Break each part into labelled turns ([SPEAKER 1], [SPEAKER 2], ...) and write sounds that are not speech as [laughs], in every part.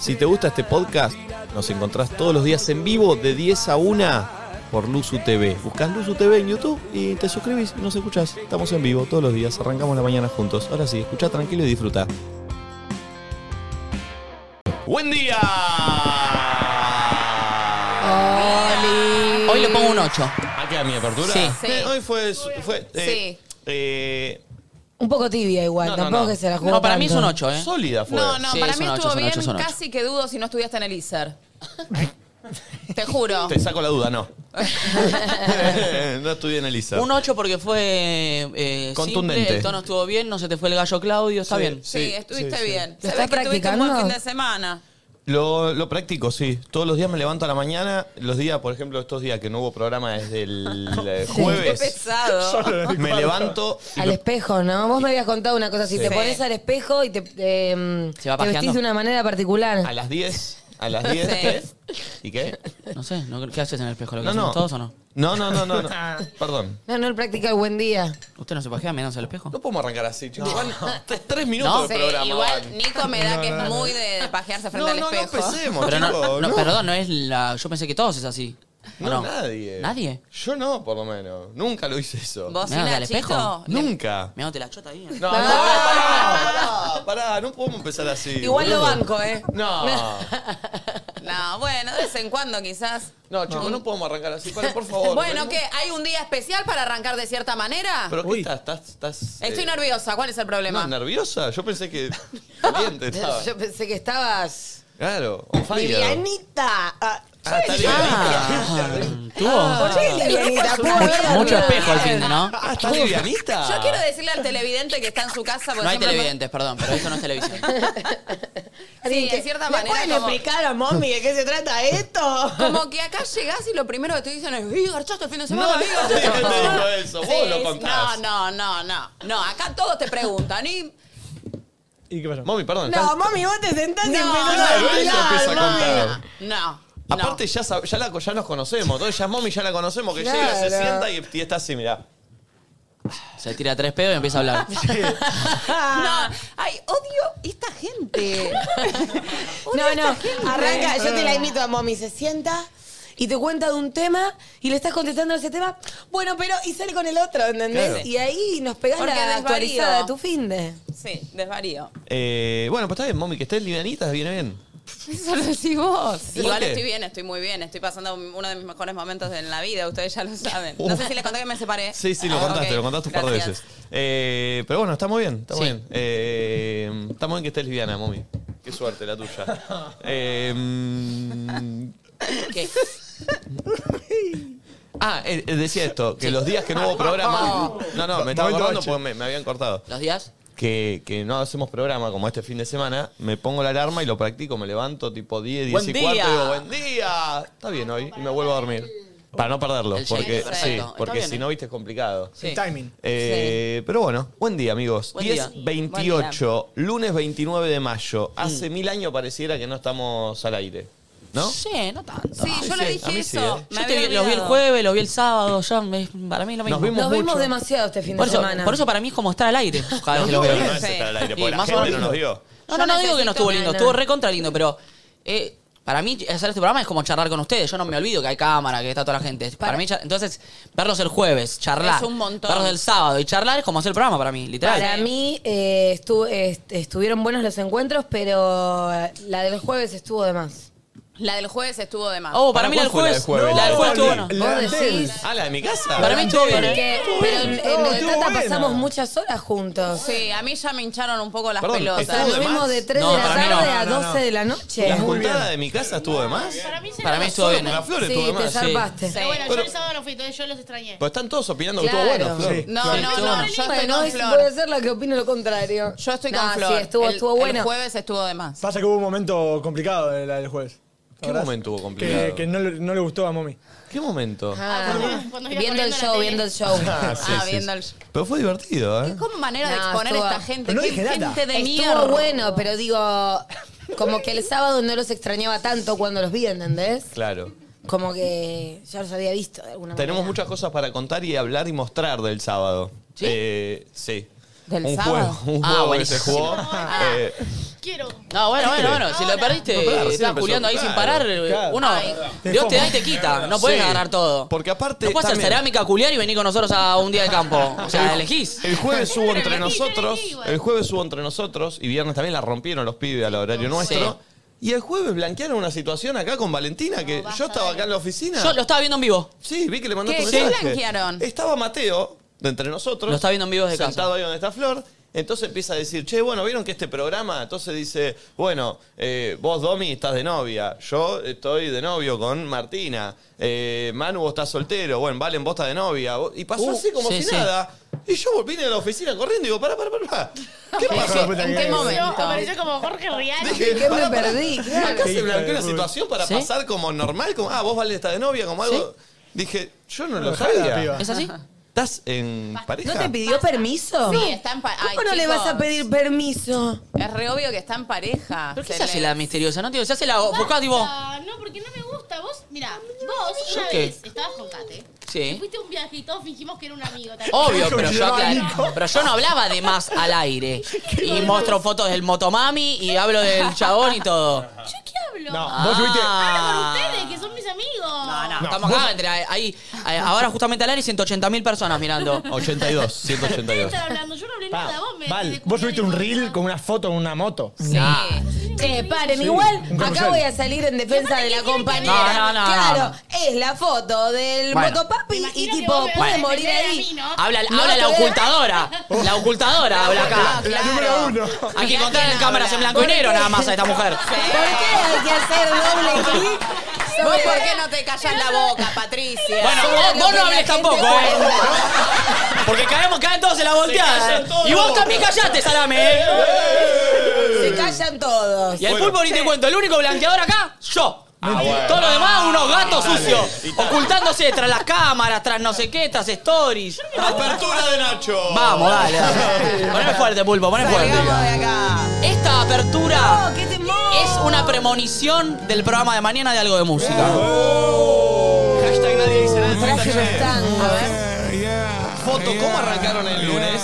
[SPEAKER 1] Si te gusta este podcast, nos encontrás todos los días en vivo de 10 a 1 por Luzu TV. Buscás Luzu TV en YouTube y te suscribís y nos escuchás. Estamos en vivo todos los días, arrancamos la mañana juntos. Ahora sí, escucha tranquilo y disfruta. ¡Buen día!
[SPEAKER 2] Oli.
[SPEAKER 3] Hoy le pongo un 8.
[SPEAKER 1] ¿A qué a mi apertura?
[SPEAKER 3] Sí.
[SPEAKER 1] Eh, hoy fue. fue eh,
[SPEAKER 2] Sí.
[SPEAKER 1] eh,
[SPEAKER 2] Un poco tibia igual,
[SPEAKER 1] No, no,
[SPEAKER 2] tampoco
[SPEAKER 1] no.
[SPEAKER 2] que se la jugó
[SPEAKER 3] No, para mí es un
[SPEAKER 2] tanto.
[SPEAKER 3] 8, ¿eh?
[SPEAKER 1] sólida fue.
[SPEAKER 4] No, no,
[SPEAKER 3] Sí,
[SPEAKER 4] para
[SPEAKER 3] es
[SPEAKER 4] mí
[SPEAKER 3] un ocho,
[SPEAKER 4] estuvo
[SPEAKER 3] es un
[SPEAKER 4] bien.
[SPEAKER 3] ocho, es un ocho.
[SPEAKER 4] Casi que dudo si no estudiaste en el ISER. Te juro.
[SPEAKER 1] Te saco la duda,
[SPEAKER 3] [laughs]
[SPEAKER 1] no. [laughs] no estudié en Elisa.
[SPEAKER 3] Un 8 porque fue eh,
[SPEAKER 1] Contundente.
[SPEAKER 3] simple, el tono estuvo bien, no se te fue el gallo Claudio, está
[SPEAKER 1] Sí.
[SPEAKER 3] bien.
[SPEAKER 4] Sí,
[SPEAKER 1] Sí,
[SPEAKER 4] estuviste
[SPEAKER 1] sí, sí.
[SPEAKER 4] bien.
[SPEAKER 2] ¿Lo
[SPEAKER 4] Se
[SPEAKER 2] estás
[SPEAKER 4] ve que tuviste un buen
[SPEAKER 2] practicando?
[SPEAKER 4] fin de semana.
[SPEAKER 1] Lo, lo practico, sí. Todos los días me levanto a la mañana. Los días, por ejemplo, estos días que no hubo programa desde
[SPEAKER 3] [laughs]
[SPEAKER 1] el eh,
[SPEAKER 4] Qué
[SPEAKER 5] [laughs]
[SPEAKER 1] jueves.
[SPEAKER 4] pesado.
[SPEAKER 1] Me levanto. y
[SPEAKER 2] Al
[SPEAKER 1] me-
[SPEAKER 2] espejo, ¿no? Vos me habías contado una cosa. Si te
[SPEAKER 4] Sí.
[SPEAKER 2] pones al espejo y te, eh,
[SPEAKER 3] Se va
[SPEAKER 2] te vestís
[SPEAKER 3] pajeando.
[SPEAKER 2] de una manera
[SPEAKER 1] a
[SPEAKER 2] particular.
[SPEAKER 1] las 10. A las 10.
[SPEAKER 4] Sí.
[SPEAKER 1] ¿qué? ¿Y qué?
[SPEAKER 3] No sé, ¿no? ¿qué haces en el espejo? ¿Lo que
[SPEAKER 1] No,
[SPEAKER 3] hacemos
[SPEAKER 1] no.
[SPEAKER 3] todos o no?
[SPEAKER 1] No, no, no,
[SPEAKER 4] [laughs]
[SPEAKER 1] no. no.
[SPEAKER 4] Ah.
[SPEAKER 1] Perdón.
[SPEAKER 2] No, no, él practica el buen día.
[SPEAKER 3] ¿Usted no se pajea menos al espejo?
[SPEAKER 1] No podemos arrancar así, chicos. Van t- tres minutos
[SPEAKER 3] No.
[SPEAKER 1] de
[SPEAKER 4] Sí,
[SPEAKER 1] programa.
[SPEAKER 4] igual
[SPEAKER 1] van.
[SPEAKER 4] Nico me da que es muy de pajearse frente
[SPEAKER 1] no, no,
[SPEAKER 4] al
[SPEAKER 1] no
[SPEAKER 4] espejo.
[SPEAKER 1] empecemos,
[SPEAKER 3] Pero no,
[SPEAKER 1] chicos,
[SPEAKER 3] no,
[SPEAKER 1] no.
[SPEAKER 3] perdón, no es la. Yo pensé que todos es así. ¿o
[SPEAKER 1] No, nadie.
[SPEAKER 3] ¿Nadie?
[SPEAKER 1] Yo no, por lo menos. Nunca lo hice eso.
[SPEAKER 4] ¿Vos
[SPEAKER 3] ¿Me das al
[SPEAKER 4] Ina,
[SPEAKER 3] espejo?
[SPEAKER 4] chico?
[SPEAKER 1] Nunca.
[SPEAKER 3] Me dándote la chota ahí.
[SPEAKER 1] No, no, pará, pará, pará, no podemos empezar así.
[SPEAKER 2] Igual lo
[SPEAKER 1] boludo.
[SPEAKER 2] banco, ¿eh?
[SPEAKER 1] No,
[SPEAKER 4] No, bueno, de vez en cuando quizás.
[SPEAKER 1] no, chicos, no podemos arrancar así. Paren, por favor.
[SPEAKER 4] Bueno, ¿qué? ¿Hay un día especial para arrancar de cierta manera?
[SPEAKER 1] ¿Pero qué estás? ¿Estás? estás,
[SPEAKER 4] Estoy
[SPEAKER 1] eh,
[SPEAKER 4] nerviosa, ¿cuál es el
[SPEAKER 1] no,
[SPEAKER 4] problema?
[SPEAKER 1] nerviosa? Yo pensé que caliente estaba.
[SPEAKER 2] Yo pensé que estabas...
[SPEAKER 1] Claro, on fire.
[SPEAKER 2] ¡Vivianita! Ah,
[SPEAKER 1] Ah, está livianita.
[SPEAKER 3] Mm, ¿Tuvo?
[SPEAKER 2] ¿Por qué Vivianita? Puedo
[SPEAKER 3] Mucho,
[SPEAKER 2] verla.
[SPEAKER 3] mucho espejo al fin de, ¿no?
[SPEAKER 1] Ah, ¿estás livianita?
[SPEAKER 4] Yo quiero decirle al televidente que está en su casa. porque
[SPEAKER 3] No hay
[SPEAKER 4] siempre-
[SPEAKER 3] televidentes, perdón, pero esto no
[SPEAKER 2] [laughs]
[SPEAKER 3] es televisión.
[SPEAKER 2] Así
[SPEAKER 4] en
[SPEAKER 2] que,
[SPEAKER 4] cierta
[SPEAKER 2] ¿le
[SPEAKER 4] manera
[SPEAKER 2] pueden
[SPEAKER 4] como-
[SPEAKER 2] explicar a mommy de qué se trata esto?
[SPEAKER 4] [laughs] Como que acá llegás y lo primero que te dicen es, ¡Uy, garchaste el fin de semana!
[SPEAKER 1] No,
[SPEAKER 4] vi,
[SPEAKER 1] no,
[SPEAKER 4] garchaste el fin de
[SPEAKER 1] no te digo
[SPEAKER 4] semana".
[SPEAKER 1] eso, vos lo contás.
[SPEAKER 4] No, no, no, no. No, acá todos te preguntan y...
[SPEAKER 5] ¿Y qué pasó?
[SPEAKER 1] Mami, perdón.
[SPEAKER 2] No,
[SPEAKER 1] estás-
[SPEAKER 2] mami, vos te sentás y
[SPEAKER 4] No,
[SPEAKER 2] empezás
[SPEAKER 4] no,
[SPEAKER 2] a
[SPEAKER 1] Claro, ella
[SPEAKER 2] hablar,
[SPEAKER 1] empieza a
[SPEAKER 2] mami.
[SPEAKER 1] contar.
[SPEAKER 4] No, no.
[SPEAKER 1] Aparte, ya, sab- ya, la, ya nos conocemos. Entonces, ya Mommy ya la conocemos. Que llega, se
[SPEAKER 2] Claro.
[SPEAKER 1] sienta y, y está así, mirá.
[SPEAKER 3] Se tira tres pedos y empieza a
[SPEAKER 4] [laughs]
[SPEAKER 3] hablar.
[SPEAKER 4] No, ay, odio esta
[SPEAKER 2] [laughs]
[SPEAKER 4] gente. Odio
[SPEAKER 2] No,
[SPEAKER 4] esta
[SPEAKER 2] no,
[SPEAKER 4] gente.
[SPEAKER 2] arranca, yo te la invito a mommy, se sienta y te cuenta de un tema y le estás contestando a ese tema, bueno, pero y sale con el otro, ¿entendés?
[SPEAKER 1] Claro.
[SPEAKER 2] Y ahí nos pegás
[SPEAKER 4] Porque
[SPEAKER 2] la
[SPEAKER 4] desvarío.
[SPEAKER 2] actualizada de tu [laughs] fin de.
[SPEAKER 4] Sí, desvarío.
[SPEAKER 1] Eh, bueno, pues está bien, Mommy, que estés livianita, viene bien.
[SPEAKER 4] Eso lo decís vos.
[SPEAKER 1] ¿Por
[SPEAKER 4] Igual
[SPEAKER 1] qué?
[SPEAKER 4] estoy bien, estoy muy bien. Estoy pasando uno de mis mejores momentos en la vida, ustedes
[SPEAKER 1] [laughs]
[SPEAKER 4] ya lo saben. No sé si les conté que me separé.
[SPEAKER 1] Sí, sí, lo
[SPEAKER 4] Ah,
[SPEAKER 1] contaste,
[SPEAKER 4] ok,
[SPEAKER 1] lo contaste un par de
[SPEAKER 4] gracias.
[SPEAKER 1] veces. Eh, pero bueno, está muy bien, está muy
[SPEAKER 3] Sí.
[SPEAKER 1] bien. Eh, está muy bien que estés liviana, mami. Qué suerte la tuya. Eh, mm,
[SPEAKER 3] ¿Qué?
[SPEAKER 1] ah, eh, eh, decía esto, que los días que no hubo
[SPEAKER 3] [laughs]
[SPEAKER 1] programa... No, no, me estaba
[SPEAKER 5] Momento
[SPEAKER 1] acordando
[SPEAKER 5] bache.
[SPEAKER 1] porque me, me habían cortado.
[SPEAKER 3] ¿Los días?
[SPEAKER 1] Que, que no hacemos programa como este fin de semana, me pongo la alarma y lo practico, me levanto tipo 10, 10
[SPEAKER 3] Buen
[SPEAKER 1] y cuarto y
[SPEAKER 3] día.
[SPEAKER 1] digo, buen día. Está bien hoy, y me vuelvo a dormir. Para no perderlo,
[SPEAKER 3] El
[SPEAKER 1] porque,
[SPEAKER 3] shaking,
[SPEAKER 1] sí,
[SPEAKER 3] perfecto. Está
[SPEAKER 1] porque
[SPEAKER 3] bien,
[SPEAKER 1] si
[SPEAKER 3] ¿eh?
[SPEAKER 1] no, viste, es complicado.
[SPEAKER 3] Sí.
[SPEAKER 5] El timing.
[SPEAKER 1] Eh, Pero bueno, buen día amigos.
[SPEAKER 3] Buen
[SPEAKER 1] 10,
[SPEAKER 3] día.
[SPEAKER 1] 28, lunes 29 de mayo. Hace mil años pareciera que no estamos al aire, ¿no?
[SPEAKER 3] Mm. Sí, no tanto.
[SPEAKER 4] Sí, yo
[SPEAKER 1] sí,
[SPEAKER 4] le
[SPEAKER 1] a
[SPEAKER 4] dije
[SPEAKER 1] mí sí,
[SPEAKER 4] eso.
[SPEAKER 1] ¿eh?
[SPEAKER 4] Me
[SPEAKER 3] Yo te
[SPEAKER 4] había
[SPEAKER 3] vi- los vi el
[SPEAKER 4] olvidado.
[SPEAKER 3] jueves, los vi el sábado, ya me- para mí es lo mismo.
[SPEAKER 1] Nos vimos
[SPEAKER 2] Nos vimos
[SPEAKER 1] mucho.
[SPEAKER 2] demasiado este fin
[SPEAKER 3] Por
[SPEAKER 2] de
[SPEAKER 3] eso,
[SPEAKER 2] semana.
[SPEAKER 3] por eso para mí es como estar al
[SPEAKER 1] [laughs]
[SPEAKER 3] aire cada vez que lo
[SPEAKER 1] Pero
[SPEAKER 3] veo.
[SPEAKER 1] no es
[SPEAKER 4] Sí.
[SPEAKER 1] estar al aire, porque
[SPEAKER 3] Sí,
[SPEAKER 1] la
[SPEAKER 3] más o
[SPEAKER 1] gente no
[SPEAKER 3] menos.
[SPEAKER 1] nos vio.
[SPEAKER 3] No,
[SPEAKER 4] Yo
[SPEAKER 3] no, no digo que
[SPEAKER 4] necesito
[SPEAKER 3] no estuvo lindo,
[SPEAKER 2] ganar.
[SPEAKER 3] estuvo recontra lindo, pero eh, para mí hacer este programa es como charlar con ustedes. Yo no me olvido que hay cámara, que está toda la gente. Para,
[SPEAKER 2] Para-
[SPEAKER 3] mí, cha- entonces, verlos el jueves, charlar.
[SPEAKER 4] Es un montón.
[SPEAKER 3] Verlos el sábado y charlar es como hacer el programa para mí, literal.
[SPEAKER 2] Para mí eh, estu- est- estuvieron buenos los encuentros, pero eh, la del jueves estuvo de más.
[SPEAKER 4] La del jueves estuvo de más.
[SPEAKER 3] Oh,
[SPEAKER 1] ¿Para
[SPEAKER 3] para, mí la
[SPEAKER 1] cuál
[SPEAKER 3] del
[SPEAKER 1] fue la del
[SPEAKER 3] jueves.
[SPEAKER 1] jueves?
[SPEAKER 3] la del
[SPEAKER 5] No,
[SPEAKER 3] jueves estuvo
[SPEAKER 5] la-
[SPEAKER 3] buena.
[SPEAKER 5] la
[SPEAKER 2] Vos
[SPEAKER 5] de
[SPEAKER 2] decís-
[SPEAKER 1] Ah, la de mi casa.
[SPEAKER 3] Para mí estuvo bien, ¿eh?
[SPEAKER 2] Porque, pero en, en
[SPEAKER 5] No,
[SPEAKER 2] lo de
[SPEAKER 5] estuvo
[SPEAKER 2] Tata
[SPEAKER 5] buena.
[SPEAKER 2] pasamos muchas horas juntos.
[SPEAKER 4] Sí, a mí ya me hincharon un poco las
[SPEAKER 1] Perdón,
[SPEAKER 4] pelotas.
[SPEAKER 1] estuvo
[SPEAKER 2] Nos
[SPEAKER 1] de más.
[SPEAKER 2] vimos de 3
[SPEAKER 3] No,
[SPEAKER 2] de la
[SPEAKER 3] para mí no.
[SPEAKER 2] tarde a
[SPEAKER 5] No, no,
[SPEAKER 2] 12
[SPEAKER 5] no.
[SPEAKER 2] de la noche.
[SPEAKER 1] La
[SPEAKER 5] Muy
[SPEAKER 1] juntada
[SPEAKER 5] bien.
[SPEAKER 1] de mi casa estuvo de más.
[SPEAKER 6] Para mí se
[SPEAKER 3] Para mí
[SPEAKER 6] lo-
[SPEAKER 3] estuvo bien. ¿eh?
[SPEAKER 1] Con la flor estuvo de
[SPEAKER 2] Sí, te
[SPEAKER 1] más.
[SPEAKER 2] zarpaste.
[SPEAKER 6] Pero bueno,
[SPEAKER 1] Pero-
[SPEAKER 6] yo el sábado no fui, entonces yo los extrañé.
[SPEAKER 1] Pero están todos opinando que
[SPEAKER 2] Claro.
[SPEAKER 1] estuvo bueno, Flor.
[SPEAKER 5] Sí.
[SPEAKER 4] No,
[SPEAKER 3] Flor,
[SPEAKER 4] no,
[SPEAKER 3] estuvo
[SPEAKER 4] no,
[SPEAKER 3] buena.
[SPEAKER 4] yo estoy
[SPEAKER 2] Bueno,
[SPEAKER 4] con
[SPEAKER 2] es- voy a
[SPEAKER 4] Flor.
[SPEAKER 2] hacer la que opino lo contrario.
[SPEAKER 4] Yo estoy
[SPEAKER 2] No,
[SPEAKER 4] con Flor.
[SPEAKER 2] Sí, estuvo,
[SPEAKER 4] El-
[SPEAKER 2] estuvo bueno.
[SPEAKER 4] El jueves estuvo de más.
[SPEAKER 5] Pasa que hubo un momento complicado de la del jueves.
[SPEAKER 1] ¿Qué
[SPEAKER 5] ¿Verdad?
[SPEAKER 1] momento hubo complicado?
[SPEAKER 5] Que, que no, le- no le gustó a mommy.
[SPEAKER 1] ¿Qué momento?
[SPEAKER 2] Ah,
[SPEAKER 6] cuando- cuando iba
[SPEAKER 2] viendo
[SPEAKER 6] corriendo a
[SPEAKER 2] el
[SPEAKER 6] la
[SPEAKER 2] show,
[SPEAKER 6] tele.
[SPEAKER 2] viendo el show.
[SPEAKER 1] [laughs] Ah,
[SPEAKER 4] Ah, viendo el-
[SPEAKER 1] Pero fue divertido, ¿eh?
[SPEAKER 4] ¿Qué como manera de
[SPEAKER 2] No,
[SPEAKER 4] exponer
[SPEAKER 2] estuvo-
[SPEAKER 4] a esta gente?
[SPEAKER 5] Pero no
[SPEAKER 4] ¿Qué
[SPEAKER 5] dije nada.
[SPEAKER 4] gente de mierda?
[SPEAKER 2] Estuvo bueno, pero digo, como [laughs] que el sábado no los extrañaba tanto cuando los vi, ¿entendés?
[SPEAKER 1] Claro.
[SPEAKER 2] Como que ya los había visto de alguna
[SPEAKER 1] Tenemos
[SPEAKER 2] manera.
[SPEAKER 1] muchas cosas para contar y hablar y mostrar del sábado.
[SPEAKER 3] ¿Sí?
[SPEAKER 1] Eh, sí.
[SPEAKER 4] ¿Del
[SPEAKER 1] un
[SPEAKER 4] sábado?
[SPEAKER 1] juego, un
[SPEAKER 3] Ah,
[SPEAKER 1] juego que se
[SPEAKER 3] buenísimo.
[SPEAKER 1] jugó. eh,
[SPEAKER 6] Quiero.
[SPEAKER 3] No, bueno, bueno, bueno. Si lo
[SPEAKER 6] Ahora.
[SPEAKER 1] No, claro,
[SPEAKER 3] perdiste,
[SPEAKER 1] recién
[SPEAKER 3] estás
[SPEAKER 1] empezó,
[SPEAKER 3] culiando ahí sin
[SPEAKER 1] claro,
[SPEAKER 3] parar.
[SPEAKER 7] claro.
[SPEAKER 3] Uno,
[SPEAKER 4] Ay.
[SPEAKER 3] Dios te da y te quita. No puedes
[SPEAKER 1] Sí.
[SPEAKER 3] ganar todo.
[SPEAKER 1] Porque aparte
[SPEAKER 3] No puedes hacer
[SPEAKER 1] también-
[SPEAKER 3] cerámica, culiar y venir con nosotros a un día de campo. O sea, elegís.
[SPEAKER 1] El jueves hubo entre
[SPEAKER 6] [laughs] Pero elegí, yo
[SPEAKER 1] nosotros,
[SPEAKER 6] elegí igual.
[SPEAKER 1] el jueves hubo entre nosotros y viernes también la rompieron los pibes al horario nuestro.
[SPEAKER 3] Sí.
[SPEAKER 1] Y el jueves blanquearon una situación acá con Valentina que yo
[SPEAKER 6] basta,
[SPEAKER 1] estaba acá en la oficina.
[SPEAKER 3] Yo lo estaba viendo en vivo.
[SPEAKER 1] Sí, vi que le mandaste
[SPEAKER 4] ¿Qué?
[SPEAKER 1] un
[SPEAKER 4] ¿Qué
[SPEAKER 1] mensaje.
[SPEAKER 4] blanquearon?
[SPEAKER 1] Estaba Mateo, de entre nosotros.
[SPEAKER 3] Lo está viendo en vivo desde
[SPEAKER 1] sentado
[SPEAKER 3] casa.
[SPEAKER 1] ahí donde está Flor. Entonces empieza a decir, che, bueno, ¿vieron que este programa? Entonces dice, bueno, eh, vos, Domi, estás de novia. Yo estoy de novio con Martina. Eh, Manu, vos estás soltero. Bueno, Valen, vos estás de novia. Vos- Y pasó
[SPEAKER 3] Uh,
[SPEAKER 1] así como
[SPEAKER 3] sí,
[SPEAKER 1] si
[SPEAKER 3] sí.
[SPEAKER 1] nada. Y yo volví a la oficina corriendo y digo, pará, pará, pará,
[SPEAKER 3] [laughs]
[SPEAKER 1] pará. ¿Qué pasó?
[SPEAKER 7] puta que
[SPEAKER 4] ¿En qué
[SPEAKER 7] es.
[SPEAKER 6] Apareció,
[SPEAKER 4] momento?
[SPEAKER 6] apareció como Jorge Rial.
[SPEAKER 1] Dije,
[SPEAKER 2] ¿Qué
[SPEAKER 1] pará,
[SPEAKER 2] me
[SPEAKER 1] pará.
[SPEAKER 2] perdí?
[SPEAKER 1] Acá
[SPEAKER 7] Qué
[SPEAKER 1] se
[SPEAKER 7] hijo
[SPEAKER 1] blanqueó
[SPEAKER 7] de
[SPEAKER 1] una
[SPEAKER 7] puta.
[SPEAKER 1] situación para
[SPEAKER 3] ¿Sí?
[SPEAKER 1] pasar como normal, como, ah, vos Valen estás de novia, como algo. Dije, yo no lo
[SPEAKER 7] Dejá de la
[SPEAKER 1] sabía.
[SPEAKER 7] piba.
[SPEAKER 3] ¿Es así?
[SPEAKER 1] ¿Estás en pareja?
[SPEAKER 2] ¿No te pidió permiso?
[SPEAKER 4] Sí, está en pa- Ay,
[SPEAKER 2] ¿Cómo no le vas a
[SPEAKER 4] chicos.
[SPEAKER 2] pedir permiso?
[SPEAKER 4] Es re obvio que está en pareja.
[SPEAKER 3] ¿Pero qué
[SPEAKER 4] Se
[SPEAKER 3] se hace
[SPEAKER 4] le-
[SPEAKER 3] la misteriosa? No entiendo. Se hace la buscás, tipo.
[SPEAKER 6] Ah, No, porque no me gusta. Vos, mira, vos
[SPEAKER 3] ¿Yo
[SPEAKER 6] una
[SPEAKER 3] qué?
[SPEAKER 6] vez estabas con Kate. y
[SPEAKER 3] Sí.
[SPEAKER 6] Fuiste a un viaje y todos fingimos que era un amigo. ¿te acuerdas?
[SPEAKER 3] Obvio,
[SPEAKER 7] Dijo
[SPEAKER 3] pero
[SPEAKER 7] que
[SPEAKER 3] yo,
[SPEAKER 7] llevaba
[SPEAKER 3] aclaro-
[SPEAKER 7] Nico.
[SPEAKER 3] pero yo no hablaba de más al
[SPEAKER 1] [laughs]
[SPEAKER 3] aire. Y muestro fotos del motomami y hablo del chabón y todo.
[SPEAKER 6] ¿Yo qué hablo?
[SPEAKER 7] No,
[SPEAKER 6] Ah,
[SPEAKER 7] vos subiste.
[SPEAKER 6] Hablo con ustedes, que son mis amigos.
[SPEAKER 3] No, no,
[SPEAKER 7] No,
[SPEAKER 3] estamos acá entre ahí, ahí- ahora justamente al aire 180 mil personas mirando.
[SPEAKER 1] 82,
[SPEAKER 6] Ustedes
[SPEAKER 1] 182.
[SPEAKER 6] están hablando, yo no hablé
[SPEAKER 7] Pa,
[SPEAKER 6] nada. Vos me.
[SPEAKER 7] Val,
[SPEAKER 6] me
[SPEAKER 7] vos subiste un
[SPEAKER 6] descubriste
[SPEAKER 7] reel con una foto en una moto.
[SPEAKER 4] Sí.
[SPEAKER 3] Ah.
[SPEAKER 2] Che, Eh, paren,
[SPEAKER 7] Sí,
[SPEAKER 2] igual
[SPEAKER 7] un
[SPEAKER 2] acá
[SPEAKER 7] carrusel.
[SPEAKER 2] voy a salir en defensa
[SPEAKER 6] aparte,
[SPEAKER 2] de la
[SPEAKER 6] ¿qué tiene que ver?
[SPEAKER 2] compañera.
[SPEAKER 3] No, no, no,
[SPEAKER 2] Claro,
[SPEAKER 3] no.
[SPEAKER 2] es la foto del
[SPEAKER 3] Bueno.
[SPEAKER 2] motopapi
[SPEAKER 6] Me
[SPEAKER 2] y
[SPEAKER 6] imagino que vos
[SPEAKER 2] tipo,
[SPEAKER 6] me vas a
[SPEAKER 2] puede
[SPEAKER 6] defender
[SPEAKER 2] morir
[SPEAKER 6] a mí,
[SPEAKER 2] ahí.
[SPEAKER 6] ¿no?
[SPEAKER 3] Habla,
[SPEAKER 2] No
[SPEAKER 3] habla
[SPEAKER 2] te
[SPEAKER 3] la
[SPEAKER 2] voy a-
[SPEAKER 3] ocultadora. La ocultadora habla acá.
[SPEAKER 7] La
[SPEAKER 4] Claro.
[SPEAKER 7] número uno.
[SPEAKER 3] Hay que encontrar en cámaras en blanco y negro nada más a esta mujer.
[SPEAKER 2] ¿Por qué hay que hacer doble clic?
[SPEAKER 4] [laughs] ¿Vos
[SPEAKER 2] sobre-
[SPEAKER 4] por qué no te callas la boca, Patricia?
[SPEAKER 3] Bueno,
[SPEAKER 2] Sobre
[SPEAKER 3] vos,
[SPEAKER 2] lo
[SPEAKER 3] vos
[SPEAKER 2] que
[SPEAKER 3] no
[SPEAKER 2] la
[SPEAKER 3] hables
[SPEAKER 2] gente
[SPEAKER 3] tampoco, ¿eh?
[SPEAKER 2] cuenta.
[SPEAKER 3] Porque caemos, caen todos en la volteada.
[SPEAKER 1] callan
[SPEAKER 3] ¿eh?
[SPEAKER 1] todos. eh,
[SPEAKER 3] Y vos también callaste, Salame, ¿eh?
[SPEAKER 2] Se callan todos.
[SPEAKER 3] Y el
[SPEAKER 1] Bueno.
[SPEAKER 3] pulpo ni te cuento, el único blanqueador acá, yo.
[SPEAKER 7] Ah,
[SPEAKER 3] Todos los demás, unos gatos sucios, ocultándose tras las cámaras, tras no sé qué, tras stories.
[SPEAKER 1] Apertura de Nacho.
[SPEAKER 3] Vamos, dale, dale. Poneme fuerte, pulpo, poneme fuerte.
[SPEAKER 4] Salgamos de acá. Oh,
[SPEAKER 3] Esta apertura
[SPEAKER 2] No, qué temor.
[SPEAKER 3] es una premonición del programa de mañana de algo de música.
[SPEAKER 1] Eh. Hashtag nadie dice nada.
[SPEAKER 2] Traje los tangos.
[SPEAKER 4] eh.
[SPEAKER 1] Foto, ¿cómo arrancaron el lunes?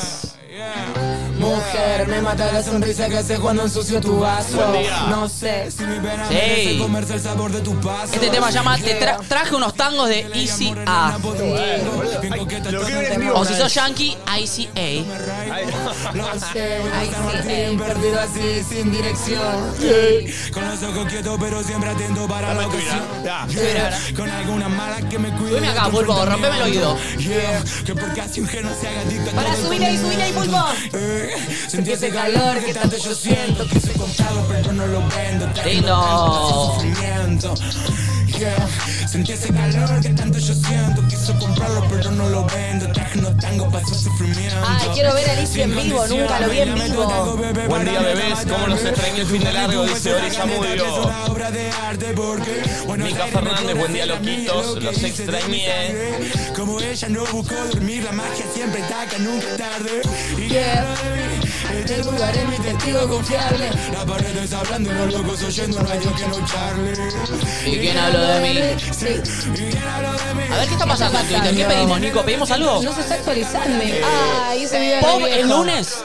[SPEAKER 5] Mujer, me mata la sonrisa que hace cuando ensucio tu vaso.
[SPEAKER 1] Buen día.
[SPEAKER 5] No sé si mi pena
[SPEAKER 3] Sí.
[SPEAKER 5] merece comerse el sabor de tu paso.
[SPEAKER 3] Este tema llama Te tra- traje unos tangos de Easy A.
[SPEAKER 7] Lo quiero ver en vivo.
[SPEAKER 3] O si
[SPEAKER 7] una vez.
[SPEAKER 3] sos yankee, Easy A.
[SPEAKER 5] Ay, sí, eh. perdido así, sin dirección.
[SPEAKER 1] Eh.
[SPEAKER 5] Con los ojos quietos, pero siempre atento para la ocasión. Con alguna mala que me cuide.
[SPEAKER 3] Subime acá, pulpo, rompeme el oído.
[SPEAKER 5] Yeah, que porque así un geno se haga adicto a
[SPEAKER 2] Para
[SPEAKER 5] todo.
[SPEAKER 2] subir ahí, subir ahí, pulpo.
[SPEAKER 5] Eh, Sentí ese calor que tanto yo siento. Que soy comprado, pero no lo vendo. Te
[SPEAKER 3] Lindo.
[SPEAKER 5] sufrimiento. Yeah. Sentí ese calor que tanto yo siento. Quiso comprarlo, pero no lo vendo. Traje no tango para su sufrimiento.
[SPEAKER 2] Ay, Ah, quiero ver a Alicia en vivo, nunca lo vi en vivo.
[SPEAKER 1] Buen día, bebés. ¿Cómo nos extrañó el fin de largo? Dice Orisa Mudio. Mica Fernández, buen día, loquitos. Los extrañé.
[SPEAKER 5] Como ella no buscó dormir, la magia siempre taca, nunca es tarde. Y
[SPEAKER 2] Yeah.
[SPEAKER 5] te buscaré mi testigo confiable. La pared está hablando y los locos oyendo, no hay Dios que no charle.
[SPEAKER 3] ¿Y quién habló de mí?
[SPEAKER 5] Sí. ¿Y quién habló de mí?
[SPEAKER 3] A ver, ¿qué está pasando en Twitter? ¿Qué pedimos, Nico? ¿Pedimos algo?
[SPEAKER 2] No se está actualizando. Ay, ese video era
[SPEAKER 3] ¿Pop
[SPEAKER 2] viejo.
[SPEAKER 3] el lunes?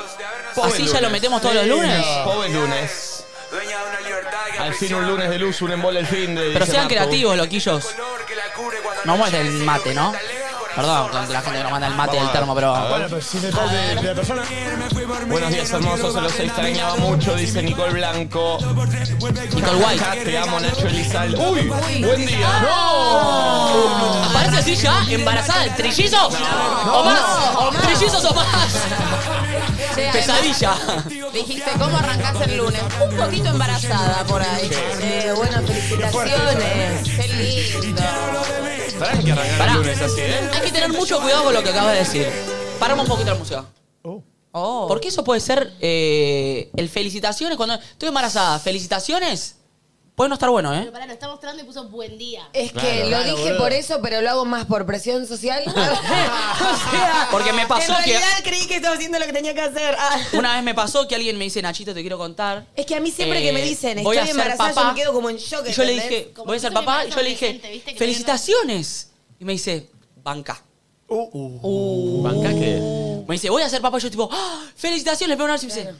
[SPEAKER 1] Pop el
[SPEAKER 3] ¿Así ya lo
[SPEAKER 1] lunes.
[SPEAKER 3] metemos todos los lunes?
[SPEAKER 1] Joven lunes.
[SPEAKER 8] Dueña de una libertad que
[SPEAKER 1] Al fin
[SPEAKER 8] aprisiona
[SPEAKER 1] un lunes de luz, un embole el fin de.
[SPEAKER 3] Pero
[SPEAKER 1] dice
[SPEAKER 3] sean
[SPEAKER 1] Martu.
[SPEAKER 3] creativos, loquillos.
[SPEAKER 8] color que la cubre cuando
[SPEAKER 3] No
[SPEAKER 8] la
[SPEAKER 3] muestra el
[SPEAKER 8] lluvia
[SPEAKER 3] mate, ¿no?
[SPEAKER 8] talega el corazón,
[SPEAKER 3] Perdón, con la gente que nos manda el mate del termo,
[SPEAKER 7] Bueno,
[SPEAKER 3] pero.
[SPEAKER 7] pero si se parte de, de la persona.
[SPEAKER 1] Buenos días, hermosos. Se los extrañaba mucho, dice Nicole Blanco.
[SPEAKER 3] Nicole White.
[SPEAKER 1] Ya te amo, Nacho Elizal. Uy, buen día.
[SPEAKER 3] ¿Aparece así ya? ¿Embarazada? del ¿Trillizo? ¿O más? ¿O ¿Trillizos o más?
[SPEAKER 4] Che, además,
[SPEAKER 3] Pesadilla.
[SPEAKER 4] Dijiste, ¿cómo arrancás el lunes? Un poquito embarazada por ahí.
[SPEAKER 2] Eh, bueno, felicitaciones.
[SPEAKER 4] Qué lindo.
[SPEAKER 1] Sabrán que arrancar
[SPEAKER 3] Pará.
[SPEAKER 1] el lunes así, ¿eh?
[SPEAKER 3] Hay que tener mucho cuidado con lo que acabas de decir. Paramos un poquito la música.
[SPEAKER 4] Oh.
[SPEAKER 3] Porque eso puede ser eh, el felicitaciones cuando. Estoy embarazada. ¿Felicitaciones? Puede no estar bueno, ¿eh?
[SPEAKER 6] Pero pará, lo está mostrando y puso buen día.
[SPEAKER 2] Es que lo
[SPEAKER 7] Claro,
[SPEAKER 2] dije
[SPEAKER 7] boludo.
[SPEAKER 2] por eso, pero lo hago más por presión social. o sea,
[SPEAKER 3] [laughs] Porque me pasó
[SPEAKER 2] en
[SPEAKER 3] que-
[SPEAKER 2] realidad creí que estaba haciendo lo que tenía que hacer. [laughs] Ah.
[SPEAKER 3] Una vez me pasó que alguien me dice, Nachito, te quiero contar. Eh,
[SPEAKER 2] Es que a mí siempre que me dicen,
[SPEAKER 3] voy a
[SPEAKER 2] estoy
[SPEAKER 3] ser
[SPEAKER 2] embarazada,
[SPEAKER 3] papá.
[SPEAKER 2] yo me quedo como en shock,
[SPEAKER 3] Y yo le
[SPEAKER 2] ¿entendés?
[SPEAKER 3] dije,
[SPEAKER 6] Como
[SPEAKER 3] voy a
[SPEAKER 6] que
[SPEAKER 3] ser
[SPEAKER 6] sos
[SPEAKER 3] papá.
[SPEAKER 6] embarazo
[SPEAKER 3] Yo le dije,
[SPEAKER 6] adolescente, ¿viste? Que
[SPEAKER 5] Uh,
[SPEAKER 3] felicitaciones. Y me dice, banca.
[SPEAKER 1] Banca que.
[SPEAKER 3] Me dice, voy a ser papá. Yo tipo, ¡Ah! felicitaciones, pero una vez me dice,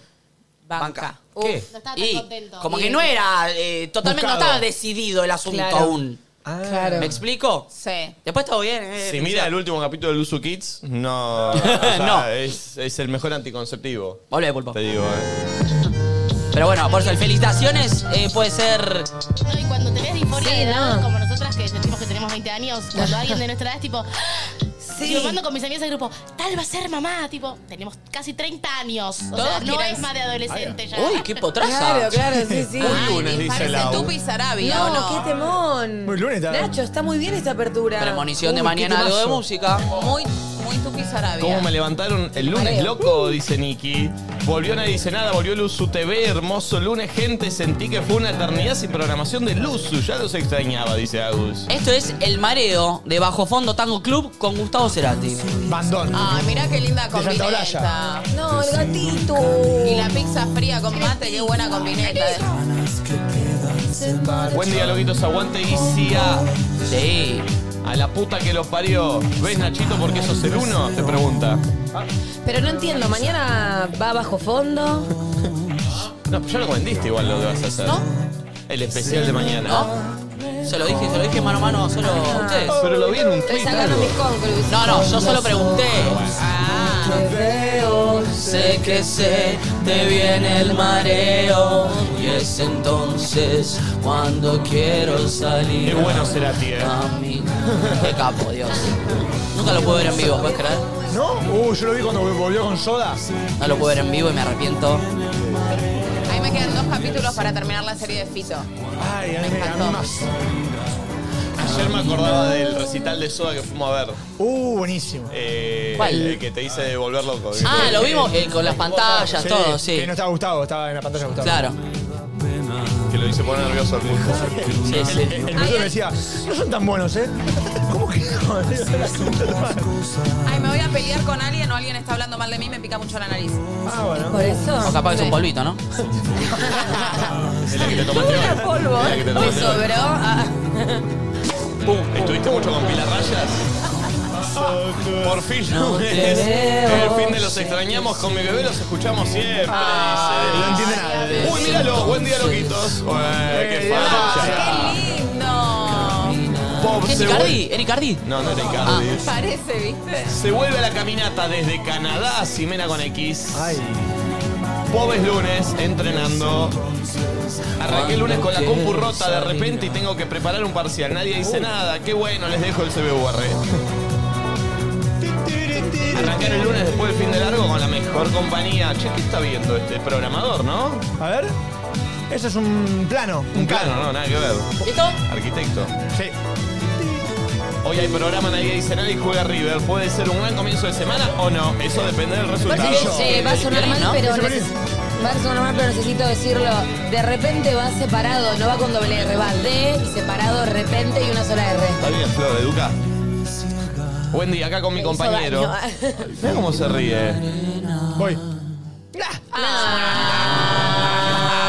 [SPEAKER 3] banca. ¿Qué?
[SPEAKER 6] No estaba tan
[SPEAKER 3] Y
[SPEAKER 6] contento.
[SPEAKER 3] como
[SPEAKER 4] Y-
[SPEAKER 3] que no era, eh, totalmente no
[SPEAKER 5] Buscado.
[SPEAKER 3] estaba decidido el asunto
[SPEAKER 4] Claro.
[SPEAKER 3] aún.
[SPEAKER 2] Claro.
[SPEAKER 3] ¿Me explico?
[SPEAKER 4] Sí.
[SPEAKER 3] Después todo bien. eh,
[SPEAKER 1] Si mira el último capítulo de Luzu Kids, no.
[SPEAKER 3] [laughs]
[SPEAKER 1] o sea,
[SPEAKER 3] No.
[SPEAKER 1] Es, es el mejor anticonceptivo.
[SPEAKER 3] Volvé, pulpo.
[SPEAKER 1] Te digo, eh.
[SPEAKER 3] Pero bueno, por eso el felicitaciones eh, puede ser.
[SPEAKER 6] No, y cuando tenés disforia
[SPEAKER 9] Sí,
[SPEAKER 6] de edad,
[SPEAKER 9] no.
[SPEAKER 6] como nosotras que sentimos que tenemos 20 años, cuando alguien de nuestra edad es tipo...
[SPEAKER 2] Sí.
[SPEAKER 6] Sí. Yo mando con mis amigas al grupo, tal va a ser mamá, tipo, tenemos casi 30 años. O sea,
[SPEAKER 3] Todas
[SPEAKER 6] no
[SPEAKER 3] quieren-
[SPEAKER 6] es más de adolescente ya.
[SPEAKER 3] ¡Uy, qué potraza!
[SPEAKER 2] Claro, claro, sí, sí.
[SPEAKER 1] Muy lunes, dice
[SPEAKER 4] Parece
[SPEAKER 1] Lau.
[SPEAKER 4] Tupi Sarabia,
[SPEAKER 2] No,
[SPEAKER 4] ¿o no?
[SPEAKER 2] qué temón.
[SPEAKER 5] Muy lunes, está.
[SPEAKER 2] Nacho, está muy bien esta apertura.
[SPEAKER 3] Premonición de
[SPEAKER 5] Uy, qué
[SPEAKER 3] mañana algo de
[SPEAKER 5] temazo.
[SPEAKER 3] música.
[SPEAKER 4] Muy, muy Tupi Sarabia.
[SPEAKER 1] ¿Cómo me levantaron el lunes, loco? Dice Nicky. Volvió Nadie Dice Nada, volvió Luzu TV. Hermoso lunes, gente. Sentí que fue una eternidad sin programación de Luzu. Ya los extrañaba, dice Agus.
[SPEAKER 3] Esto es El Mareo de Bajo Fondo Tango Club con Gustavo Cerati. Ah,
[SPEAKER 5] Bandón.
[SPEAKER 4] Ay, mirá qué linda
[SPEAKER 5] Santa
[SPEAKER 4] combineta.
[SPEAKER 5] Olalla.
[SPEAKER 2] No, el gatito.
[SPEAKER 4] Y la pizza fría con mate, qué buena combineta. eh.
[SPEAKER 1] Buen día, loquitos. Aguante ICA.
[SPEAKER 3] Sí.
[SPEAKER 1] A la puta que los parió. ¿Ves, Nachito, por qué sos el uno? Te pregunta.
[SPEAKER 2] Pero no entiendo, mañana va bajo fondo.
[SPEAKER 1] No, pero ya lo vendiste igual lo que vas a hacer.
[SPEAKER 3] ¿No?
[SPEAKER 1] El especial de mañana.
[SPEAKER 3] ¿No? Se lo dije, se lo dije mano a mano solo a ustedes.
[SPEAKER 1] Pero lo vi en un
[SPEAKER 2] Estoy
[SPEAKER 1] tweet.
[SPEAKER 2] sacando mis conclusiones.
[SPEAKER 3] No, no, yo solo pregunté.
[SPEAKER 4] Ah,
[SPEAKER 3] Sé que se te viene el mareo y es entonces cuando quiero salir.
[SPEAKER 1] Qué bueno eh. será, tío.
[SPEAKER 3] Mami. Qué capo, Dios. Nunca lo pude ver en vivo, ¿puedes creer?
[SPEAKER 5] ¿No? Uh, yo lo vi cuando volvió con soda.
[SPEAKER 3] No lo pude ver en vivo y me arrepiento.
[SPEAKER 4] ahí me quedan dos capítulos para terminar la serie de Fito.
[SPEAKER 5] Ay, a mí me a mí más.
[SPEAKER 1] Ayer me acordaba del recital de Soda que fuimos a ver.
[SPEAKER 5] Uh, buenísimo.
[SPEAKER 1] Eh,
[SPEAKER 3] ¿Cuál?
[SPEAKER 1] El que te hice de volver loco.
[SPEAKER 3] Ah, lo vimos eh, con las pantallas, todo, sí.
[SPEAKER 5] Que no estaba Gustavo, estaba en la pantalla de Gustavo.
[SPEAKER 3] Claro,
[SPEAKER 1] Que lo hice poner nervioso al pulpo.
[SPEAKER 3] sí, sí.
[SPEAKER 5] El profesor me decía, no son tan buenos, ¿eh? ¿Cómo que [laughs] no?
[SPEAKER 4] Ay, me voy a pelear con alguien o alguien está hablando mal de mí, me pica mucho la nariz.
[SPEAKER 5] Ah, bueno.
[SPEAKER 2] Por
[SPEAKER 3] O
[SPEAKER 2] eso.
[SPEAKER 3] capaz que es un polvito, ¿no?
[SPEAKER 1] [laughs] Es la que te tomaste hoy.
[SPEAKER 2] Era polvo.
[SPEAKER 1] Es la que te
[SPEAKER 4] Me
[SPEAKER 1] tomaste hoy.
[SPEAKER 4] sobró. Ah,
[SPEAKER 1] Pum. ¿Estuviste mucho con Pilar Rayas? Por fin
[SPEAKER 5] [laughs]
[SPEAKER 1] [laughs] lunes. El fin de los extrañamos con mi bebé, los escuchamos siempre.
[SPEAKER 3] Ah,
[SPEAKER 5] No
[SPEAKER 1] dice.
[SPEAKER 5] entiende nada.
[SPEAKER 1] Uy, míralo, buen día, loquitos. Ué, qué facha.
[SPEAKER 4] ¡Qué lindo!
[SPEAKER 1] Pop
[SPEAKER 3] Ah, ¿Qué es
[SPEAKER 1] se
[SPEAKER 3] Icardi?
[SPEAKER 1] vuelve.
[SPEAKER 3] ¿Era Icardi?
[SPEAKER 1] No, no era
[SPEAKER 3] Ah.
[SPEAKER 1] Icardi.
[SPEAKER 4] Ah, Parece, ¿viste?
[SPEAKER 1] Se vuelve a la caminata desde Canadá, Simena con X.
[SPEAKER 5] Ay.
[SPEAKER 1] Pobres lunes, entrenando. Arranqué el lunes con la compu rota de repente y tengo que preparar un parcial. Nadie dice nada. Qué bueno, les dejo el CBUR. Arrancar el lunes después del fin de largo con la mejor compañía. Che, ¿qué está viendo este programador, no?
[SPEAKER 5] A ver. Eso es un plano.
[SPEAKER 1] Un plano, no, nada que ver.
[SPEAKER 3] ¿Listo?
[SPEAKER 1] Arquitecto.
[SPEAKER 5] Sí.
[SPEAKER 1] Hoy hay programa, nadie dice nada y juega River. Puede ser un buen comienzo de semana o no. Eso depende del resultado.
[SPEAKER 2] Aparte, eh, va a sonar mal,
[SPEAKER 3] ¿no?
[SPEAKER 2] pero
[SPEAKER 5] Ese
[SPEAKER 2] neces- va a sonar mal, pero necesito decirlo. De repente va separado, no va con doble R, va D y separado, repente y una sola R.
[SPEAKER 1] Está bien, Flor, educa. Buen día, acá con mi compañero.
[SPEAKER 4] ah.
[SPEAKER 2] daño.
[SPEAKER 1] Mira cómo se ríe. Ah.
[SPEAKER 5] Voy.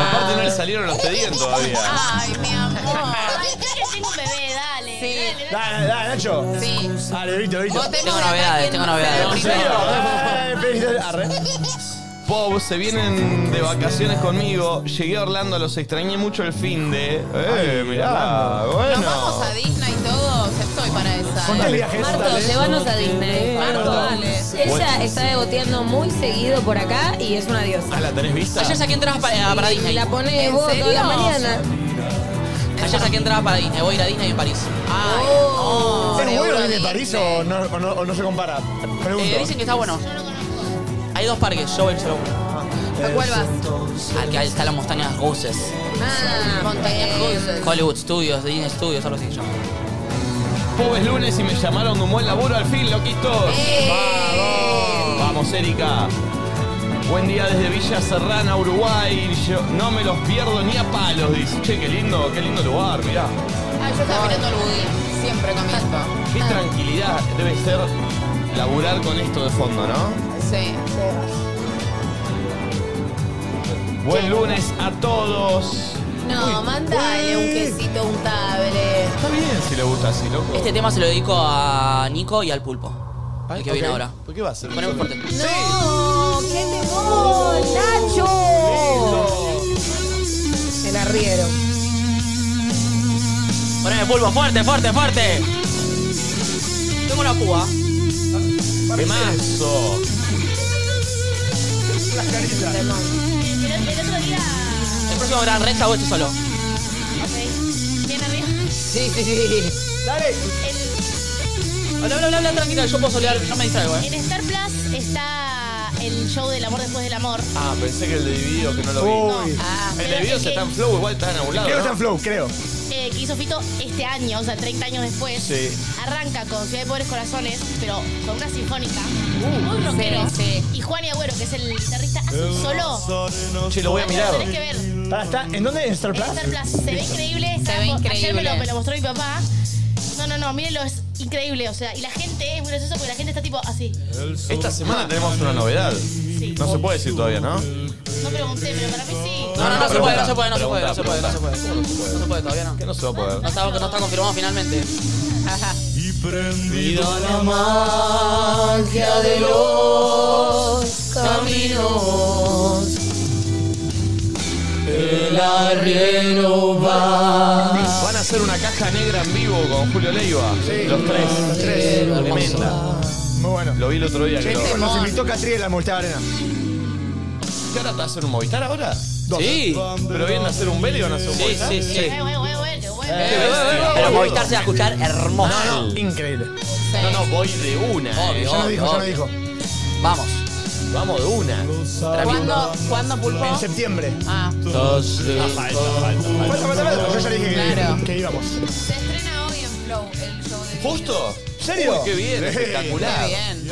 [SPEAKER 1] Aparte no le salieron los pedidos todavía.
[SPEAKER 4] Ah. Ay, mi amor.
[SPEAKER 6] Ay, creo que tengo un bebé, dale.
[SPEAKER 4] Sí.
[SPEAKER 6] dale,
[SPEAKER 5] Dale,
[SPEAKER 6] dale.
[SPEAKER 5] dale, Nacho.
[SPEAKER 4] Sí.
[SPEAKER 5] Dale, Vito, Vito.
[SPEAKER 4] Vos tenés
[SPEAKER 3] Tengo
[SPEAKER 4] acá
[SPEAKER 3] novedades,
[SPEAKER 4] quien
[SPEAKER 3] tengo
[SPEAKER 4] no se
[SPEAKER 3] novedades.
[SPEAKER 5] ¿En
[SPEAKER 4] deprime.
[SPEAKER 5] serio? [laughs] Eh, felicidades. Arre.
[SPEAKER 1] Bob, se vienen de vacaciones conmigo. Llegué a Orlando, los extrañé mucho el fin de. Eh, mirá, bueno.
[SPEAKER 4] Nos vamos a Disney y todos. Estoy para esa.
[SPEAKER 5] ¿Cuántos
[SPEAKER 4] ¿eh?
[SPEAKER 5] viajes?
[SPEAKER 2] Marto,
[SPEAKER 5] Dale.
[SPEAKER 2] llévanos a Disney. Ah,
[SPEAKER 4] Marto, dale.
[SPEAKER 2] Ella está degoteando muy seguido por acá y es una diosa.
[SPEAKER 1] Ah, ¿la tenés vista?
[SPEAKER 3] Ayer saqué entradas para, para Disney.
[SPEAKER 2] La pones
[SPEAKER 4] ¿En
[SPEAKER 2] vos
[SPEAKER 4] serio?
[SPEAKER 2] toda la mañana.
[SPEAKER 3] Ayer saqué entradas para Disney. Voy a ir a Disney en París. Oh.
[SPEAKER 4] Ay, no.
[SPEAKER 5] ¿Es bueno el de
[SPEAKER 4] Disney.
[SPEAKER 5] París o no, o no, o no se compara?
[SPEAKER 3] Eh,
[SPEAKER 5] Pregunto.
[SPEAKER 3] dicen que está bueno. Hay dos parques, yo voy solo a uno.
[SPEAKER 4] ¿A cuál vas?
[SPEAKER 3] Al que está las montañas rusas.
[SPEAKER 4] Ah, Montañas Rusas.
[SPEAKER 3] Hollywood Studios, Disney Studios, algo así que llaman.
[SPEAKER 1] Bob, es lunes y me llamaron de un buen laburo al fin, loquitos.
[SPEAKER 4] ¡Eh!
[SPEAKER 1] Vamos, Erika. Buen día desde Villa Serrana, Uruguay. Yo no me los pierdo ni a palos, dice. Che, qué lindo, qué lindo lugar, mirá.
[SPEAKER 4] Ay, yo estaba mirando el budín. Siempre comiendo.
[SPEAKER 1] Qué tranquilidad debe ser laburar con esto de fondo, ¿no?
[SPEAKER 4] Ah, Sí.
[SPEAKER 1] Buen lunes a todos.
[SPEAKER 4] No, mandale un quesito untable.
[SPEAKER 1] Está bien si le gusta así, loco.
[SPEAKER 3] Este tema se lo dedico a Nico y al Pulpo. El que viene
[SPEAKER 1] Ah, Ok.
[SPEAKER 3] ahora.
[SPEAKER 1] ¿Por qué va a ser?
[SPEAKER 3] Ponemos fuerte.
[SPEAKER 2] ¡No! ¡Qué temor, Nacho! El arriero.
[SPEAKER 3] Poneme pulpo fuerte, fuerte,
[SPEAKER 1] Eh.
[SPEAKER 3] fuerte. Tengo una púa. ¿Qué más?
[SPEAKER 1] Eso.
[SPEAKER 6] El, el otro día.
[SPEAKER 3] El próximo gran reza hago esto solo.
[SPEAKER 6] Ok. Bien arriba.
[SPEAKER 3] Sí, sí, sí. Habla, habla, habla, habla, tranquila, yo puedo solear, yo me distraigo, eh.
[SPEAKER 6] En, en Star Plus está el show del amor después del amor.
[SPEAKER 10] Ah, pensé que el de Dividido, que no lo vi.
[SPEAKER 5] Uy.
[SPEAKER 6] Ah,
[SPEAKER 10] el de Dividido se está en flow, igual está en algún lado,
[SPEAKER 5] Creo que está
[SPEAKER 10] ¿no?
[SPEAKER 5] en flow, creo.
[SPEAKER 6] eh, que hizo Fito este año, o sea, 30 años después.
[SPEAKER 5] Sí.
[SPEAKER 6] Arranca con Ciudad de Pobres Corazones, pero con una sinfónica.
[SPEAKER 1] Uh.
[SPEAKER 6] muy rockero.
[SPEAKER 4] sí.
[SPEAKER 6] Y Juan y Agüero, que es el guitarrista, hace un solo.
[SPEAKER 1] Che, lo voy a mirar.
[SPEAKER 6] Lo tenés que ver. En
[SPEAKER 5] Pará, ¿está? ¿En dónde? ¿En Star Plus?
[SPEAKER 6] Star Plus. Se ve increíble. está-
[SPEAKER 4] ve
[SPEAKER 6] Ayer me lo,
[SPEAKER 4] increíble.
[SPEAKER 6] me lo mostró mi papá. No, no, no, mírenlo, es increíble. O sea, y la gente es muy gracioso porque la gente está tipo así.
[SPEAKER 1] Esta semana tenemos una novedad.
[SPEAKER 6] Sí.
[SPEAKER 1] No se puede decir todavía, ¿no?
[SPEAKER 6] No pregunté, pero para mí sí.
[SPEAKER 3] No, no, no se puede, no se puede, no se puede, no
[SPEAKER 1] Pregunta,
[SPEAKER 3] se puede, no se puede. No se puede, todavía no.
[SPEAKER 1] Que no se va a poder.
[SPEAKER 3] No está, no está confirmado finalmente. Ajá.
[SPEAKER 1] Van a hacer una caja negra en vivo con Julio Leiva. Los tres. Los tres. Tremenda.
[SPEAKER 5] Muy bueno.
[SPEAKER 1] Lo vi el otro día.
[SPEAKER 5] Che,
[SPEAKER 1] Que lo-
[SPEAKER 5] nos invitó Catriel a la Movistar Arena.
[SPEAKER 1] ¿Qué ahora te va a hacer un Movistar ahora?
[SPEAKER 3] Sí.
[SPEAKER 1] ¿Pero vienen a hacer un Vélez y van a hacer un
[SPEAKER 3] Sí,
[SPEAKER 1] Movistar?
[SPEAKER 3] sí, sí.
[SPEAKER 6] Eh, bueno, bueno, bueno, bueno.
[SPEAKER 3] Pero Movistar se va a escuchar hermoso.
[SPEAKER 5] Increíble.
[SPEAKER 1] No, no, voy de una. eh.
[SPEAKER 5] Ya lo dijo, ya lo
[SPEAKER 3] obvio.
[SPEAKER 5] dijo.
[SPEAKER 3] Vamos.
[SPEAKER 1] Vamos de una.
[SPEAKER 4] ¿Cuándo, ¿Cuándo pulpo?
[SPEAKER 5] En septiembre.
[SPEAKER 4] Ah,
[SPEAKER 5] Falta, falta, falta. Yo ya dije que,
[SPEAKER 4] Claro.
[SPEAKER 5] que íbamos.
[SPEAKER 11] Se estrena hoy en Flow el show de
[SPEAKER 1] ¿Justo?
[SPEAKER 5] ¿En serio?
[SPEAKER 1] Qué bien, espectacular.
[SPEAKER 4] muy bien.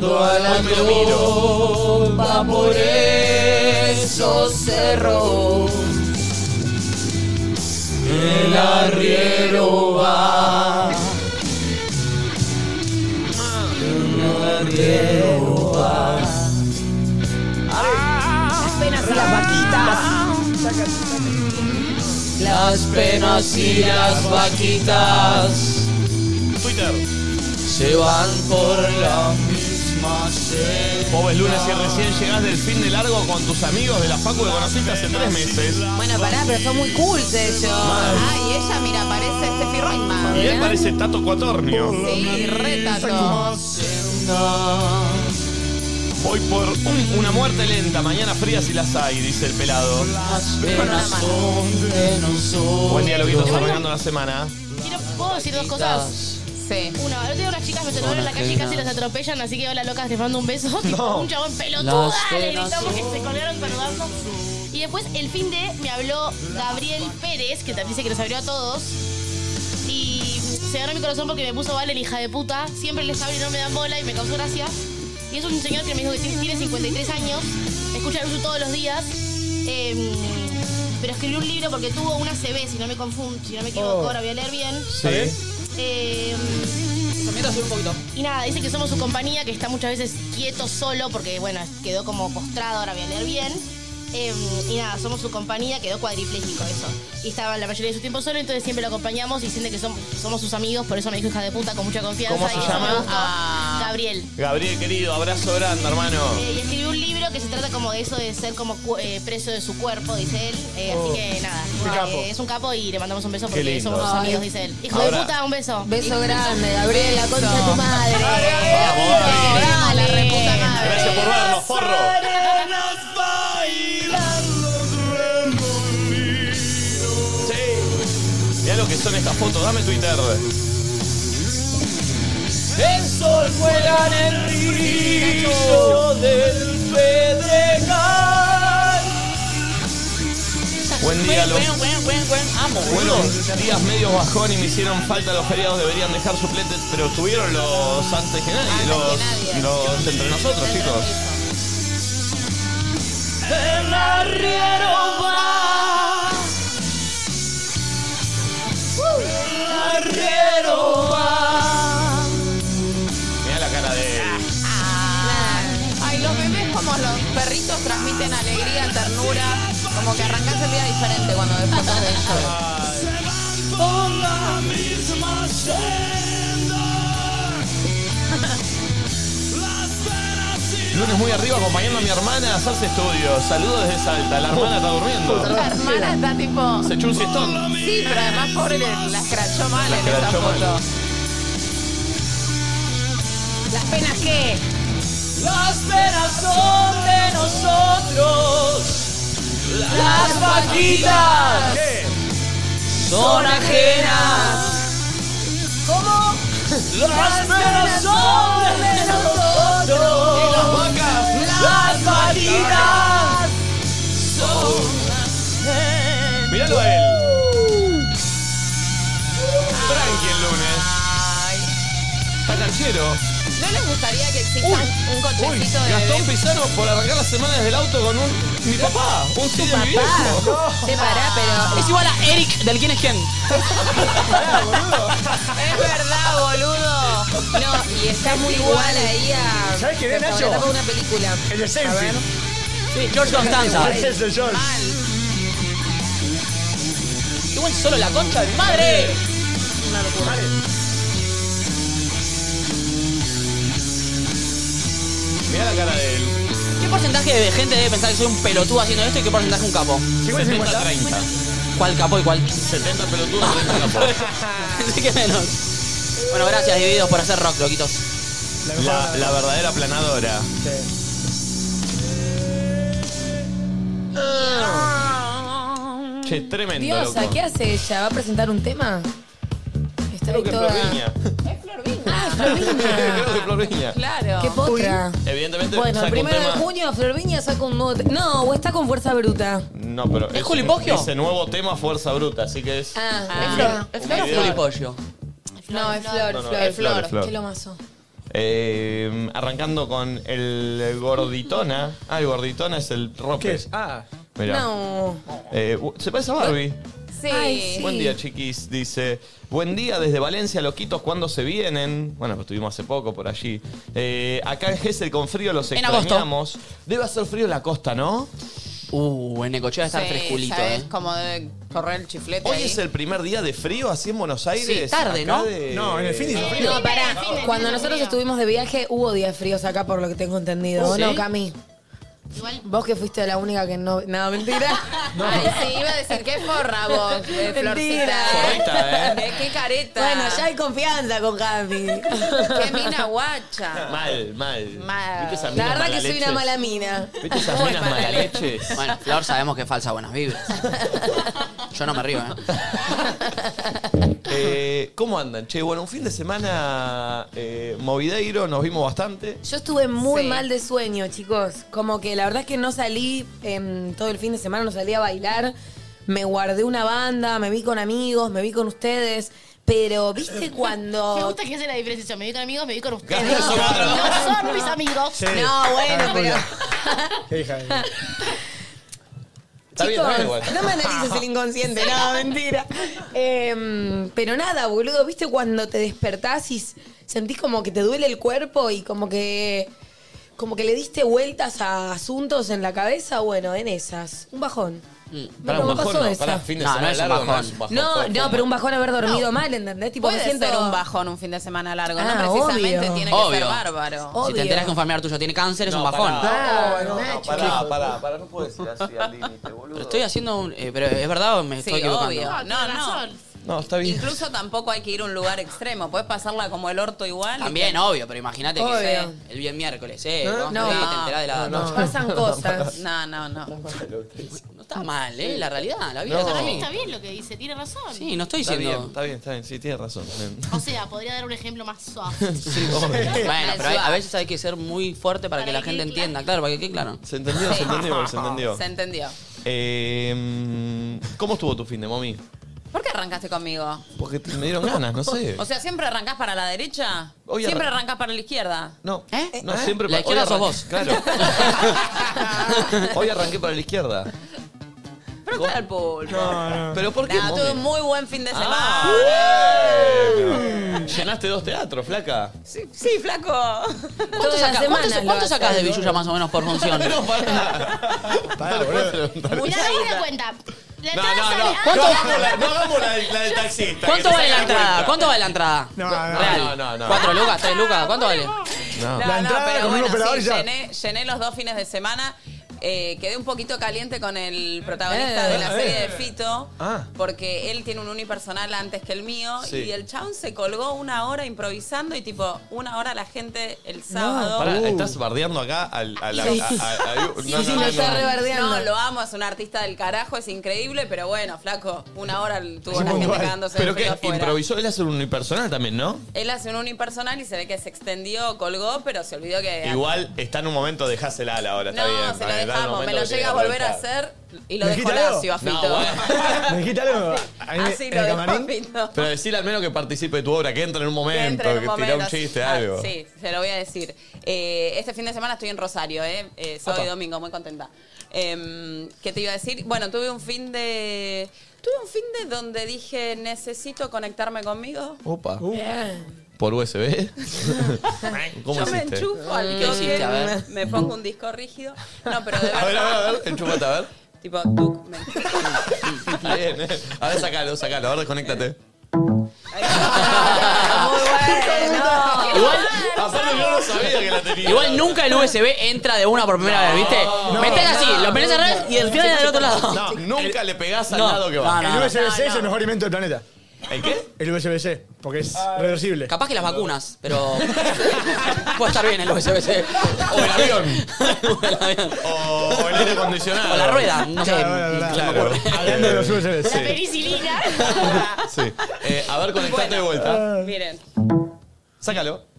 [SPEAKER 1] Hoy me lo miro. Ah.
[SPEAKER 2] Apenas las vaquitas.
[SPEAKER 3] Las penas y las vaquitas
[SPEAKER 1] Twitter.
[SPEAKER 3] se van por la misma
[SPEAKER 1] Vos ves lunes y recién llegás del fin de largo con tus amigos de la facu que conociste hace tres meses.
[SPEAKER 4] Bueno, pará, pero son muy cool ellos. Ah, y ella, mira, parece Steffi Reutemann.
[SPEAKER 1] Y él parece Tato Cuatornio.
[SPEAKER 4] Sí, retato.
[SPEAKER 1] Hoy por un- una muerte lenta, mañana fría si las hay, dice el pelado. Buen día, loquitos, arrancando la semana.
[SPEAKER 6] Quiero, ¿Puedo decir dos cosas?
[SPEAKER 4] Sí.
[SPEAKER 6] Uno, el otro día unas chicas me saludaron en la calle y casi las atropellan, así que hola locas, les mando un beso. [laughs] Tipo, un chabón pelotuda,
[SPEAKER 3] Las
[SPEAKER 6] le gritó
[SPEAKER 3] penas
[SPEAKER 6] porque se colgaron saludando. Y después el fin de me habló Gabriel Pérez, que también dice que nos abrió a todos. Y se ganó mi corazón porque me puso Valen, hija de puta. Siempre les abro y no me dan bola y me causó gracia. Y es un señor que me dijo que tiene, tiene 53 años, escucha a Luzu todos los días. eh, pero escribió un libro porque tuvo una CB, si no me confundo, si no me equivoco, ahora voy a leer bien.
[SPEAKER 1] Oh. Sí.
[SPEAKER 6] Eh,
[SPEAKER 3] un poquito.
[SPEAKER 6] y nada, dice que somos su compañía, que está muchas veces quieto solo, porque bueno, quedó como postrado, ahora voy a leer bien. Eh, y nada, somos su compañía, quedó cuadripléjico eso. Y estaba la mayoría de su tiempo solo, entonces siempre lo acompañamos y siente que som- somos sus amigos, por eso me dijo hija de puta con mucha confianza.
[SPEAKER 1] ¿Cómo se
[SPEAKER 6] y eso
[SPEAKER 1] llama?
[SPEAKER 6] me gustó.
[SPEAKER 4] Ah.
[SPEAKER 6] Gabriel.
[SPEAKER 1] Gabriel, querido, abrazo grande, hermano.
[SPEAKER 6] Eh, y escribió un libro que se trata como de eso de ser como cu- eh, preso de su cuerpo, dice él. Eh,
[SPEAKER 1] Oh.
[SPEAKER 6] Así que nada, eh, es un capo y le mandamos un beso porque
[SPEAKER 1] lindo.
[SPEAKER 6] somos sus
[SPEAKER 2] Ay.
[SPEAKER 6] amigos, dice él. Hijo
[SPEAKER 1] Ahora-
[SPEAKER 6] de puta, un beso.
[SPEAKER 2] Beso grande, Gabriela, concha de tu madre.
[SPEAKER 4] Vamos, la reputa madre.
[SPEAKER 1] Gracias por vernos, forro. Sí. Mirá lo que son estas fotos, dame Twitter.
[SPEAKER 3] El sol vuela en el río del Pedregal.
[SPEAKER 1] Buen día, los-
[SPEAKER 3] Buen, buen, buen, buen. Amo,
[SPEAKER 1] Bueno,
[SPEAKER 3] boludo.
[SPEAKER 1] días medios bajón y me hicieron falta los feriados, deberían dejar suplentes, pero estuvieron los antes que nadie, los, los entre nosotros, chicos.
[SPEAKER 3] El arriero va. El arriero va.
[SPEAKER 1] Mirá la cara de
[SPEAKER 4] Ay, los bebés como los perritos transmiten alegría, ternura, como que arrancas el día diferente cuando ves fotos de ellos.
[SPEAKER 1] lunes muy arriba acompañando a mi hermana a hacerse estudios. Saludos desde Salta. La hermana está durmiendo.
[SPEAKER 4] La hermana está tipo.
[SPEAKER 1] Se echó un siestón.
[SPEAKER 4] Sí, pero además pobre le- la escrachó mal
[SPEAKER 1] La
[SPEAKER 4] en esa
[SPEAKER 1] escrachó mal.
[SPEAKER 4] foto. Las penas que.
[SPEAKER 5] Las penas son de nosotros.
[SPEAKER 3] Las vaquitas
[SPEAKER 5] son ajenas.
[SPEAKER 2] ¿Cómo?
[SPEAKER 5] Las penas son de nosotros.
[SPEAKER 2] Y las vacas.
[SPEAKER 5] Las vaquitas son.
[SPEAKER 1] Míralo a él. Tranqui el lunes. Está canchero.
[SPEAKER 4] ¿No les gustaría que exista un
[SPEAKER 1] Uy,
[SPEAKER 4] cochecito de
[SPEAKER 1] Gastón
[SPEAKER 4] bebé?
[SPEAKER 1] Pizarro por arrancar la semana desde el auto con un. Mi papá. Un Ah. sí de mi viejo.
[SPEAKER 4] Se pará, pero.
[SPEAKER 3] Es igual a Eric del quién es quién.
[SPEAKER 4] Es verdad, boludo. No, y está muy igual ahí a.
[SPEAKER 12] ¿Sabes qué,
[SPEAKER 4] Pero
[SPEAKER 12] Nacho?
[SPEAKER 4] está como una película.
[SPEAKER 12] El de
[SPEAKER 4] A ver.
[SPEAKER 12] Seinfeld.
[SPEAKER 3] Sí, George Constanza.
[SPEAKER 12] Es ese, George.
[SPEAKER 3] Igual solo la concha de mi madre.
[SPEAKER 4] Una locura.
[SPEAKER 1] Mirá la cara de él.
[SPEAKER 3] ¿Qué porcentaje de gente debe pensar que soy un pelotudo haciendo esto y qué porcentaje un capo?
[SPEAKER 1] 70-30.
[SPEAKER 3] ¿Cuál capo y cuál?
[SPEAKER 1] 70 pelotudos,
[SPEAKER 3] [laughs]
[SPEAKER 1] 30 capos.
[SPEAKER 3] Así que menos. Bueno, gracias, divididos, por hacer rock, loquitos.
[SPEAKER 1] La, la verdadera planadora. Che, tremendo,
[SPEAKER 2] Diosa,
[SPEAKER 1] loco.
[SPEAKER 2] ¿qué hace ella? ¿Va a presentar un tema? Está
[SPEAKER 1] Creo
[SPEAKER 2] ahí
[SPEAKER 1] que
[SPEAKER 2] toda.
[SPEAKER 1] Florviña.
[SPEAKER 2] Ah, Florviña.
[SPEAKER 1] [laughs] Creo que Florviña.
[SPEAKER 2] Qué
[SPEAKER 4] Claro.
[SPEAKER 2] potra.
[SPEAKER 1] Evidentemente,
[SPEAKER 2] Bueno,
[SPEAKER 1] saca
[SPEAKER 2] el
[SPEAKER 1] un
[SPEAKER 2] primero de
[SPEAKER 1] tema.
[SPEAKER 2] junio Florviña saca un nuevo. te- No, o está con fuerza bruta.
[SPEAKER 1] No, pero.
[SPEAKER 3] ¿Es Juli Poggio?
[SPEAKER 1] Ese nuevo tema, Fuerza Bruta, así que es.
[SPEAKER 2] Ah,
[SPEAKER 4] Ah.
[SPEAKER 1] un
[SPEAKER 4] Es Flor,
[SPEAKER 1] video-
[SPEAKER 3] Juli Pollo.
[SPEAKER 4] No, es flor,
[SPEAKER 1] No, no,
[SPEAKER 4] flor,
[SPEAKER 1] es Flor,
[SPEAKER 4] flor.
[SPEAKER 1] es Flor.
[SPEAKER 2] Qué lomazo.
[SPEAKER 1] Eh, arrancando con el Gorditona. Ah, el Gorditona es el rock.
[SPEAKER 12] ¿Qué es? Ah.
[SPEAKER 1] Mirá.
[SPEAKER 2] No.
[SPEAKER 1] Eh, u- se parece a Barbie.
[SPEAKER 4] Sí.
[SPEAKER 2] Ay, sí.
[SPEAKER 1] Buen día, chiquis. Dice, buen día desde Valencia, loquitos, ¿cuándo se vienen? Bueno, pues estuvimos hace poco por allí. Eh, acá en Gessel con frío los
[SPEAKER 3] En agosto.
[SPEAKER 1] extrañamos. Debe hacer frío en la costa, ¿no?
[SPEAKER 3] Uh, en Necochea está
[SPEAKER 4] Sí,
[SPEAKER 3] fresculito.
[SPEAKER 4] ¿Sabes
[SPEAKER 3] eh.
[SPEAKER 4] cómo debe correr el chiflete
[SPEAKER 1] Hoy
[SPEAKER 4] ahí?
[SPEAKER 1] es el primer día de frío así en Buenos Aires.
[SPEAKER 3] tarde,
[SPEAKER 1] acá
[SPEAKER 3] ¿no? Eh,
[SPEAKER 1] de-
[SPEAKER 12] No, en el fin hizo frío.
[SPEAKER 2] No, pará.
[SPEAKER 6] Fin de
[SPEAKER 2] Cuando
[SPEAKER 6] día,
[SPEAKER 2] nosotros
[SPEAKER 6] frío.
[SPEAKER 2] estuvimos de viaje hubo días fríos acá, por lo que tengo entendido. ¿O
[SPEAKER 3] ¿Sí?
[SPEAKER 2] no, Cami?
[SPEAKER 6] Igual.
[SPEAKER 2] Vos que fuiste la única que no... No, mentira.
[SPEAKER 4] [laughs] Ay, sí, iba a decir qué forra vos, eh,
[SPEAKER 2] Mentira.
[SPEAKER 4] Florcita.
[SPEAKER 1] Forrita,
[SPEAKER 4] [laughs] Eh, Qué careta.
[SPEAKER 2] Bueno, ya hay confianza con [laughs] Cami.
[SPEAKER 4] Qué mina guacha.
[SPEAKER 1] Mal, mal.
[SPEAKER 4] Mal.
[SPEAKER 1] ¿Viste esas
[SPEAKER 2] La
[SPEAKER 1] minas
[SPEAKER 2] verdad que soy
[SPEAKER 1] malaleches?
[SPEAKER 2] una mala mina.
[SPEAKER 1] ¿Viste esas
[SPEAKER 4] Muy
[SPEAKER 1] minas
[SPEAKER 4] mala
[SPEAKER 1] malaleches?
[SPEAKER 3] Bueno, Flor sabemos que falsa buenas vibras. Yo no me río, ¿eh?
[SPEAKER 1] [laughs] Eh, ¿Cómo andan? Che, bueno, un fin de semana eh, movideiro, nos vimos bastante.
[SPEAKER 2] Yo estuve muy
[SPEAKER 4] Sí.
[SPEAKER 2] mal de sueño, chicos. Como que la verdad es que no salí em, todo el fin de semana, no salí a bailar. Me guardé una banda, me vi con amigos, me vi con ustedes. Pero,
[SPEAKER 1] [laughs]
[SPEAKER 2] ¿viste
[SPEAKER 6] Me
[SPEAKER 2] cuando...?
[SPEAKER 6] gusta que hace la diferencia. Yo me vi con amigos, me vi con ustedes.
[SPEAKER 1] Gastón, son otros.
[SPEAKER 6] No son mis amigos.
[SPEAKER 12] Sí.
[SPEAKER 2] No, bueno, pero...
[SPEAKER 12] Qué hija de-
[SPEAKER 1] Está bien,
[SPEAKER 2] Chicos,
[SPEAKER 1] está bien igual.
[SPEAKER 2] no me analices el inconsciente,
[SPEAKER 1] [laughs]
[SPEAKER 2] no, mentira. Em, pero nada, boludo, viste cuando te despertás y s- sentís como que te duele el cuerpo y como que. como que le diste vueltas a asuntos en la cabeza, bueno, en esas. Un bajón.
[SPEAKER 1] Para
[SPEAKER 2] No,
[SPEAKER 1] un
[SPEAKER 2] me
[SPEAKER 1] bajón,
[SPEAKER 2] pasó
[SPEAKER 1] no,
[SPEAKER 2] esa.
[SPEAKER 1] para fin de
[SPEAKER 3] No,
[SPEAKER 1] semana
[SPEAKER 3] no es un
[SPEAKER 1] largo, no
[SPEAKER 3] bajón.
[SPEAKER 1] es un bajón.
[SPEAKER 2] No,
[SPEAKER 1] fue- fue
[SPEAKER 2] no, pero un bajón haber dormido
[SPEAKER 4] No.
[SPEAKER 2] mal, ¿entendés? Tipo,
[SPEAKER 4] Puede
[SPEAKER 2] me siento.
[SPEAKER 4] ser un bajón un fin de semana largo,
[SPEAKER 2] Ah,
[SPEAKER 4] no precisamente
[SPEAKER 2] obvio.
[SPEAKER 4] tiene que ser
[SPEAKER 3] Obvio.
[SPEAKER 4] bárbaro.
[SPEAKER 2] Obvio.
[SPEAKER 3] Si te enteras que un familiar tuyo tiene cáncer, es un
[SPEAKER 1] No,
[SPEAKER 3] bajón.
[SPEAKER 1] pará.
[SPEAKER 2] Ah,
[SPEAKER 1] No, no,
[SPEAKER 2] Nacho.
[SPEAKER 1] pará, pará, pará, no puede ser así al límite, boludo.
[SPEAKER 3] Pero estoy haciendo un. eh, pero es verdad o me
[SPEAKER 4] Sí,
[SPEAKER 3] estoy equivocando.
[SPEAKER 4] obvio.
[SPEAKER 6] No,
[SPEAKER 4] No, no.
[SPEAKER 6] no.
[SPEAKER 1] No, está bien.
[SPEAKER 4] Incluso tampoco hay que ir a un lugar extremo, puedes pasarla como el orto igual. y
[SPEAKER 3] También,
[SPEAKER 4] te-
[SPEAKER 3] obvio, pero imagínate que
[SPEAKER 2] Obvio.
[SPEAKER 3] el bien miércoles, ¿eh?
[SPEAKER 2] No.
[SPEAKER 3] No, sí, te enterás de la. No, [laughs]
[SPEAKER 2] Pasan cosas.
[SPEAKER 4] No, no, no.
[SPEAKER 3] está mal, ¿eh? La realidad, la vida
[SPEAKER 1] No.
[SPEAKER 3] es
[SPEAKER 6] Para
[SPEAKER 3] así.
[SPEAKER 6] mí está bien lo que dice, tiene razón.
[SPEAKER 3] Sí, no estoy
[SPEAKER 1] Está bien,
[SPEAKER 3] diciendo.
[SPEAKER 1] está bien, está bien, sí, tienes razón.
[SPEAKER 6] O sea, podría dar un ejemplo más suave.
[SPEAKER 1] [laughs]
[SPEAKER 6] [laughs]
[SPEAKER 1] Sí, obvio.
[SPEAKER 3] Bueno, pero hay-
[SPEAKER 4] suave.
[SPEAKER 3] a veces hay que ser muy fuerte para,
[SPEAKER 6] Para
[SPEAKER 3] que la
[SPEAKER 6] que
[SPEAKER 3] gente
[SPEAKER 6] quede
[SPEAKER 3] entienda, claro, para que quede claro.
[SPEAKER 1] Se entendió, se entendió, se entendió.
[SPEAKER 4] Se entendió.
[SPEAKER 1] Eh, ¿Cómo estuvo tu fin de momi?
[SPEAKER 4] ¿Por qué arrancaste conmigo?
[SPEAKER 1] Porque te- me dieron ganas, no sé.
[SPEAKER 4] O sea, ¿siempre arrancás para la derecha?
[SPEAKER 1] Hoy
[SPEAKER 4] ¿Siempre
[SPEAKER 1] arran-
[SPEAKER 4] arrancás para la izquierda?
[SPEAKER 1] No,
[SPEAKER 3] ¿Eh?
[SPEAKER 1] no siempre
[SPEAKER 3] La
[SPEAKER 1] pa- hoy
[SPEAKER 3] izquierda sos
[SPEAKER 1] arranqué-
[SPEAKER 3] vos.
[SPEAKER 1] Claro. [laughs] Hoy arranqué para la izquierda.
[SPEAKER 4] Pero
[SPEAKER 1] ¿Cómo?
[SPEAKER 4] está el público.
[SPEAKER 1] ¿Pero por qué?
[SPEAKER 4] Nah,
[SPEAKER 1] momi?
[SPEAKER 4] tuve un muy buen fin de semana.
[SPEAKER 1] Ah, bueno. Llenaste dos teatros, flaca.
[SPEAKER 4] Sí, [laughs] sí, flaco.
[SPEAKER 2] Todas
[SPEAKER 3] ¿Cuánto,
[SPEAKER 2] las
[SPEAKER 3] saca-
[SPEAKER 2] semanas
[SPEAKER 3] cuánto-
[SPEAKER 2] lo
[SPEAKER 3] cuánto
[SPEAKER 2] hace.
[SPEAKER 3] sacás de Villuya más o menos por función?
[SPEAKER 1] No, pará.
[SPEAKER 12] Pará, boludo.
[SPEAKER 6] Mira,
[SPEAKER 4] Mucha
[SPEAKER 6] no me
[SPEAKER 4] guita.
[SPEAKER 6] cuenta. La
[SPEAKER 1] No,
[SPEAKER 6] entrada
[SPEAKER 1] no, no.
[SPEAKER 6] sale- Ah,
[SPEAKER 1] No
[SPEAKER 3] ¿Cuánto?
[SPEAKER 1] hagamos la, no hagamos la, del- la del taxista.
[SPEAKER 3] ¿Cuánto
[SPEAKER 1] que se
[SPEAKER 3] vale la
[SPEAKER 1] saca
[SPEAKER 3] entrada?
[SPEAKER 1] cuenta.
[SPEAKER 3] ¿Cuánto vale la entrada?
[SPEAKER 1] No, no, no, no, no.
[SPEAKER 3] ¿Cuatro lucas? ¿Tres lucas? ¿Cuánto vale?
[SPEAKER 1] No.
[SPEAKER 4] No,
[SPEAKER 3] La
[SPEAKER 4] no,
[SPEAKER 3] entrada
[SPEAKER 4] pero
[SPEAKER 3] con un
[SPEAKER 4] bueno,
[SPEAKER 3] operador
[SPEAKER 4] sí,
[SPEAKER 3] y ya.
[SPEAKER 4] Llené, llené los dos fines de semana. Eh, quedé un poquito caliente con el protagonista
[SPEAKER 13] Eh,
[SPEAKER 4] de la
[SPEAKER 13] eh.
[SPEAKER 4] serie de Fito,
[SPEAKER 13] Ah.
[SPEAKER 4] porque él tiene un unipersonal antes que el mío
[SPEAKER 13] Sí.
[SPEAKER 4] y el chabón se colgó una hora improvisando y tipo una hora la gente el sábado.
[SPEAKER 1] Pará, estás bardeando acá al. al, al-
[SPEAKER 4] Sí.
[SPEAKER 1] a- a- a- no,
[SPEAKER 4] Sí,
[SPEAKER 1] no,
[SPEAKER 4] sí,
[SPEAKER 1] no,
[SPEAKER 4] lo
[SPEAKER 1] no.
[SPEAKER 4] está No, lo amo, es un artista del carajo, es increíble, pero bueno, flaco, una hora tuvo la gente cagándose de
[SPEAKER 1] Pero que
[SPEAKER 4] frío afuera.
[SPEAKER 1] improvisó, él hace un unipersonal también, ¿no?
[SPEAKER 4] Él hace un unipersonal y se ve que se extendió, colgó, pero se olvidó que...
[SPEAKER 1] Igual está en un momento, dejásela a la hora, está
[SPEAKER 4] No,
[SPEAKER 1] bien.
[SPEAKER 4] se
[SPEAKER 1] está
[SPEAKER 4] lo
[SPEAKER 1] bien, está en un
[SPEAKER 4] dejamos, me
[SPEAKER 1] momento
[SPEAKER 4] lo
[SPEAKER 1] que tiene
[SPEAKER 4] llega a
[SPEAKER 1] que
[SPEAKER 4] volver a
[SPEAKER 1] aprovechar.
[SPEAKER 4] hacer y lo
[SPEAKER 1] ¿Me
[SPEAKER 4] dejo
[SPEAKER 1] dijiste algo?
[SPEAKER 4] lacio a
[SPEAKER 1] No,
[SPEAKER 4] Fito.
[SPEAKER 5] ¿Me dijiste algo? Ahí me-
[SPEAKER 4] Así
[SPEAKER 5] en
[SPEAKER 4] lo
[SPEAKER 5] el
[SPEAKER 4] dejó
[SPEAKER 5] camarín.
[SPEAKER 4] Fito.
[SPEAKER 1] Pero decirle al menos que participe de tu obra, que entre en un
[SPEAKER 4] Que
[SPEAKER 1] momento,
[SPEAKER 4] entre en
[SPEAKER 1] que,
[SPEAKER 4] un
[SPEAKER 1] tira un
[SPEAKER 4] momento.
[SPEAKER 1] chiste,
[SPEAKER 4] Ah,
[SPEAKER 1] algo.
[SPEAKER 4] Sí, se lo voy a decir. Eh, este fin de semana estoy en Rosario, ¿eh? Eh, sábado y
[SPEAKER 1] Apa.
[SPEAKER 4] domingo, muy contenta. Em, ¿Qué te iba a decir? Bueno, tuve un fin de... Tuve un fin de donde dije, necesito conectarme conmigo.
[SPEAKER 1] Opa.
[SPEAKER 4] [laughs] Bien.
[SPEAKER 1] ¿Por USB? ¿Cómo
[SPEAKER 4] Yo me
[SPEAKER 1] hiciste?
[SPEAKER 4] enchufo al
[SPEAKER 1] Mm. ¿Qué hiciste? A
[SPEAKER 4] toque,
[SPEAKER 1] ver.
[SPEAKER 4] me pongo un disco rígido. No, pero de
[SPEAKER 1] A ver, a ver,
[SPEAKER 4] verdad...
[SPEAKER 1] a ver, enchufate, a ver.
[SPEAKER 4] Tipo, tú,
[SPEAKER 1] Bien, eh. A ver, sacalo, sacalo, a ver, desconéctate.
[SPEAKER 3] Igual,
[SPEAKER 1] aparte yo no sabía que la tenía.
[SPEAKER 3] Igual nunca el USB entra de una por primera vez, ¿viste?
[SPEAKER 1] no,
[SPEAKER 3] Metés así,
[SPEAKER 1] no,
[SPEAKER 3] lo metés al revés y el final es del otro lado.
[SPEAKER 1] No, [laughs] nunca le pegás al
[SPEAKER 3] No,
[SPEAKER 1] lado que va.
[SPEAKER 3] no,
[SPEAKER 5] El
[SPEAKER 3] no. [laughs]
[SPEAKER 5] USB-C es el mejor invento del planeta.
[SPEAKER 1] ¿El qué?
[SPEAKER 5] El USB-C, porque es reversible.
[SPEAKER 3] Capaz que las vacunas,
[SPEAKER 1] [laughs]
[SPEAKER 3] pero. Puede estar bien el USB-C.
[SPEAKER 1] O el avión. o, o el aire acondicionado.
[SPEAKER 3] O la rueda, no sé.
[SPEAKER 1] Claro.
[SPEAKER 5] Hablando de los USB-C.
[SPEAKER 6] La penicilina.
[SPEAKER 1] Sí. Eh, a ver, conectate de vuelta.
[SPEAKER 4] Miren.
[SPEAKER 1] Sácalo.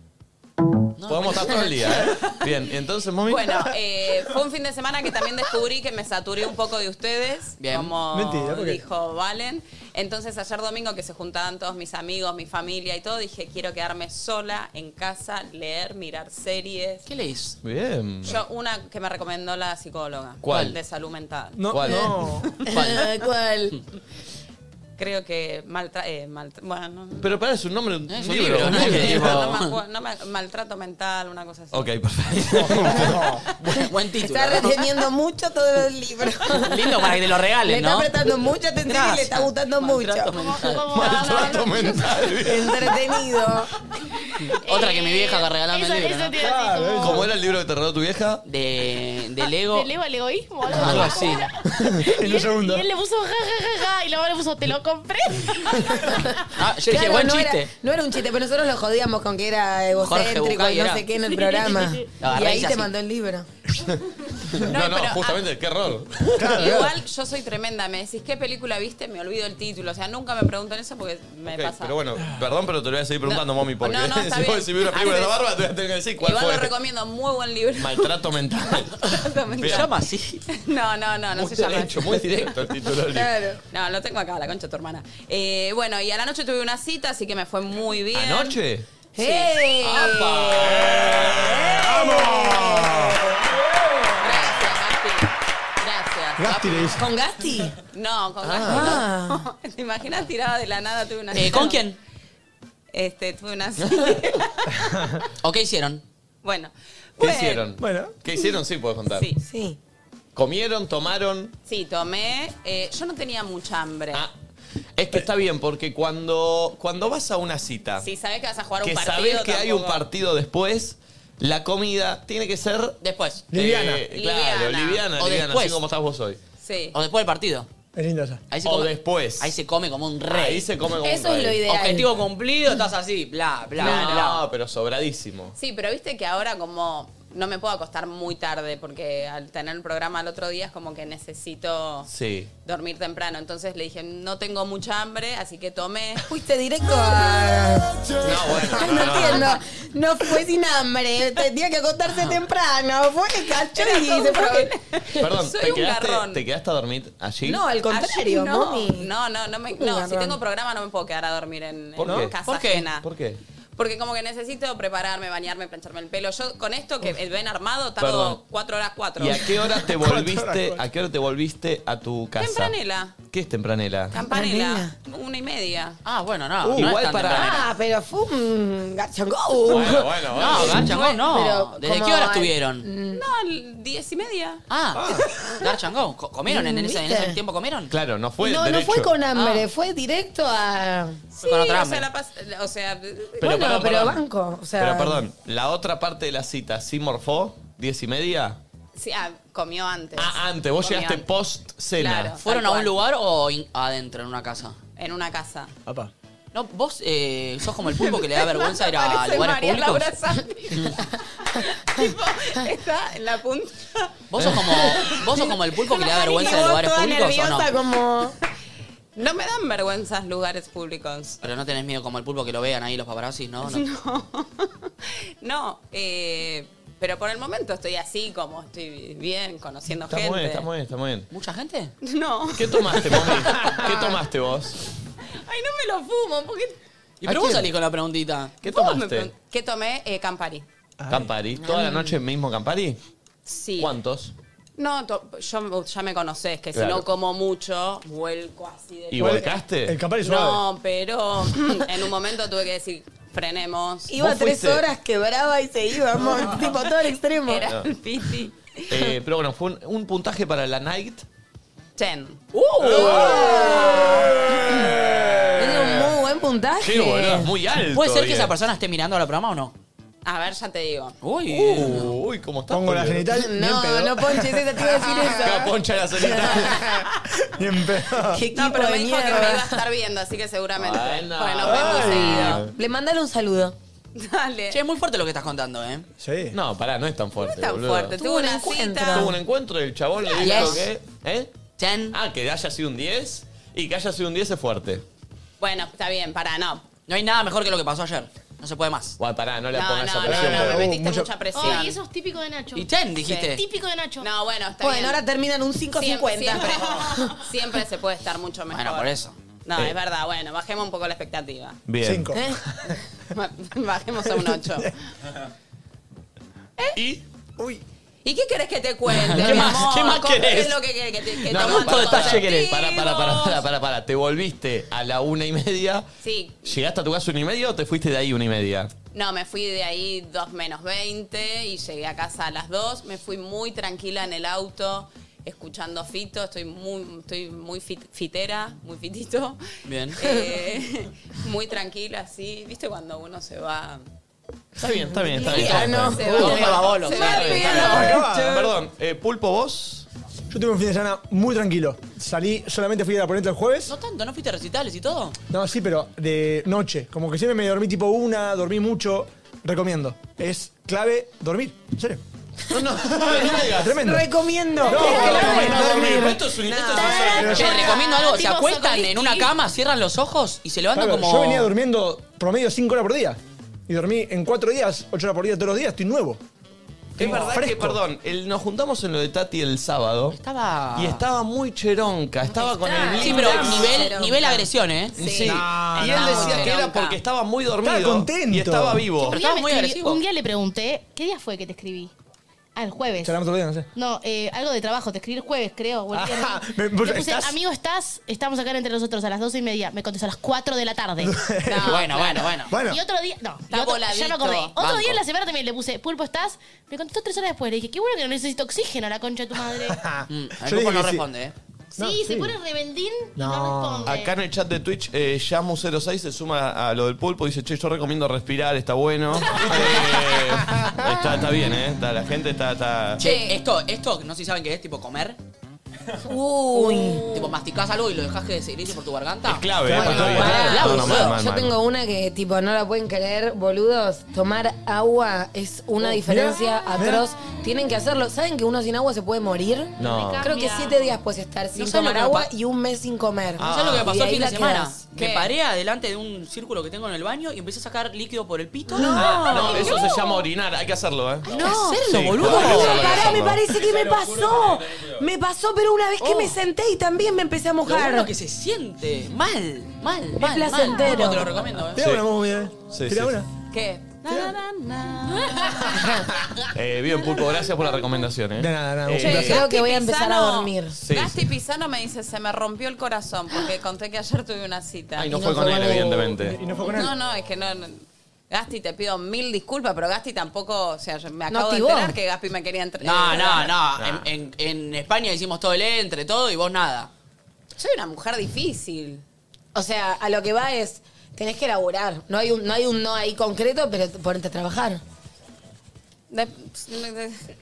[SPEAKER 1] Podemos estar todo el día, ¿eh? Bien, entonces, mami. [laughs]
[SPEAKER 4] Bueno, eh, fue un fin de semana que también descubrí que me saturé un poco de ustedes,
[SPEAKER 1] Bien.
[SPEAKER 4] como
[SPEAKER 1] Mentira, ¿por qué?
[SPEAKER 4] dijo Valen. Entonces ayer domingo que se juntaban todos mis amigos, mi familia y todo, dije quiero quedarme sola en casa, leer, mirar series.
[SPEAKER 3] ¿Qué leís?
[SPEAKER 1] Bien.
[SPEAKER 4] Yo una que me recomendó la psicóloga.
[SPEAKER 1] ¿Cuál?
[SPEAKER 4] De salud mental.
[SPEAKER 1] ¿Cuál? [laughs]
[SPEAKER 4] ¿Cuál? [laughs] Creo que maltra eh, maltra- bueno, no-
[SPEAKER 1] Pero para, es un nombre, un
[SPEAKER 4] Es
[SPEAKER 3] un
[SPEAKER 1] libro.
[SPEAKER 3] libro, ¿no? Que
[SPEAKER 4] [laughs]
[SPEAKER 3] tipo-
[SPEAKER 4] no me acuerdo, no me- maltrato mental, una cosa así.
[SPEAKER 1] Ok, perfecto.
[SPEAKER 3] [laughs] Buen título.
[SPEAKER 2] Está reteniendo mucho todos los libros.
[SPEAKER 3] [laughs] Lindo para que te lo regalen,
[SPEAKER 2] le está
[SPEAKER 3] ¿no?
[SPEAKER 2] prestando mucha atención y le
[SPEAKER 3] Gracias.
[SPEAKER 2] está gustando mucho.
[SPEAKER 1] Maltrato mental.
[SPEAKER 2] Entretenido.
[SPEAKER 3] Otra que mi vieja que regalaba el
[SPEAKER 6] Eso-
[SPEAKER 3] libro.
[SPEAKER 6] eso
[SPEAKER 3] ¿no?
[SPEAKER 6] te iba a decir, como-
[SPEAKER 1] ¿Cómo era el libro que te regaló tu vieja?
[SPEAKER 3] De, de
[SPEAKER 6] ¿Te
[SPEAKER 3] Lego.
[SPEAKER 6] elevo al egoísmo? o Algo
[SPEAKER 3] Algo
[SPEAKER 6] así.
[SPEAKER 3] así.
[SPEAKER 5] En un
[SPEAKER 6] Y
[SPEAKER 5] segundo.
[SPEAKER 6] él le puso ja, ja, ja, ja, y la mamá le puso, te lo compré.
[SPEAKER 3] Ah, yo dije,
[SPEAKER 2] Claro,
[SPEAKER 3] buen
[SPEAKER 2] no
[SPEAKER 3] chiste.
[SPEAKER 2] Era, no era un chiste, pero nosotros lo jodíamos con que era egocéntrico
[SPEAKER 3] Bucay
[SPEAKER 2] y no
[SPEAKER 3] era.
[SPEAKER 2] sé qué en
[SPEAKER 6] [laughs]
[SPEAKER 2] el programa.
[SPEAKER 3] Lo agarré
[SPEAKER 2] y ahí
[SPEAKER 3] y
[SPEAKER 2] te
[SPEAKER 3] así.
[SPEAKER 2] mandó el libro.
[SPEAKER 1] No, no,
[SPEAKER 4] ah,
[SPEAKER 1] justamente, qué error.
[SPEAKER 4] Igual yo soy tremenda, me decís qué película viste, me olvido el título, o sea, nunca me preguntan eso porque me
[SPEAKER 1] Ok,
[SPEAKER 4] pasa.
[SPEAKER 1] [laughs] pero bueno, perdón, pero te lo voy a seguir preguntando, mami, porque [laughs]
[SPEAKER 4] No, no, está
[SPEAKER 1] si,
[SPEAKER 4] bien.
[SPEAKER 1] vos- si vi una película de la barba, te voy a tener que decir cuál
[SPEAKER 4] Igual
[SPEAKER 1] fue.
[SPEAKER 4] lo recomiendo, muy buen libro. [laughs]
[SPEAKER 1] Maltrato mental.
[SPEAKER 4] Exactamente.
[SPEAKER 1] Bien.
[SPEAKER 3] Llama así.
[SPEAKER 4] [laughs] No, no, no, no
[SPEAKER 1] muy
[SPEAKER 4] se llama.
[SPEAKER 1] derecho, muy directo el título del libro.
[SPEAKER 4] Claro. No, lo tengo acá, la concha de tu hermana. Eh, bueno, y a la noche tuve una cita, así que me fue muy
[SPEAKER 1] ¿Ah,
[SPEAKER 4] bien.
[SPEAKER 1] ¿Anoche?
[SPEAKER 4] Sí.
[SPEAKER 5] Gasti le dice.
[SPEAKER 2] ¿Con Gasti?
[SPEAKER 4] No, con
[SPEAKER 2] Ah.
[SPEAKER 4] Gasti no. [laughs] ¿Te imaginas tirada de la nada tuve una
[SPEAKER 3] Eh,
[SPEAKER 4] cita?
[SPEAKER 3] ¿Con quién?
[SPEAKER 4] Este,
[SPEAKER 1] [laughs]
[SPEAKER 4] tuve una cita.
[SPEAKER 3] ¿O qué hicieron?
[SPEAKER 4] bueno.
[SPEAKER 1] ¿Qué hicieron? Bueno. ¿Qué hicieron? Sí, puedes contar.
[SPEAKER 4] Sí.
[SPEAKER 2] Sí.
[SPEAKER 1] ¿Comieron? ¿Tomaron?
[SPEAKER 4] Sí, tomé. eh, yo no tenía mucha hambre.
[SPEAKER 1] Ah. Es que está bien, porque cuando, cuando vas a una cita,
[SPEAKER 4] Si sabes que vas a jugar un
[SPEAKER 1] que
[SPEAKER 4] partido.
[SPEAKER 1] sabes que hay un
[SPEAKER 4] tampoco.
[SPEAKER 1] partido después, la comida tiene que ser...
[SPEAKER 3] Después.
[SPEAKER 1] Liviana. claro,
[SPEAKER 4] Liviana.
[SPEAKER 1] liviana,
[SPEAKER 3] O
[SPEAKER 1] liviana,
[SPEAKER 3] después.
[SPEAKER 1] así como estás vos hoy.
[SPEAKER 4] Sí.
[SPEAKER 3] ¿O después del partido?
[SPEAKER 5] Es linda esa.
[SPEAKER 3] Ahí
[SPEAKER 1] O después.
[SPEAKER 3] Ahí se come como un rey.
[SPEAKER 1] Ahí se come como
[SPEAKER 2] Eso
[SPEAKER 1] un rey.
[SPEAKER 2] es lo ideal.
[SPEAKER 3] Objetivo cumplido, estás así, bla, bla, bla.
[SPEAKER 1] No, pero sobradísimo.
[SPEAKER 4] Sí, pero viste que ahora como no me puedo acostar muy tarde porque al tener el programa el otro día es como que necesito
[SPEAKER 1] Sí.
[SPEAKER 4] dormir temprano. Entonces le dije, no tengo mucha hambre, así que tomé. Ah.
[SPEAKER 2] Fuiste directo a.
[SPEAKER 1] No, bueno.
[SPEAKER 2] Ay, no entiendo. No fue sin hambre. Tenía que
[SPEAKER 3] Ah.
[SPEAKER 2] acostarse temprano. Fue que cachó y se fue.
[SPEAKER 1] Perdón,
[SPEAKER 4] Soy
[SPEAKER 1] ¿te
[SPEAKER 4] un
[SPEAKER 1] quedaste,
[SPEAKER 4] garrón.
[SPEAKER 1] ¿te quedaste a dormir allí?
[SPEAKER 2] No, al contrario,
[SPEAKER 4] Ayer no,
[SPEAKER 2] mami.
[SPEAKER 4] no, no, no, me- no,
[SPEAKER 2] garrón.
[SPEAKER 4] si tengo programa no me puedo quedar a dormir en,
[SPEAKER 1] ¿Por
[SPEAKER 4] en
[SPEAKER 1] qué?
[SPEAKER 4] casa
[SPEAKER 3] ¿Por qué?
[SPEAKER 4] ajena.
[SPEAKER 1] ¿Por qué?
[SPEAKER 4] Porque como que necesito prepararme, bañarme, plancharme el pelo. Yo con esto que ven armado
[SPEAKER 1] Perdón.
[SPEAKER 4] tardo cuatro horas [laughs] cuatro.
[SPEAKER 1] ¿Y a qué hora te
[SPEAKER 5] Cuatro
[SPEAKER 1] volviste?
[SPEAKER 5] horas.
[SPEAKER 1] ¿A qué hora te volviste a tu casa?
[SPEAKER 4] Tempranela.
[SPEAKER 1] ¿Qué es tempranela?
[SPEAKER 4] Campanela, una y media.
[SPEAKER 3] Ah, bueno, no.
[SPEAKER 1] Uh,
[SPEAKER 3] no
[SPEAKER 1] igual
[SPEAKER 3] es tan
[SPEAKER 1] para-
[SPEAKER 3] temprano.
[SPEAKER 2] Ah, pero fue un gachangó. [laughs]
[SPEAKER 1] Bueno, bueno, bueno.
[SPEAKER 3] No, gancha, no.
[SPEAKER 2] Pero
[SPEAKER 3] ¿Desde
[SPEAKER 2] como
[SPEAKER 3] qué hora
[SPEAKER 2] al-
[SPEAKER 3] estuvieron?
[SPEAKER 4] No, diez y media.
[SPEAKER 3] Ah, Garchan Go. Co- ¿Comieron en, en ese, en ese
[SPEAKER 2] ¿Viste?
[SPEAKER 3] tiempo? ¿Comieron?
[SPEAKER 1] Claro, no
[SPEAKER 3] fue
[SPEAKER 2] no, no
[SPEAKER 3] derecho.
[SPEAKER 2] fue con hambre,
[SPEAKER 3] Ah.
[SPEAKER 2] fue directo a.
[SPEAKER 4] Sí,
[SPEAKER 3] Con otra
[SPEAKER 4] o
[SPEAKER 3] hambre.
[SPEAKER 4] sea, la pas- o sea, eh,
[SPEAKER 1] Pero,
[SPEAKER 2] bueno,
[SPEAKER 1] perdón,
[SPEAKER 2] pero
[SPEAKER 1] perdón.
[SPEAKER 2] banco. O sea,
[SPEAKER 1] Pero perdón, la otra parte de la cita, ¿sí morfó? ¿Diez y media?
[SPEAKER 4] sí, ah, comió antes.
[SPEAKER 1] Ah, antes, vos
[SPEAKER 4] Comió
[SPEAKER 1] llegaste
[SPEAKER 4] antes.
[SPEAKER 1] post cena.
[SPEAKER 4] Claro.
[SPEAKER 3] ¿Fueron a
[SPEAKER 4] Tal
[SPEAKER 3] un
[SPEAKER 4] cual.
[SPEAKER 3] lugar o in- adentro, en una casa?
[SPEAKER 4] En una casa.
[SPEAKER 3] No, vos eh, sos como el pulpo que
[SPEAKER 4] [laughs]
[SPEAKER 3] le da vergüenza ir a
[SPEAKER 4] Parece
[SPEAKER 3] lugares
[SPEAKER 4] María
[SPEAKER 3] públicos.
[SPEAKER 4] Laura Santi. [laughs] tipo, está en la punta.
[SPEAKER 3] ¿Vos sos, como, ¿Vos sos como el pulpo que le da vergüenza de
[SPEAKER 4] Vos
[SPEAKER 3] lugares
[SPEAKER 4] toda
[SPEAKER 3] públicos o no?
[SPEAKER 4] nerviosa como... No me dan vergüenza lugares públicos.
[SPEAKER 3] Pero no tenés miedo como el pulpo que lo vean ahí los paparazzis, ¿no? no.
[SPEAKER 4] No, eh, pero por el momento estoy así como estoy bien, conociendo
[SPEAKER 1] Está muy
[SPEAKER 4] gente.
[SPEAKER 1] bien, está muy bien, está muy bien.
[SPEAKER 3] ¿Mucha gente?
[SPEAKER 4] No.
[SPEAKER 1] ¿Qué tomaste, mami? ¿Qué tomaste vos?
[SPEAKER 4] Ay, no me lo fumo. Porque...
[SPEAKER 3] ¿Y pero vos salís con la preguntita?
[SPEAKER 1] ¿Qué
[SPEAKER 4] Vos me
[SPEAKER 1] tomaste?
[SPEAKER 4] pregun- ¿Qué tomé? Eh, Campari.
[SPEAKER 1] ¿Campari? ¿Toda la noche mismo Campari?
[SPEAKER 4] Sí.
[SPEAKER 1] ¿Cuántos?
[SPEAKER 4] No, to- yo, ya me conocés, que si
[SPEAKER 1] Claro.
[SPEAKER 4] no como mucho, vuelco así de...
[SPEAKER 1] ¿Y volcaste?
[SPEAKER 5] El Campari suave.
[SPEAKER 4] No, pero [laughs] en un momento tuve que decir, frenemos.
[SPEAKER 2] Iba tres horas, quebraba y se iba, amor, [laughs] tipo todo el extremo.
[SPEAKER 4] Era
[SPEAKER 1] No.
[SPEAKER 4] el piti.
[SPEAKER 1] Eh, pero bueno, fue un, un puntaje para la night.
[SPEAKER 4] Ten.
[SPEAKER 2] ¡Uh! Tiene un muy buen puntaje.
[SPEAKER 1] Qué boludo, es muy alto.
[SPEAKER 3] ¿Puede ser que
[SPEAKER 1] bien.
[SPEAKER 3] esa persona esté mirando la programa o no?
[SPEAKER 4] A ver, ya te digo.
[SPEAKER 3] Uy.
[SPEAKER 1] Uh, uy, ¿cómo estás?
[SPEAKER 5] Pongo la
[SPEAKER 1] boludo?
[SPEAKER 5] genital ni en
[SPEAKER 2] No,
[SPEAKER 5] pedo.
[SPEAKER 2] no ponches esa, te iba a decir
[SPEAKER 4] Ah.
[SPEAKER 1] Acá
[SPEAKER 2] eso.
[SPEAKER 1] poncha la solita.
[SPEAKER 5] [laughs] Ni en pedo.
[SPEAKER 2] Qué equipo
[SPEAKER 4] No, pero
[SPEAKER 2] de
[SPEAKER 4] me dijo que me iba a
[SPEAKER 2] mierda.
[SPEAKER 4] estar viendo, así que seguramente.
[SPEAKER 1] Bueno.
[SPEAKER 4] Porque nos vemos seguido.
[SPEAKER 2] Le mandale un saludo.
[SPEAKER 4] Dale.
[SPEAKER 3] Che, es muy fuerte lo que estás contando, ¿eh?
[SPEAKER 5] Sí.
[SPEAKER 1] No, pará, no es tan fuerte,
[SPEAKER 4] tan
[SPEAKER 1] boludo.
[SPEAKER 4] fuerte.
[SPEAKER 2] Tuvo
[SPEAKER 4] Tuvo
[SPEAKER 2] un
[SPEAKER 4] una
[SPEAKER 2] encuentro.
[SPEAKER 4] cita.
[SPEAKER 1] Tuvo un encuentro y el chabón le dijo
[SPEAKER 3] Yes.
[SPEAKER 1] que... ¿Eh?
[SPEAKER 3] Ten.
[SPEAKER 1] Ah, que haya sido un 10 y que haya sido un 10 es fuerte.
[SPEAKER 4] Bueno, está bien, para, no.
[SPEAKER 3] No hay nada mejor que lo que pasó ayer. No se puede más.
[SPEAKER 1] Guay, pará, no le
[SPEAKER 4] No, no,
[SPEAKER 1] pongas
[SPEAKER 4] no,
[SPEAKER 1] esa
[SPEAKER 4] no,
[SPEAKER 1] presión. uh,
[SPEAKER 4] me
[SPEAKER 1] boludo.
[SPEAKER 4] metiste
[SPEAKER 5] mucho-
[SPEAKER 4] mucha presión.
[SPEAKER 6] Ay, eso es típico de Nacho.
[SPEAKER 3] Y ten, dijiste.
[SPEAKER 6] Típico de Nacho.
[SPEAKER 4] No, bueno, está
[SPEAKER 2] Bueno,
[SPEAKER 4] bien.
[SPEAKER 2] ahora terminan un 5.50.
[SPEAKER 4] siempre, siempre,
[SPEAKER 2] [laughs]
[SPEAKER 4] siempre se puede estar mucho mejor.
[SPEAKER 3] Bueno, por eso.
[SPEAKER 4] No,
[SPEAKER 1] Eh.
[SPEAKER 4] es verdad, bueno, bajemos un poco la expectativa.
[SPEAKER 1] Bien.
[SPEAKER 5] Cinco.
[SPEAKER 2] ¿Eh?
[SPEAKER 4] Bajemos a un 8.
[SPEAKER 1] [laughs] Y...
[SPEAKER 5] Uy.
[SPEAKER 4] ¿Eh? ¿Y qué querés que te
[SPEAKER 1] [laughs]
[SPEAKER 4] cuente?
[SPEAKER 3] ¿Qué
[SPEAKER 4] mi
[SPEAKER 3] más-
[SPEAKER 4] amor?
[SPEAKER 3] qué más
[SPEAKER 4] ¿Cómo
[SPEAKER 3] querés?
[SPEAKER 4] es lo que querés que te que
[SPEAKER 1] No,
[SPEAKER 4] tomás
[SPEAKER 1] no,
[SPEAKER 4] con
[SPEAKER 1] para, detalle querés. Para,
[SPEAKER 4] conceptivos?
[SPEAKER 1] para, para, para, para, para. Te volviste a la una y media.
[SPEAKER 4] Sí.
[SPEAKER 1] ¿Llegaste a tu casa una y media o te fuiste de ahí una y media?
[SPEAKER 4] No, me fui de ahí 2 menos 20 y llegué a casa a las 2. Me fui muy tranquila en el auto, escuchando fito. Estoy muy, estoy muy fit- fitera, muy
[SPEAKER 1] [laughs]
[SPEAKER 4] fitito.
[SPEAKER 3] Bien.
[SPEAKER 4] Eh, muy tranquila, así. ¿Viste cuando uno se va?
[SPEAKER 1] Está bien, está bien, está bien.
[SPEAKER 2] Ah, no.
[SPEAKER 4] Se va
[SPEAKER 3] Come babolo.
[SPEAKER 4] Se
[SPEAKER 3] Sí,
[SPEAKER 4] va
[SPEAKER 3] está bien,
[SPEAKER 4] bien.
[SPEAKER 1] Perdón, eh, Pulpo, vos.
[SPEAKER 5] Yo tuve un fin de semana muy tranquilo. Salí, solamente fui a la ponente el jueves.
[SPEAKER 3] No tanto, ¿no fuiste a recitales y todo?
[SPEAKER 5] No, sí, pero de noche. Como que siempre me dormí tipo una, dormí mucho. Recomiendo. Es clave dormir. En serio.
[SPEAKER 1] No,
[SPEAKER 5] [laughs]
[SPEAKER 1] no, no digas.
[SPEAKER 5] Tremendo.
[SPEAKER 2] Recomiendo.
[SPEAKER 5] No,
[SPEAKER 1] No,
[SPEAKER 5] no,
[SPEAKER 1] dormir.
[SPEAKER 5] dormir.
[SPEAKER 1] Esto es un intento
[SPEAKER 5] Pero
[SPEAKER 3] Che,
[SPEAKER 5] yo-
[SPEAKER 3] recomiendo algo. Se
[SPEAKER 6] Tipo
[SPEAKER 3] acuestan
[SPEAKER 6] Sokolinsky.
[SPEAKER 3] en una cama, cierran los ojos y se levantan
[SPEAKER 5] Pablo,
[SPEAKER 3] como...
[SPEAKER 5] Yo venía durmiendo promedio 5 horas por día. Y dormí en 4 días, 8 horas por día, todos los días. Estoy nuevo.
[SPEAKER 1] Es verdad que,
[SPEAKER 5] Fresco.
[SPEAKER 1] perdón, el- nos juntamos en lo de Tati el sábado.
[SPEAKER 3] Estaba-
[SPEAKER 1] Y estaba muy cheronca, estaba con el
[SPEAKER 3] Sí,
[SPEAKER 1] mismo-
[SPEAKER 3] pero
[SPEAKER 4] Estamos
[SPEAKER 3] nivel,
[SPEAKER 4] cheronca.
[SPEAKER 3] nivel agresión, ¿eh?
[SPEAKER 1] Sí.
[SPEAKER 5] No,
[SPEAKER 1] y él
[SPEAKER 4] no,
[SPEAKER 1] decía que era [laughs]
[SPEAKER 4] cheronca.
[SPEAKER 1] porque estaba muy dormido.
[SPEAKER 5] Estaba contento.
[SPEAKER 1] Y estaba vivo.
[SPEAKER 6] Un
[SPEAKER 3] Pero
[SPEAKER 6] día
[SPEAKER 3] estabas
[SPEAKER 6] me
[SPEAKER 3] muy
[SPEAKER 6] escribí-
[SPEAKER 3] agresivo.
[SPEAKER 6] Un día le pregunté, ¿qué día fue que te escribí? Al jueves.
[SPEAKER 5] Charlamos todos los días, no sé.
[SPEAKER 6] No, eh, algo de trabajo, te escribí el jueves, creo. o el viernes.
[SPEAKER 5] Ajá, [laughs] me-
[SPEAKER 6] Le
[SPEAKER 5] pues,
[SPEAKER 6] puse,
[SPEAKER 5] ¿estás?
[SPEAKER 6] amigo, estás, estamos acá entre nosotros a las 12 y media. Me contestó a las 4 de
[SPEAKER 5] [laughs]
[SPEAKER 6] la tarde.
[SPEAKER 4] No,
[SPEAKER 3] bueno, bueno, bueno,
[SPEAKER 5] Bueno,
[SPEAKER 6] Y otro día, no, y
[SPEAKER 4] Está
[SPEAKER 6] otro- ya me
[SPEAKER 4] voladito.
[SPEAKER 6] acordé. Otro
[SPEAKER 3] Banco.
[SPEAKER 6] día en la semana también le puse, Pulpo, ¿estás? Me contestó tres horas después. Le dije, qué bueno que no necesito oxígeno a la concha de tu madre.
[SPEAKER 3] Mm, El
[SPEAKER 5] Yo
[SPEAKER 3] grupo
[SPEAKER 5] dije
[SPEAKER 3] no
[SPEAKER 5] que sí.
[SPEAKER 3] responde, ¿eh?
[SPEAKER 5] [laughs]
[SPEAKER 6] sí,
[SPEAKER 5] No,
[SPEAKER 6] se
[SPEAKER 5] sí.
[SPEAKER 6] pone rebeldín y no, responde.
[SPEAKER 1] Acá en el chat de Twitch, eh, Yamu06 se suma a lo del pulpo y dice, che, yo recomiendo respirar, está bueno. Eh, está, está bien, ¿eh? Está- la gente está... está-
[SPEAKER 3] Che, esto, esto, no sé si saben qué es, tipo comer.
[SPEAKER 2] Uy.
[SPEAKER 3] Tipo, masticás algo y lo dejás que se inicie por tu garganta.
[SPEAKER 1] Es clave, ¿eh? Para todo bien.
[SPEAKER 2] Pará,
[SPEAKER 1] No, no, mal,
[SPEAKER 2] yo-
[SPEAKER 1] mal,
[SPEAKER 2] yo
[SPEAKER 1] mal.
[SPEAKER 2] tengo una que, tipo, no la pueden creer, boludos. Tomar agua es
[SPEAKER 3] Oh,
[SPEAKER 2] una diferencia atroz. Tienen que hacerlo. ¿Saben que uno sin agua se puede morir?
[SPEAKER 1] No.
[SPEAKER 2] Creo que siete días puedes estar sin
[SPEAKER 3] No saben
[SPEAKER 2] tomar
[SPEAKER 3] lo que me
[SPEAKER 2] agua
[SPEAKER 3] pa-
[SPEAKER 2] y un mes sin comer.
[SPEAKER 3] ¿No sabes lo que me
[SPEAKER 2] Y
[SPEAKER 3] pasó el
[SPEAKER 2] ahí
[SPEAKER 3] fin de
[SPEAKER 2] la
[SPEAKER 3] semana?
[SPEAKER 2] quedás.
[SPEAKER 3] Me paré adelante de un círculo que tengo en el baño y empecé a sacar líquido por el pito.
[SPEAKER 1] Ah, no, eso se llama orinar, hay que hacerlo, ¿eh?
[SPEAKER 2] No,
[SPEAKER 3] hacerlo,
[SPEAKER 1] Sí,
[SPEAKER 3] boludo.
[SPEAKER 1] claro,
[SPEAKER 2] Boludo,
[SPEAKER 1] hay que
[SPEAKER 2] pará, me
[SPEAKER 1] hacerlo.
[SPEAKER 2] parece que me pasó. Me pasó, pero una vez que me senté y también me empecé a
[SPEAKER 3] Oh. Lo
[SPEAKER 2] mojar.
[SPEAKER 3] bueno que se siente. Mal, mal, mal. mal.
[SPEAKER 2] placentero.
[SPEAKER 3] Como Te lo recomiendo, ¿eh?
[SPEAKER 5] tira una, vamos, mira.
[SPEAKER 1] Sí,
[SPEAKER 5] Tira
[SPEAKER 1] sí,
[SPEAKER 5] una.
[SPEAKER 4] ¿Qué?
[SPEAKER 1] Eh, bien, Pulpo, gracias por la recomendación, ¿eh?
[SPEAKER 5] De nada, nada, un
[SPEAKER 1] Eh,
[SPEAKER 2] Yo creo que voy a
[SPEAKER 4] Gasti
[SPEAKER 2] empezar a
[SPEAKER 4] Pisano-
[SPEAKER 1] [laughs]
[SPEAKER 2] dormir.
[SPEAKER 1] Sí,
[SPEAKER 4] Gasti Pisano me dice, se me rompió el corazón porque conté que ayer tuve una cita.
[SPEAKER 1] Ay, no fue con él, evidentemente.
[SPEAKER 5] Y no fue con él.
[SPEAKER 4] No, no, es que no. no. Gasti, te pido mil disculpas, pero Gasti tampoco, o sea, yo me acabo de
[SPEAKER 3] activó.
[SPEAKER 4] enterar que Gaspi me quería entrenar.
[SPEAKER 3] No, no, no. En, en- en España hicimos todo el entre, todo, y vos nada.
[SPEAKER 4] Soy una mujer difícil.
[SPEAKER 2] O sea, a lo que va es, tenés que elaborar. No hay un no, hay un no ahí concreto, pero ponerte a trabajar.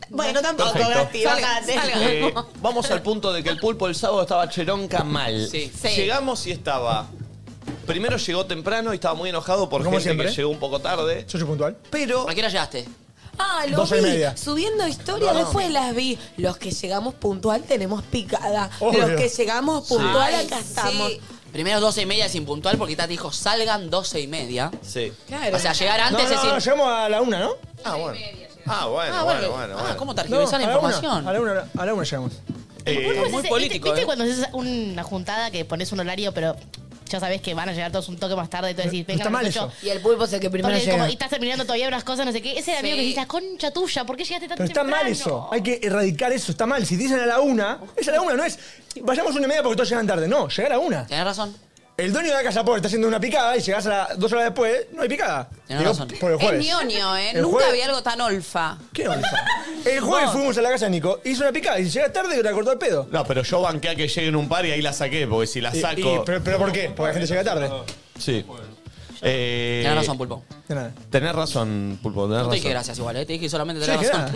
[SPEAKER 2] Bueno, tampoco,
[SPEAKER 1] Ah. Perfecto.
[SPEAKER 2] Gasti, bájate.
[SPEAKER 1] Eh, vamos al punto de que el pulpo el sábado estaba cheronca mal.
[SPEAKER 3] Sí. Sí.
[SPEAKER 1] Llegamos y estaba. Primero llegó temprano y estaba muy enojado por
[SPEAKER 5] Como
[SPEAKER 1] gente
[SPEAKER 5] siempre.
[SPEAKER 1] que llegó un poco tarde.
[SPEAKER 5] Yo soy puntual.
[SPEAKER 1] Pero.
[SPEAKER 3] ¿A qué hora llegaste?
[SPEAKER 2] Ah, lo
[SPEAKER 1] Doce y
[SPEAKER 2] vi.
[SPEAKER 1] media.
[SPEAKER 2] Subiendo historias, después las vi. Los que llegamos puntual tenemos picada.
[SPEAKER 3] Obvio.
[SPEAKER 2] Los que llegamos puntual
[SPEAKER 3] Ay,
[SPEAKER 2] acá estamos.
[SPEAKER 3] Primero 12 y media sin puntual porque Tati dijo salgan 12 y media.
[SPEAKER 1] Sí.
[SPEAKER 3] O sea, llegar antes
[SPEAKER 5] no, no,
[SPEAKER 3] es
[SPEAKER 5] no,
[SPEAKER 3] decir.
[SPEAKER 5] llegamos a la una, ¿no?
[SPEAKER 1] Ah, bueno. Ah, bueno,
[SPEAKER 3] Ah,
[SPEAKER 1] bueno,
[SPEAKER 3] bueno.
[SPEAKER 1] bueno.
[SPEAKER 3] Ah,
[SPEAKER 1] bueno.
[SPEAKER 3] ¿cómo tergiversan
[SPEAKER 5] No, a
[SPEAKER 3] la
[SPEAKER 5] la
[SPEAKER 3] información?
[SPEAKER 5] una, A la una, a la una llegamos.
[SPEAKER 6] ¿Cómo es
[SPEAKER 3] muy
[SPEAKER 6] ese-
[SPEAKER 3] político,
[SPEAKER 6] ¿Viste, viste
[SPEAKER 3] eh.
[SPEAKER 6] cuando haces una juntada que pones un horario, pero ya sabes que van a llegar todos un toque más tarde y tú decís,
[SPEAKER 2] Pero
[SPEAKER 6] venga,
[SPEAKER 2] está mal eso. Y el pulpo es el que primero llega.
[SPEAKER 6] y estás terminando todavía unas cosas, no sé qué. Ese
[SPEAKER 2] Sí.
[SPEAKER 6] amigo que dices, "La concha tuya, ¿por qué llegaste tan
[SPEAKER 5] Pero está
[SPEAKER 6] temprano?"
[SPEAKER 5] mal eso. Hay que erradicar eso. Está mal. Si te dicen a la una, es a la una, no es vayamos una y media porque todos llegan tarde. No, llegar a la una.
[SPEAKER 3] Tenés razón.
[SPEAKER 5] El dueño de la casa pobre está haciendo una picada y llegás a la, dos horas después, no hay picada.
[SPEAKER 3] Tenés
[SPEAKER 5] Digo,
[SPEAKER 3] razón.
[SPEAKER 5] Por el
[SPEAKER 4] Es
[SPEAKER 5] jueves.
[SPEAKER 4] ñoño, ¿eh?
[SPEAKER 5] El
[SPEAKER 4] Nunca
[SPEAKER 5] jueves-
[SPEAKER 4] vi algo tan olfa.
[SPEAKER 5] ¿Qué onda? El jueves fuimos a la casa de Nico, hizo una picada y si llegas tarde que la cortó el pedo.
[SPEAKER 1] No, pero yo banqué a que lleguen un par y ahí la saqué, porque si la
[SPEAKER 5] Y-
[SPEAKER 1] saco.
[SPEAKER 5] y- pero, pero ¿por qué? Porque la gente llega tarde.
[SPEAKER 1] Sí. Eh,
[SPEAKER 3] Tenés razón, Pulpo.
[SPEAKER 5] De nada.
[SPEAKER 1] Tenés razón, Pulpo. Tenés
[SPEAKER 3] No te
[SPEAKER 1] razón.
[SPEAKER 3] dije gracias igual, eh, te dije solamente
[SPEAKER 5] Sí,
[SPEAKER 3] tenés
[SPEAKER 5] que
[SPEAKER 3] razón.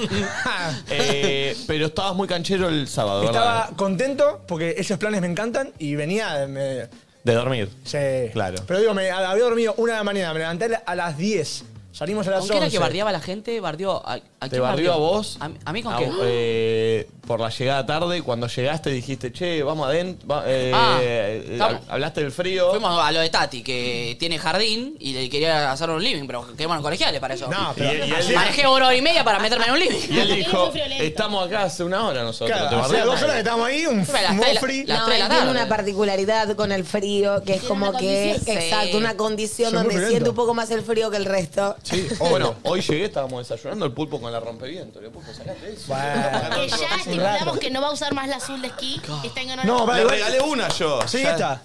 [SPEAKER 1] Eh, pero estabas muy canchero el sábado, ¿verdad?
[SPEAKER 5] Estaba contento porque esos planes me encantan y venía. me-
[SPEAKER 1] De dormir.
[SPEAKER 5] sí.
[SPEAKER 1] Claro.
[SPEAKER 5] Pero digo, me había dormido una de la mañana, me levanté a las 10. Salimos a las
[SPEAKER 3] ¿Con qué
[SPEAKER 5] 11.
[SPEAKER 3] era que bardeaba la gente? ¿Bardeó a, a
[SPEAKER 1] ¿Te
[SPEAKER 3] quién
[SPEAKER 1] barrió a vos?
[SPEAKER 3] ¿A, mí- a mí con
[SPEAKER 1] Ah,
[SPEAKER 3] qué?
[SPEAKER 1] eh, por la llegada tarde, cuando llegaste dijiste, che, vamos adentro. va- eh,
[SPEAKER 3] Ah,
[SPEAKER 1] eh,
[SPEAKER 3] estamos-
[SPEAKER 1] hablaste del frío.
[SPEAKER 3] Fuimos a lo de Tati, que tiene jardín y le quería hacer un living, pero queremos los colegiales para eso.
[SPEAKER 5] No, pero-
[SPEAKER 1] Y- y él-
[SPEAKER 3] Manejé una hora y media para meterme en un living. [laughs]
[SPEAKER 1] Y él dijo, estamos acá hace una hora nosotros.
[SPEAKER 5] Claro,
[SPEAKER 1] te
[SPEAKER 5] hace
[SPEAKER 1] bardeó
[SPEAKER 5] dos horas
[SPEAKER 1] nadie".
[SPEAKER 5] que estábamos ahí, un,
[SPEAKER 2] Pero a las
[SPEAKER 5] un
[SPEAKER 2] tres de la-
[SPEAKER 5] mofri.
[SPEAKER 3] las
[SPEAKER 2] no,
[SPEAKER 3] tres de
[SPEAKER 2] y
[SPEAKER 3] la
[SPEAKER 2] tiene
[SPEAKER 3] tarde.
[SPEAKER 2] una particularidad con el frío, que es como
[SPEAKER 6] una
[SPEAKER 2] que,
[SPEAKER 6] condición.
[SPEAKER 2] exacto, una condición
[SPEAKER 5] Son muy
[SPEAKER 2] donde siente
[SPEAKER 5] violentos.
[SPEAKER 2] un poco más el frío que el resto.
[SPEAKER 5] [laughs]
[SPEAKER 1] Sí, o bueno, hoy llegué, estábamos desayunando el pulpo con la rompeviento. Le digo, pulpo, sacate eso. [laughs] Ah,
[SPEAKER 6] Que ya estipulamos que no va a usar más la azul de esquí. Está en honor
[SPEAKER 5] No,
[SPEAKER 6] a-
[SPEAKER 5] va-
[SPEAKER 1] Le regalé una yo.
[SPEAKER 5] Sí,
[SPEAKER 1] Ya-
[SPEAKER 5] esta.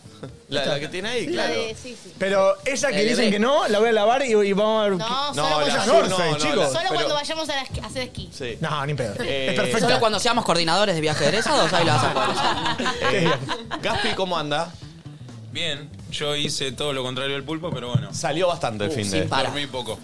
[SPEAKER 1] La, la que tiene ahí,
[SPEAKER 6] la
[SPEAKER 1] claro.
[SPEAKER 6] de- sí, sí.
[SPEAKER 5] Pero esa que
[SPEAKER 3] El
[SPEAKER 5] dicen
[SPEAKER 3] bebé.
[SPEAKER 5] que no, la voy a lavar y, y vamos a ver. qué-
[SPEAKER 6] No,
[SPEAKER 1] No,
[SPEAKER 6] solo,
[SPEAKER 1] la
[SPEAKER 6] cuando,
[SPEAKER 1] azul,
[SPEAKER 5] no,
[SPEAKER 1] no,
[SPEAKER 5] no, chicos.
[SPEAKER 1] la-
[SPEAKER 6] solo
[SPEAKER 1] pero-
[SPEAKER 6] cuando vayamos a, la esqui- a hacer esquí.
[SPEAKER 1] Sí.
[SPEAKER 5] No, ni pedo.
[SPEAKER 1] Eh,
[SPEAKER 5] es perfecto.
[SPEAKER 1] [laughs]
[SPEAKER 3] Solo cuando seamos coordinadores de viajes egresados, ahí la vas a poder usar.
[SPEAKER 1] Eh, Gaspi, ¿cómo anda?
[SPEAKER 14] Bien, yo hice todo lo contrario del pulpo, pero bueno.
[SPEAKER 1] Salió bastante
[SPEAKER 2] Uh,
[SPEAKER 1] el fin
[SPEAKER 3] Uh, sí,
[SPEAKER 1] de.
[SPEAKER 3] pa- Para.
[SPEAKER 14] Dormí poco.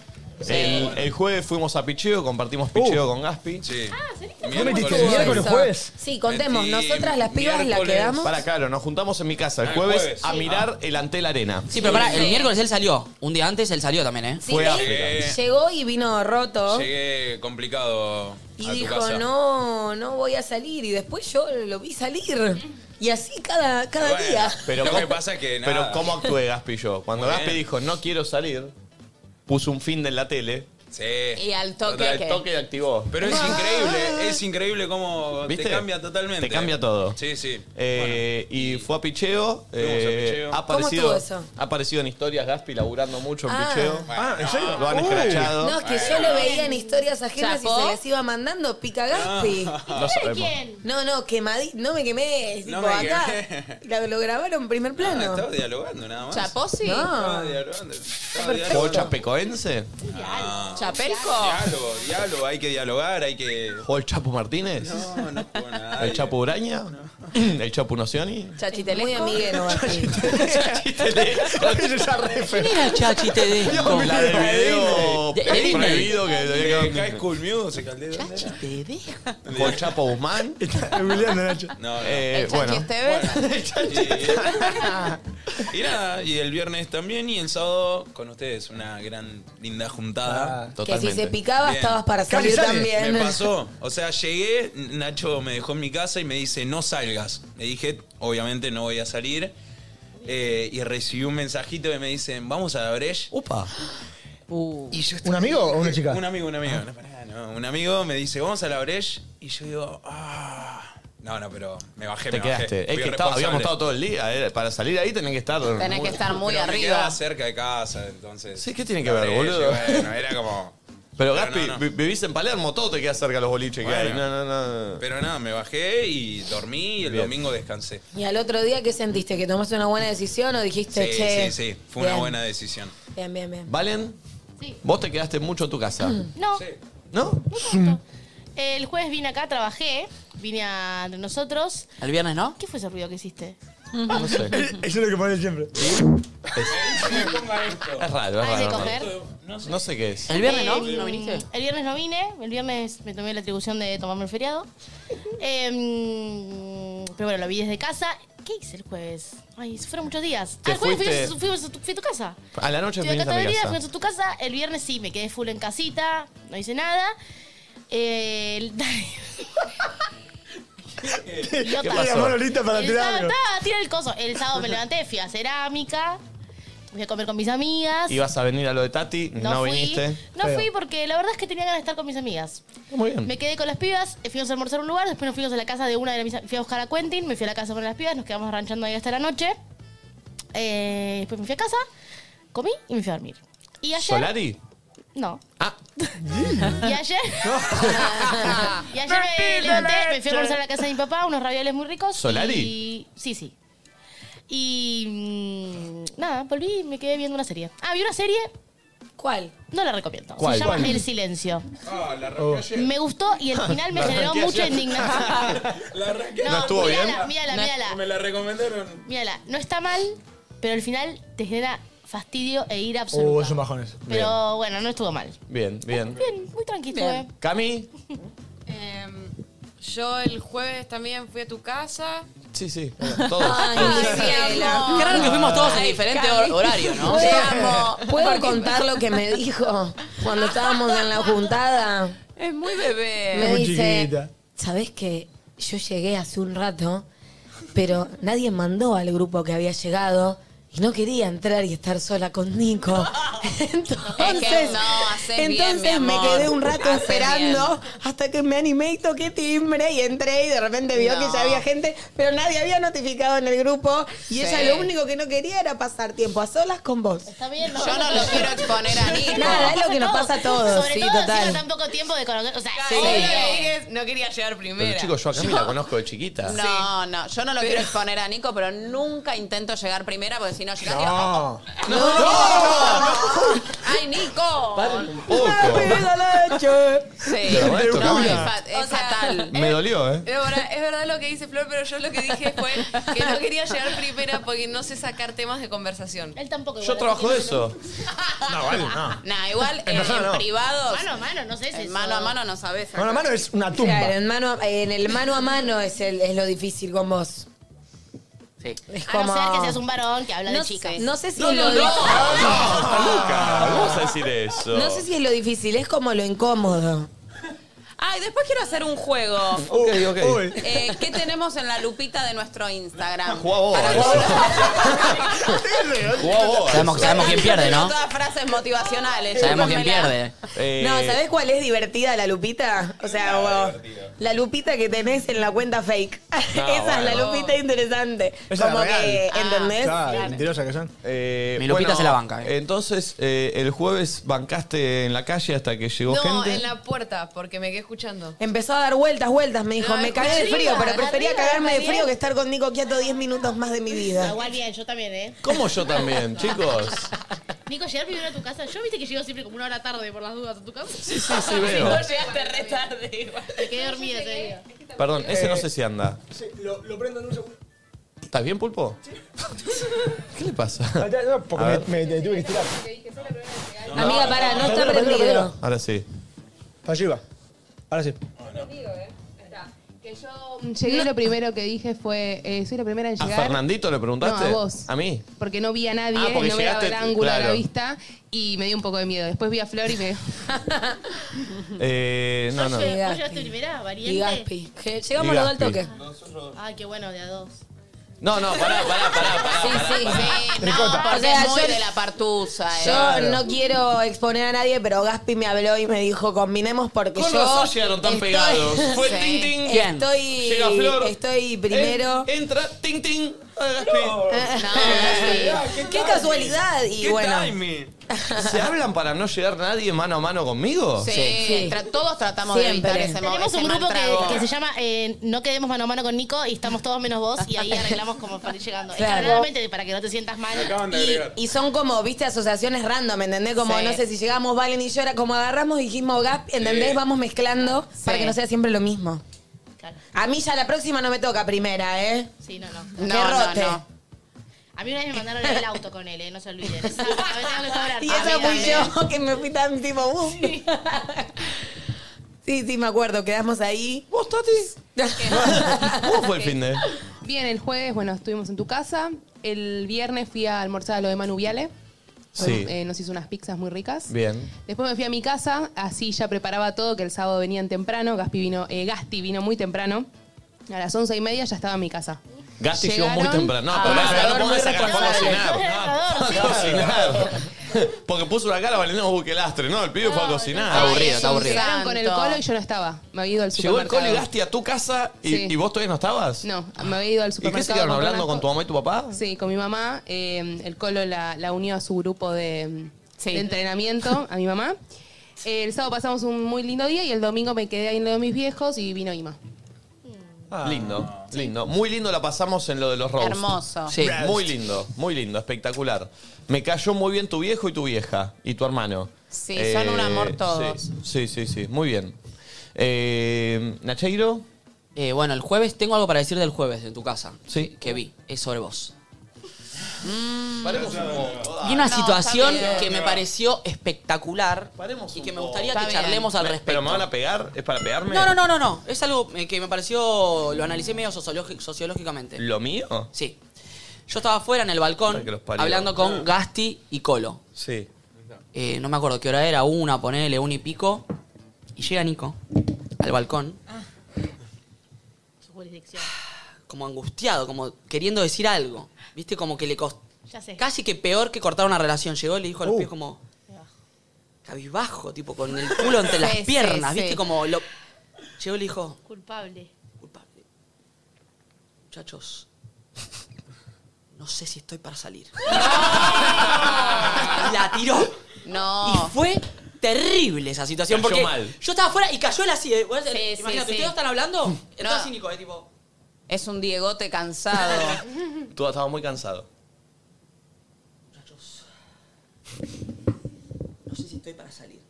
[SPEAKER 1] El, el jueves fuimos a Picheo, compartimos Picheo con Gaspi.
[SPEAKER 14] Sí.
[SPEAKER 6] Ah,
[SPEAKER 5] ¿No
[SPEAKER 14] Miércoles-
[SPEAKER 5] metiste Uh. miércoles
[SPEAKER 2] Eso.
[SPEAKER 5] jueves?
[SPEAKER 2] Sí, contemos,
[SPEAKER 14] Metí
[SPEAKER 2] nosotras las pibas la
[SPEAKER 14] miércoles.
[SPEAKER 2] quedamos.
[SPEAKER 1] Para, claro, nos juntamos en mi casa el
[SPEAKER 14] Ah, el
[SPEAKER 1] jueves,
[SPEAKER 14] jueves.
[SPEAKER 1] a
[SPEAKER 14] Sí.
[SPEAKER 1] mirar el Antel Arena.
[SPEAKER 3] Sí, pero pará, el miércoles él salió. Un día antes él salió también, ¿eh?
[SPEAKER 2] Sí,
[SPEAKER 1] Fue
[SPEAKER 2] él
[SPEAKER 14] África.
[SPEAKER 2] llegó y vino roto.
[SPEAKER 14] Llegué complicado
[SPEAKER 2] ¿Oh? Y
[SPEAKER 14] a tu
[SPEAKER 2] dijo,
[SPEAKER 14] casa.
[SPEAKER 2] no, no voy a salir. Y después yo lo vi salir. Y así cada, cada
[SPEAKER 14] Bueno,
[SPEAKER 2] día.
[SPEAKER 1] Pero
[SPEAKER 14] lo
[SPEAKER 1] ¿cómo-
[SPEAKER 14] que pasa es que nada.
[SPEAKER 1] Pero ¿cómo actué Gaspi yo? Cuando
[SPEAKER 14] Muy
[SPEAKER 1] Gaspi
[SPEAKER 14] bien.
[SPEAKER 1] dijo, no quiero salir, puso un fin de la tele,
[SPEAKER 14] Sí.
[SPEAKER 4] Y al toque
[SPEAKER 14] Total,
[SPEAKER 4] que-
[SPEAKER 1] el toque activó.
[SPEAKER 14] Pero es increíble, es increíble cómo
[SPEAKER 1] ¿Viste?
[SPEAKER 14] te cambia totalmente.
[SPEAKER 1] Te cambia todo.
[SPEAKER 14] Sí, sí.
[SPEAKER 1] Eh, y fue a Picheo.
[SPEAKER 14] Fuimos a
[SPEAKER 1] eh,
[SPEAKER 14] Picheo.
[SPEAKER 1] Ha
[SPEAKER 2] ¿Cómo
[SPEAKER 1] aparecido,
[SPEAKER 2] estuvo eso?
[SPEAKER 1] Ha aparecido en historias Gaspi laburando mucho en
[SPEAKER 2] Ah.
[SPEAKER 1] Picheo.
[SPEAKER 5] Ah, ¿en serio?
[SPEAKER 1] Lo han
[SPEAKER 5] Uy.
[SPEAKER 1] escrachado.
[SPEAKER 2] No, es que yo lo veía en historias ajenas y
[SPEAKER 4] ¿Chapó?
[SPEAKER 2] se les iba mandando pica Gaspi. [laughs]
[SPEAKER 1] No
[SPEAKER 6] ¿De
[SPEAKER 1] sabemos.
[SPEAKER 6] quién?
[SPEAKER 2] No, no, quemadí, no me quemé,
[SPEAKER 14] Ah. No
[SPEAKER 2] tipo,
[SPEAKER 14] me
[SPEAKER 2] acá.
[SPEAKER 14] quemé. Ah,
[SPEAKER 2] La- lo grabaron en primer
[SPEAKER 14] Bueno.
[SPEAKER 2] plano.
[SPEAKER 14] estaba dialogando nada más.
[SPEAKER 4] ¿Chaposi?
[SPEAKER 14] Estaba
[SPEAKER 2] no.
[SPEAKER 14] dialogando. Estaba
[SPEAKER 1] ¿Juego
[SPEAKER 14] dialogando.
[SPEAKER 1] chapecoense?
[SPEAKER 14] Ah.
[SPEAKER 4] ¿Chapelco?
[SPEAKER 14] Diálogo, diálogo, hay que dialogar, hay que.
[SPEAKER 1] ¿Juego el Chapu Martínez?
[SPEAKER 14] No, no jugó nada.
[SPEAKER 1] ¿El Chapu Uraña? ¿El Chapu
[SPEAKER 14] Eh,
[SPEAKER 1] Nocioni?
[SPEAKER 4] Chachitelesco.
[SPEAKER 2] Muy amiguero Gaspi.
[SPEAKER 5] Esa re fe-
[SPEAKER 3] ¿Quién era Chachi Tedesco?
[SPEAKER 1] La del video
[SPEAKER 3] De- de Disney.
[SPEAKER 1] prohibido que
[SPEAKER 14] De
[SPEAKER 1] tenía
[SPEAKER 14] High School Music, al de dónde era?
[SPEAKER 1] que- ¿Juego el Chapo
[SPEAKER 5] [laughs]
[SPEAKER 1] Guzmán?
[SPEAKER 5] Julián de Nacho.
[SPEAKER 14] No, no.
[SPEAKER 1] Eh,
[SPEAKER 4] ¿El Chachi
[SPEAKER 1] bueno,
[SPEAKER 14] este.
[SPEAKER 4] Esteves?
[SPEAKER 14] [laughs] y, y nada, y el viernes también, y el sábado con ustedes, una gran, linda juntada.
[SPEAKER 2] Que si se
[SPEAKER 1] totalmente.
[SPEAKER 2] picaba
[SPEAKER 14] Bien.
[SPEAKER 2] estabas para
[SPEAKER 5] Casi
[SPEAKER 2] salir
[SPEAKER 5] sale.
[SPEAKER 2] también.
[SPEAKER 14] Me pasó, o sea, llegué, Nacho me dejó en mi casa y me dice, no salgas. Le dije, obviamente no voy a salir. Eh, y recibí un mensajito que me dicen, vamos a la Breche.
[SPEAKER 5] Uh.
[SPEAKER 3] Upa.
[SPEAKER 14] Y yo
[SPEAKER 5] ¿Un amigo o una chica?
[SPEAKER 14] Un amigo, un amigo. No, pará, no. Un amigo me dice, vamos a la Breche. Y yo digo, ah. No, no, pero me bajé, me
[SPEAKER 1] te
[SPEAKER 14] bajé.
[SPEAKER 1] quedaste. Este, Es
[SPEAKER 14] Fui
[SPEAKER 1] que estaba- habíamos
[SPEAKER 14] responsable.
[SPEAKER 1] estado todo el día. eh, Para salir ahí tenés que estar.
[SPEAKER 4] Tenés que estar muy
[SPEAKER 14] Pero me quedaba
[SPEAKER 4] arriba.
[SPEAKER 14] cerca de casa, entonces.
[SPEAKER 1] Sí, ¿qué tiene que
[SPEAKER 14] La
[SPEAKER 1] ver,
[SPEAKER 14] Breche,
[SPEAKER 1] boludo?
[SPEAKER 14] Bueno, era como.
[SPEAKER 1] [laughs] Pero Gaspi,
[SPEAKER 14] no, no.
[SPEAKER 1] vi- vivís en Palermo, todo te queda cerca de los boliches que hay.
[SPEAKER 14] Bueno.
[SPEAKER 1] No, no, no.
[SPEAKER 14] Pero nada, ah, me bajé y dormí y el
[SPEAKER 1] Bien.
[SPEAKER 14] domingo descansé.
[SPEAKER 2] Y al otro día, ¿qué sentiste? ¿Que tomaste una buena decisión o dijiste,
[SPEAKER 14] Sí,
[SPEAKER 2] che?
[SPEAKER 14] sí, sí. Fue una
[SPEAKER 2] bien,
[SPEAKER 14] buena decisión.
[SPEAKER 2] Bien, bien, bien.
[SPEAKER 1] ¿Valen?
[SPEAKER 6] Sí. Mm.
[SPEAKER 1] Vos te quedaste mucho en tu casa.
[SPEAKER 6] No.
[SPEAKER 1] ¿No?
[SPEAKER 6] El jueves vine acá, trabajé, vine a entre nosotros.
[SPEAKER 3] ¿El viernes no?
[SPEAKER 6] ¿Qué fue ese ruido que hiciste?
[SPEAKER 1] No sé.
[SPEAKER 5] Eso es lo que pone siempre.
[SPEAKER 1] Es raro, es
[SPEAKER 6] Ah, ¿es de
[SPEAKER 1] raro.
[SPEAKER 6] coger?
[SPEAKER 1] No sé. No sé qué es.
[SPEAKER 6] Eh, El viernes no vine, el viernes me tomé la atribución de tomarme
[SPEAKER 1] [laughs]
[SPEAKER 6] el feriado. Eh, pero bueno, lo vi desde casa. ¿Qué hice el jueves? Ay, se fueron muchos días.
[SPEAKER 1] Te
[SPEAKER 6] el jueves fui,
[SPEAKER 1] fuiste-
[SPEAKER 6] a- fui a- fui a tu casa.
[SPEAKER 1] A la noche
[SPEAKER 6] Estuve
[SPEAKER 1] viniste
[SPEAKER 6] acá
[SPEAKER 1] a
[SPEAKER 6] todo el
[SPEAKER 1] mi
[SPEAKER 6] día,
[SPEAKER 1] casa.
[SPEAKER 6] fui a tu casa. El viernes sí, me quedé full en casita, no hice nada. Eh, el- [laughs]
[SPEAKER 5] Tiene
[SPEAKER 1] ¿Qué
[SPEAKER 5] la
[SPEAKER 1] pasó?
[SPEAKER 5] mano lista para
[SPEAKER 6] el
[SPEAKER 5] tirarlo.
[SPEAKER 6] sábado, ta, tira el coso. El sábado me levanté, fui a cerámica, fui a comer con mis amigas.
[SPEAKER 1] Ibas a venir a lo de Tati, no,
[SPEAKER 6] No, fui.
[SPEAKER 1] viniste.
[SPEAKER 6] No fui porque la verdad es que tenía ganas de estar con mis amigas.
[SPEAKER 1] Muy bien.
[SPEAKER 6] Me quedé con las pibas, eh, fuimos a almorzar a un lugar, después nos fuimos a la casa de una de mis Fui a buscar a Quentin, me fui a la casa con las pibas, nos quedamos ranchando ahí hasta la noche. Eh, después me fui a casa, comí y me fui a dormir. Y ayer.
[SPEAKER 1] ¿Solari?
[SPEAKER 6] No.
[SPEAKER 1] Ah.
[SPEAKER 6] [laughs]
[SPEAKER 1] [laughs]
[SPEAKER 6] y ayer. y ayer me levanté, me fui a almorzar a la casa de mi papá, unos ravioles muy ricos.
[SPEAKER 1] ¿Solari?
[SPEAKER 6] y- Sí, sí. Y. mm, nada, volví y me quedé viendo una serie. Ah, vi una serie.
[SPEAKER 2] ¿Cuál?
[SPEAKER 6] No la recomiendo.
[SPEAKER 1] ¿Cuál?
[SPEAKER 6] Se llama
[SPEAKER 1] ¿Cuál?
[SPEAKER 6] El Silencio.
[SPEAKER 14] Ah, la
[SPEAKER 1] arranqué
[SPEAKER 14] ayer.
[SPEAKER 6] Me gustó y el
[SPEAKER 1] [laughs]
[SPEAKER 6] final me
[SPEAKER 14] La
[SPEAKER 6] generó
[SPEAKER 14] arranqué
[SPEAKER 6] mucha
[SPEAKER 14] ayer.
[SPEAKER 6] indignación.
[SPEAKER 1] ¿No estuvo
[SPEAKER 6] mírala,
[SPEAKER 1] bien?
[SPEAKER 6] Mírala,
[SPEAKER 14] No,
[SPEAKER 6] mírala.
[SPEAKER 14] Me la recomendaron.
[SPEAKER 6] Mírala, no está mal, pero al final te genera fastidio e
[SPEAKER 1] Oh,
[SPEAKER 6] ira
[SPEAKER 5] Uh,
[SPEAKER 6] absoluta.
[SPEAKER 5] esos bajones.
[SPEAKER 6] pero bueno, no estuvo mal.
[SPEAKER 1] Bien, bien.
[SPEAKER 6] Bien, muy tranquilo,
[SPEAKER 1] Bien.
[SPEAKER 6] eh.
[SPEAKER 1] ¿Cami?
[SPEAKER 15] Yo el jueves también fui a tu casa.
[SPEAKER 1] Sí, sí. Todos.
[SPEAKER 15] Ay, mi amor.
[SPEAKER 3] Qué raro que fuimos todos en diferente hor- horario, ¿no?
[SPEAKER 2] Te amo. ¿Puedo contar lo
[SPEAKER 4] [laughs]
[SPEAKER 2] que me dijo cuando estábamos en la juntada?
[SPEAKER 15] Es muy bebé.
[SPEAKER 2] Eh, Me dice, ¿sabés que yo llegué hace un rato, pero nadie mandó al grupo que había llegado y no quería entrar y estar sola con
[SPEAKER 4] [laughs]
[SPEAKER 2] Nico? Entonces,
[SPEAKER 4] Es que no, haces bien,
[SPEAKER 2] entonces
[SPEAKER 4] mi
[SPEAKER 2] me
[SPEAKER 4] amor.
[SPEAKER 2] quedé un rato
[SPEAKER 4] Haces
[SPEAKER 2] esperando hasta que me animé y toqué timbre y entré y de repente vio
[SPEAKER 4] No.
[SPEAKER 2] que ya había gente, pero nadie había notificado en el grupo y
[SPEAKER 4] Sí.
[SPEAKER 2] ella lo único que no quería era pasar tiempo a solas con vos.
[SPEAKER 6] Está bien,
[SPEAKER 4] Yo no lo quiero exponer a Nico.
[SPEAKER 2] Nada, es lo que nos pasa a todos,
[SPEAKER 6] Sobre
[SPEAKER 2] sí,
[SPEAKER 6] todo
[SPEAKER 2] total.
[SPEAKER 6] encima tan poco tiempo de conocer. O sea,
[SPEAKER 4] Sí.
[SPEAKER 15] Rodríguez no quería llegar primero.
[SPEAKER 1] Pero chicos, yo a Cami la conozco de chiquita.
[SPEAKER 4] No, no, yo no lo
[SPEAKER 15] Pero-
[SPEAKER 4] quiero exponer a Nico, pero nunca intento llegar primera porque si no llegas, digo,
[SPEAKER 1] No.
[SPEAKER 4] No. ¡ay, Nico! Sí.
[SPEAKER 1] Pero bueno, esto
[SPEAKER 4] no, es,
[SPEAKER 1] cambia.
[SPEAKER 4] fa- es fatal.
[SPEAKER 1] Me dolió, ¿eh?
[SPEAKER 15] Es verdad, es verdad lo que dice Flor, pero yo lo que dije fue que no quería llegar primera porque no sé sacar temas de conversación.
[SPEAKER 6] Él tampoco.
[SPEAKER 1] Yo trabajo de eso.
[SPEAKER 5] No, vale, no.
[SPEAKER 4] Nah, igual
[SPEAKER 5] En
[SPEAKER 4] en,
[SPEAKER 5] persona
[SPEAKER 4] en
[SPEAKER 5] no.
[SPEAKER 4] privados.
[SPEAKER 6] Mano a mano, no sé si.
[SPEAKER 4] en Mano a mano no sabes.
[SPEAKER 5] Mano a mano es una
[SPEAKER 2] Claro,
[SPEAKER 5] tumba.
[SPEAKER 2] en, mano, en el mano a mano es, el- es lo difícil con vos.
[SPEAKER 3] Sí.
[SPEAKER 2] Es
[SPEAKER 6] A no
[SPEAKER 2] como...
[SPEAKER 6] ser que seas un varón que habla
[SPEAKER 2] No
[SPEAKER 6] de
[SPEAKER 2] sé-
[SPEAKER 6] chicas.
[SPEAKER 2] no sé si
[SPEAKER 6] No,
[SPEAKER 2] es lo
[SPEAKER 6] no, no.
[SPEAKER 2] difícil.
[SPEAKER 1] Ah, Luca, ¿cómo vas a decir eso?
[SPEAKER 2] No sé si es lo difícil, es como lo incómodo.
[SPEAKER 4] Ay, después quiero hacer un juego.
[SPEAKER 3] Uh.
[SPEAKER 1] Ok, ok.
[SPEAKER 4] Eh, ¿Qué tenemos en la lupita de nuestro Instagram?
[SPEAKER 1] Jugá vos.
[SPEAKER 5] oh.
[SPEAKER 4] Para-
[SPEAKER 1] Jugá vos.
[SPEAKER 3] Sabemos- sabemos quién pierde, ¿no?
[SPEAKER 4] Todas frases motivacionales.
[SPEAKER 3] Sabemos quién
[SPEAKER 4] chúpenmela.
[SPEAKER 3] pierde.
[SPEAKER 1] Eh,
[SPEAKER 3] Eh,
[SPEAKER 2] No, ¿sabés cuál es divertida la lupita? O sea, vos- la lupita que tenés en la cuenta fake. [laughs]
[SPEAKER 1] No,
[SPEAKER 2] Esa es la
[SPEAKER 1] bueno.
[SPEAKER 2] lupita interesante.
[SPEAKER 5] Esa es
[SPEAKER 2] como
[SPEAKER 5] la real.
[SPEAKER 2] que,
[SPEAKER 5] Ah.
[SPEAKER 2] ¿entendés?
[SPEAKER 5] Claro, mentirosa que son.
[SPEAKER 1] Eh,
[SPEAKER 3] Mi Lupita se la banca,
[SPEAKER 1] Entonces, eh, el jueves bancaste en la calle hasta que llegó
[SPEAKER 15] No,
[SPEAKER 1] gente.
[SPEAKER 15] en la puerta porque me quedé escuchando.
[SPEAKER 2] Empezó a dar vueltas, vueltas, me dijo.
[SPEAKER 15] No,
[SPEAKER 2] me cagué de
[SPEAKER 15] arriba,
[SPEAKER 2] frío, pero prefería
[SPEAKER 15] arriba,
[SPEAKER 2] cagarme de
[SPEAKER 15] arriba.
[SPEAKER 2] frío que estar con Nico Quieto 10 minutos más
[SPEAKER 6] [laughs]
[SPEAKER 2] de mi
[SPEAKER 6] Ah,
[SPEAKER 2] vida.
[SPEAKER 6] Igual bien, yo también, ¿eh?
[SPEAKER 1] ¿Cómo yo también,
[SPEAKER 2] [laughs]
[SPEAKER 1] chicos?
[SPEAKER 6] Nico, llegar primero a tu casa. Yo viste que llego siempre como una hora tarde por las dudas a tu casa.
[SPEAKER 1] Sí, sí,
[SPEAKER 6] [laughs]
[SPEAKER 1] sí, veo.
[SPEAKER 15] No llegaste re tarde igual.
[SPEAKER 6] Me quedé dormida ese día.
[SPEAKER 1] Perdón, ese
[SPEAKER 5] Eh.
[SPEAKER 1] no sé si anda.
[SPEAKER 5] Lo, prendo en un [laughs] segundo.
[SPEAKER 1] ¿Estás bien, Pulpo? ¿Qué
[SPEAKER 5] [laughs]
[SPEAKER 1] le pasa?
[SPEAKER 5] Porque
[SPEAKER 1] A
[SPEAKER 5] me,
[SPEAKER 1] ver.
[SPEAKER 5] me- me tuve que estirar.
[SPEAKER 2] Amiga, pará, no está prendido.
[SPEAKER 1] Ahora sí.
[SPEAKER 5] Allí va. Ahora sí.
[SPEAKER 16] Llegué y lo primero que dije fue, eh, soy la primera en
[SPEAKER 1] ¿A
[SPEAKER 16] llegar.
[SPEAKER 1] Fernandito le preguntaste?
[SPEAKER 16] No, a vos.
[SPEAKER 1] ¿A mí?
[SPEAKER 16] Porque no vi a nadie,
[SPEAKER 1] Ah, porque
[SPEAKER 16] no me daba
[SPEAKER 1] llegaste,
[SPEAKER 16] el ángulo a la
[SPEAKER 1] claro.
[SPEAKER 16] vista y me dio un poco de miedo. Después vi a Flor y me...
[SPEAKER 1] Eh, no, no.
[SPEAKER 6] ¿Vos llegaste primera,
[SPEAKER 2] Y
[SPEAKER 6] variante?
[SPEAKER 2] Gaspi. Que llegamos los dos al
[SPEAKER 1] Gaspi.
[SPEAKER 2] toque.
[SPEAKER 6] Ay, qué bueno, de a dos.
[SPEAKER 1] No, no, pará, pará, pará. pará
[SPEAKER 4] Sí,
[SPEAKER 1] pará,
[SPEAKER 4] sí,
[SPEAKER 1] pará.
[SPEAKER 4] sí.
[SPEAKER 2] Ricota.
[SPEAKER 4] No, porque
[SPEAKER 2] O sea,
[SPEAKER 4] es muy
[SPEAKER 2] Ah, yo-
[SPEAKER 4] de la partusa. eh.
[SPEAKER 2] Yo no quiero exponer a nadie, pero Gaspi me habló y me dijo, combinemos porque
[SPEAKER 1] Con
[SPEAKER 2] yo...
[SPEAKER 1] razón llegaron tan
[SPEAKER 2] estoy- [laughs]
[SPEAKER 1] pegados. Fue
[SPEAKER 4] Sí.
[SPEAKER 1] ting ting.
[SPEAKER 2] ¿Quién? Estoy-
[SPEAKER 1] Llega Flor.
[SPEAKER 2] estoy primero.
[SPEAKER 1] En- entra ting ting. Ah, Gaspi.
[SPEAKER 4] No, sí.
[SPEAKER 2] Qué casualidad. Y
[SPEAKER 14] ¿Qué
[SPEAKER 2] bueno,
[SPEAKER 14] timing?
[SPEAKER 1] ¿Se hablan para no llegar nadie mano a mano conmigo?
[SPEAKER 17] Sí, tra- todos tratamos
[SPEAKER 6] Siempre.
[SPEAKER 17] de evitar ese mo-
[SPEAKER 6] Tenemos
[SPEAKER 17] ese
[SPEAKER 6] un
[SPEAKER 17] mal
[SPEAKER 6] grupo que,
[SPEAKER 17] trago.
[SPEAKER 6] que se llama eh, No quedemos mano a mano con Nico y estamos todos menos vos y ahí arreglamos como para ir llegando.
[SPEAKER 2] Claro.
[SPEAKER 6] Claramente para que no te sientas mal.
[SPEAKER 2] Y, y son como, viste, asociaciones random, ¿entendés? Como,
[SPEAKER 6] Sí.
[SPEAKER 2] no sé, si llegamos Valen y yo, era como agarramos y dijimos Gap, ¿entendés?
[SPEAKER 6] Sí.
[SPEAKER 2] Vamos mezclando para que no sea siempre lo mismo. A mí ya la próxima no me toca primera, ¿eh?
[SPEAKER 6] Sí, no, no.
[SPEAKER 2] No, Qué rote.
[SPEAKER 6] A mí una vez me mandaron en el auto con él, eh, no se
[SPEAKER 2] [laughs]
[SPEAKER 6] olviden. Esa- a ver, tengo que cobrar.
[SPEAKER 2] Y
[SPEAKER 6] A mí
[SPEAKER 2] esa fui
[SPEAKER 6] también.
[SPEAKER 2] yo, que me fui tan tipo... uh. Sí. sí, me acuerdo, quedamos ahí.
[SPEAKER 1] ¿Vos, Tati? ¿Cómo fue el fin de?
[SPEAKER 16] Bien, el jueves, bueno, estuvimos en tu casa. El viernes fui a almorzar a lo de Manu Viale.
[SPEAKER 1] Sí.
[SPEAKER 16] Eh, nos hizo unas pizzas muy ricas.
[SPEAKER 1] Bien.
[SPEAKER 16] Después me fui a mi casa, así ya preparaba todo, que el sábado venían temprano. Gaspi vino, eh, Gasti vino muy temprano. A las once y media ya estaba en mi casa.
[SPEAKER 1] Gasti llegó muy
[SPEAKER 16] Llegaron
[SPEAKER 1] temprano.
[SPEAKER 5] Ah,
[SPEAKER 1] No,
[SPEAKER 16] a
[SPEAKER 1] pero
[SPEAKER 16] un
[SPEAKER 1] pará, no
[SPEAKER 16] asador muy
[SPEAKER 1] pongas a Gasti a cocinar.
[SPEAKER 6] No,
[SPEAKER 1] a cocinar. Porque puso una cara Valentino Buquelastre, ¿no? El pibe fue a cocinar.
[SPEAKER 16] Ay, Llegaron con el colo y yo no estaba. Me había ido al
[SPEAKER 1] Llegó el
[SPEAKER 16] supermercado.
[SPEAKER 1] colo y Gasti a tu casa y,
[SPEAKER 16] Sí.
[SPEAKER 1] y vos todavía no estabas.
[SPEAKER 16] No, me había ido al
[SPEAKER 1] ¿Y
[SPEAKER 16] supermercado.
[SPEAKER 1] qué se quedaron
[SPEAKER 16] a comprar
[SPEAKER 1] hablando
[SPEAKER 16] unas
[SPEAKER 1] con tu mamá y tu papá?
[SPEAKER 16] Sí, con mi mamá. eh, el Colo la, la unió a su grupo de, de entrenamiento, a mi mamá. Eh, el sábado pasamos un muy lindo día y el domingo me quedé ahí en lo de mis viejos y vino Ima.
[SPEAKER 1] Lindo, lindo. Muy lindo la pasamos en lo de los roasts.
[SPEAKER 16] Hermoso.
[SPEAKER 1] Sí.
[SPEAKER 16] Roast.
[SPEAKER 1] Muy lindo, muy lindo, espectacular. Me cayó muy bien tu viejo y tu vieja y tu hermano. Eh,
[SPEAKER 17] Sí, son un amor todos.
[SPEAKER 1] Sí, sí, sí, sí. muy bien. Eh, Nacheiro.
[SPEAKER 3] Eh, bueno, el jueves tengo algo para decir del jueves en tu casa.
[SPEAKER 1] Sí.
[SPEAKER 3] Que vi. Es sobre vos. Ah,
[SPEAKER 1] Paremos un poco.
[SPEAKER 3] Y una
[SPEAKER 1] No,
[SPEAKER 3] situación
[SPEAKER 1] está bien.
[SPEAKER 3] que me pareció espectacular y que me gustaría que charlemos al
[SPEAKER 1] Me-
[SPEAKER 3] respecto.
[SPEAKER 1] ¿Pero me van a pegar? ¿Es para pegarme?
[SPEAKER 3] No, no, no, no, no. Es algo eh, que me pareció. Lo analicé medio sociológi- sociológicamente.
[SPEAKER 1] ¿Lo mío?
[SPEAKER 3] Sí. Yo estaba afuera en el
[SPEAKER 1] Ay,
[SPEAKER 3] balcón
[SPEAKER 1] que los parió.
[SPEAKER 3] hablando con Gasti y Colo.
[SPEAKER 1] Sí.
[SPEAKER 3] Eh, no me acuerdo qué hora era, una, ponele, una y pico. Y llega Nico al balcón,
[SPEAKER 6] Su jurisdicción.
[SPEAKER 3] como angustiado, como queriendo decir algo. ¿Viste? Como que le costó.
[SPEAKER 6] Ya sé.
[SPEAKER 3] Casi que peor que cortar una relación. Llegó y le dijo a los
[SPEAKER 6] Uh.
[SPEAKER 3] pies como. Cabizbajo, tipo, con el culo entre las
[SPEAKER 6] Sí, sí,
[SPEAKER 3] piernas,
[SPEAKER 6] sí.
[SPEAKER 3] ¿viste? Como lo. Llegó y le dijo,
[SPEAKER 6] Culpable.
[SPEAKER 3] muchachos, no sé si estoy para salir. La tiró.
[SPEAKER 17] No.
[SPEAKER 3] Y fue terrible esa situación.
[SPEAKER 1] Cayó
[SPEAKER 3] porque
[SPEAKER 1] mal.
[SPEAKER 3] yo estaba afuera y cayó él así. eh. Vos-
[SPEAKER 17] sí,
[SPEAKER 3] Imagínate,
[SPEAKER 17] sí.
[SPEAKER 3] ustedes están hablando. Entonces Nico es tipo.
[SPEAKER 17] Es un Diegote cansado.
[SPEAKER 1] Tú estabas muy cansado.
[SPEAKER 3] Muchachos. No sé si estoy para [laughs] salir.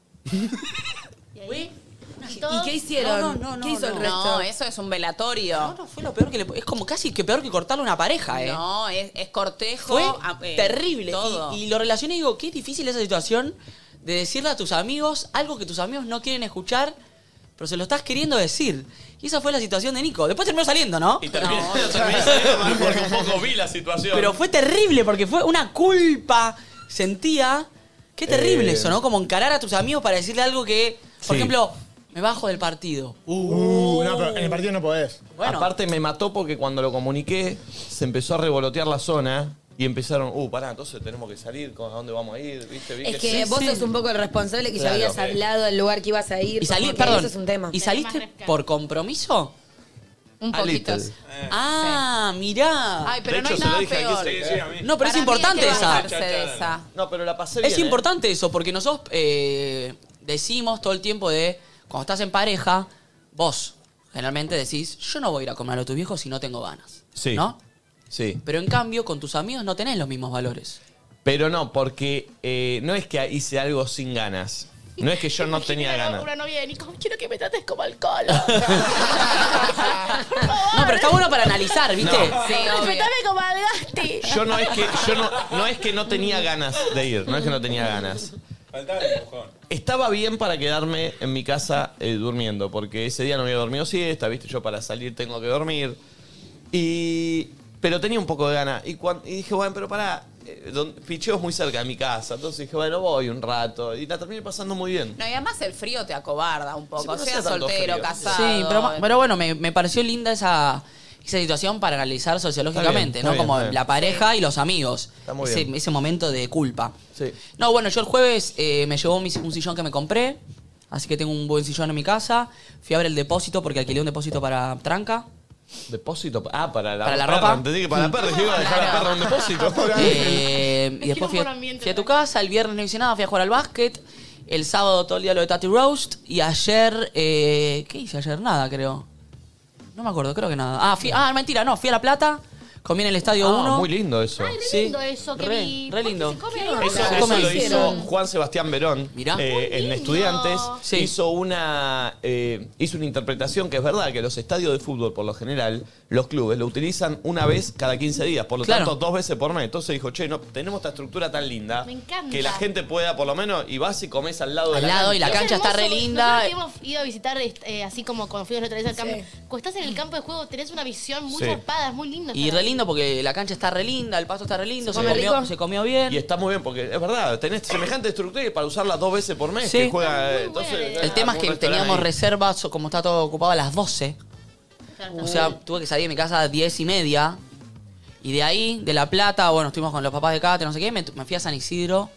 [SPEAKER 3] Fue una-
[SPEAKER 2] ¿Y qué hicieron?
[SPEAKER 3] No, no, no,
[SPEAKER 2] ¿Qué hizo el
[SPEAKER 3] no.
[SPEAKER 2] resto?
[SPEAKER 17] No, eso es un velatorio.
[SPEAKER 3] No, no, fue lo peor que le. Es como casi que peor que cortarle una pareja, ¿eh?
[SPEAKER 17] No, es, es cortejo.
[SPEAKER 3] Fue
[SPEAKER 17] ah, eh,
[SPEAKER 3] terrible.
[SPEAKER 17] Todo.
[SPEAKER 3] Y, y lo relacioné y digo, qué difícil esa situación de decirle a tus amigos algo que tus amigos no quieren escuchar, pero se lo estás queriendo decir. Y esa fue la situación de Nico. Después terminó saliendo, ¿no?
[SPEAKER 1] Y terminé, terminé saliendo mal porque un poco vi la situación.
[SPEAKER 3] Pero fue terrible porque fue una culpa. Sentía. Qué terrible
[SPEAKER 1] Eh.
[SPEAKER 3] eso, ¿no? Como encarar a tus amigos para decirle algo que, por
[SPEAKER 1] Sí.
[SPEAKER 3] ejemplo, me bajo del partido.
[SPEAKER 5] Uh, no, pero en el partido no podés.
[SPEAKER 1] Aparte me mató porque cuando lo comuniqué se empezó a revolotear la zona y empezaron, uh, pará, entonces tenemos que salir, ¿con- ¿a dónde vamos a ir? ¿Viste? Vi
[SPEAKER 2] Es que vos sos un poco el responsable que ya
[SPEAKER 1] Claro.
[SPEAKER 2] habías hablado del lugar que ibas a ir.
[SPEAKER 3] Y salí,
[SPEAKER 2] porque
[SPEAKER 3] perdón,
[SPEAKER 2] Eso es un tema.
[SPEAKER 3] ¿Y saliste por compromiso?
[SPEAKER 17] Un
[SPEAKER 1] A poquito. little.
[SPEAKER 3] Ah, mirá.
[SPEAKER 17] Ay, pero De no hecho, hay se lo nada dije aquí, peor. se- Sí, sí, a eh. mí.
[SPEAKER 3] No, pero
[SPEAKER 17] Para
[SPEAKER 3] es
[SPEAKER 17] mí
[SPEAKER 3] importante
[SPEAKER 17] hay que
[SPEAKER 3] esa.
[SPEAKER 17] bajarse de esa.
[SPEAKER 1] No, pero la pasé bien.
[SPEAKER 3] Es
[SPEAKER 1] ¿eh?
[SPEAKER 3] importante eso, porque nosotros eh, decimos todo el tiempo de, cuando estás en pareja, vos generalmente decís, yo no voy a ir a comer a tus viejos si no tengo ganas.
[SPEAKER 1] Sí.
[SPEAKER 3] ¿No?
[SPEAKER 1] Sí.
[SPEAKER 3] Pero en cambio, con tus amigos no tenés los mismos valores.
[SPEAKER 1] Pero no, porque eh, no es que hice algo sin ganas. No es que yo no tenía ganas.
[SPEAKER 6] Una novia de Nico, quiero que me trates como al colo.
[SPEAKER 3] No, pero está bueno para analizar, ¿viste?
[SPEAKER 1] No.
[SPEAKER 6] Sí, Respetame como al Gasti.
[SPEAKER 1] Yo no es que yo no, no es que no tenía ganas de ir, no es que no tenía ganas.
[SPEAKER 14] Faltaba el empujón.
[SPEAKER 1] Estaba bien para quedarme en mi casa eh, durmiendo, porque ese día no había dormido siesta, viste, yo para salir tengo que dormir. Y. Pero tenía un poco de ganas. Y, cuan- y dije, bueno, pero pará, eh, don- Picheo es muy cerca de mi casa. Entonces dije, bueno, voy un rato. Y la terminé pasando muy bien.
[SPEAKER 17] No, y además el frío te acobarda un
[SPEAKER 1] Sí, pero
[SPEAKER 17] poco.
[SPEAKER 1] no
[SPEAKER 17] Seas
[SPEAKER 1] sea tanto
[SPEAKER 17] soltero,
[SPEAKER 1] frío.
[SPEAKER 17] casado.
[SPEAKER 3] Sí, pero, ma-
[SPEAKER 4] eh,
[SPEAKER 3] pero bueno, me, me pareció linda esa, esa situación para analizar sociológicamente,
[SPEAKER 1] Está bien, está
[SPEAKER 3] ¿no?
[SPEAKER 1] bien,
[SPEAKER 3] Como
[SPEAKER 1] está bien.
[SPEAKER 3] la pareja y los amigos.
[SPEAKER 1] muy
[SPEAKER 3] ese,
[SPEAKER 1] bien.
[SPEAKER 3] ese momento de culpa.
[SPEAKER 1] Sí.
[SPEAKER 3] No, bueno, yo el jueves eh, me llevó mi- un sillón que me compré, así que tengo un buen sillón en mi casa. Fui a ver el depósito porque alquilé un depósito para Tranca.
[SPEAKER 1] Depósito. Ah, para la,
[SPEAKER 3] ¿Para la
[SPEAKER 1] perra,
[SPEAKER 3] ropa? [laughs]
[SPEAKER 1] Entendí que para la perra. Dije, iba a dejar a la perra en un depósito.
[SPEAKER 3] Eh, Eh, y después fui, a-
[SPEAKER 6] buen ambiente
[SPEAKER 3] fui a tu casa, el viernes no hice nada, fui a jugar al básquet. El sábado todo el día lo de Tati Roast. Y ayer. eh, ¿Qué hice ayer? Nada, creo. No me acuerdo, creo que nada. Ah, fui- ah, mentira, no, fui a La Plata. Comí en el Estadio 1.
[SPEAKER 1] Ah, muy lindo eso.
[SPEAKER 3] Sí.
[SPEAKER 6] lindo eso que
[SPEAKER 3] Re,
[SPEAKER 6] vi.
[SPEAKER 3] re lindo.
[SPEAKER 6] ¿Por qué se come ahí?
[SPEAKER 1] Eso,
[SPEAKER 3] Ah,
[SPEAKER 1] eso
[SPEAKER 3] ¿cómo
[SPEAKER 1] lo hizo
[SPEAKER 3] hicieron?
[SPEAKER 1] Juan Sebastián Verón eh, en Estudiantes. Hizo una eh, hizo una interpretación que es verdad que los estadios de fútbol, por lo general, los clubes lo utilizan una vez cada 15 días, por lo
[SPEAKER 3] Claro.
[SPEAKER 1] tanto, dos veces por mes. Entonces dijo, che, no, tenemos esta estructura tan linda
[SPEAKER 6] Me encanta.
[SPEAKER 1] que la gente pueda, por lo menos, y vas y comes al lado de
[SPEAKER 3] Al
[SPEAKER 1] la
[SPEAKER 3] lado, y la
[SPEAKER 1] cancha.
[SPEAKER 3] cancha está re
[SPEAKER 6] Hermoso,
[SPEAKER 3] linda.
[SPEAKER 6] nosotros que hemos ido a visitar, este, eh, así como cuando fuimos la otra vez al campo. Cuando estás en el campo de juego, tenés una visión muy
[SPEAKER 1] Sí.
[SPEAKER 6] zarpada, es muy lindo.
[SPEAKER 3] Y re lindo porque la cancha está re linda, el pasto está re lindo, se,
[SPEAKER 1] come
[SPEAKER 3] comió,
[SPEAKER 1] rico.
[SPEAKER 3] se comió bien.
[SPEAKER 1] Y está muy bien, porque es verdad, tenés semejante estructura y para usarla dos veces por mes.
[SPEAKER 3] Sí.
[SPEAKER 1] que juega, eh, entonces, Ah,
[SPEAKER 3] El tema es que
[SPEAKER 1] algún restaurante
[SPEAKER 3] teníamos
[SPEAKER 1] ahí.
[SPEAKER 3] reservas, o como está todo ocupado, a las 12. O sea, tuve que salir de mi casa a 10 y media. Y de ahí, de La Plata, bueno, estuvimos con los papás de Cate, no sé qué, me, me fui a San Isidro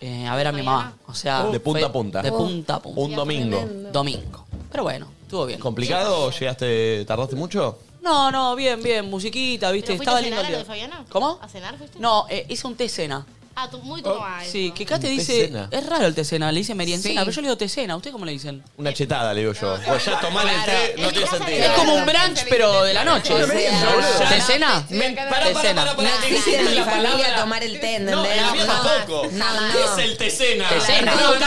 [SPEAKER 3] eh, a ver a mi mamá. O sea,
[SPEAKER 1] De punta
[SPEAKER 3] fue
[SPEAKER 1] a punta.
[SPEAKER 3] De punta a punta.
[SPEAKER 1] Un domingo.
[SPEAKER 3] Domingo. Pero bueno, estuvo bien.
[SPEAKER 1] ¿Complicado? ¿Llegaste, tardaste mucho?
[SPEAKER 3] No, no, bien, bien, musiquita, viste,
[SPEAKER 6] ¿Pero fuiste
[SPEAKER 3] estaba
[SPEAKER 6] a cenar
[SPEAKER 3] lindo.
[SPEAKER 6] a
[SPEAKER 3] el
[SPEAKER 6] lo de
[SPEAKER 3] día.
[SPEAKER 6] Fabiana?
[SPEAKER 3] ¿Cómo?
[SPEAKER 6] ¿A cenar fuiste?
[SPEAKER 3] No, eh, hice un té cena.
[SPEAKER 6] Ah, tú- muy
[SPEAKER 1] Oh,
[SPEAKER 6] tomada. eso.
[SPEAKER 3] Sí, que Cate
[SPEAKER 1] Un té
[SPEAKER 3] dice,
[SPEAKER 1] cena.
[SPEAKER 3] es raro el té cena, le dice meriencena,
[SPEAKER 6] Sí.
[SPEAKER 3] pero yo le digo té cena, ¿usted cómo le dicen?
[SPEAKER 1] Una chetada, le digo yo. Pues ya tomar el té no tiene sentido.
[SPEAKER 3] Es como un brunch, pero de la noche.
[SPEAKER 1] Una merienda, boludo.
[SPEAKER 3] ¿Te cena?
[SPEAKER 1] Men- pará,
[SPEAKER 3] Te
[SPEAKER 1] pará,
[SPEAKER 3] cena.
[SPEAKER 1] pará, pará.
[SPEAKER 2] No existe en mi familia tomar el té, ¿entendés?
[SPEAKER 1] No, en la mía tampoco.
[SPEAKER 2] No, no.
[SPEAKER 1] ¿Qué es el tecena?
[SPEAKER 2] Tecena.
[SPEAKER 1] No, no, no, no, no,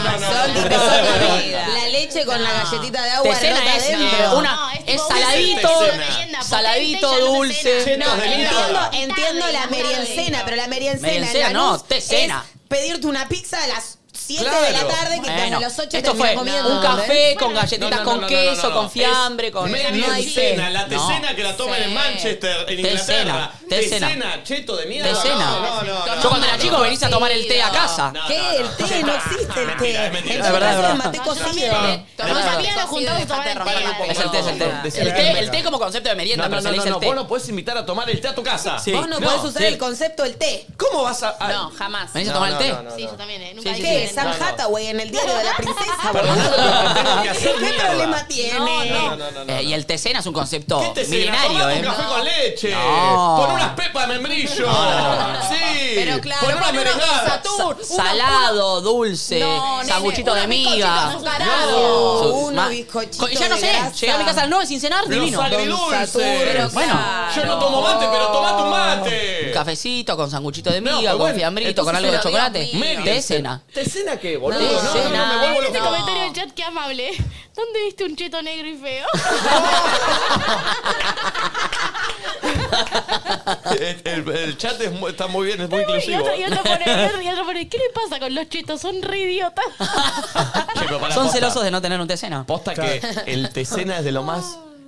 [SPEAKER 1] no, no.
[SPEAKER 2] Son tipo, son tipo, La leche con la galletita de agua
[SPEAKER 3] Tecena
[SPEAKER 2] rota
[SPEAKER 3] es
[SPEAKER 2] adentro.
[SPEAKER 3] una-
[SPEAKER 2] No,
[SPEAKER 3] es
[SPEAKER 2] tipo una
[SPEAKER 3] saladito, Tecena.
[SPEAKER 2] merienda,
[SPEAKER 3] saladito,
[SPEAKER 2] potente, ya no
[SPEAKER 3] dulce.
[SPEAKER 2] tecena.
[SPEAKER 3] Llenos
[SPEAKER 2] No,
[SPEAKER 3] de litros.
[SPEAKER 2] entiendo, entiendo la meriencena, pero la meriencena, en
[SPEAKER 3] Meriencena no,
[SPEAKER 2] Lanús
[SPEAKER 3] tecena.
[SPEAKER 2] es pedirte una pizza a las 7 de la
[SPEAKER 3] Claro.
[SPEAKER 2] tarde que
[SPEAKER 3] Bueno,
[SPEAKER 2] a las 8
[SPEAKER 3] esto fue un café con galletitas con queso, con fiambre, con
[SPEAKER 1] Meriencena, la tecena
[SPEAKER 3] No.
[SPEAKER 1] que la toman en Manchester, en Inglaterra.
[SPEAKER 3] Tecena, tecena.
[SPEAKER 1] cheto de mierda.
[SPEAKER 3] Tecena.
[SPEAKER 1] No, no, no, no,
[SPEAKER 3] Yo cuando era
[SPEAKER 1] no,
[SPEAKER 3] chico
[SPEAKER 1] no.
[SPEAKER 3] venís a tomar el té a casa.
[SPEAKER 1] No,
[SPEAKER 2] ¿Qué? El té no existe el té.
[SPEAKER 1] es mentira.
[SPEAKER 2] En
[SPEAKER 1] Es
[SPEAKER 2] su
[SPEAKER 1] verdad, es
[SPEAKER 2] casa el
[SPEAKER 1] verdad.
[SPEAKER 2] mate cocido.
[SPEAKER 6] Nos habíamos juntado a tomar el té.
[SPEAKER 3] Es el té, es el té.
[SPEAKER 1] Ah, Es
[SPEAKER 3] El
[SPEAKER 1] el
[SPEAKER 3] té,
[SPEAKER 1] té.
[SPEAKER 3] el té como concepto de merienda,
[SPEAKER 1] No, no,
[SPEAKER 3] pero se
[SPEAKER 1] no,
[SPEAKER 3] le
[SPEAKER 1] no,
[SPEAKER 3] dice el
[SPEAKER 1] no,
[SPEAKER 3] té.
[SPEAKER 1] vos no podés invitar a tomar el té a tu casa.
[SPEAKER 3] Sí.
[SPEAKER 2] Vos no, podés usar
[SPEAKER 1] sí.
[SPEAKER 2] el concepto del té.
[SPEAKER 1] ¿Cómo vas a...? a-
[SPEAKER 4] No, jamás.
[SPEAKER 1] ¿Venís a tomar el té?
[SPEAKER 6] Sí, yo también, ¿eh? Nunca
[SPEAKER 2] ¿Qué?
[SPEAKER 1] Sí,
[SPEAKER 6] dije
[SPEAKER 1] sí,
[SPEAKER 2] Sam
[SPEAKER 1] no, no.
[SPEAKER 2] Hathaway en el diario de
[SPEAKER 3] [laughs]
[SPEAKER 2] la princesa.
[SPEAKER 1] Perdón, pero tengo que hacer
[SPEAKER 2] ¿Qué
[SPEAKER 1] mierda.
[SPEAKER 2] problema tiene?
[SPEAKER 1] No, no, no, no.
[SPEAKER 3] Eh, y el tecena es un concepto
[SPEAKER 1] Este se
[SPEAKER 3] milenario,
[SPEAKER 1] tomate
[SPEAKER 3] ¿eh?
[SPEAKER 1] un café con leche.
[SPEAKER 3] No.
[SPEAKER 1] Con unas pepas de membrillo. Sí.
[SPEAKER 3] Pero claro,
[SPEAKER 1] con unas
[SPEAKER 3] pon unos
[SPEAKER 1] merengadas.
[SPEAKER 3] Sa- Salado, dulce,
[SPEAKER 2] No, nene,
[SPEAKER 3] sanguchito de
[SPEAKER 2] unos
[SPEAKER 3] miga.
[SPEAKER 2] bizcochitos azucarados.
[SPEAKER 3] Su-
[SPEAKER 2] Unos
[SPEAKER 3] ma-
[SPEAKER 2] bizcochitos
[SPEAKER 3] Y ya no
[SPEAKER 2] de
[SPEAKER 3] sé,
[SPEAKER 2] grasa.
[SPEAKER 3] llegué a mi casa a las 9 sin cenar,
[SPEAKER 1] Los
[SPEAKER 3] divino.
[SPEAKER 1] agridulces. Pero
[SPEAKER 3] Bueno,
[SPEAKER 1] Yo no tomo mate, pero tomate un mate.
[SPEAKER 3] un cafecito con sanguchito de miga,
[SPEAKER 1] pero
[SPEAKER 3] con
[SPEAKER 1] bueno,
[SPEAKER 3] fiambrito, con
[SPEAKER 1] entonces
[SPEAKER 3] algo de
[SPEAKER 1] era
[SPEAKER 3] chocolate.
[SPEAKER 1] Dios mío.
[SPEAKER 3] Tecena.
[SPEAKER 1] ¿Tecena qué, boludo?
[SPEAKER 3] No,
[SPEAKER 1] No, no, no,
[SPEAKER 3] tecena.
[SPEAKER 1] me vuelvo
[SPEAKER 6] Este
[SPEAKER 1] loco.
[SPEAKER 6] comentario del chat, qué amable. ¿Dónde viste un cheto negro y feo? [laughs]
[SPEAKER 1] El, [laughs] el- el chat es mu- está muy bien, es muy
[SPEAKER 6] Y
[SPEAKER 1] inclusivo.
[SPEAKER 6] otro, y otro pone, y otro- y otro pone, ¿qué le pasa con los chetos? Son re idiotas.
[SPEAKER 1] [laughs] Che, pero pará,
[SPEAKER 3] Son
[SPEAKER 1] posta.
[SPEAKER 3] celosos de no tener un tecena.
[SPEAKER 1] Posta que el tecena es de lo más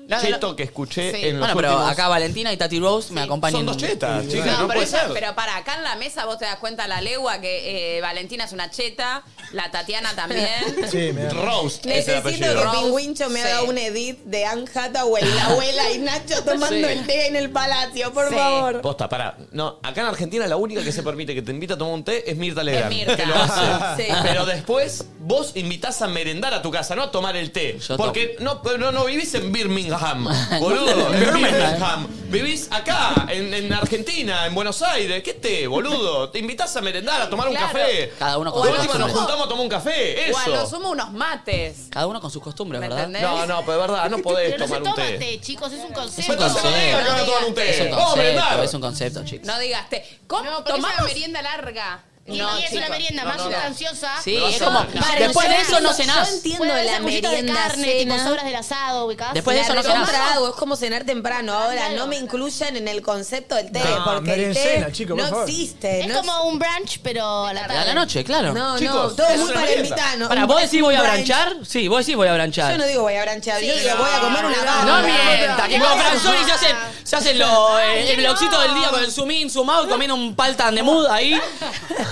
[SPEAKER 3] no.
[SPEAKER 1] cheto que escuché
[SPEAKER 4] Sí.
[SPEAKER 1] en los
[SPEAKER 3] Bueno, pero
[SPEAKER 1] últimos-
[SPEAKER 3] acá Valentina y Tati Rose me acompañan.
[SPEAKER 1] Son dos chetas, chicas,
[SPEAKER 4] No,
[SPEAKER 1] no,
[SPEAKER 4] pero,
[SPEAKER 1] puede
[SPEAKER 4] ella-
[SPEAKER 1] ser.
[SPEAKER 4] pero para acá en la mesa vos te das cuenta a la legua que eh, Valentina es una cheta, la Tatiana
[SPEAKER 1] [laughs]
[SPEAKER 4] también.
[SPEAKER 5] Sí, me da-
[SPEAKER 1] Roast es el
[SPEAKER 2] Necesito
[SPEAKER 1] apellido.
[SPEAKER 2] que Pingüincho me haga un edit de Anne Hathaway, la abuela y Nacho tomando
[SPEAKER 1] Sí.
[SPEAKER 2] el té en el palacio, por
[SPEAKER 4] Sí.
[SPEAKER 2] favor.
[SPEAKER 1] Posta, pará. No, acá en Argentina la única que se permite que te invita a tomar un té es Mirta Legrand.
[SPEAKER 4] Mirta.
[SPEAKER 1] Que lo hace.
[SPEAKER 4] Sí.
[SPEAKER 1] Pero después vos invitás a merendar a tu casa, no a tomar el té.
[SPEAKER 3] Yo
[SPEAKER 1] porque no, no, no vivís en Birmingham,
[SPEAKER 3] [laughs] No,
[SPEAKER 1] boludo.
[SPEAKER 3] no,
[SPEAKER 1] en
[SPEAKER 3] no, no.
[SPEAKER 1] Birmingham. Vivís acá, en, en Argentina, en Buenos Aires. ¿Qué té, boludo? Te invitás a merendar, a tomar un
[SPEAKER 4] Claro.
[SPEAKER 1] café.
[SPEAKER 3] Cada uno con
[SPEAKER 1] De
[SPEAKER 3] sus
[SPEAKER 1] última nos
[SPEAKER 3] costumbres.
[SPEAKER 1] juntamos a tomar un café.
[SPEAKER 4] O a lo
[SPEAKER 1] Eso.
[SPEAKER 4] sumo unos mates.
[SPEAKER 3] Cada uno con sus costumbres,
[SPEAKER 4] ¿Me
[SPEAKER 3] ¿verdad?
[SPEAKER 4] entendés?
[SPEAKER 1] No, no, pero de
[SPEAKER 3] [laughs]
[SPEAKER 1] verdad, no podés
[SPEAKER 6] Pero no se
[SPEAKER 1] tomar un
[SPEAKER 6] toma
[SPEAKER 1] té.
[SPEAKER 6] té, chicos, es un
[SPEAKER 3] Es
[SPEAKER 6] concepto.
[SPEAKER 3] un concepto.
[SPEAKER 1] digas que van a tomar un té.
[SPEAKER 3] Es un
[SPEAKER 1] Vamos a merendar.
[SPEAKER 3] concepto, es un concepto, chicos.
[SPEAKER 4] No digas té. ¿Cómo
[SPEAKER 15] No, porque es
[SPEAKER 4] tomamos?
[SPEAKER 15] una merienda larga.
[SPEAKER 6] Y
[SPEAKER 4] No,
[SPEAKER 6] y es una
[SPEAKER 4] chicos.
[SPEAKER 6] merienda
[SPEAKER 4] No,
[SPEAKER 6] más
[SPEAKER 4] no, no.
[SPEAKER 6] sustanciosa.
[SPEAKER 3] Sí,
[SPEAKER 1] vas
[SPEAKER 3] es
[SPEAKER 1] a
[SPEAKER 3] como.
[SPEAKER 1] cenar.
[SPEAKER 2] Para,
[SPEAKER 3] Después
[SPEAKER 2] yo
[SPEAKER 3] de eso no
[SPEAKER 2] Yo
[SPEAKER 3] cenás.
[SPEAKER 2] entiendo
[SPEAKER 6] Puede haber
[SPEAKER 2] la
[SPEAKER 6] sanguchito de
[SPEAKER 2] merienda
[SPEAKER 6] carne, tipo sobras del asado, ubicás.
[SPEAKER 3] Después de eso no
[SPEAKER 2] la
[SPEAKER 3] cenás.
[SPEAKER 2] recontra hago, es como cenar temprano. Ahora no me incluyan en el concepto del té,
[SPEAKER 5] No,
[SPEAKER 2] porque el
[SPEAKER 5] merencena,
[SPEAKER 2] té
[SPEAKER 5] chico, por
[SPEAKER 2] no
[SPEAKER 5] favor.
[SPEAKER 2] existe.
[SPEAKER 6] Es
[SPEAKER 2] no
[SPEAKER 6] como un brunch, pero a la
[SPEAKER 3] A
[SPEAKER 6] tarde.
[SPEAKER 3] la noche, claro.
[SPEAKER 2] No, no,
[SPEAKER 1] Chicos,
[SPEAKER 2] todo
[SPEAKER 1] es
[SPEAKER 2] muy
[SPEAKER 1] una
[SPEAKER 2] para
[SPEAKER 1] merienda.
[SPEAKER 2] invitano.
[SPEAKER 3] Para, ¿vos decís voy a
[SPEAKER 2] Brunch.
[SPEAKER 3] branchar? Sí, vos decís voy a branchar.
[SPEAKER 2] Yo no digo voy a branchar, yo
[SPEAKER 6] Sí.
[SPEAKER 2] digo voy a comer una
[SPEAKER 5] No,
[SPEAKER 2] gamba.
[SPEAKER 3] No mienta, que con Franzoni se hacen, [laughs] se hacen lo- eh, el, el blogcito del día con el zoom in, zoom out, comiendo un paltan de mood ahí.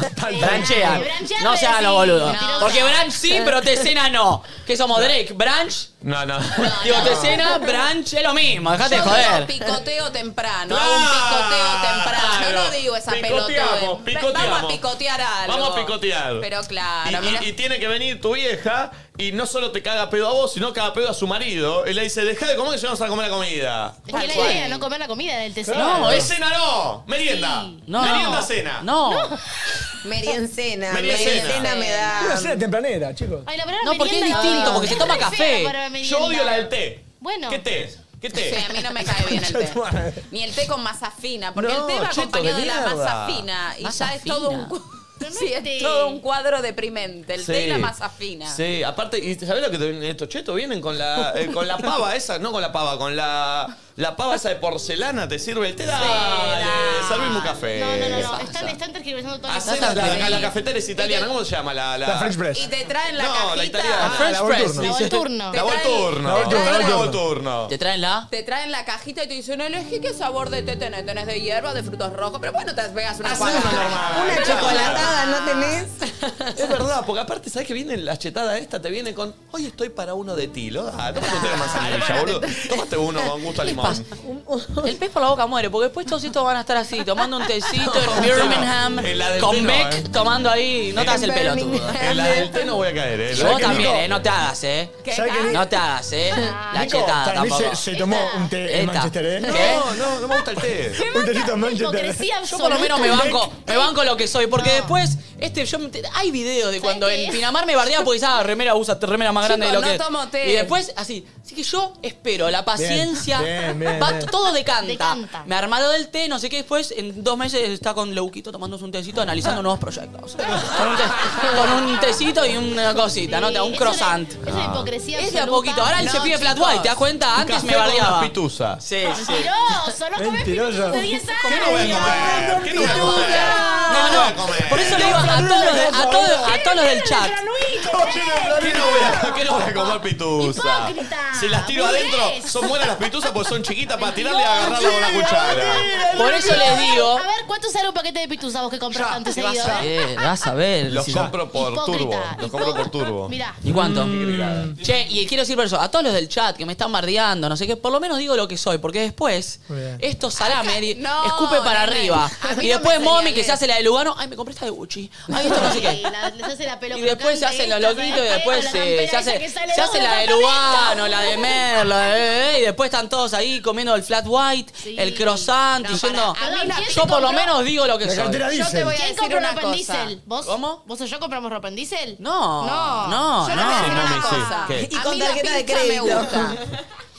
[SPEAKER 3] Branchean.
[SPEAKER 6] Branchear
[SPEAKER 3] No sean los
[SPEAKER 6] sí,
[SPEAKER 3] boludos.
[SPEAKER 6] mentirosa.
[SPEAKER 3] Porque brunch sí, pero te cena no. ¿Qué somos, Drake? ¿Brunch?
[SPEAKER 1] No, no.
[SPEAKER 3] Digo, te cena, brunch, es lo mismo, dejate de
[SPEAKER 4] Yo
[SPEAKER 3] joder.
[SPEAKER 4] digo picoteo temprano, hago un picoteo temprano. No lo digo esa pelota.
[SPEAKER 1] Picoteamos, picoteamos.
[SPEAKER 4] Vamos a picotear algo.
[SPEAKER 1] Vamos a picotear.
[SPEAKER 4] Pero
[SPEAKER 1] Y,
[SPEAKER 4] claro,
[SPEAKER 1] y-
[SPEAKER 4] mira.
[SPEAKER 1] y tiene que venir tu vieja y no solo te caga pedo a vos, sino caga pedo a su marido. Y le dice, deja de comer que ya vamos a comer la comida.
[SPEAKER 6] Es que la idea era no comer la comida del tesoro.
[SPEAKER 1] No, es cena no. Merienda.
[SPEAKER 3] No.
[SPEAKER 1] Merienda cena.
[SPEAKER 3] No.
[SPEAKER 1] Meriencena.
[SPEAKER 2] Meriencena. Meriencena me
[SPEAKER 5] Una
[SPEAKER 2] da.
[SPEAKER 5] cena tempranera, chicos.
[SPEAKER 6] Ay, la palabra
[SPEAKER 3] No, porque es
[SPEAKER 6] merienda la
[SPEAKER 3] distinto,
[SPEAKER 6] odio.
[SPEAKER 3] porque se
[SPEAKER 6] Es
[SPEAKER 3] toma
[SPEAKER 6] re fea
[SPEAKER 3] café.
[SPEAKER 6] para la merienda.
[SPEAKER 1] Yo odio la del té.
[SPEAKER 6] Bueno.
[SPEAKER 1] ¿Qué té? es? ¿Qué té?
[SPEAKER 4] Sí, a mí no me cae
[SPEAKER 1] [laughs]
[SPEAKER 4] bien el té. Ni el té con masa fina, porque
[SPEAKER 1] No,
[SPEAKER 4] el té va
[SPEAKER 1] cheto,
[SPEAKER 4] acompañado
[SPEAKER 1] de
[SPEAKER 4] de, la masa
[SPEAKER 1] mierda.
[SPEAKER 4] fina. Y
[SPEAKER 1] Masa
[SPEAKER 4] ya es todo
[SPEAKER 1] fina.
[SPEAKER 4] un, cu- [laughs] sí, es todo un cuadro deprimente. El té y la masa fina.
[SPEAKER 1] Sí, aparte, ¿y sabés lo que te vienen estos chetos? Vienen con la, eh, con la pava esa, no con la pava, con la, la pava esa de porcelana, te sirve el té. Dale, servimos un café.
[SPEAKER 6] No, no, no, no. Están, están tergiversando toda la
[SPEAKER 1] Hacemos
[SPEAKER 6] historia.
[SPEAKER 1] la, la- la cafetera es italiana, ¿cómo se llama? La, la,
[SPEAKER 5] La French press.
[SPEAKER 4] Y te traen la
[SPEAKER 1] No,
[SPEAKER 4] cajita.
[SPEAKER 1] la italiana.
[SPEAKER 4] Ah,
[SPEAKER 1] La French press.
[SPEAKER 6] La Volturno.
[SPEAKER 5] La
[SPEAKER 1] La Volturno.
[SPEAKER 5] Volturno, la
[SPEAKER 1] La
[SPEAKER 5] Volturno.
[SPEAKER 1] Volturno.
[SPEAKER 3] ¿Te traen la?
[SPEAKER 4] Te traen la cajita y te dicen, elegí qué sabor de té tenés. Tenés de hierba, de frutos rojos. Pero bueno, te pegas una cuadrada.
[SPEAKER 2] Una chocolatada, ¿no tenés?
[SPEAKER 1] Es verdad, porque aparte, ¿sabes que viene la chetada esta? Te viene con, hoy estoy para uno de tilo. Ah, tómate usted de manzanilla, boludo. Tómate uno con gusto a limón.
[SPEAKER 3] El pez por la boca muere, porque después todos estos van a estar así, tomando un tecito en Birmingham,
[SPEAKER 1] En la del té
[SPEAKER 3] con
[SPEAKER 1] no,
[SPEAKER 3] Beck,
[SPEAKER 1] eh.
[SPEAKER 3] tomando ahí. No te hagas el pelotudo.
[SPEAKER 1] En la del té no voy a caer, ¿eh?
[SPEAKER 3] Y
[SPEAKER 1] La
[SPEAKER 3] vos
[SPEAKER 1] que
[SPEAKER 3] también,
[SPEAKER 1] Nico-
[SPEAKER 3] eh, no te hagas, eh.
[SPEAKER 4] ¿Qué tal?
[SPEAKER 3] No te hagas, eh. La
[SPEAKER 5] Nico,
[SPEAKER 3] chetada
[SPEAKER 5] para mí
[SPEAKER 3] tampoco.
[SPEAKER 5] Se, se tomó un té en
[SPEAKER 3] Esta.
[SPEAKER 5] Manchester, ¿eh?
[SPEAKER 3] ¿Qué?
[SPEAKER 1] No, no, no me gusta el té.
[SPEAKER 5] Un tecito en Manchester.
[SPEAKER 6] Hipocresía
[SPEAKER 3] Yo por lo menos me
[SPEAKER 6] absoluta.
[SPEAKER 3] banco, me banco lo que soy, porque después, este, yo me- hay videos de cuando
[SPEAKER 6] qué?
[SPEAKER 3] en Pinamar me bardeaba porque esa remera usa remera más grande
[SPEAKER 4] Chicos,
[SPEAKER 3] de lo
[SPEAKER 4] no
[SPEAKER 3] que.
[SPEAKER 4] tomo té.
[SPEAKER 3] Y después, así. Así que yo espero, la paciencia.
[SPEAKER 5] bien, bien,
[SPEAKER 3] va-
[SPEAKER 5] bien.
[SPEAKER 3] Todo decanta.
[SPEAKER 6] Decanta.
[SPEAKER 3] Me armado del té, no sé qué, después en dos meses está con Leuquito tomándose un tecito,
[SPEAKER 6] Ah.
[SPEAKER 3] analizando nuevos proyectos. Con un, te- con un tecito y una cosita, ¿no? Un
[SPEAKER 6] es
[SPEAKER 3] croissant.
[SPEAKER 6] una- Es una hipocresía
[SPEAKER 3] Es de a
[SPEAKER 6] absoluta.
[SPEAKER 3] poquito. Ahora él
[SPEAKER 6] No,
[SPEAKER 3] se pide flat
[SPEAKER 6] chicos.
[SPEAKER 3] white, ¿te das cuenta? Antes
[SPEAKER 1] Café
[SPEAKER 3] me
[SPEAKER 1] con unas
[SPEAKER 3] bardeaba.
[SPEAKER 1] pituzas.
[SPEAKER 3] Sí, sí.
[SPEAKER 6] Mentiroso, no comes
[SPEAKER 5] Mentiroso.
[SPEAKER 6] pitizo de 10 años.
[SPEAKER 1] ¿Qué no voy a comer? ¿Qué no voy a comer?
[SPEAKER 3] No,
[SPEAKER 1] voy a
[SPEAKER 3] no.
[SPEAKER 1] comer?
[SPEAKER 3] Por eso le digo a todos los- a todos a todos los del chat.
[SPEAKER 1] ¿Qué no voy a, [laughs] qué no voy a comer pitusa?
[SPEAKER 6] Hipócrita.
[SPEAKER 1] Si las tiro
[SPEAKER 6] Burgués.
[SPEAKER 1] adentro, son buenas las pituzas porque son chiquitas para tirarle y agarrarla con la cuchara.
[SPEAKER 3] Por eso les digo.
[SPEAKER 6] A ver, ¿cuánto sale un paquete de pituzas vos que compras tanto
[SPEAKER 3] Te vas
[SPEAKER 6] seguido?
[SPEAKER 3] a ver, vas a ver.
[SPEAKER 1] Los
[SPEAKER 3] si va.
[SPEAKER 1] compro por
[SPEAKER 6] Hipócrita,
[SPEAKER 1] turbo. Los compro por
[SPEAKER 6] hipócrita.
[SPEAKER 1] turbo.
[SPEAKER 6] Mirá.
[SPEAKER 3] ¿Y cuánto?
[SPEAKER 4] Mm.
[SPEAKER 3] Che, y quiero decir por eso, a todos los del chat que me están bardeando, no sé qué, por lo menos digo lo que soy, porque después
[SPEAKER 5] Muy bien.
[SPEAKER 3] esto salame di-
[SPEAKER 4] no,
[SPEAKER 3] escupe para
[SPEAKER 4] nene.
[SPEAKER 3] arriba.
[SPEAKER 4] A mí
[SPEAKER 3] Y
[SPEAKER 4] no
[SPEAKER 3] después
[SPEAKER 4] me
[SPEAKER 3] Momi que
[SPEAKER 4] señales.
[SPEAKER 3] se hace la de Lugano, ay, me compré esta de Gucci. Ay, esto no sé
[SPEAKER 6] Sí,
[SPEAKER 3] qué.
[SPEAKER 6] la- les hace la pelo
[SPEAKER 3] Y después se
[SPEAKER 6] crocante
[SPEAKER 3] hacen los
[SPEAKER 6] esta,
[SPEAKER 3] loquitos y
[SPEAKER 6] ¿sabes qué?
[SPEAKER 3] después
[SPEAKER 6] La
[SPEAKER 3] se,
[SPEAKER 6] campera
[SPEAKER 3] se hace,
[SPEAKER 6] esa que sale
[SPEAKER 3] se
[SPEAKER 6] de
[SPEAKER 3] hace
[SPEAKER 6] un
[SPEAKER 3] la de
[SPEAKER 6] departamento.
[SPEAKER 3] Lugano, la de Merlo, la de- eh, y después están todos ahí comiendo el flat white,
[SPEAKER 6] Sí.
[SPEAKER 3] el croissant,
[SPEAKER 4] No,
[SPEAKER 3] diciendo,
[SPEAKER 4] para.
[SPEAKER 6] Perdón, ¿quién
[SPEAKER 3] yo por lo
[SPEAKER 6] compró-
[SPEAKER 3] menos digo lo que
[SPEAKER 5] La
[SPEAKER 3] soy.
[SPEAKER 5] cartera
[SPEAKER 4] Yo te
[SPEAKER 5] dice.
[SPEAKER 4] voy a
[SPEAKER 6] ¿Quién
[SPEAKER 4] decir
[SPEAKER 6] compró
[SPEAKER 4] una
[SPEAKER 6] ropa en
[SPEAKER 4] cosa.
[SPEAKER 6] diésel? ¿Vos? ¿Vos o yo compramos ropa en diésel?
[SPEAKER 3] No, no,
[SPEAKER 4] Yo
[SPEAKER 3] no.
[SPEAKER 4] le voy a
[SPEAKER 1] no.
[SPEAKER 4] decir una
[SPEAKER 1] Sí, mami, sí.
[SPEAKER 4] cosa.
[SPEAKER 1] ¿Qué?
[SPEAKER 2] Y
[SPEAKER 4] A
[SPEAKER 2] con
[SPEAKER 4] mí la
[SPEAKER 2] tarjeta de
[SPEAKER 4] pilcha me
[SPEAKER 2] crédito. [laughs]
[SPEAKER 4] gusta.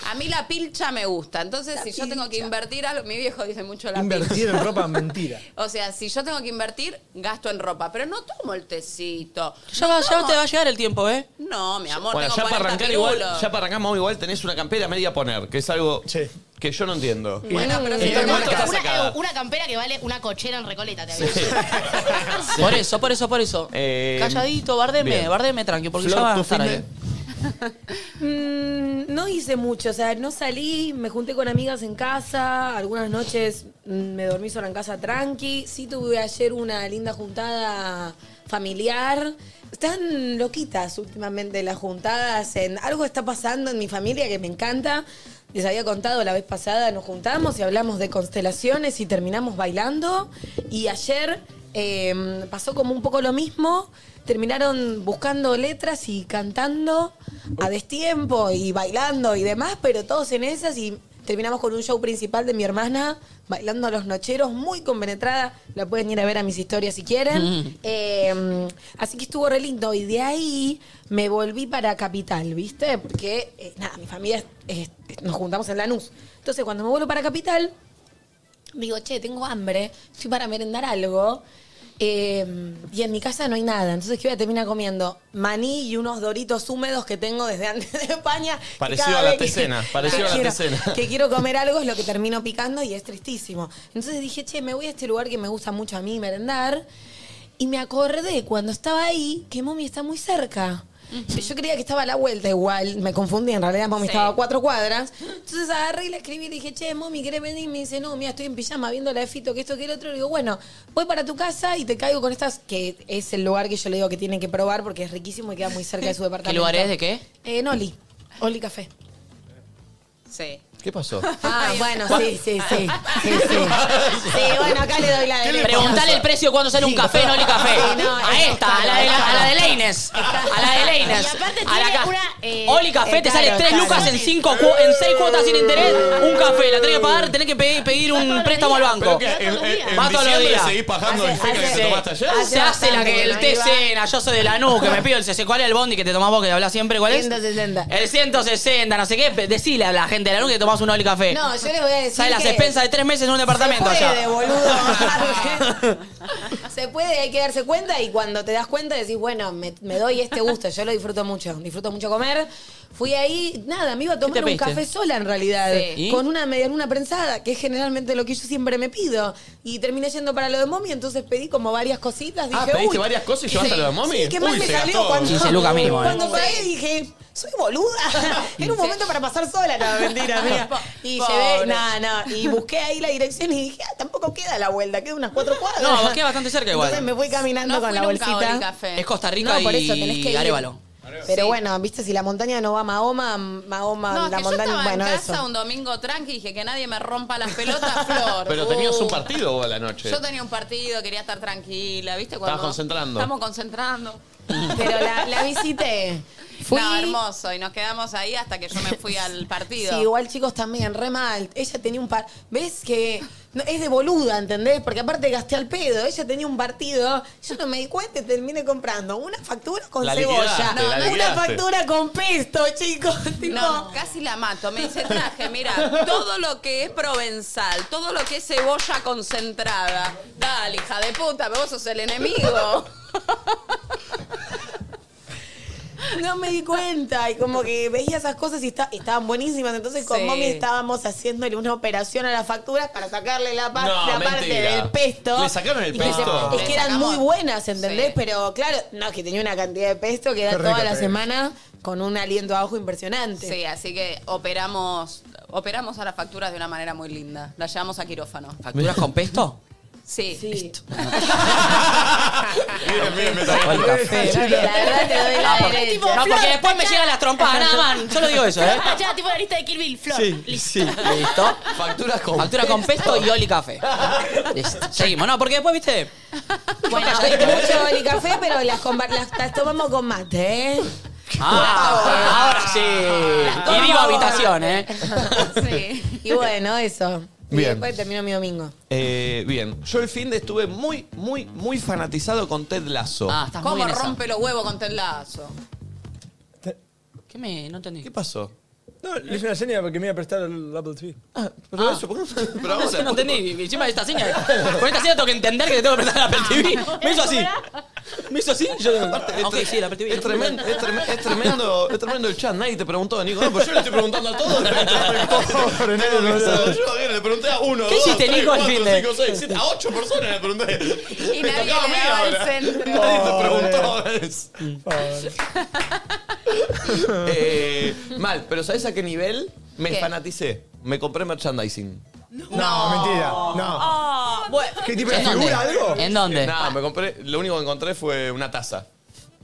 [SPEAKER 4] A mí la pilcha me gusta. Entonces, si yo tengo que invertir algo, mi viejo dice mucho la
[SPEAKER 5] Invertir en
[SPEAKER 4] pilcha.
[SPEAKER 5] ropa, mentira.
[SPEAKER 4] [laughs] O sea, si yo tengo que invertir, gasto en ropa. Pero no tomo el tecito.
[SPEAKER 3] Ya,
[SPEAKER 4] No
[SPEAKER 3] va- ya
[SPEAKER 4] tomo-
[SPEAKER 3] te va a llegar el tiempo, ¿eh?
[SPEAKER 4] No, mi amor,
[SPEAKER 1] Bueno,
[SPEAKER 4] tengo
[SPEAKER 1] ya para
[SPEAKER 4] 40
[SPEAKER 1] arrancar igual,
[SPEAKER 4] pirulos.
[SPEAKER 1] ya para arrancar, Mau, igual tenés una campera media poner, que es algo
[SPEAKER 5] Sí.
[SPEAKER 1] que yo no entiendo.
[SPEAKER 4] Bueno, pero si
[SPEAKER 1] ¿En
[SPEAKER 4] tengo
[SPEAKER 1] cuánto
[SPEAKER 4] que-
[SPEAKER 1] Eh, está
[SPEAKER 6] Una,
[SPEAKER 1] sacada?
[SPEAKER 6] eh, una campera que vale una cochera en Recoleta, te aviso.
[SPEAKER 3] Por eso, por eso, por eso.
[SPEAKER 1] Eh,
[SPEAKER 3] Calladito, bardeme,
[SPEAKER 1] bien.
[SPEAKER 3] bardeme tranqui, porque
[SPEAKER 1] Flor,
[SPEAKER 3] ya van a
[SPEAKER 1] ¿tu
[SPEAKER 3] estar
[SPEAKER 1] fin de-
[SPEAKER 3] ahí.
[SPEAKER 2] Mm, no hice mucho, o sea, no salí, me junté con amigas en casa, algunas noches mm, me dormí sola en casa tranqui, sí tuve ayer una linda juntada familiar. Están loquitas últimamente las juntadas, en algo está pasando en mi familia que me encanta. Les había contado la vez pasada, nos juntamos y hablamos de constelaciones y terminamos bailando. Y ayer eh, pasó como un poco lo mismo. Terminaron buscando letras y cantando a destiempo y bailando y demás, pero todos en esas y terminamos con un show principal de mi hermana bailando a los nocheros, muy compenetrada. La pueden ir a ver a mis historias si quieren. Eh, así que estuvo re lindo y de ahí me volví para Capital, ¿viste? Porque, eh, nada, mi familia eh, nos juntamos en Lanús. Entonces cuando me vuelvo para Capital, Digo, che, tengo hambre, estoy para merendar algo. eh, y en mi casa no hay nada, entonces que voy a terminar comiendo maní y unos doritos húmedos que tengo desde antes de España. que
[SPEAKER 1] Parecido
[SPEAKER 2] cada
[SPEAKER 1] a la
[SPEAKER 2] vez que-
[SPEAKER 1] tesena, parecido
[SPEAKER 2] que
[SPEAKER 1] a la
[SPEAKER 2] quiero-
[SPEAKER 1] tesena.
[SPEAKER 2] Que quiero comer algo es lo que termino picando y es tristísimo. Entonces dije, che, me voy a este lugar que me gusta mucho a mí merendar. Y me acordé cuando estaba ahí que Mommy está muy cerca. Yo creía que estaba a la vuelta igual, me confundí, en realidad Mommy
[SPEAKER 4] Sí.
[SPEAKER 2] estaba a cuatro cuadras. Entonces agarré y le escribí y le dije, che, Mommy, ¿querés venir? Y me dice, no, mira, estoy en pijama viendo la de Fito, que esto, que el otro. Le digo, bueno, voy para tu casa y te caigo con estas, que [laughs] es el lugar que yo le digo que tienen que probar porque es riquísimo y queda muy cerca de su departamento.
[SPEAKER 3] lugar es? ¿De qué?
[SPEAKER 2] Eh, Noli. Oli Café.
[SPEAKER 4] Sí.
[SPEAKER 18] ¿Qué pasó?
[SPEAKER 2] [laughs] Ah, bueno, sí, sí, sí. [laughs] Sí, sí. Sí, bueno, acá le doy la
[SPEAKER 3] ¿Qué le
[SPEAKER 2] de
[SPEAKER 3] Preguntale el precio cuando sale un café, no el café.
[SPEAKER 2] Sí, no,
[SPEAKER 3] a
[SPEAKER 2] eso
[SPEAKER 3] esta, a la,
[SPEAKER 2] está
[SPEAKER 3] de, la- a la de
[SPEAKER 2] caro.
[SPEAKER 3] Leines. A la de Leines.
[SPEAKER 6] Y aparte
[SPEAKER 3] a la
[SPEAKER 6] tiene
[SPEAKER 3] ca-
[SPEAKER 6] una, eh,
[SPEAKER 3] Oli Café
[SPEAKER 6] eh,
[SPEAKER 3] te
[SPEAKER 6] claro,
[SPEAKER 3] sale 3
[SPEAKER 6] claro.
[SPEAKER 3] lucas en, cinco cu- en 6 cuotas sin interés. Un café, la tenés que pagar, tenés que pedir, pedir un préstamo al banco.
[SPEAKER 1] Pero que en, en, en
[SPEAKER 3] Va todos los
[SPEAKER 1] diciembre
[SPEAKER 3] días.
[SPEAKER 1] seguís pagando el feca que te tomaste ayer.
[SPEAKER 3] Se hace la que el té cena, yo soy de la nu, que me pido el CC. ¿Cuál es el bondi que te tomás vos que hablas siempre? ¿Cuál es?
[SPEAKER 2] 160.
[SPEAKER 3] El 160, no sé qué. pe- Decile a la gente de la nu que tomás un Oli Café.
[SPEAKER 2] No, yo les voy a decir
[SPEAKER 3] Sale las
[SPEAKER 2] que-
[SPEAKER 3] expensas de tres meses en un departamento
[SPEAKER 2] se puede,
[SPEAKER 3] allá.
[SPEAKER 2] boludo. se puede, hay que darse cuenta y cuando te das cuenta decís, bueno, me, me doy este gusto, yo lo disfruto mucho, disfruto mucho comer. Fui ahí, nada, me iba a tomar
[SPEAKER 3] te
[SPEAKER 2] un
[SPEAKER 3] pediste?
[SPEAKER 2] café sola en realidad,
[SPEAKER 3] Sí. ¿Y?
[SPEAKER 2] con una medialuna prensada, que es generalmente lo que yo siempre me pido. Y terminé yendo para lo de mommy, entonces pedí como varias cositas. Dije,
[SPEAKER 1] Ah, ¿pediste
[SPEAKER 2] uy,
[SPEAKER 1] varias cosas y
[SPEAKER 2] sí.
[SPEAKER 1] llevaste a lo de mommy?
[SPEAKER 2] Sí, qué mal
[SPEAKER 1] Uy,
[SPEAKER 2] me
[SPEAKER 1] se
[SPEAKER 2] salió
[SPEAKER 1] gastó
[SPEAKER 2] cuando,
[SPEAKER 1] 15 lucas mínimo, eh.
[SPEAKER 2] cuando pagué dije, soy
[SPEAKER 1] [laughs]
[SPEAKER 2] boluda. Era un momento para pasar sola, no, mentira, mía. Y
[SPEAKER 3] Pobre.
[SPEAKER 2] llevé, nada, nada. Y busqué ahí la dirección y dije, ah, tampoco queda la vuelta, queda unas cuatro cuadras.
[SPEAKER 3] No, vos queda bastante cerca igual.
[SPEAKER 2] Entonces me fui caminando
[SPEAKER 4] No
[SPEAKER 2] con
[SPEAKER 4] fui
[SPEAKER 2] la
[SPEAKER 4] nunca a Oli
[SPEAKER 2] bolsita.
[SPEAKER 4] Café.
[SPEAKER 3] Es Costa Rica
[SPEAKER 2] No, por eso tenés que
[SPEAKER 3] y
[SPEAKER 2] ir.
[SPEAKER 3] Arevalo.
[SPEAKER 2] Pero bueno, viste, si la montaña no va a Mahoma, Mahoma,
[SPEAKER 4] No, es
[SPEAKER 2] la
[SPEAKER 4] que yo
[SPEAKER 2] montaña.
[SPEAKER 4] estaba
[SPEAKER 2] bueno,
[SPEAKER 4] en casa
[SPEAKER 2] eso.
[SPEAKER 4] un domingo tranqui y dije que nadie me rompa las pelotas, [laughs] Flor.
[SPEAKER 1] Pero tenías un
[SPEAKER 4] Uh.
[SPEAKER 1] partido vos a la noche.
[SPEAKER 4] Yo tenía un partido, quería estar tranquila, ¿viste? Cuando
[SPEAKER 1] Estabas concentrando.
[SPEAKER 4] Estamos concentrando.
[SPEAKER 2] [laughs] Pero la, la visité. Fui.
[SPEAKER 4] No, hermoso. Y nos quedamos ahí hasta que yo me fui al partido.
[SPEAKER 2] Sí, igual chicos también, re mal. Ella tenía un par... ¿Ves que no- es de boluda, ¿entendés? Porque aparte gasté al pedo. Ella tenía un partido. Yo no me di cuenta y terminé comprando una factura con
[SPEAKER 4] La
[SPEAKER 2] cebolla.
[SPEAKER 4] liquidaste, la
[SPEAKER 2] una
[SPEAKER 4] liquidaste.
[SPEAKER 2] factura con pesto, chicos. [laughs] Tipo,
[SPEAKER 4] No, casi la mato. Me dice, traje, mira, todo lo que es provenzal, todo lo que es cebolla concentrada. Dale, hija de puta, pero vos sos
[SPEAKER 2] [laughs]
[SPEAKER 4] el enemigo.
[SPEAKER 2] No me di cuenta y como que veía esas cosas y esta- estaban buenísimas. Entonces con
[SPEAKER 4] Sí.
[SPEAKER 2] Mommy estábamos haciéndole una operación a las facturas para sacarle la, par-
[SPEAKER 1] No,
[SPEAKER 2] la parte
[SPEAKER 1] mentira.
[SPEAKER 2] del pesto.
[SPEAKER 1] ¿Le sacaron el
[SPEAKER 2] Y que se-
[SPEAKER 1] pesto?
[SPEAKER 2] es que eran muy buenas, ¿entendés? Pero claro, no, es que tenía una cantidad de pesto que
[SPEAKER 4] Qué
[SPEAKER 2] da
[SPEAKER 4] rico
[SPEAKER 2] toda la
[SPEAKER 4] que es.
[SPEAKER 2] semana con un aliento a ojo impresionante. [laughs]
[SPEAKER 4] Sí, así que operamos, operamos a las facturas de una manera muy linda. Las llevamos a quirófano.
[SPEAKER 3] ¿Facturas con [laughs] pesto?
[SPEAKER 4] Sí.
[SPEAKER 1] Miren, miren, me
[SPEAKER 3] Al café.
[SPEAKER 2] La
[SPEAKER 3] Ah,
[SPEAKER 2] verdad te doy la
[SPEAKER 3] No, porque-
[SPEAKER 2] derecha.
[SPEAKER 3] No, porque después me llegan las trompadas, nada más. Yo lo digo
[SPEAKER 6] [laughs]
[SPEAKER 3] eso, ¿eh?
[SPEAKER 6] Ya, tipo la lista de Kill Bill, Flor.
[SPEAKER 3] sí. Listo. Facturas con Factura con pesto y oli [laughs] café. Listo. Seguimos, no, porque después, viste.
[SPEAKER 2] Bueno, hay mucho oli café, pero las, comba- las- las tomamos con mate, ¿eh?
[SPEAKER 3] Ah, ahora sí. Y digo habitación, ¿eh?
[SPEAKER 2] Y bueno, eso. Y
[SPEAKER 1] Bien.
[SPEAKER 2] después termino mi domingo.
[SPEAKER 1] Eh, bien, yo el fin de estuve muy, muy, muy fanatizado con Ted Lasso.
[SPEAKER 3] Ah, estás muy
[SPEAKER 4] ¿Cómo
[SPEAKER 3] en esa.
[SPEAKER 4] rompe los huevos con telazo?
[SPEAKER 3] ¿Qué me? No entendí.
[SPEAKER 1] ¿Qué pasó?
[SPEAKER 5] No, le hice una seña porque me iba a prestar el Apple TV.
[SPEAKER 1] Ah,
[SPEAKER 3] pero eso,
[SPEAKER 1] ¿por qué
[SPEAKER 3] Pero vamos [laughs] no entendí. Y Encima de esta seña. Con esta seña tengo que entender que te tengo
[SPEAKER 2] [laughs]
[SPEAKER 3] que prestar la Apple TV. Me hizo así. Me hizo así. Yo Ok, sí, la Apple TV.
[SPEAKER 1] Es tremendo, es, trem- es tremendo, es tremendo el chat. Nadie te preguntó, Nico. No, pues yo le estoy preguntando a
[SPEAKER 5] [laughs]
[SPEAKER 1] todos. Pobre, nadie me preguntó. Yo bien, le pregunté a uno,
[SPEAKER 3] ¿Qué
[SPEAKER 1] dos,
[SPEAKER 3] hiciste,
[SPEAKER 1] tres,
[SPEAKER 3] Nico, al
[SPEAKER 1] cuatro,
[SPEAKER 3] fin de-
[SPEAKER 1] cinco, seis, siete, a ocho personas le pregunté.
[SPEAKER 4] Y
[SPEAKER 1] Me
[SPEAKER 4] nadie
[SPEAKER 1] tocaba a
[SPEAKER 4] le
[SPEAKER 1] mí
[SPEAKER 4] daba el
[SPEAKER 1] ahora.
[SPEAKER 4] centro.
[SPEAKER 1] Nadie te preguntó. es- Eh, mal, pero ¿sabes a qué nivel? Me
[SPEAKER 4] ¿Qué?
[SPEAKER 1] fanaticé. Me compré merchandising.
[SPEAKER 5] No, mentira. No.
[SPEAKER 4] Ah, bueno.
[SPEAKER 5] ¿Qué tipo de figura? ¿Algo?
[SPEAKER 3] ¿En dónde?
[SPEAKER 1] No, Eh, me compré. Lo único que encontré fue una taza.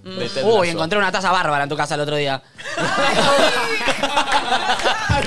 [SPEAKER 1] De Ted
[SPEAKER 3] Mm. Uy,
[SPEAKER 1] Lasso.
[SPEAKER 3] encontré una taza bárbara en tu casa el otro día.
[SPEAKER 4] Ah,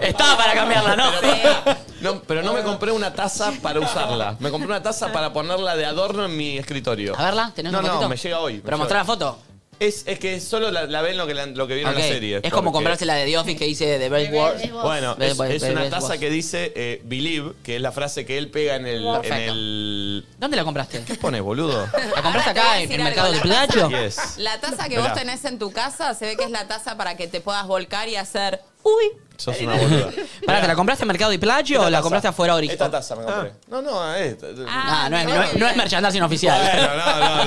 [SPEAKER 3] Estaba para cambiarla, ¿no? [laughs]
[SPEAKER 1] No, pero no me compré una taza para usarla. Me compré una taza para ponerla de adorno en mi escritorio.
[SPEAKER 3] A verla, ¿tenés
[SPEAKER 1] No,
[SPEAKER 3] un
[SPEAKER 1] no,
[SPEAKER 3] poquito?
[SPEAKER 1] me llega hoy. me
[SPEAKER 3] Pero
[SPEAKER 1] llega
[SPEAKER 3] mostrá
[SPEAKER 1] hoy.
[SPEAKER 3] la foto.
[SPEAKER 1] Es, es que solo la, la ven lo que, la- lo que vieron
[SPEAKER 3] Ok.
[SPEAKER 1] la serie.
[SPEAKER 3] Es como
[SPEAKER 1] porque-
[SPEAKER 3] comprarse la de pues, The Office que dice The Best World.
[SPEAKER 1] Bueno,
[SPEAKER 3] The
[SPEAKER 1] es,
[SPEAKER 3] Best-
[SPEAKER 1] es
[SPEAKER 3] The
[SPEAKER 1] una
[SPEAKER 3] Best
[SPEAKER 1] taza
[SPEAKER 3] World.
[SPEAKER 1] que dice eh, Believe, que es la frase que él pega en el. En
[SPEAKER 3] Perfecto.
[SPEAKER 1] el...
[SPEAKER 3] ¿Dónde la compraste?
[SPEAKER 1] ¿Qué pones, boludo?
[SPEAKER 3] ¿La compraste
[SPEAKER 4] Ahora te voy a
[SPEAKER 3] acá en
[SPEAKER 4] decir
[SPEAKER 3] el mercado de
[SPEAKER 4] algo, la
[SPEAKER 3] Pidacho?
[SPEAKER 1] taza- Yes.
[SPEAKER 4] La taza que
[SPEAKER 1] Esperá.
[SPEAKER 4] vos tenés en tu casa se ve que es la taza para que te puedas volcar y hacer. Uy.
[SPEAKER 1] Sos una boluda.
[SPEAKER 3] Pará, ¿te la compraste en Mercado y Plagio o la
[SPEAKER 1] taza.
[SPEAKER 3] compraste afuera original?
[SPEAKER 1] Esta taza me compré. No, no, esta.
[SPEAKER 3] Ah, no es, no, es- no es merchandising oficial.
[SPEAKER 1] Bueno,
[SPEAKER 3] [laughs]
[SPEAKER 1] no, no,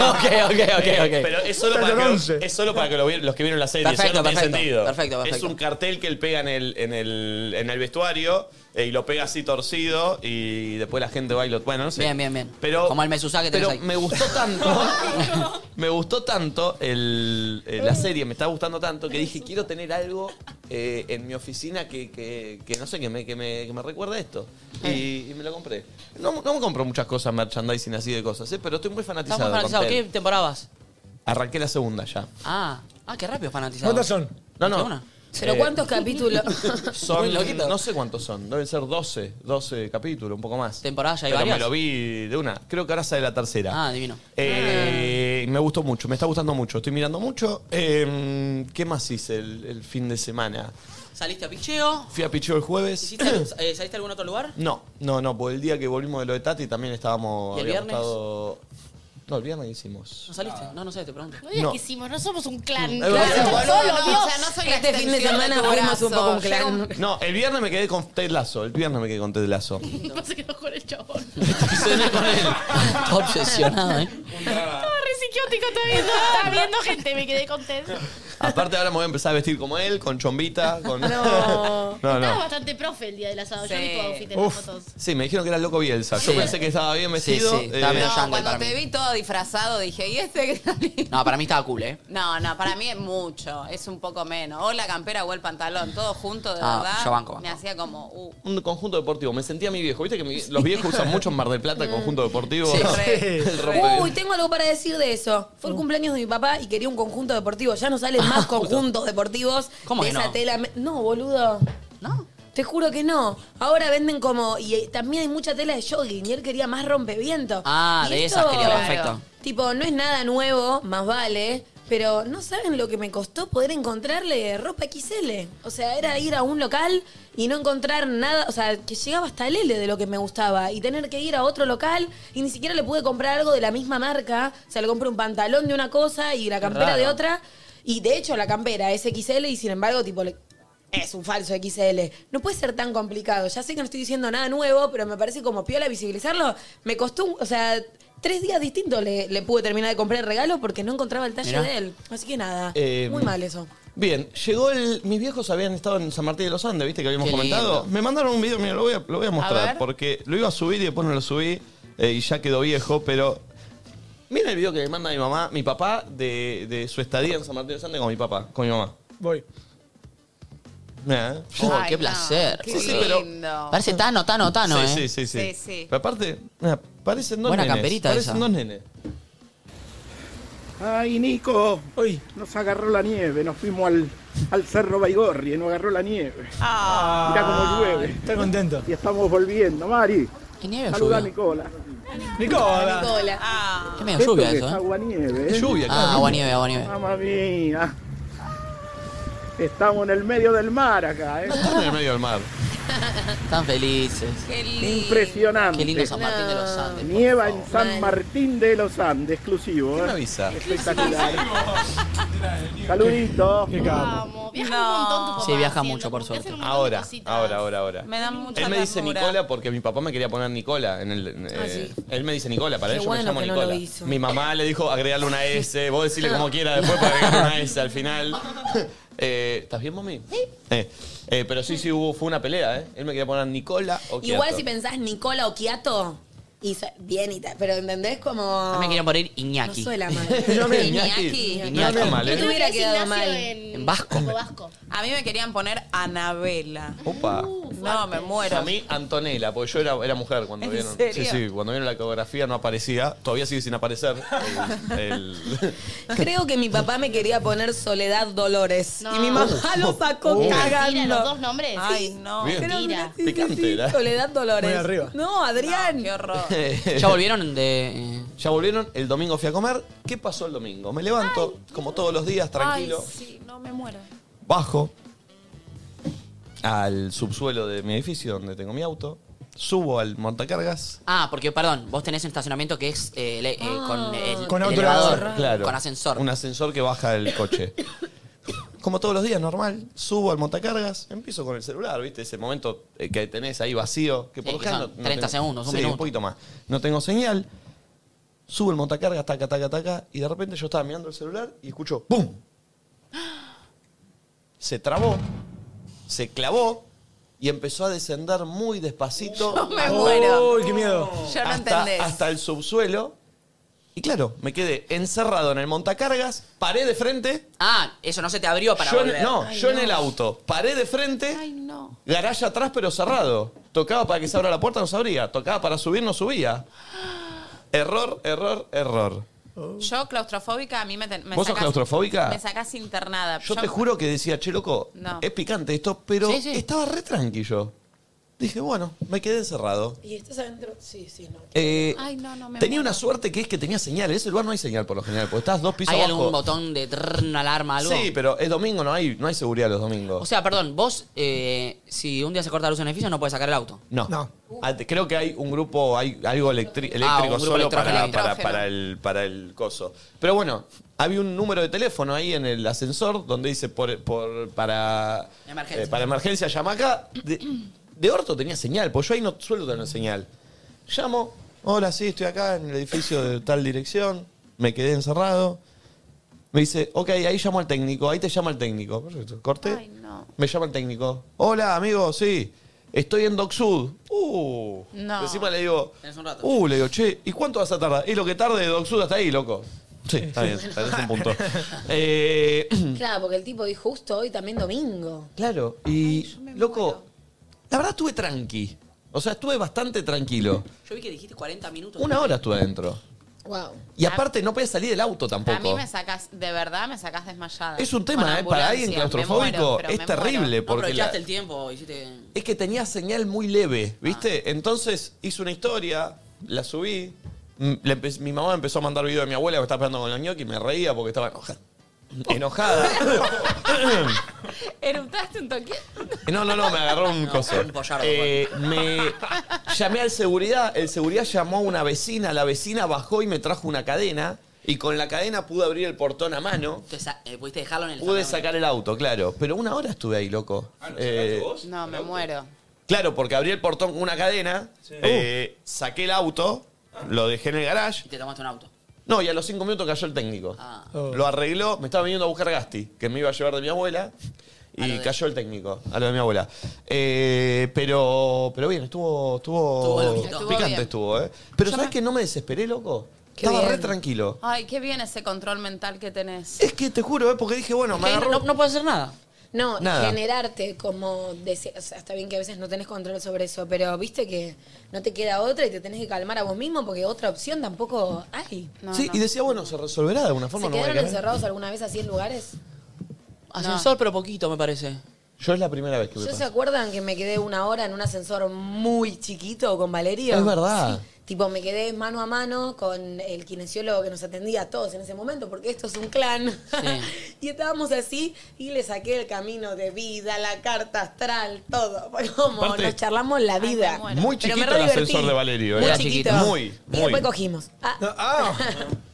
[SPEAKER 1] no.
[SPEAKER 3] ok, ok, ok, ok.
[SPEAKER 1] Eh, Pero es solo para, que, es solo para que lo vi- los que vieron la serie.
[SPEAKER 3] Perfecto,
[SPEAKER 1] eso no tiene
[SPEAKER 3] perfecto,
[SPEAKER 1] sentido.
[SPEAKER 3] perfecto,
[SPEAKER 1] Es
[SPEAKER 3] perfecto.
[SPEAKER 1] un cartel que él pega en el, en el, en el vestuario eh, y lo pega así torcido y después la gente va y lo. Bueno, no sé.
[SPEAKER 3] Bien, bien, bien.
[SPEAKER 1] Pero,
[SPEAKER 3] Como el mesusá que tenés
[SPEAKER 1] pero
[SPEAKER 3] ahí.
[SPEAKER 1] me
[SPEAKER 3] [laughs]
[SPEAKER 1] gustó tanto. me gustó tanto el- eh, la serie, me está gustando tanto que dije, quiero tener algo eh, en mi oficina que, que- que no sé, que me, que me, que me recuerde esto.
[SPEAKER 3] Eh.
[SPEAKER 1] Y, y me lo compré. No, no me compro muchas cosas merchandising así de cosas, eh, pero estoy muy
[SPEAKER 3] Estás
[SPEAKER 1] fanatizado.
[SPEAKER 3] muy
[SPEAKER 1] con
[SPEAKER 3] fanatizado. ¿Qué
[SPEAKER 1] Ted.
[SPEAKER 3] temporada vas?
[SPEAKER 1] Arranqué la segunda ya.
[SPEAKER 3] Ah, ah, qué rápido fanatizado.
[SPEAKER 5] ¿Cuántas son?
[SPEAKER 1] No, no.
[SPEAKER 2] ¿Pero
[SPEAKER 1] Eh,
[SPEAKER 2] cuántos capítulos?
[SPEAKER 1] [laughs] Son, no sé cuántos son, deben ser 12, 12 capítulos, un poco más. Temporada
[SPEAKER 3] ya hay
[SPEAKER 1] Pero
[SPEAKER 3] varias.
[SPEAKER 1] me lo vi de una. Creo que ahora sale la tercera.
[SPEAKER 3] Ah, divino.
[SPEAKER 1] Eh, Me gustó mucho, me está gustando mucho, estoy mirando mucho. Eh, ¿Qué más hice el, el fin de semana?
[SPEAKER 3] ¿Saliste a picheo?
[SPEAKER 1] Fui a Picheo el jueves.
[SPEAKER 3] ¿Hiciste algo- eh, ¿Saliste a algún otro lugar?
[SPEAKER 1] [clears throat] No, no, no, porque el día que volvimos de lo de Tati también estábamos...
[SPEAKER 3] ¿Y el
[SPEAKER 1] habíamos
[SPEAKER 3] viernes?
[SPEAKER 1] estado- No, el viernes
[SPEAKER 3] [laughs]
[SPEAKER 1] hicimos.
[SPEAKER 3] ¿No saliste? No, no sé, te pregunto.
[SPEAKER 6] No digas
[SPEAKER 1] No.
[SPEAKER 6] que hicimos, no somos un clan.
[SPEAKER 1] Mm.
[SPEAKER 6] Claro,
[SPEAKER 1] Claro,
[SPEAKER 6] solo
[SPEAKER 1] boludo, no,
[SPEAKER 6] Dios.
[SPEAKER 1] o sea,
[SPEAKER 2] no soy la Este fin de extensión semana de tu fuimos un brazo. poco un clan.
[SPEAKER 1] No, el viernes me quedé con Ted Lazo. El viernes me quedé con Ted Lazo.
[SPEAKER 6] Pasa que no con el chabón.
[SPEAKER 3] [laughs] Está obsesionado, ¿eh?
[SPEAKER 6] Estaba re psiquiótico, estaba viendo, estaba viendo gente, me quedé contento.
[SPEAKER 1] Aparte ahora me voy a empezar a vestir como él, con chombita, con... [laughs]
[SPEAKER 6] No.
[SPEAKER 1] no,
[SPEAKER 6] Estabas
[SPEAKER 1] no.
[SPEAKER 6] bastante profe el día del asado, yo vi tu outfit en las
[SPEAKER 1] Uf.
[SPEAKER 6] fotos.
[SPEAKER 1] Sí, me dijeron que era el loco Bielsa. Yo
[SPEAKER 3] Sí.
[SPEAKER 1] pensé que estaba bien
[SPEAKER 3] Sí,
[SPEAKER 1] vestido. eh,
[SPEAKER 3] sí, estaba medio jungle
[SPEAKER 4] Cuando te vi todo disfrazado dije, ¿y este?
[SPEAKER 3] No, para mí estaba cool, ¿eh?
[SPEAKER 4] [laughs] No, no, para mí es mucho, es un poco menos. O la campera o el pantalón, todo junto, de
[SPEAKER 1] Ah,
[SPEAKER 4] verdad.
[SPEAKER 1] yo banco, banco.
[SPEAKER 4] Me hacía como, uh,
[SPEAKER 1] Un conjunto deportivo. Me sentía mi viejo. Viste que mi- los viejos usan mucho en Mar del Plata el conjunto deportivo.
[SPEAKER 4] Sí.
[SPEAKER 1] [laughs] El rompe-
[SPEAKER 2] Uy, tengo algo para decir de eso.
[SPEAKER 3] Mm.
[SPEAKER 2] Fue el cumpleaños de mi papá y quería un conjunto deportivo. Ya no salen más conjuntos deportivos
[SPEAKER 3] Ah, ¿Cómo
[SPEAKER 2] de
[SPEAKER 3] que
[SPEAKER 2] esa
[SPEAKER 3] no?
[SPEAKER 2] tela. me- No, boludo. ¿No? Te juro que no. Ahora venden como. Y eh, también hay mucha tela de jogging. Y él quería más rompeviento.
[SPEAKER 3] Ah,
[SPEAKER 2] Y
[SPEAKER 3] de
[SPEAKER 2] esto-
[SPEAKER 3] esas quería, perfecto.
[SPEAKER 2] Tipo, no es nada nuevo, más vale. Pero no saben lo que me costó poder encontrarle ropa XL. O sea, era ir a un local y no encontrar nada. O sea, que llegaba hasta el L de lo que me gustaba. Y tener que ir a otro local y ni siquiera le pude comprar algo de la misma marca. O sea, le compré un pantalón de una cosa y la campera de
[SPEAKER 3] raro.
[SPEAKER 2] otra. Y de hecho, la campera es XL y sin embargo, tipo, le- es un falso XL. No puede ser tan complicado. Ya sé que no estoy diciendo nada nuevo, pero me parece como piola visibilizarlo. Me costó, un- o sea, tres días distintos le, le pude terminar de comprar el regalo porque no encontraba el talle
[SPEAKER 1] Mirá.
[SPEAKER 2] de él. Así que nada,
[SPEAKER 1] Eh,
[SPEAKER 2] muy mal eso.
[SPEAKER 1] Bien, llegó el. Mis viejos habían estado en San Martín de los Andes, ¿viste que habíamos
[SPEAKER 18] Qué
[SPEAKER 1] comentado?
[SPEAKER 18] lindo.
[SPEAKER 1] Me mandaron un video, mira, lo voy a, lo voy a mostrar,
[SPEAKER 18] ver.
[SPEAKER 1] porque lo iba a subir y después no lo subí eh, y ya quedó viejo, pero. Mira el video que me manda mi mamá, mi papá, de, de su estadía en San Martín de los Andes con mi papá, con mi mamá.
[SPEAKER 5] Voy.
[SPEAKER 1] Mirá, ¿eh?
[SPEAKER 3] Oh, qué placer.
[SPEAKER 4] qué
[SPEAKER 1] Sí, sí, pero-
[SPEAKER 4] lindo.
[SPEAKER 3] Parece Tano, Tano, Tano,
[SPEAKER 1] sí,
[SPEAKER 3] ¿eh?
[SPEAKER 1] sí, sí, sí,
[SPEAKER 4] Sí, sí.
[SPEAKER 1] Pero aparte, mira, parecen dos
[SPEAKER 3] Buena
[SPEAKER 1] nenes.
[SPEAKER 3] camperita
[SPEAKER 1] parecen
[SPEAKER 3] esa.
[SPEAKER 1] dos nenes.
[SPEAKER 19] Ay, Nico, hoy nos agarró la nieve, nos fuimos al, al Cerro Baigorri y nos agarró la nieve.
[SPEAKER 4] Ah.
[SPEAKER 19] Mirá cómo llueve. Está contento. Y estamos volviendo, Mari.
[SPEAKER 3] ¿Qué nieve
[SPEAKER 19] Saluda a
[SPEAKER 3] lluvia?
[SPEAKER 19] Nicola.
[SPEAKER 5] Nicola.
[SPEAKER 2] Nicola.
[SPEAKER 3] Es medio lluvia eso, ¿eh?
[SPEAKER 19] Agua nieve.
[SPEAKER 3] Es lluvia, claro. Ah, aguanieve, aguanieve.
[SPEAKER 19] Mamma mía. Estamos en el medio del mar acá, ¿eh?
[SPEAKER 1] Están en el medio del
[SPEAKER 3] [laughs]
[SPEAKER 1] mar.
[SPEAKER 3] Están felices.
[SPEAKER 19] Impresionante.
[SPEAKER 3] Qué lindo San Martín de los Andes.
[SPEAKER 19] Nieva en San Martín de los Andes, exclusivo. ¿eh? Espectacular.
[SPEAKER 4] [laughs]
[SPEAKER 19] Saludito.
[SPEAKER 6] Viaja un montón tu papá.
[SPEAKER 1] Sí, viaja mucho, por suerte. Ahora, ahora, ahora, ahora.
[SPEAKER 6] Me dan mucha
[SPEAKER 1] Él me dice
[SPEAKER 6] ternura.
[SPEAKER 1] Nicola porque mi papá me quería poner Nicola. En el, eh, Él me dice Nicola, para
[SPEAKER 18] Qué
[SPEAKER 1] ello
[SPEAKER 18] bueno
[SPEAKER 1] me llamo
[SPEAKER 18] que no
[SPEAKER 1] Nicola.
[SPEAKER 18] lo hizo.
[SPEAKER 1] Mi mamá le dijo agregarle una S, vos decirle como quiera después para agregarle una S al final. [laughs] Eh, ¿Estás bien, mami? Sí. pero sí, sí, hubo, fue una pelea, ¿eh? Él me quería poner Nicola o
[SPEAKER 2] Igual
[SPEAKER 1] Kiato.
[SPEAKER 2] si pensás Nicola o Kiato, y sa- bien y tal, pero ¿entendés como...?
[SPEAKER 3] A mí me querían poner
[SPEAKER 2] No
[SPEAKER 3] Iñaki.
[SPEAKER 2] soy
[SPEAKER 3] [laughs]
[SPEAKER 2] la
[SPEAKER 1] Yo
[SPEAKER 2] madre.
[SPEAKER 1] me- Iñaki.
[SPEAKER 4] Iñaki.
[SPEAKER 3] Iñaki.
[SPEAKER 1] No, no, mal, ¿eh?
[SPEAKER 4] Yo
[SPEAKER 2] hubiera
[SPEAKER 4] creo que
[SPEAKER 2] quedado
[SPEAKER 4] Ignacio
[SPEAKER 2] mal.
[SPEAKER 4] En
[SPEAKER 1] vasco.
[SPEAKER 4] A mí me querían poner Anabela.
[SPEAKER 1] Opa.
[SPEAKER 4] No, me Uh, muero.
[SPEAKER 1] A mí, Antonella, porque yo era, era mujer cuando
[SPEAKER 4] ¿En
[SPEAKER 1] vieron.
[SPEAKER 4] serio?
[SPEAKER 1] Sí, sí, cuando vieron la ecografía no aparecía. Todavía sigue sin aparecer. El- el-
[SPEAKER 2] Creo que mi papá me quería poner Soledad Dolores. Y mi mamá lo sacó
[SPEAKER 1] Oh.
[SPEAKER 2] cagando.
[SPEAKER 6] Mentira, los dos nombres.
[SPEAKER 2] Ay, no.
[SPEAKER 1] Bien.
[SPEAKER 2] Creo que
[SPEAKER 6] Mentira.
[SPEAKER 2] sí, sí,
[SPEAKER 1] Picante,
[SPEAKER 2] sí,
[SPEAKER 1] era.
[SPEAKER 2] Soledad Dolores.
[SPEAKER 1] Muy arriba.
[SPEAKER 2] No, Adrián. qué horror.
[SPEAKER 1] [laughs]
[SPEAKER 3] ¿Ya volvieron de...? eh.
[SPEAKER 1] Ya volvieron, el domingo fui a comer. ¿Qué pasó el domingo? Me levanto, como todos los días, tranquilo.
[SPEAKER 6] Ay, sí, no me muero.
[SPEAKER 1] Bajo al subsuelo de mi edificio donde tengo mi auto. Subo al montacargas.
[SPEAKER 3] Ah, porque, perdón, vos tenés un estacionamiento que es eh, le- eh, con el,
[SPEAKER 1] Con
[SPEAKER 3] el
[SPEAKER 1] auto
[SPEAKER 3] elevador.
[SPEAKER 1] Claro.
[SPEAKER 3] Con ascensor.
[SPEAKER 1] Un ascensor que baja el coche. Como todos los días, normal. Subo al montacargas, empiezo con el celular, ¿viste? Ese momento eh, que tenés ahí vacío, que por
[SPEAKER 3] Sí,
[SPEAKER 1] lo
[SPEAKER 3] que
[SPEAKER 1] general
[SPEAKER 3] son 30 segundos, un
[SPEAKER 1] sí,
[SPEAKER 3] minuto.
[SPEAKER 1] un poquito más. No tengo señal. Subo el montacargas, taca, taca, taca, y de repente yo estaba mirando el celular y escucho ¡pum! Se trabó, se clavó y empezó a descender muy despacito.
[SPEAKER 5] me muero. Uy, qué miedo.
[SPEAKER 1] Yo no hasta, hasta el subsuelo. Y claro, me quedé encerrado en el montacargas, paré de frente.
[SPEAKER 3] Ah, eso no se te abrió para
[SPEAKER 1] yo en-
[SPEAKER 3] volver.
[SPEAKER 1] no, yo en el auto, paré de frente, garaje atrás pero cerrado. Tocaba para que se abra la puerta, no se abría. Tocaba para subir, no subía. Error, error, error.
[SPEAKER 4] Yo, claustrofóbica, a mí me... ten- me
[SPEAKER 1] ¿Vos sos
[SPEAKER 4] sacás-
[SPEAKER 1] claustrofóbica?
[SPEAKER 4] Me sacás internada.
[SPEAKER 1] Yo te juro que decía, che, loco,
[SPEAKER 4] No.
[SPEAKER 1] es picante esto, pero
[SPEAKER 4] Sí, sí.
[SPEAKER 1] estaba re tranquilo. Dije, bueno, me quedé encerrado.
[SPEAKER 2] ¿Y estás adentro? Sí, sí, no.
[SPEAKER 1] Eh,
[SPEAKER 2] Ay, no, no, me
[SPEAKER 1] tenía una suerte que es que tenía señal. En ese lugar no hay señal por lo general, porque estás dos pisos
[SPEAKER 3] ¿Hay
[SPEAKER 1] abajo.
[SPEAKER 3] algún botón de trrr, una alarma, algo?
[SPEAKER 1] Sí, pero es domingo, no hay, no hay seguridad los domingos.
[SPEAKER 3] O sea, perdón, vos, eh, si un día se corta la luz en el edificio, no puedes sacar el auto.
[SPEAKER 1] no. Ah, te- Creo que hay un grupo, hay algo electri- eléctrico
[SPEAKER 3] Ah, un grupo
[SPEAKER 1] solo para,
[SPEAKER 3] electrógeno.
[SPEAKER 1] para, para el, para el coso. Pero bueno, había un número de teléfono ahí en el ascensor donde dice por, por- para,
[SPEAKER 3] Emergencia.
[SPEAKER 1] eh, para emergencia llama acá. De, de orto tenía señal, porque yo ahí no suelo tener señal. Llamo, hola, sí, estoy acá en el edificio de tal dirección, me quedé encerrado. Me dice, ok, ahí llamo al técnico, ahí te llama el técnico. Perfecto, Corté, me llama el técnico. Hola, amigo, sí, estoy en DocSud. Uh,
[SPEAKER 4] No.
[SPEAKER 1] encima le digo,
[SPEAKER 3] Tenés un rato.
[SPEAKER 1] uh, le digo, che, ¿y cuánto vas a tardar? Y lo que tarde de DocSud hasta ahí, loco. Sí, está bien, tenés un punto. Eh, [clears throat]
[SPEAKER 2] Claro, porque el tipo dijo justo hoy también domingo.
[SPEAKER 1] Claro, y loco, la verdad estuve tranqui. O sea, estuve bastante tranquilo.
[SPEAKER 3] Yo vi que dijiste 40 minutos.
[SPEAKER 1] Una hora estuve adentro.
[SPEAKER 2] Wow.
[SPEAKER 1] Y aparte no podés salir del auto tampoco.
[SPEAKER 4] A mí me sacás, de verdad me sacás desmayada.
[SPEAKER 1] Es un
[SPEAKER 4] Con
[SPEAKER 1] tema, ¿eh? Para
[SPEAKER 4] ambulancia,
[SPEAKER 1] alguien
[SPEAKER 4] me
[SPEAKER 1] claustrofóbico
[SPEAKER 4] muero, pero
[SPEAKER 1] es
[SPEAKER 4] me
[SPEAKER 1] terrible.
[SPEAKER 4] muero.
[SPEAKER 1] Porque la-
[SPEAKER 3] el tiempo, hiciste...
[SPEAKER 1] es que tenía señal muy leve, ¿viste?
[SPEAKER 4] Ah.
[SPEAKER 1] Entonces hice una historia, la subí. m- le empe- mi mamá empezó a mandar video de mi abuela que me estaba pegando con los ñoquis y me reía porque estaba enojada. Enojada.
[SPEAKER 4] [laughs] ¿Eruptaste un toque?
[SPEAKER 1] No, no, no, me agarró
[SPEAKER 3] [laughs]
[SPEAKER 1] un coso. Eh, me llamé al seguridad, el seguridad llamó a una vecina, la vecina bajó y me trajo una cadena y con la cadena pude abrir el portón a mano.
[SPEAKER 3] Te sa- eh, pudiste dejarlo en el...
[SPEAKER 1] Pude sacar el auto, claro, pero una hora estuve ahí, loco. Eh,
[SPEAKER 4] No, me muero.
[SPEAKER 1] claro, porque abrí el portón con una cadena, eh, saqué el auto, lo dejé en el garage.
[SPEAKER 3] Y te tomaste un auto.
[SPEAKER 1] No, y a los cinco minutos cayó el técnico.
[SPEAKER 3] Oh.
[SPEAKER 1] Lo arregló, me estaba viniendo a buscar Gasti, que me iba a llevar de mi abuela. Y cayó el técnico, a lo de mi abuela. Eh, pero, pero bien, estuvo, estuvo,
[SPEAKER 4] Estuvo loquito.
[SPEAKER 1] picante
[SPEAKER 4] Estuvo
[SPEAKER 1] estuvo,
[SPEAKER 4] bien.
[SPEAKER 1] ¿eh? Pero ¿sabes que no me desesperé, loco?
[SPEAKER 4] Qué
[SPEAKER 1] Estaba
[SPEAKER 4] bien.
[SPEAKER 1] re tranquilo.
[SPEAKER 4] Ay, qué bien ese control mental que tenés.
[SPEAKER 1] Es que te juro, ¿eh? Porque dije, bueno, me agarró...
[SPEAKER 3] puedes hacer nada.
[SPEAKER 2] No,
[SPEAKER 1] Nada.
[SPEAKER 2] generarte como... dese- o sea, está bien que a veces no tenés control sobre eso, pero viste que no te queda otra y te tenés que calmar a vos mismo porque otra opción tampoco hay.
[SPEAKER 1] sí, y decía, bueno, se resolverá de alguna forma.
[SPEAKER 2] ¿Se
[SPEAKER 1] no voy a
[SPEAKER 2] quedaron
[SPEAKER 1] caer.
[SPEAKER 2] encerrados alguna vez así en lugares?
[SPEAKER 3] Ascensor, pero poquito, me parece.
[SPEAKER 1] Yo es la primera vez que me
[SPEAKER 2] ¿Yo se
[SPEAKER 1] pasa.
[SPEAKER 2] acuerdan que me quedé una hora en un ascensor muy chiquito con Valerio?
[SPEAKER 1] Es verdad.
[SPEAKER 2] Tipo, me quedé mano a mano con el kinesiólogo que nos atendía a todos en ese momento, porque esto es un clan. y estábamos así y le saqué el camino de vida, la carta astral, todo. Fue Como
[SPEAKER 1] Aparte-
[SPEAKER 2] nos charlamos la vida.
[SPEAKER 1] Muy
[SPEAKER 2] Pero
[SPEAKER 1] chiquito
[SPEAKER 2] me re
[SPEAKER 1] el
[SPEAKER 2] divertí.
[SPEAKER 1] ascensor de Valerio, ¿eh?
[SPEAKER 2] Muy
[SPEAKER 1] Era
[SPEAKER 2] chiquito.
[SPEAKER 1] chiquito. Muy,
[SPEAKER 2] Y después
[SPEAKER 1] muy.
[SPEAKER 2] cogimos. Ah.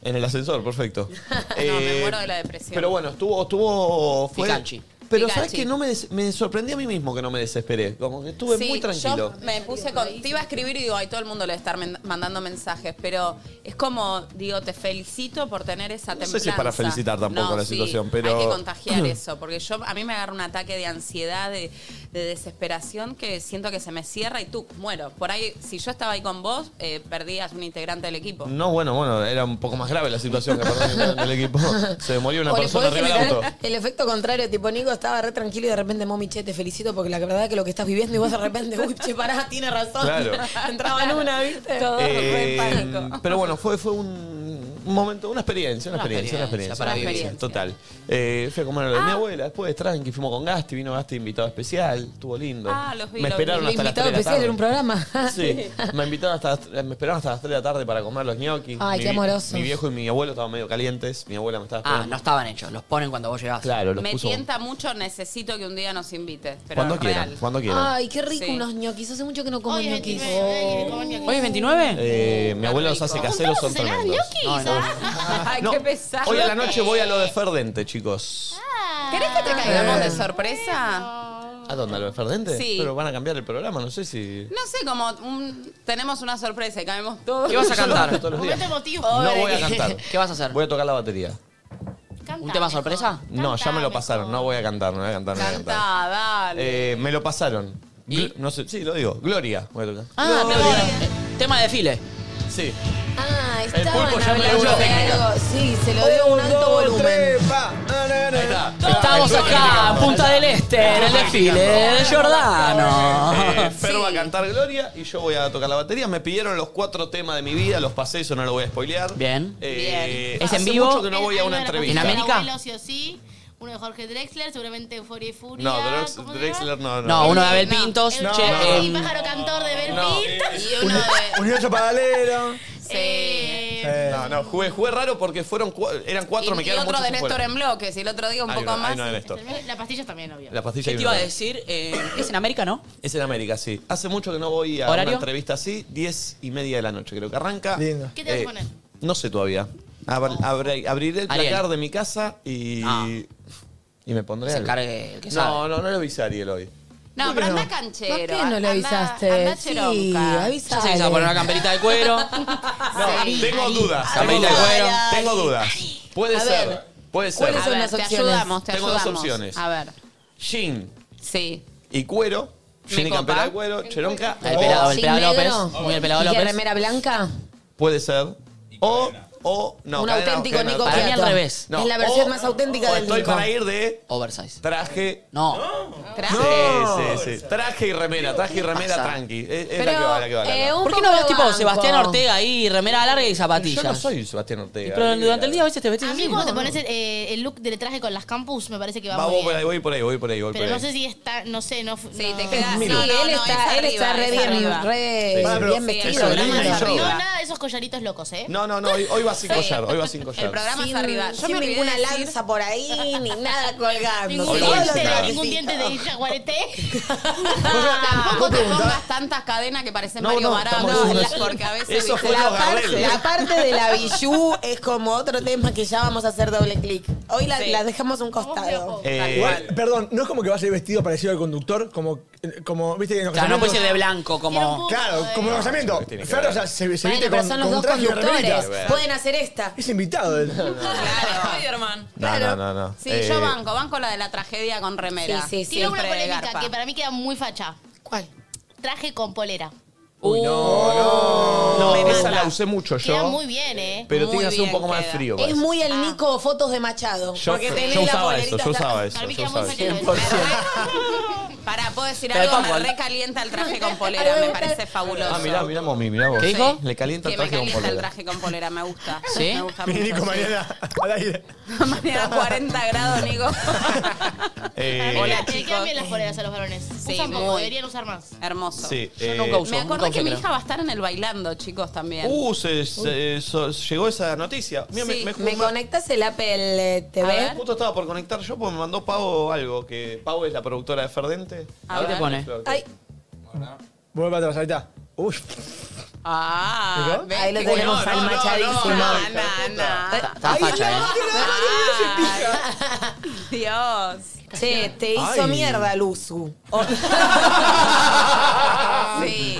[SPEAKER 1] En el ascensor,
[SPEAKER 4] [laughs]
[SPEAKER 1] perfecto. Eh,
[SPEAKER 4] muero de la depresión.
[SPEAKER 1] Pero bueno, estuvo... estuvo fue,
[SPEAKER 4] Picanchi.
[SPEAKER 1] Pero
[SPEAKER 4] Picanchi.
[SPEAKER 1] sabes que no me, des- me sorprendí a mí mismo que no me desesperé. Como que estuve
[SPEAKER 4] Sí,
[SPEAKER 1] muy tranquilo.
[SPEAKER 4] Yo me puse con. Te iba a escribir y digo, ay, todo el mundo le está men- mandando mensajes, pero es como, digo, te felicito por tener esa
[SPEAKER 1] No sé
[SPEAKER 4] templanza.
[SPEAKER 1] si es para felicitar tampoco la situación, pero-
[SPEAKER 4] Hay
[SPEAKER 1] [clears throat]
[SPEAKER 4] que contagiar eso, porque yo a mí me agarra un ataque de ansiedad, de, de desesperación, que siento que se me cierra y tú, muero. Por ahí, si yo estaba ahí con vos, eh, perdías un integrante del equipo.
[SPEAKER 1] No, bueno, bueno, era un poco más grave la situación que perdón el equipo. Se murió una
[SPEAKER 2] O le
[SPEAKER 1] persona
[SPEAKER 2] podés
[SPEAKER 1] arriba del auto.
[SPEAKER 2] generar El efecto contrario, tipo Nico estaba re tranquilo y de repente, mami, che, te felicito porque la verdad que lo que estás viviendo y vos de repente, uy, che, pará, tiene razón.
[SPEAKER 4] [laughs]
[SPEAKER 1] Claro.
[SPEAKER 2] Entraba en una, ¿viste? [laughs] Todo
[SPEAKER 1] Eh, pero bueno, fue, fue un un momento, una experiencia, una,
[SPEAKER 3] Una
[SPEAKER 1] experiencia,
[SPEAKER 3] experiencia
[SPEAKER 1] una
[SPEAKER 3] para
[SPEAKER 1] experiencia.
[SPEAKER 3] vivir.
[SPEAKER 1] Total. Eh, fui a comer a lo de mi abuela, después tranqui, fuimos con Gasti, vino Gasti invitado especial, estuvo lindo.
[SPEAKER 2] Ah, los vi,
[SPEAKER 1] Me
[SPEAKER 2] los
[SPEAKER 1] esperaron
[SPEAKER 2] vi.
[SPEAKER 1] hasta las 3
[SPEAKER 2] Invitado
[SPEAKER 1] de la
[SPEAKER 2] especial
[SPEAKER 1] tarde.
[SPEAKER 2] en un programa. [laughs]
[SPEAKER 1] Sí, me invitaron hasta las tre- me esperaron hasta las 3 de la tarde para comer los ñoquis.
[SPEAKER 2] Ay,
[SPEAKER 1] mi,
[SPEAKER 2] qué
[SPEAKER 1] vi-
[SPEAKER 2] amorosos.
[SPEAKER 1] Mi viejo y mi abuelo estaban medio calientes, mi abuela me estaba
[SPEAKER 3] Ah,
[SPEAKER 1] esperando.
[SPEAKER 3] no estaban hechos. Los ponen cuando vos llegás.
[SPEAKER 1] Claro, los
[SPEAKER 4] Me
[SPEAKER 1] puso
[SPEAKER 4] tienta mucho, necesito que un día nos invites. Pero
[SPEAKER 1] cuando
[SPEAKER 4] real.
[SPEAKER 1] quieran, cuando quieran.
[SPEAKER 2] Ay, qué rico
[SPEAKER 4] Sí.
[SPEAKER 2] unos ñoquis. Hace mucho que no como ñoquis.
[SPEAKER 3] ¿Hoy es 29?
[SPEAKER 1] Eh, mi abuelo los hace caseros, son tremendos.
[SPEAKER 4] No, no.
[SPEAKER 1] [laughs]
[SPEAKER 4] Ay, qué pesado.
[SPEAKER 1] Hoy a la noche voy Ah. a lo de Ferdente, chicos.
[SPEAKER 4] ¿Querés que te caigamos de sorpresa?
[SPEAKER 1] ¿A dónde? ¿A lo de Ferdente?
[SPEAKER 4] Sí.
[SPEAKER 1] Pero van a cambiar el programa, no sé si.
[SPEAKER 4] No sé, como un- tenemos una sorpresa y caemos todos.
[SPEAKER 1] ¿Qué vas a
[SPEAKER 4] [laughs]
[SPEAKER 1] cantar? Todos los días.
[SPEAKER 4] Momento emotivo.
[SPEAKER 1] No voy a cantar.
[SPEAKER 3] [laughs] ¿Qué vas a hacer?
[SPEAKER 1] Voy a tocar la batería.
[SPEAKER 3] ¿Un tema sorpresa?
[SPEAKER 1] No, ya me lo pasaron. No voy a cantar, no voy a cantar, no voy a cantar.
[SPEAKER 4] Ah, dale.
[SPEAKER 1] Eh, me lo pasaron. Gl- No sé, sí, lo digo. Gloria. Voy a tocar.
[SPEAKER 3] Ah, tema, eh, tema de desfile.
[SPEAKER 1] sí.
[SPEAKER 2] Ah,
[SPEAKER 1] El
[SPEAKER 2] estaban
[SPEAKER 1] pulpo ya me dio
[SPEAKER 2] hablando
[SPEAKER 1] una Oh,
[SPEAKER 2] de
[SPEAKER 1] técnica.
[SPEAKER 2] algo. Sí, se lo dio a un alto volumen.
[SPEAKER 3] Estamos acá, en Punta del Este, en el desfile de Giordano.
[SPEAKER 1] Eh, Fer va a cantar Gloria y yo voy a tocar la batería. Me pidieron los cuatro temas de mi vida, los pasé, eso no lo voy a spoilear. Bien.
[SPEAKER 3] Bien. ¿Es en vivo?
[SPEAKER 1] Mucho que no voy a
[SPEAKER 6] Hay
[SPEAKER 1] una
[SPEAKER 6] de los
[SPEAKER 1] entrevista.
[SPEAKER 6] Jorge Abuelo, sí o sí. Uno de Jorge Drexler, seguramente Euforia y Furia.
[SPEAKER 1] No, Drex- Drexler no, no.
[SPEAKER 3] No, uno de Abel Pintos.
[SPEAKER 6] No,
[SPEAKER 3] che,
[SPEAKER 6] no,
[SPEAKER 3] eh,
[SPEAKER 6] El pájaro cantor de Bel
[SPEAKER 1] No.
[SPEAKER 6] Pintos. [laughs] Y
[SPEAKER 5] Un,
[SPEAKER 6] uno de...
[SPEAKER 5] un ocho paralelo.
[SPEAKER 4] Sí.
[SPEAKER 1] No, no, jugué, jugué raro porque fueron cua- eran cuatro, me
[SPEAKER 4] Y, y
[SPEAKER 1] quedaron
[SPEAKER 4] otro
[SPEAKER 1] muchos
[SPEAKER 4] de
[SPEAKER 1] sin
[SPEAKER 4] Néstor
[SPEAKER 1] fuera.
[SPEAKER 4] en bloques, y el otro día un
[SPEAKER 1] Hay uno-
[SPEAKER 4] poco
[SPEAKER 1] hay
[SPEAKER 4] más.
[SPEAKER 1] uno de Néstor.
[SPEAKER 4] La pastilla también, obvio.
[SPEAKER 1] La pastilla
[SPEAKER 3] ¿Qué
[SPEAKER 1] y uno
[SPEAKER 3] te iba a
[SPEAKER 1] de-
[SPEAKER 3] decir? Eh, es en América, ¿no?
[SPEAKER 1] Es en América, sí. Hace mucho que no voy a
[SPEAKER 3] ¿Horario?
[SPEAKER 1] una entrevista así, diez y media de la noche creo que arranca.
[SPEAKER 5] Lindo.
[SPEAKER 6] ¿Qué te vas a
[SPEAKER 1] Eh,
[SPEAKER 6] poner?
[SPEAKER 1] No sé todavía. Abr- abre- abriré el
[SPEAKER 3] Ariel. Ah.
[SPEAKER 1] placar de mi casa y... Y me pondré
[SPEAKER 3] Se
[SPEAKER 1] algo.
[SPEAKER 3] encargue el que
[SPEAKER 1] No,
[SPEAKER 3] sabe.
[SPEAKER 1] no, no le avisé a Ariel hoy.
[SPEAKER 4] No, pero anda canchero.
[SPEAKER 2] ¿Por qué no le
[SPEAKER 4] anda-
[SPEAKER 2] avisaste?
[SPEAKER 4] Anda
[SPEAKER 2] Sí,
[SPEAKER 4] cheronca.
[SPEAKER 2] avisale.
[SPEAKER 3] Se a poner una camperita de cuero.
[SPEAKER 1] No, tengo dudas.
[SPEAKER 3] Camperita de
[SPEAKER 1] tengo
[SPEAKER 3] cuero.
[SPEAKER 1] dudas, Tengo dudas. Puede
[SPEAKER 4] A
[SPEAKER 1] ser.
[SPEAKER 4] ver,
[SPEAKER 1] puede ser.
[SPEAKER 4] ¿Cuáles son las opciones? Te ayudamos, te
[SPEAKER 1] Tengo
[SPEAKER 4] ayudamos.
[SPEAKER 1] dos opciones.
[SPEAKER 4] A ver,
[SPEAKER 1] Jean
[SPEAKER 4] sí.
[SPEAKER 1] y cuero. Jean y
[SPEAKER 4] copa.
[SPEAKER 1] campera de cuero. Cheronca.
[SPEAKER 3] El pelado, el
[SPEAKER 2] Sin
[SPEAKER 3] pelado
[SPEAKER 2] negro.
[SPEAKER 3] López. Muy el pelado
[SPEAKER 2] ¿Y qué,
[SPEAKER 3] López.
[SPEAKER 2] remera blanca?
[SPEAKER 1] Puede ser. O, o, no.
[SPEAKER 2] un
[SPEAKER 1] cadena-
[SPEAKER 2] auténtico
[SPEAKER 1] cadena-
[SPEAKER 2] Nico
[SPEAKER 3] Para mí
[SPEAKER 2] Quiato.
[SPEAKER 3] al revés.
[SPEAKER 1] No,
[SPEAKER 2] Es la versión
[SPEAKER 1] o-
[SPEAKER 2] más auténtica
[SPEAKER 1] o
[SPEAKER 2] del
[SPEAKER 1] oh, estoy
[SPEAKER 2] Nico.
[SPEAKER 1] para ir de
[SPEAKER 3] Oversize.
[SPEAKER 1] traje.
[SPEAKER 3] No.
[SPEAKER 1] Sí, sí, sí. Traje y remera, traje y remera
[SPEAKER 3] pasa?
[SPEAKER 1] tranqui. Es, es la que va, la que va. la que
[SPEAKER 6] eh,
[SPEAKER 1] va.
[SPEAKER 3] ¿Por qué no hablas tipo Sebastián Ortega ahí, remera larga y zapatillas?
[SPEAKER 1] Yo no soy Sebastián Ortega.
[SPEAKER 3] Pero durante el día a veces te vestís
[SPEAKER 6] A
[SPEAKER 3] así.
[SPEAKER 6] mí cuando te
[SPEAKER 3] No,
[SPEAKER 6] pones el, eh, el look del traje con las campus me parece que va,
[SPEAKER 1] Va,
[SPEAKER 6] muy
[SPEAKER 1] voy por
[SPEAKER 6] bien.
[SPEAKER 1] ahí, voy por ahí, voy por ahí, voy por
[SPEAKER 6] Pero
[SPEAKER 1] ahí.
[SPEAKER 6] no sé si está, no sé, no... Sí,
[SPEAKER 4] te queda-
[SPEAKER 2] Sí,
[SPEAKER 4] No, no,
[SPEAKER 2] él
[SPEAKER 4] no,
[SPEAKER 2] está,
[SPEAKER 4] es
[SPEAKER 2] él está
[SPEAKER 4] arriba,
[SPEAKER 2] re
[SPEAKER 4] es
[SPEAKER 2] bien,
[SPEAKER 4] arriba.
[SPEAKER 2] re
[SPEAKER 1] Sí, pero
[SPEAKER 2] bien
[SPEAKER 1] sí,
[SPEAKER 2] vestido.
[SPEAKER 1] eso,
[SPEAKER 2] lindo.
[SPEAKER 1] Lina y yo.
[SPEAKER 6] No, nada de esos collaritos locos, ¿eh?
[SPEAKER 1] No, no, no, hoy, hoy va sin collar, hoy va sin collar.
[SPEAKER 4] programa es
[SPEAKER 2] Sin-
[SPEAKER 4] arriba. Yo
[SPEAKER 2] sin
[SPEAKER 4] me olvidé
[SPEAKER 2] ninguna
[SPEAKER 4] de decir-
[SPEAKER 2] lanza por ahí, ni nada colgando.
[SPEAKER 4] Ningún
[SPEAKER 1] Hoy
[SPEAKER 2] Todo
[SPEAKER 1] voy
[SPEAKER 2] lo
[SPEAKER 1] sin
[SPEAKER 6] Pero
[SPEAKER 1] nada.
[SPEAKER 2] que
[SPEAKER 6] ningún diente de jaguarete.
[SPEAKER 4] Tampoco te pongas tantas cadenas que parecen
[SPEAKER 1] No,
[SPEAKER 4] Mario
[SPEAKER 1] no,
[SPEAKER 4] Barán,
[SPEAKER 1] estamos
[SPEAKER 4] no,
[SPEAKER 1] haciendo-
[SPEAKER 4] la- porque a veces...
[SPEAKER 1] Eso
[SPEAKER 4] viste,
[SPEAKER 1] fue
[SPEAKER 4] la
[SPEAKER 1] lo
[SPEAKER 4] parte-
[SPEAKER 1] Gabriel.
[SPEAKER 2] La parte de la [laughs] bijú es como otro tema que ya vamos a hacer doble clic. Hoy la,
[SPEAKER 4] Sí.
[SPEAKER 2] la dejamos a un costado.
[SPEAKER 1] Eh,
[SPEAKER 5] Igual, perdón, no es como que vas a ir vestido parecido al conductor, como, como viste que en los
[SPEAKER 3] Claro, no puede
[SPEAKER 5] casamientos-
[SPEAKER 3] ser de blanco como...
[SPEAKER 5] Claro, como en el casamiento.
[SPEAKER 1] tiene que
[SPEAKER 5] Fer,
[SPEAKER 1] ver.
[SPEAKER 5] o sea, se, se
[SPEAKER 2] Bueno,
[SPEAKER 5] viste
[SPEAKER 2] pero
[SPEAKER 5] con,
[SPEAKER 2] son
[SPEAKER 5] con
[SPEAKER 2] los
[SPEAKER 5] un
[SPEAKER 2] dos
[SPEAKER 5] traje y una
[SPEAKER 2] conductores.
[SPEAKER 5] remerita.
[SPEAKER 2] Pueden hacer esta.
[SPEAKER 5] Es invitado. él.
[SPEAKER 4] Claro.
[SPEAKER 15] Spider-Man.
[SPEAKER 1] No, no, no, no.
[SPEAKER 4] Sí,
[SPEAKER 1] Eh,
[SPEAKER 4] yo banco, banco la de la tragedia con remera.
[SPEAKER 2] Sí, sí, sí.
[SPEAKER 4] Tiro
[SPEAKER 6] Tiene una
[SPEAKER 4] una
[SPEAKER 6] polémica
[SPEAKER 4] garpa.
[SPEAKER 6] que para mí queda muy facha.
[SPEAKER 2] ¿Cuál?
[SPEAKER 6] Traje con polera.
[SPEAKER 1] Uy, no, no.
[SPEAKER 4] Me mata.
[SPEAKER 1] esa la usé mucho
[SPEAKER 6] Queda
[SPEAKER 1] yo.
[SPEAKER 6] muy bien, ¿eh?
[SPEAKER 1] Pero
[SPEAKER 4] Muy
[SPEAKER 1] tiene que hacer un
[SPEAKER 4] bien
[SPEAKER 1] poco más de
[SPEAKER 4] queda.
[SPEAKER 1] frío.
[SPEAKER 2] Es
[SPEAKER 1] parece.
[SPEAKER 2] muy el Nico fotos de Machado.
[SPEAKER 1] yo,
[SPEAKER 2] porque tenés
[SPEAKER 1] yo
[SPEAKER 2] la
[SPEAKER 1] usaba
[SPEAKER 2] polerita
[SPEAKER 1] eso, yo
[SPEAKER 2] hasta-
[SPEAKER 1] usaba
[SPEAKER 6] Para
[SPEAKER 1] eso,
[SPEAKER 6] mí
[SPEAKER 1] yo
[SPEAKER 6] queda muy
[SPEAKER 1] usaba eso.
[SPEAKER 6] facha.
[SPEAKER 4] Pará, puedo decir
[SPEAKER 3] Pero
[SPEAKER 4] algo,
[SPEAKER 3] ¿cómo?
[SPEAKER 4] me recalienta el traje con polera, me parece fabuloso.
[SPEAKER 1] Ah, mirá, mirá Momi, mirá vos.
[SPEAKER 3] ¿Qué dijo?
[SPEAKER 1] Le calienta el
[SPEAKER 4] que me
[SPEAKER 1] traje con
[SPEAKER 4] calienta el
[SPEAKER 1] polera.
[SPEAKER 4] traje con polera, me gusta.
[SPEAKER 3] ¿Sí?
[SPEAKER 4] Me gusta
[SPEAKER 5] Vení, Nico,
[SPEAKER 4] mucho.
[SPEAKER 5] Mariana, [laughs] al aire.
[SPEAKER 4] [laughs] Mañana 40 grados, Nico.
[SPEAKER 1] Eh,
[SPEAKER 4] [laughs] Hola,
[SPEAKER 6] Que le
[SPEAKER 4] chicos.
[SPEAKER 6] quedan bien las poleras a los varones.
[SPEAKER 4] Sí,
[SPEAKER 6] Usan poco,
[SPEAKER 4] muy.
[SPEAKER 6] deberían usar más.
[SPEAKER 4] Hermoso.
[SPEAKER 1] Sí,
[SPEAKER 3] Yo
[SPEAKER 1] eh,
[SPEAKER 3] nunca uso,
[SPEAKER 4] Me
[SPEAKER 3] nunca
[SPEAKER 4] acordé
[SPEAKER 3] usé,
[SPEAKER 4] que mi
[SPEAKER 3] creo.
[SPEAKER 4] hija va a estar en el bailando, chicos, también.
[SPEAKER 1] Uh, se, se- so- llegó esa noticia. Mira,
[SPEAKER 4] Sí,
[SPEAKER 1] me, me,
[SPEAKER 2] ¿Me conectas el Apple
[SPEAKER 4] A
[SPEAKER 2] TV?
[SPEAKER 4] ver.
[SPEAKER 1] Justo estaba por conectar yo porque me mandó Pavo algo, que Pavo es la productora de Ferdente.
[SPEAKER 4] A
[SPEAKER 3] ¿Qué te
[SPEAKER 4] ver.
[SPEAKER 3] pone?
[SPEAKER 2] Ay,
[SPEAKER 5] Vuelve para atrás, ahí está. Uy,
[SPEAKER 4] Ah,
[SPEAKER 5] ¿Mirá?
[SPEAKER 4] ¿ves?
[SPEAKER 2] ahí lo
[SPEAKER 4] que-
[SPEAKER 2] tenemos
[SPEAKER 4] No,
[SPEAKER 2] al
[SPEAKER 4] no, no,
[SPEAKER 2] machadísimo.
[SPEAKER 4] No, no, no.
[SPEAKER 2] Eh,
[SPEAKER 3] Está facha, ¿eh?
[SPEAKER 4] Dios.
[SPEAKER 2] Che, te hizo
[SPEAKER 5] Ay.
[SPEAKER 2] mierda, Luzu. [laughs]
[SPEAKER 4] Sí.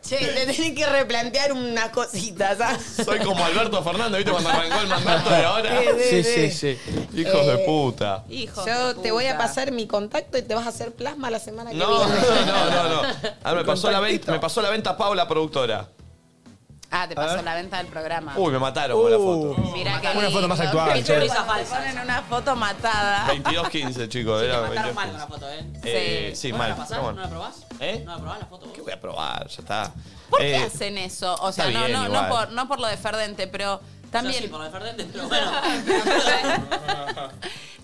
[SPEAKER 2] Che, te tenés que replantear unas cositas, ¿sabes?
[SPEAKER 1] Soy como Alberto Fernández, ¿viste? Cuando arrancó el mandato Eh, de Eh, ahora.
[SPEAKER 2] Sí, sí,
[SPEAKER 1] sí. Hijos de puta.
[SPEAKER 4] Hijo.
[SPEAKER 2] Eh, Yo te voy a pasar mi contacto y te vas a hacer plasma la semana que
[SPEAKER 1] No, no,
[SPEAKER 2] viene.
[SPEAKER 1] no, no. A ver, me pasó, la venta, me pasó la venta Pau, la productora.
[SPEAKER 4] Ah, te pasó la venta del programa.
[SPEAKER 1] Uy, me mataron con la foto.
[SPEAKER 4] Mirá que
[SPEAKER 5] Una foto más actual.
[SPEAKER 4] Viste cuando te ponen una foto matada.
[SPEAKER 1] 22-15, chicos.
[SPEAKER 3] Te
[SPEAKER 1] era
[SPEAKER 3] mataron mal con
[SPEAKER 1] 22-15.
[SPEAKER 3] la foto, ¿eh?
[SPEAKER 1] Eh, sí,
[SPEAKER 3] ¿Vos
[SPEAKER 1] mal.
[SPEAKER 3] ¿No la pasás?
[SPEAKER 1] pero
[SPEAKER 3] ¿No
[SPEAKER 1] bueno.
[SPEAKER 3] la probás?
[SPEAKER 1] ¿Eh?
[SPEAKER 3] ¿No la probás la foto vos?
[SPEAKER 1] ¿Qué voy a probar? Ya está.
[SPEAKER 4] ¿Por qué
[SPEAKER 1] Eh,
[SPEAKER 4] hacen eso? O sea,
[SPEAKER 1] está
[SPEAKER 4] no,
[SPEAKER 1] bien
[SPEAKER 4] no, no,
[SPEAKER 1] igual.
[SPEAKER 4] por, no por lo de Ferdente, pero
[SPEAKER 3] Yo
[SPEAKER 4] también.
[SPEAKER 3] sí, por la de Fernández, pero bueno.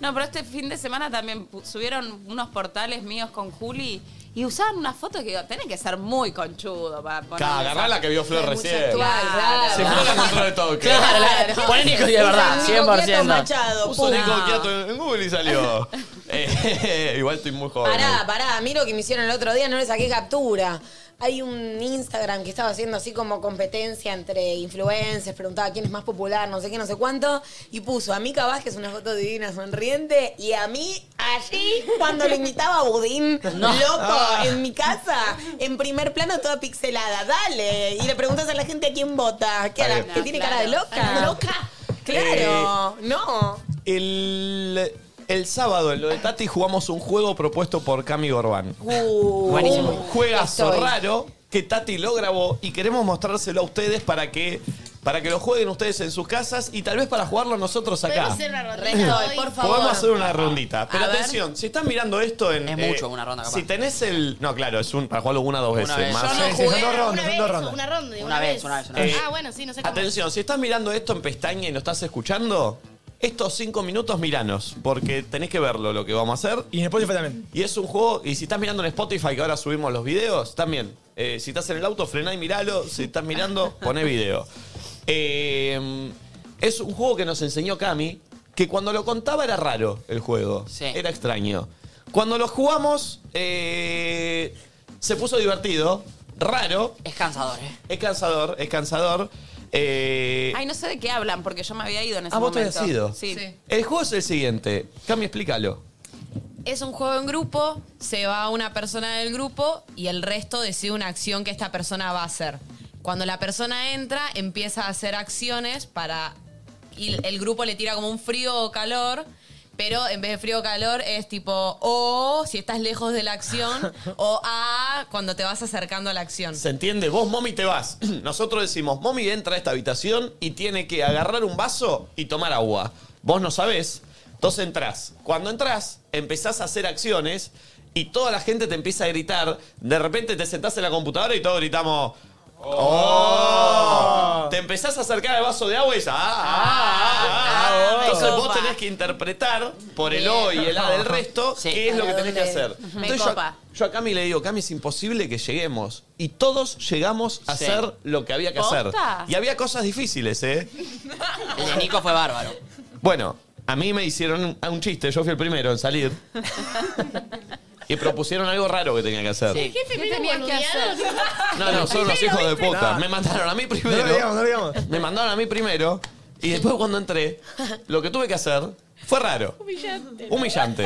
[SPEAKER 4] no, pero este fin de semana también pu- subieron unos portales míos con Juli y usaban una foto que digo, tenés que ser muy conchudo para poner.
[SPEAKER 1] Claro,
[SPEAKER 4] esa.
[SPEAKER 1] agarrá la que vio Flor recién.
[SPEAKER 2] actual,
[SPEAKER 1] Se fue la encontró de toque.
[SPEAKER 3] Claro, la- poné Nico de verdad,
[SPEAKER 2] Nico Quiato
[SPEAKER 3] 100%.
[SPEAKER 2] Machado,
[SPEAKER 1] Puso
[SPEAKER 2] pum.
[SPEAKER 1] Nico Quiato en Google y
[SPEAKER 2] [laughs]
[SPEAKER 1] salió. Eh, [laughs] igual estoy muy joven.
[SPEAKER 2] Pará, Ah, pará, miro que me hicieron el otro día, no le saqué captura. Hay un Instagram que estaba haciendo así como competencia entre influencers, preguntaba quién es más popular, no sé qué, no sé cuánto, y puso a Mica Vázquez una foto divina sonriente y a mí allí cuando lo invitaba a
[SPEAKER 1] [laughs]
[SPEAKER 2] Budín, loco,
[SPEAKER 1] Ah.
[SPEAKER 2] en mi casa, en primer plano toda pixelada, dale, y le preguntas a la gente a quién vota, ¿qué,
[SPEAKER 1] Está
[SPEAKER 2] hará?
[SPEAKER 1] bien.
[SPEAKER 2] ¿Que tiene cara de loca? ¿Loca? Claro, no.
[SPEAKER 1] Eh, El, el sábado en lo de Tati jugamos un juego propuesto por Cami Gorbán.
[SPEAKER 2] Uh,
[SPEAKER 1] Un juegazo
[SPEAKER 2] estoy.
[SPEAKER 1] raro que Tati lo grabó y queremos mostrárselo a ustedes para que, para que lo jueguen ustedes en sus casas y tal vez para jugarlo nosotros acá.
[SPEAKER 6] ¿Podemos hacer una ronda?
[SPEAKER 1] Resto, por favor. Podemos hacer una rondita. Pero
[SPEAKER 6] A ver.
[SPEAKER 1] atención, si están mirando esto en. eh,
[SPEAKER 3] Es mucho, una ronda capaz.
[SPEAKER 1] Si tenés el. No, claro, es un, para jugarlo una o dos veces.
[SPEAKER 3] vez.
[SPEAKER 1] Más.
[SPEAKER 3] Yo no
[SPEAKER 1] Sí, sí,
[SPEAKER 3] jugué
[SPEAKER 1] son dos rondas, son dos rondas.
[SPEAKER 6] Una ronda, digo,
[SPEAKER 1] Una
[SPEAKER 6] una
[SPEAKER 1] vez,
[SPEAKER 6] vez.
[SPEAKER 1] una vez, una vez.
[SPEAKER 6] Ah, bueno, sí, no sé cómo.
[SPEAKER 1] Atención, si estás mirando esto en pestaña y lo estás escuchando, estos cinco minutos miranos, porque tenés que verlo lo que vamos a hacer. Y en Spotify también. Y es un juego, y si estás mirando en Spotify, que ahora subimos los videos, también. Eh, si estás en el auto, frená y miralo. Si estás
[SPEAKER 3] [laughs]
[SPEAKER 1] mirando, poné video. Eh, es un juego que nos enseñó Cami, que cuando lo contaba era raro el juego. Era extraño. Cuando lo jugamos, eh, se puso divertido, raro.
[SPEAKER 3] Es cansador, ¿eh?
[SPEAKER 1] Es cansador, es cansador. Eh,
[SPEAKER 4] Ay, no sé de qué hablan, porque yo me había ido en ese
[SPEAKER 1] ah, vos te
[SPEAKER 4] momento.
[SPEAKER 1] habías ido.
[SPEAKER 4] Sí.
[SPEAKER 1] El juego es el siguiente. Cami, explícalo.
[SPEAKER 15] Es un juego en grupo, se va una persona del grupo y el resto decide una acción que esta persona va a hacer. Cuando la persona entra, empieza a hacer acciones para. Y el grupo le tira como un frío o calor, pero en vez de frío o calor es tipo O si estás lejos de la
[SPEAKER 1] [laughs]
[SPEAKER 15] acción, o A Ah, cuando te vas acercando a la acción.
[SPEAKER 1] ¿Se entiende? Vos, Mommy, te vas. [clears throat] Nosotros decimos, Mommy entra a esta habitación y tiene que agarrar un vaso y tomar agua. Vos no sabés. Entonces entrás. Cuando entrás, empezás a hacer acciones y toda la gente te empieza a gritar. De repente te sentás en la computadora y todos gritamos... ¡Oh! Te empezás a acercar al vaso de agua y "Ah, ya. ah,
[SPEAKER 4] Ah,
[SPEAKER 1] Entonces vos tenés que interpretar por el O y el A del resto qué es lo que tenés que hacer.
[SPEAKER 4] Me
[SPEAKER 1] Entonces yo,
[SPEAKER 4] copa.
[SPEAKER 1] yo a Cami le digo, Cami, es imposible que lleguemos. Y todos llegamos a
[SPEAKER 3] Sí.
[SPEAKER 1] hacer lo que había que
[SPEAKER 4] ¿Posta?
[SPEAKER 1] hacer. Y había cosas difíciles, ¿eh?
[SPEAKER 3] El de Nico fue bárbaro.
[SPEAKER 1] Bueno, a mí me hicieron un, un chiste, yo fui el primero en salir. y propusieron algo raro que tenía que hacer.
[SPEAKER 6] ¿Qué tenías que hacer?
[SPEAKER 1] No, no, son los hijos de puta. Me mandaron a mí primero.
[SPEAKER 5] No lo digamos, no lo digamos.
[SPEAKER 1] Me mandaron a mí primero. Y después cuando entré, lo que tuve que hacer fue raro.
[SPEAKER 4] Humillante.
[SPEAKER 1] Humillante.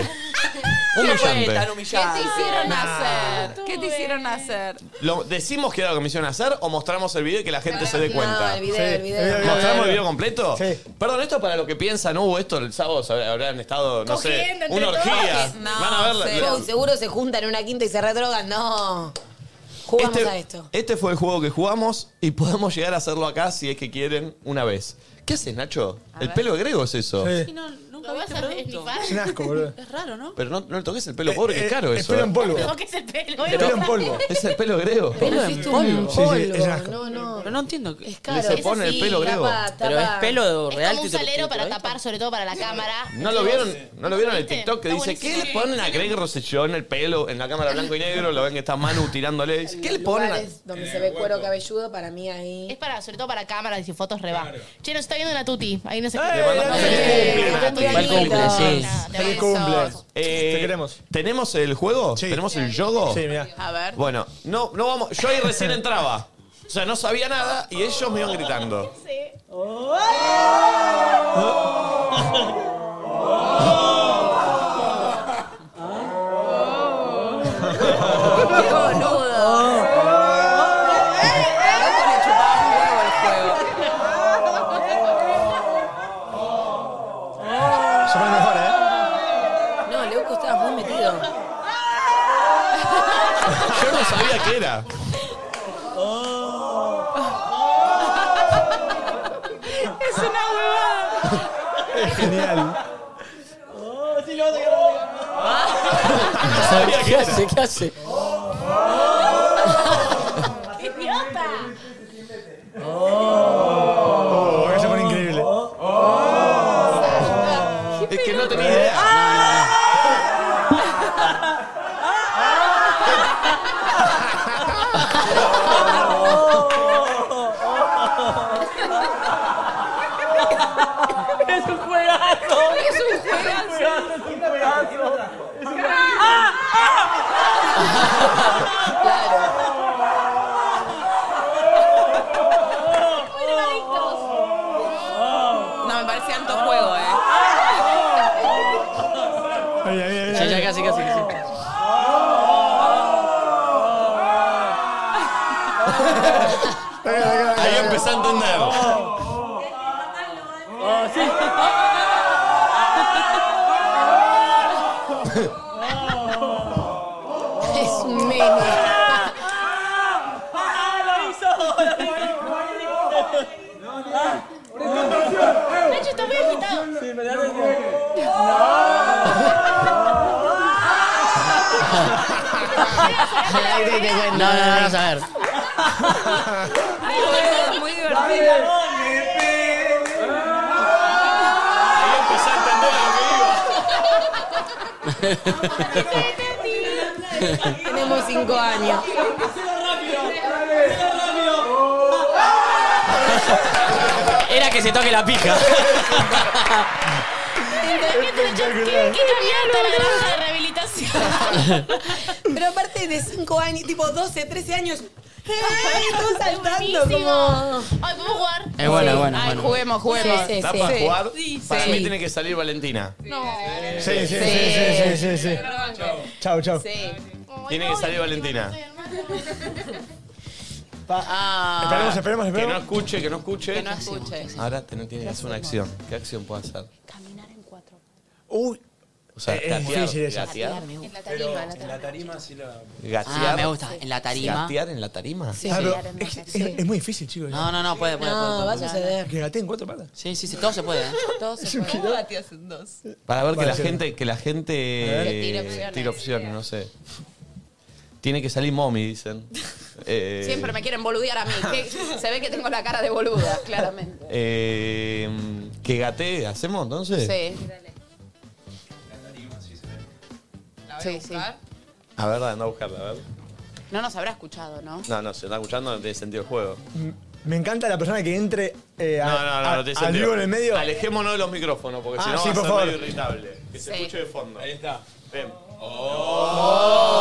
[SPEAKER 4] ¿Qué fue tan
[SPEAKER 1] Humillante.
[SPEAKER 4] humillante? ¿Qué te hicieron
[SPEAKER 1] Nah.
[SPEAKER 4] hacer? ¿Qué te hicieron hacer?
[SPEAKER 1] Lo- ¿Decimos qué era lo que me hicieron hacer o mostramos el video y que la gente se dé cuenta?
[SPEAKER 4] el video, Sí. el video. El video,
[SPEAKER 1] ¿Mostramos
[SPEAKER 4] el video.
[SPEAKER 1] el video completo? Perdón, esto es para lo que piensan, hubo esto el sábado, sab- habrán estado, no
[SPEAKER 2] Cogiendo
[SPEAKER 1] sé,
[SPEAKER 2] entre
[SPEAKER 1] una
[SPEAKER 2] todos.
[SPEAKER 1] orgía.
[SPEAKER 2] No,
[SPEAKER 1] Van a ver la-
[SPEAKER 2] seguro, seguro se juntan en una quinta y se redrogan. No. Jugamos
[SPEAKER 1] Este-
[SPEAKER 2] a esto.
[SPEAKER 1] Este fue el juego que jugamos y podemos llegar a hacerlo acá si es que quieren una vez. ¿Qué haces, Nacho? el pelo de Grego es eso.
[SPEAKER 5] Sí.
[SPEAKER 6] No, nunca viste producto.
[SPEAKER 5] Es un asco, boludo.
[SPEAKER 6] Es raro, ¿no?
[SPEAKER 1] Pero no, no le toques el pelo pobre, que es
[SPEAKER 5] eh,
[SPEAKER 1] caro
[SPEAKER 5] el
[SPEAKER 1] eso.
[SPEAKER 5] pelo en polvo.
[SPEAKER 6] No, que es el pelo. ¿eh?
[SPEAKER 1] Pero- Es el pelo Grego.
[SPEAKER 3] Pelo en polvo.
[SPEAKER 1] Sí, sí, es asco.
[SPEAKER 2] No, no.
[SPEAKER 3] Pero no entiendo. Es
[SPEAKER 1] caro. se pone el pelo grego.
[SPEAKER 3] Pero es pelo
[SPEAKER 6] Es
[SPEAKER 3] real.
[SPEAKER 6] como un
[SPEAKER 3] que te-
[SPEAKER 6] salero para
[SPEAKER 3] que te-
[SPEAKER 6] tapar, sobre todo para la cámara.
[SPEAKER 1] ¿No lo vieron? ¿No lo vieron en el
[SPEAKER 6] ¿Viste?
[SPEAKER 1] TikTok que
[SPEAKER 6] Está
[SPEAKER 1] dice ¿Qué
[SPEAKER 6] buenísimo.
[SPEAKER 1] le ponen a Greg Rossellón el pelo en la cámara blanco y negro? Lo ven que está Manu tirándole. Dice, ¿Qué le ponen a...
[SPEAKER 2] Lugares donde se ve cuero cabelludo, para mí ahí.
[SPEAKER 6] Es para, sobre todo para cámaras y fotos reba. Che, nos está viendo la tuti. Ahí no sé qué.
[SPEAKER 1] Feliz cumple, sí.
[SPEAKER 6] Feliz cumple.
[SPEAKER 1] Eh, ¿Tenemos el juego? ¿Tenemos el yogo?
[SPEAKER 5] Sí, mirá.
[SPEAKER 4] A ver.
[SPEAKER 1] Bueno, no, no vamos. Yo ahí recién entraba. O sea, no sabía nada y ellos me iban gritando.
[SPEAKER 4] ¡Qué boludo! Loco, le chupaba un huevo el juego.
[SPEAKER 5] Se pone mejor, ¿eh?
[SPEAKER 2] No, Leuco estaba muy metido.
[SPEAKER 1] Yo no sabía qué era.
[SPEAKER 6] Es una huevada.
[SPEAKER 5] Es genial.
[SPEAKER 1] No sabía qué era.
[SPEAKER 3] ¿Qué hace?
[SPEAKER 6] ¡Idiota!
[SPEAKER 5] Oh, acá se pone increíble.
[SPEAKER 1] Es que no tenía idea.
[SPEAKER 6] ¡Es un juegazo! ¡Es un juegazo! ¡Es un juegazo!
[SPEAKER 5] Ah!
[SPEAKER 4] No, me parecía alto juego, eh.
[SPEAKER 3] Ya, ya, casi, casi, casi.
[SPEAKER 1] Ahí empecé a entender.
[SPEAKER 2] Es un meme.
[SPEAKER 3] No, no, no, no, a ver.
[SPEAKER 20] Muy divertido.
[SPEAKER 14] Ahí empecé a entender lo que
[SPEAKER 2] Tenemos cinco años.
[SPEAKER 3] [laughs] Era que se toque la pija.
[SPEAKER 6] ¿Qué cambiaron la granja de rehabilitación?
[SPEAKER 2] [laughs] Pero aparte de 5 años, tipo 12, 13 años. ¡Ey!
[SPEAKER 6] [laughs]
[SPEAKER 2] Todos saltando
[SPEAKER 6] Buenísimo.
[SPEAKER 2] como.
[SPEAKER 6] Ay, ¿podemos jugar?
[SPEAKER 1] Es bueno, es bueno.
[SPEAKER 6] Ay,
[SPEAKER 1] es bueno.
[SPEAKER 6] juguemos, juguemos. Sí, sí,
[SPEAKER 1] ¿Está
[SPEAKER 6] sí.
[SPEAKER 1] para
[SPEAKER 6] Sí.
[SPEAKER 1] jugar?
[SPEAKER 6] Sí,
[SPEAKER 1] para
[SPEAKER 6] sí.
[SPEAKER 1] mí tiene que salir Valentina.
[SPEAKER 6] No.
[SPEAKER 5] Sí, sí, sí, sí, sí, sí, sí. Chau, chau.
[SPEAKER 1] Tiene que salir Valentina.
[SPEAKER 3] Ah.
[SPEAKER 5] Esperemos, esperemos, esperemos.
[SPEAKER 1] Que no escuche, que no escuche.
[SPEAKER 4] Que no escuche.
[SPEAKER 1] Ahora te- tiene que hacer una acción. ¿Qué acción puede hacer?
[SPEAKER 5] Uy.
[SPEAKER 1] O sea,
[SPEAKER 5] Es
[SPEAKER 1] gatear,
[SPEAKER 5] difícil esa.
[SPEAKER 14] Ah,
[SPEAKER 1] gatear.
[SPEAKER 6] En la
[SPEAKER 14] Pero
[SPEAKER 6] tarima, en la
[SPEAKER 14] en la tarima sí la...
[SPEAKER 1] Gatear.
[SPEAKER 3] Ah, me gusta. En la tarima.
[SPEAKER 1] Gatear en la tarima.
[SPEAKER 5] Ah, pero es, es- es muy difícil, chicos. ¿eh?
[SPEAKER 3] No, no, no, puede, puede.
[SPEAKER 2] No,
[SPEAKER 3] puede, puede,
[SPEAKER 2] va a
[SPEAKER 3] puede.
[SPEAKER 2] suceder.
[SPEAKER 5] Que gateen cuatro patas.
[SPEAKER 3] Sí, sí, sí, todo se puede. ¿eh?
[SPEAKER 6] Todos se juegan. Gateas en dos.
[SPEAKER 4] Eh.
[SPEAKER 1] Para ver que la
[SPEAKER 5] Vale.
[SPEAKER 1] gente, que la gente
[SPEAKER 5] ver.
[SPEAKER 1] eh,
[SPEAKER 6] Que tire opciones.
[SPEAKER 1] tire opciones, no sé. Tiene que salir mommy, dicen. Eh,
[SPEAKER 4] Siempre me quieren boludear a mí. que se ve que tengo la cara de boluda, claramente.
[SPEAKER 1] eh, que gatee, ¿hacemos entonces?
[SPEAKER 4] Sí.
[SPEAKER 6] Sí, sí.
[SPEAKER 1] A ver, anda a buscarla, a ver.
[SPEAKER 4] No nos habrá escuchado, ¿no?
[SPEAKER 1] No, no, se está escuchando, no tiene sentido el juego.
[SPEAKER 5] Me encanta la persona que entre eh, a,
[SPEAKER 1] No, no, no,
[SPEAKER 5] a-
[SPEAKER 1] no tiene
[SPEAKER 5] al
[SPEAKER 1] sentido.
[SPEAKER 5] vivo en el medio.
[SPEAKER 1] Alejémonos de los micrófonos, porque
[SPEAKER 5] Ah,
[SPEAKER 1] si no
[SPEAKER 5] sí,
[SPEAKER 1] va a
[SPEAKER 5] por
[SPEAKER 1] ser
[SPEAKER 5] favor.
[SPEAKER 1] medio irritable. Que se escuche de fondo. Ahí está. Oh.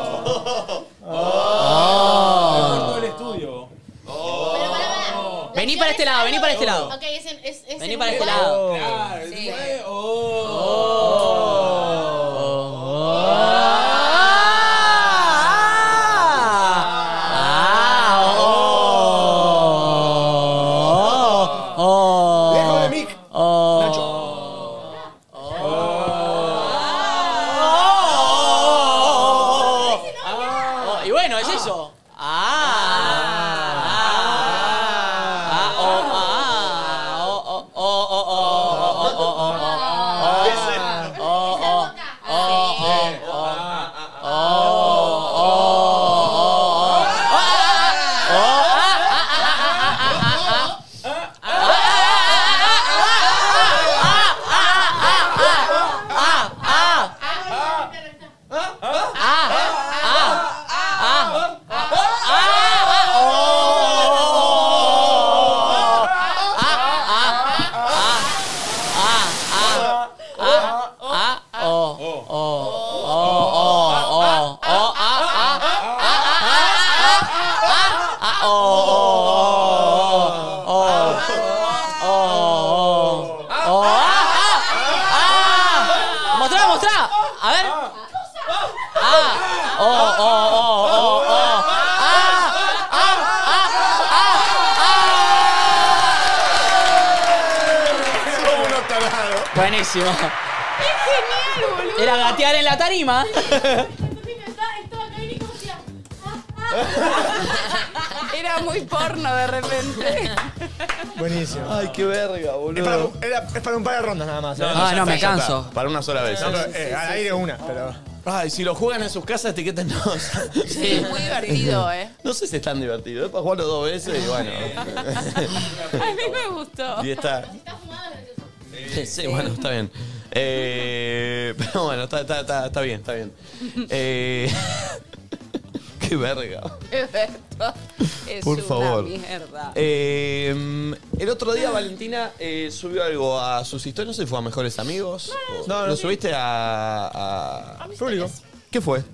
[SPEAKER 1] Ven. Oh.
[SPEAKER 3] Oh.
[SPEAKER 14] el estudio.
[SPEAKER 3] Vení para este lado, vení para este lado.
[SPEAKER 6] Ok, es en. Es, es
[SPEAKER 3] Vení
[SPEAKER 6] en
[SPEAKER 3] para este
[SPEAKER 6] Uruguay.
[SPEAKER 3] lado.
[SPEAKER 6] Sí.
[SPEAKER 3] Oh. Oh.
[SPEAKER 5] Lejos de mí.
[SPEAKER 3] Oh. Oh, Y bueno, es eso. Ah, oh, ah, oh, oh, oh, oh, oh, oh, oh, oh, oh. Mostrá, mostrá. A ver. Ah. Oh, oh, oh, oh, oh. Ah, ah, ah, ah, ah. Buenísimo.
[SPEAKER 6] genial, boludo.
[SPEAKER 3] Era gatear en la tarima.
[SPEAKER 4] Era muy porno de repente.
[SPEAKER 5] Buenísimo.
[SPEAKER 1] Ay, qué verga,
[SPEAKER 5] Es para, era- es para un par de rondas nada más. ¿eh?
[SPEAKER 3] Ah, no, me
[SPEAKER 1] ya
[SPEAKER 3] canso.
[SPEAKER 1] está. Para una sola vez.
[SPEAKER 5] No, pero, eh, al aire una, pero.
[SPEAKER 1] Ay, si lo juegan en sus casas,
[SPEAKER 3] [laughs]
[SPEAKER 1] etiquétenos.
[SPEAKER 4] Sí, muy divertido, ¿eh?
[SPEAKER 1] No sé si es tan divertido, es para jugarlo dos veces y
[SPEAKER 3] [laughs]
[SPEAKER 1] bueno.
[SPEAKER 4] [laughs] A mí me gustó.
[SPEAKER 1] y está. Sí, bueno, está bien. Eh, pero bueno, está, está, está, está bien, está bien. Eh, [laughs] qué verga.
[SPEAKER 4] Alberto, es
[SPEAKER 1] Por
[SPEAKER 4] una
[SPEAKER 1] favor.
[SPEAKER 4] mierda.
[SPEAKER 1] Eh, el otro día Valentina eh, subió algo a sus historias, no sé si fue a Mejores Amigos. o-
[SPEAKER 5] No, no.
[SPEAKER 1] ¿Lo subiste a, a-
[SPEAKER 5] Público.
[SPEAKER 1] ¿Qué fue?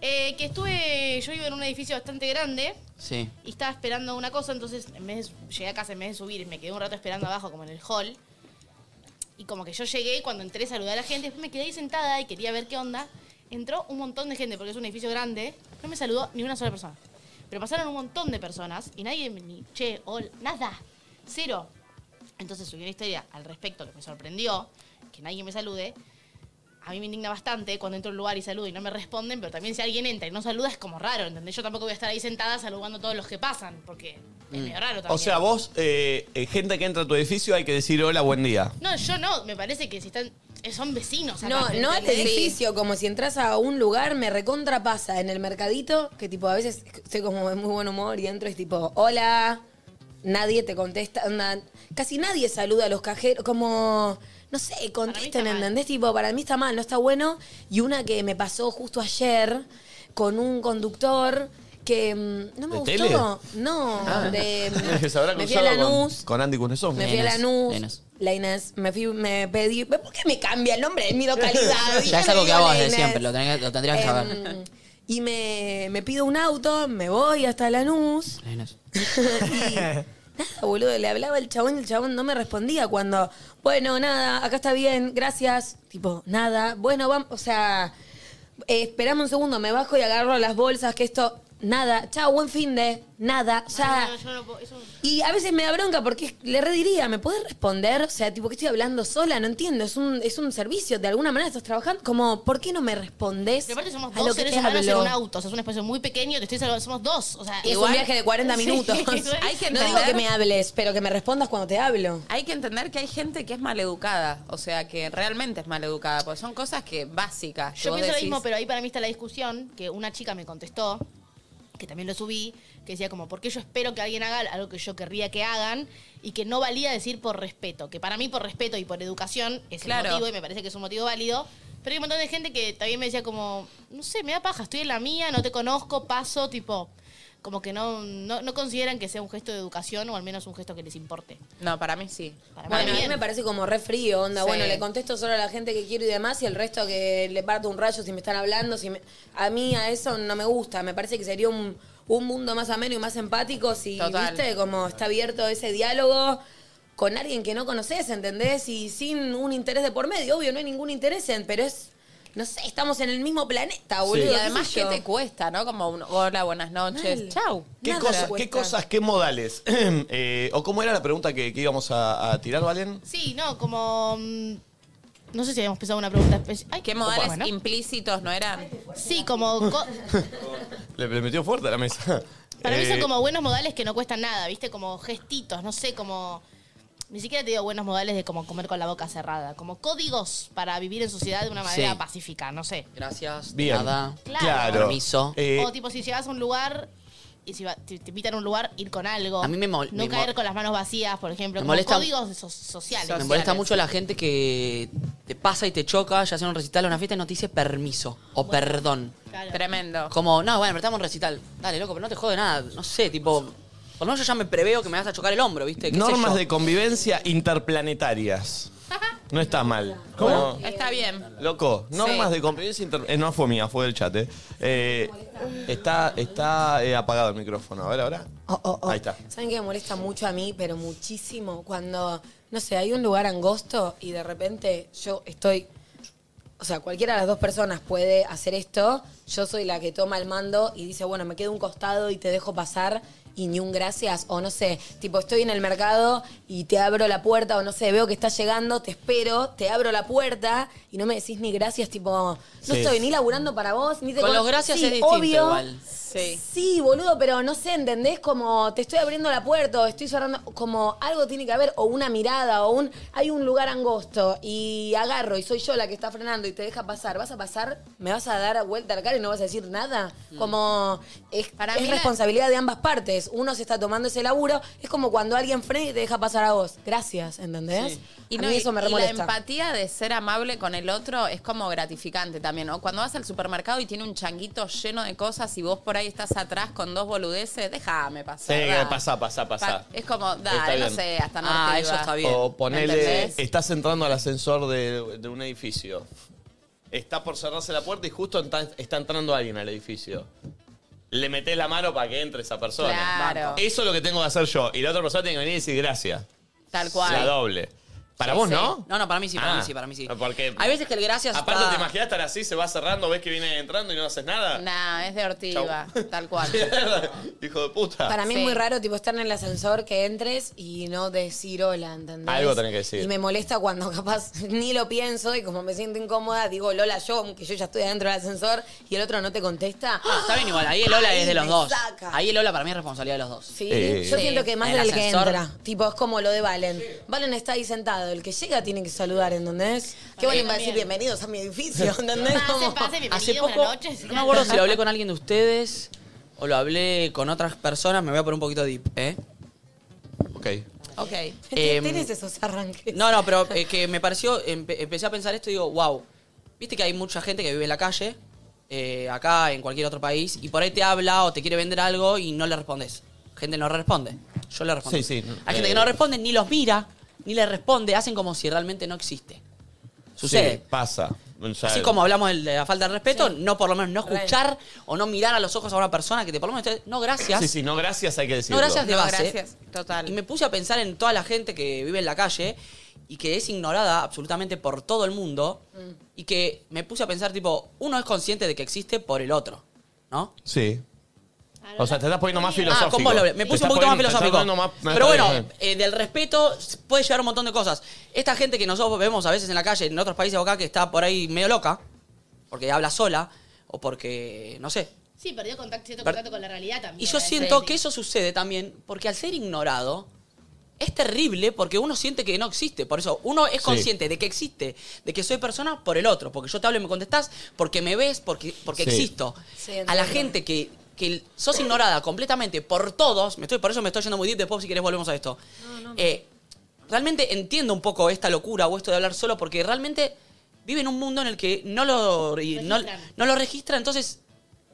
[SPEAKER 6] Eh, que estuve. Yo vivo en un edificio bastante grande
[SPEAKER 3] Sí.
[SPEAKER 6] y estaba esperando una cosa, entonces en vez de- llegué a casa en vez de subir, me quedé un rato esperando abajo, como en el hall. Y como que yo llegué y cuando entré saludé a la gente, después me quedé ahí sentada y quería ver qué onda. Entró un montón de gente porque es un edificio grande, no me saludó ni una sola persona. Pero pasaron un montón de personas y nadie me- ni che, hola, nada, cero. Entonces subí una historia al respecto que me sorprendió, que nadie me salude. A mí me indigna bastante cuando entro a un lugar y saludo y no me responden, pero también si alguien entra y no saluda es como raro, ¿entendés? Yo tampoco voy a estar ahí sentada saludando a todos los que pasan, porque es medio raro también.
[SPEAKER 1] O sea, vos, eh, eh, gente que entra a tu edificio, hay que decir hola, buen día.
[SPEAKER 6] No, yo no, me parece que si están... eh, son vecinos.
[SPEAKER 2] No,
[SPEAKER 6] aparte,
[SPEAKER 2] no al
[SPEAKER 6] ¿entendés?
[SPEAKER 2] edificio, como si entras a un lugar, me recontrapasa en el mercadito, que tipo a veces estoy como de muy buen humor y entro y es tipo, hola, nadie te contesta, onda, casi nadie saluda a los cajeros, como, no sé, contesten, ¿entendés? Tipo, para mí está mal, no está bueno. Y una que me pasó justo ayer con un conductor que mm, no me
[SPEAKER 1] ¿De
[SPEAKER 2] gustó.
[SPEAKER 1] tele?
[SPEAKER 2] No,
[SPEAKER 1] Ah. [laughs]
[SPEAKER 2] de... mm,
[SPEAKER 1] Que se habrá
[SPEAKER 2] me fui a
[SPEAKER 1] cruzado con,
[SPEAKER 2] Lanús.
[SPEAKER 1] con Andy Cunesón.
[SPEAKER 2] Me fui a Lanús. La Inés, me fui, me pedí. ¿Por qué me cambia el nombre de mi localidad?
[SPEAKER 3] [laughs] Ya es
[SPEAKER 2] Yo
[SPEAKER 3] algo
[SPEAKER 2] le
[SPEAKER 3] que
[SPEAKER 2] digo
[SPEAKER 3] hago
[SPEAKER 2] La
[SPEAKER 3] desde
[SPEAKER 2] Inés.
[SPEAKER 3] siempre, lo, tenés- lo tendrías que saber.
[SPEAKER 2] Em, y me, me pido un auto, me voy hasta Lanús. [laughs] Nada, boludo, le hablaba el chabón y el chabón no me respondía cuando, bueno, nada, acá está bien, gracias. Tipo, nada, bueno, vamos, o sea, eh, esperame un segundo, me bajo y agarro las bolsas, que esto, nada, chao, buen fin de, nada, o sea.
[SPEAKER 6] No, yo no puedo- eso-
[SPEAKER 2] Y a veces me da bronca porque le rediría, ¿me puedes responder? O sea, tipo, que estoy hablando sola, no entiendo, es un, es un servicio, de alguna manera estás trabajando, como, ¿por qué no me respondés?
[SPEAKER 6] Pero aparte somos
[SPEAKER 2] a lo
[SPEAKER 6] dos
[SPEAKER 2] que
[SPEAKER 6] seres
[SPEAKER 2] te
[SPEAKER 6] humanos en
[SPEAKER 2] hablo?
[SPEAKER 6] un auto, o sea, es un espacio muy pequeño, te estoy salvando, somos dos. O sea,
[SPEAKER 2] Y es un viaje de
[SPEAKER 6] [laughs]
[SPEAKER 2] 40 [laughs] minutos.
[SPEAKER 6] Hay que
[SPEAKER 2] no digo
[SPEAKER 6] entender-
[SPEAKER 2] que me hables, pero que me respondas cuando te hablo.
[SPEAKER 4] Hay que entender que hay gente que es maleducada, o sea, que realmente es maleducada, porque son cosas que básicas. que
[SPEAKER 6] Yo
[SPEAKER 4] vos
[SPEAKER 6] pienso
[SPEAKER 4] decís,
[SPEAKER 6] lo mismo, pero ahí para mí está la discusión, que una chica me contestó, que también lo subí, que decía como, ¿por qué yo espero que alguien haga algo que yo querría que hagan? Y que no valía decir por respeto, que para mí por respeto y por educación es
[SPEAKER 4] Claro.
[SPEAKER 6] el motivo y me parece que es un motivo válido. Pero hay un montón de gente que también me decía como, no sé, me da paja, estoy en la mía, no te conozco, paso, tipo, como que no, no, no consideran que sea un gesto de educación o al menos un gesto que les importe.
[SPEAKER 4] No, para mí sí.
[SPEAKER 2] Bueno, a mí me parece como re frío, onda.
[SPEAKER 6] Sí.
[SPEAKER 2] Bueno, le contesto solo a la gente que quiero y demás, y el resto que le parto un rayo si me están hablando. Si me- A mí a eso no me gusta. Me parece que sería un, un mundo más ameno y más empático si,
[SPEAKER 4] Total.
[SPEAKER 2] viste, como está abierto ese diálogo con alguien que no conoces, ¿entendés? Y sin un interés de por medio. Obvio, no hay ningún interés, en, pero es. No sé, estamos en el mismo planeta, boludo.
[SPEAKER 4] Y
[SPEAKER 2] qué
[SPEAKER 4] además,
[SPEAKER 2] sé
[SPEAKER 4] ¿qué
[SPEAKER 2] yo.
[SPEAKER 4] te cuesta, no? Como un hola, buenas noches,
[SPEAKER 2] Mal.
[SPEAKER 4] chau.
[SPEAKER 1] ¿Qué,
[SPEAKER 4] Nada.
[SPEAKER 1] cosa- ¿Qué cosas, qué modales? [clears throat] Eh, ¿O cómo era la pregunta que, que íbamos a, a tirar, Valen?
[SPEAKER 6] Sí, no, como... mm, No sé si habíamos pensado una pregunta especial.
[SPEAKER 4] ¿Qué modales implícitos no eran?
[SPEAKER 6] Sí, como...
[SPEAKER 3] [laughs]
[SPEAKER 6] co-
[SPEAKER 1] Le, le metió fuerte a la mesa.
[SPEAKER 6] Para mí
[SPEAKER 1] Eh,
[SPEAKER 6] son como buenos modales que no cuestan nada, ¿viste? Como gestitos, no sé, como... Ni siquiera te digo buenos modales de como comer con la boca cerrada, como códigos para vivir en sociedad de una manera
[SPEAKER 3] Sí.
[SPEAKER 6] pacífica, no sé.
[SPEAKER 3] Gracias.
[SPEAKER 1] Bien.
[SPEAKER 3] Nada.
[SPEAKER 6] Claro. Eh,
[SPEAKER 3] Permiso.
[SPEAKER 6] o tipo, si llegas a un lugar y si va- te, te invitan a un lugar, ir con algo.
[SPEAKER 3] A mí me mol-
[SPEAKER 6] No
[SPEAKER 3] me
[SPEAKER 6] caer
[SPEAKER 3] mol-
[SPEAKER 6] con las manos vacías, por ejemplo.
[SPEAKER 3] Me
[SPEAKER 6] como
[SPEAKER 3] molesta-
[SPEAKER 6] códigos so- sociales.
[SPEAKER 3] Me molesta mucho la gente que te pasa y te choca, ya sea en un recital o una fiesta, y no te dice permiso o perdón.
[SPEAKER 4] Tremendo.
[SPEAKER 3] Como, no, bueno, pero estamos en un recital. Dale, loco, pero no te jode nada. No sé, tipo. Por lo menos yo ya me preveo que me vas a chocar el hombro, ¿viste? ¿Qué sé
[SPEAKER 1] normas
[SPEAKER 3] yo?
[SPEAKER 1] de convivencia interplanetarias. No está mal. Como-
[SPEAKER 4] Eh, Está bien.
[SPEAKER 1] Loco, normas de convivencia inter- eh, no fue mía, fue del chat. eh. Eh, está está eh, apagado el micrófono. A ver ahora.
[SPEAKER 3] Oh,
[SPEAKER 1] Ahí está.
[SPEAKER 2] ¿Saben qué me molesta mucho a mí, pero muchísimo? Cuando, no sé, hay un lugar angosto y de repente yo estoy. O sea, cualquiera de las dos personas puede hacer esto. Yo soy la que toma el mando y dice, bueno, me quedo un costado y te dejo pasar y ni un gracias. O no sé, tipo, estoy en el mercado y te abro la puerta o no sé, veo que estás llegando, te espero, te abro la puerta y no me decís ni gracias, tipo, no
[SPEAKER 3] Sí.
[SPEAKER 2] estoy ni laburando para vos, ni te
[SPEAKER 3] Con
[SPEAKER 2] con-
[SPEAKER 3] los gracias
[SPEAKER 2] Sí,
[SPEAKER 3] es distinto
[SPEAKER 2] obvio.
[SPEAKER 3] igual.
[SPEAKER 4] Sí.
[SPEAKER 2] Sí, boludo, pero no sé, ¿entendés? Como te estoy abriendo la puerta, o estoy cerrando, como algo tiene que haber, o una mirada, o un. Hay un lugar angosto y agarro y soy yo la que está frenando y te deja pasar. ¿Vas a pasar? ¿Me vas a dar vuelta a la cara y no vas a decir nada? Como. Es, es
[SPEAKER 4] Mm. mí la-
[SPEAKER 2] responsabilidad de ambas partes. Uno se está tomando ese laburo. Es como cuando alguien frena y te deja pasar a vos. Gracias, ¿entendés?
[SPEAKER 4] Y,
[SPEAKER 2] a
[SPEAKER 4] no,
[SPEAKER 2] mí
[SPEAKER 4] y-
[SPEAKER 2] eso me
[SPEAKER 4] y la
[SPEAKER 2] remolesta.
[SPEAKER 4] empatía de ser amable con el otro es como gratificante también, ¿no? Cuando vas al supermercado y tiene un changuito lleno de cosas y vos por ahí estás atrás con dos boludeces, déjame pasar.
[SPEAKER 1] Sí,
[SPEAKER 4] dale.
[SPEAKER 1] pasa, pasa, pasa.
[SPEAKER 4] Pa- Es como,
[SPEAKER 1] Está
[SPEAKER 4] dale, no
[SPEAKER 1] bien.
[SPEAKER 4] sé, hasta no
[SPEAKER 3] Ah, eso está bien.
[SPEAKER 1] O ponele,
[SPEAKER 4] ¿Entendés?
[SPEAKER 1] estás entrando al ascensor de, de un edificio. Está por cerrarse la puerta y justo enta- está entrando alguien al edificio. Le metes la mano para que entre esa persona.
[SPEAKER 4] Claro.
[SPEAKER 1] Eso es lo que tengo que hacer yo. Y la otra persona tiene que venir y decir gracias.
[SPEAKER 4] Tal cual.
[SPEAKER 1] La doble. Para
[SPEAKER 3] Sí,
[SPEAKER 1] vos,
[SPEAKER 3] sí.
[SPEAKER 1] ¿no?
[SPEAKER 3] No, no, para mí sí, para
[SPEAKER 1] Ah,
[SPEAKER 3] mí sí, para mí sí.
[SPEAKER 1] Porque
[SPEAKER 3] Hay veces que el gracias
[SPEAKER 1] aparte
[SPEAKER 3] está-
[SPEAKER 1] te imaginas estar así, se va cerrando, ves que viene entrando y no haces nada.
[SPEAKER 4] Nah, es de ortiva, tal cual.
[SPEAKER 1] [laughs] Hijo de puta.
[SPEAKER 2] Para mí
[SPEAKER 4] Sí.
[SPEAKER 2] es muy raro, tipo, estar en el ascensor que entres y no decir hola, ¿entendés?
[SPEAKER 1] Algo tenés que decir.
[SPEAKER 2] Y me molesta cuando capaz [laughs] ni lo pienso y como me siento incómoda, digo Lola yo, aunque yo ya estoy adentro del ascensor y el otro no te contesta.
[SPEAKER 3] Ah, está bien igual, ahí el hola
[SPEAKER 2] Ay,
[SPEAKER 3] es de los
[SPEAKER 2] me
[SPEAKER 3] dos.
[SPEAKER 2] saca.
[SPEAKER 3] Ahí el hola para mí es
[SPEAKER 1] Eh,
[SPEAKER 3] responsabilidad de los dos.
[SPEAKER 2] Sí, yo siento que más
[SPEAKER 3] En el
[SPEAKER 2] del que
[SPEAKER 3] ascensor.
[SPEAKER 2] entra. Tipo, es como lo de Valen. Valen está ahí sentado. saludado. El que llega tiene que saludar, ¿entendés? Qué bueno,
[SPEAKER 3] También.
[SPEAKER 2] iba a decir bienvenidos a mi
[SPEAKER 6] [laughs]
[SPEAKER 2] edificio, ¿entendés?
[SPEAKER 6] Pase,
[SPEAKER 2] Como-
[SPEAKER 6] pase, bienvenido,
[SPEAKER 2] Hace
[SPEAKER 6] buenas
[SPEAKER 2] poco-
[SPEAKER 6] noches.
[SPEAKER 3] No me acuerdo si
[SPEAKER 2] [laughs]
[SPEAKER 3] lo hablé con alguien de ustedes o lo hablé con otras personas. Me voy a poner un poquito deep, ¿eh?
[SPEAKER 1] Ok.
[SPEAKER 3] Ok. Em,
[SPEAKER 2] Tienes esos arranques.
[SPEAKER 3] No, no, pero eh, que me pareció, empe- empecé a pensar esto y digo, wow, viste que hay mucha gente que vive en la calle, eh, acá, en cualquier otro país, y por ahí te habla o te quiere vender algo y no le respondes. Gente no responde. Yo le respondo.
[SPEAKER 1] Sí, eh, sí.
[SPEAKER 3] Hay gente que no responde, ni los mira, ni le responde, hacen como si realmente no existe. Sucede.
[SPEAKER 1] Sí, pasa. Ya-
[SPEAKER 3] Así como hablamos del- de la falta de respeto, no por lo menos no escuchar o no mirar a los ojos a una persona que te por lo menos te- no gracias.
[SPEAKER 1] Sí, sí, no gracias hay que decirlo.
[SPEAKER 3] No gracias de base.
[SPEAKER 17] gracias,
[SPEAKER 3] total. Y me puse a pensar en toda la gente que vive en la calle y que es ignorada absolutamente por todo el mundo y que me puse a pensar tipo, uno es consciente de que existe por el otro.
[SPEAKER 1] Sí. O sea, te estás poniendo más filosófico.
[SPEAKER 3] Ah, con vos lo hablé.
[SPEAKER 1] Te
[SPEAKER 3] me puse
[SPEAKER 1] estás
[SPEAKER 3] un poquito más
[SPEAKER 1] poniendo- te estás
[SPEAKER 3] filosófico.
[SPEAKER 1] poniendo más- más
[SPEAKER 3] Pero bueno,
[SPEAKER 1] tarde.
[SPEAKER 3] eh, del respeto puede llegar un montón de cosas. Esta gente que nosotros vemos a veces en la calle, en otros países acá, que está por ahí medio loca, porque habla sola o porque, no sé,
[SPEAKER 6] Sí, perdió contacto, cierto
[SPEAKER 3] Per-
[SPEAKER 6] contacto con la realidad
[SPEAKER 3] Y
[SPEAKER 6] también.
[SPEAKER 3] yo siento que eso sucede también porque al ser ignorado es terrible porque uno siente que no existe. Por eso uno es
[SPEAKER 6] Sí.
[SPEAKER 3] consciente de que existe, de que soy persona por el otro, porque yo te hablo y me contestás, porque me ves, porque, porque
[SPEAKER 6] Sí.
[SPEAKER 3] existo.
[SPEAKER 6] Sí,
[SPEAKER 3] A la
[SPEAKER 6] entiendo.
[SPEAKER 3] gente que, que sos ignorada completamente por todos, me estoy, por eso me estoy yendo muy deep, después si querés volvemos a esto. Eh, realmente entiendo un poco esta locura o esto de hablar solo porque realmente vive en un mundo en el que no lo, y no,
[SPEAKER 2] Registran.
[SPEAKER 3] no lo registra, entonces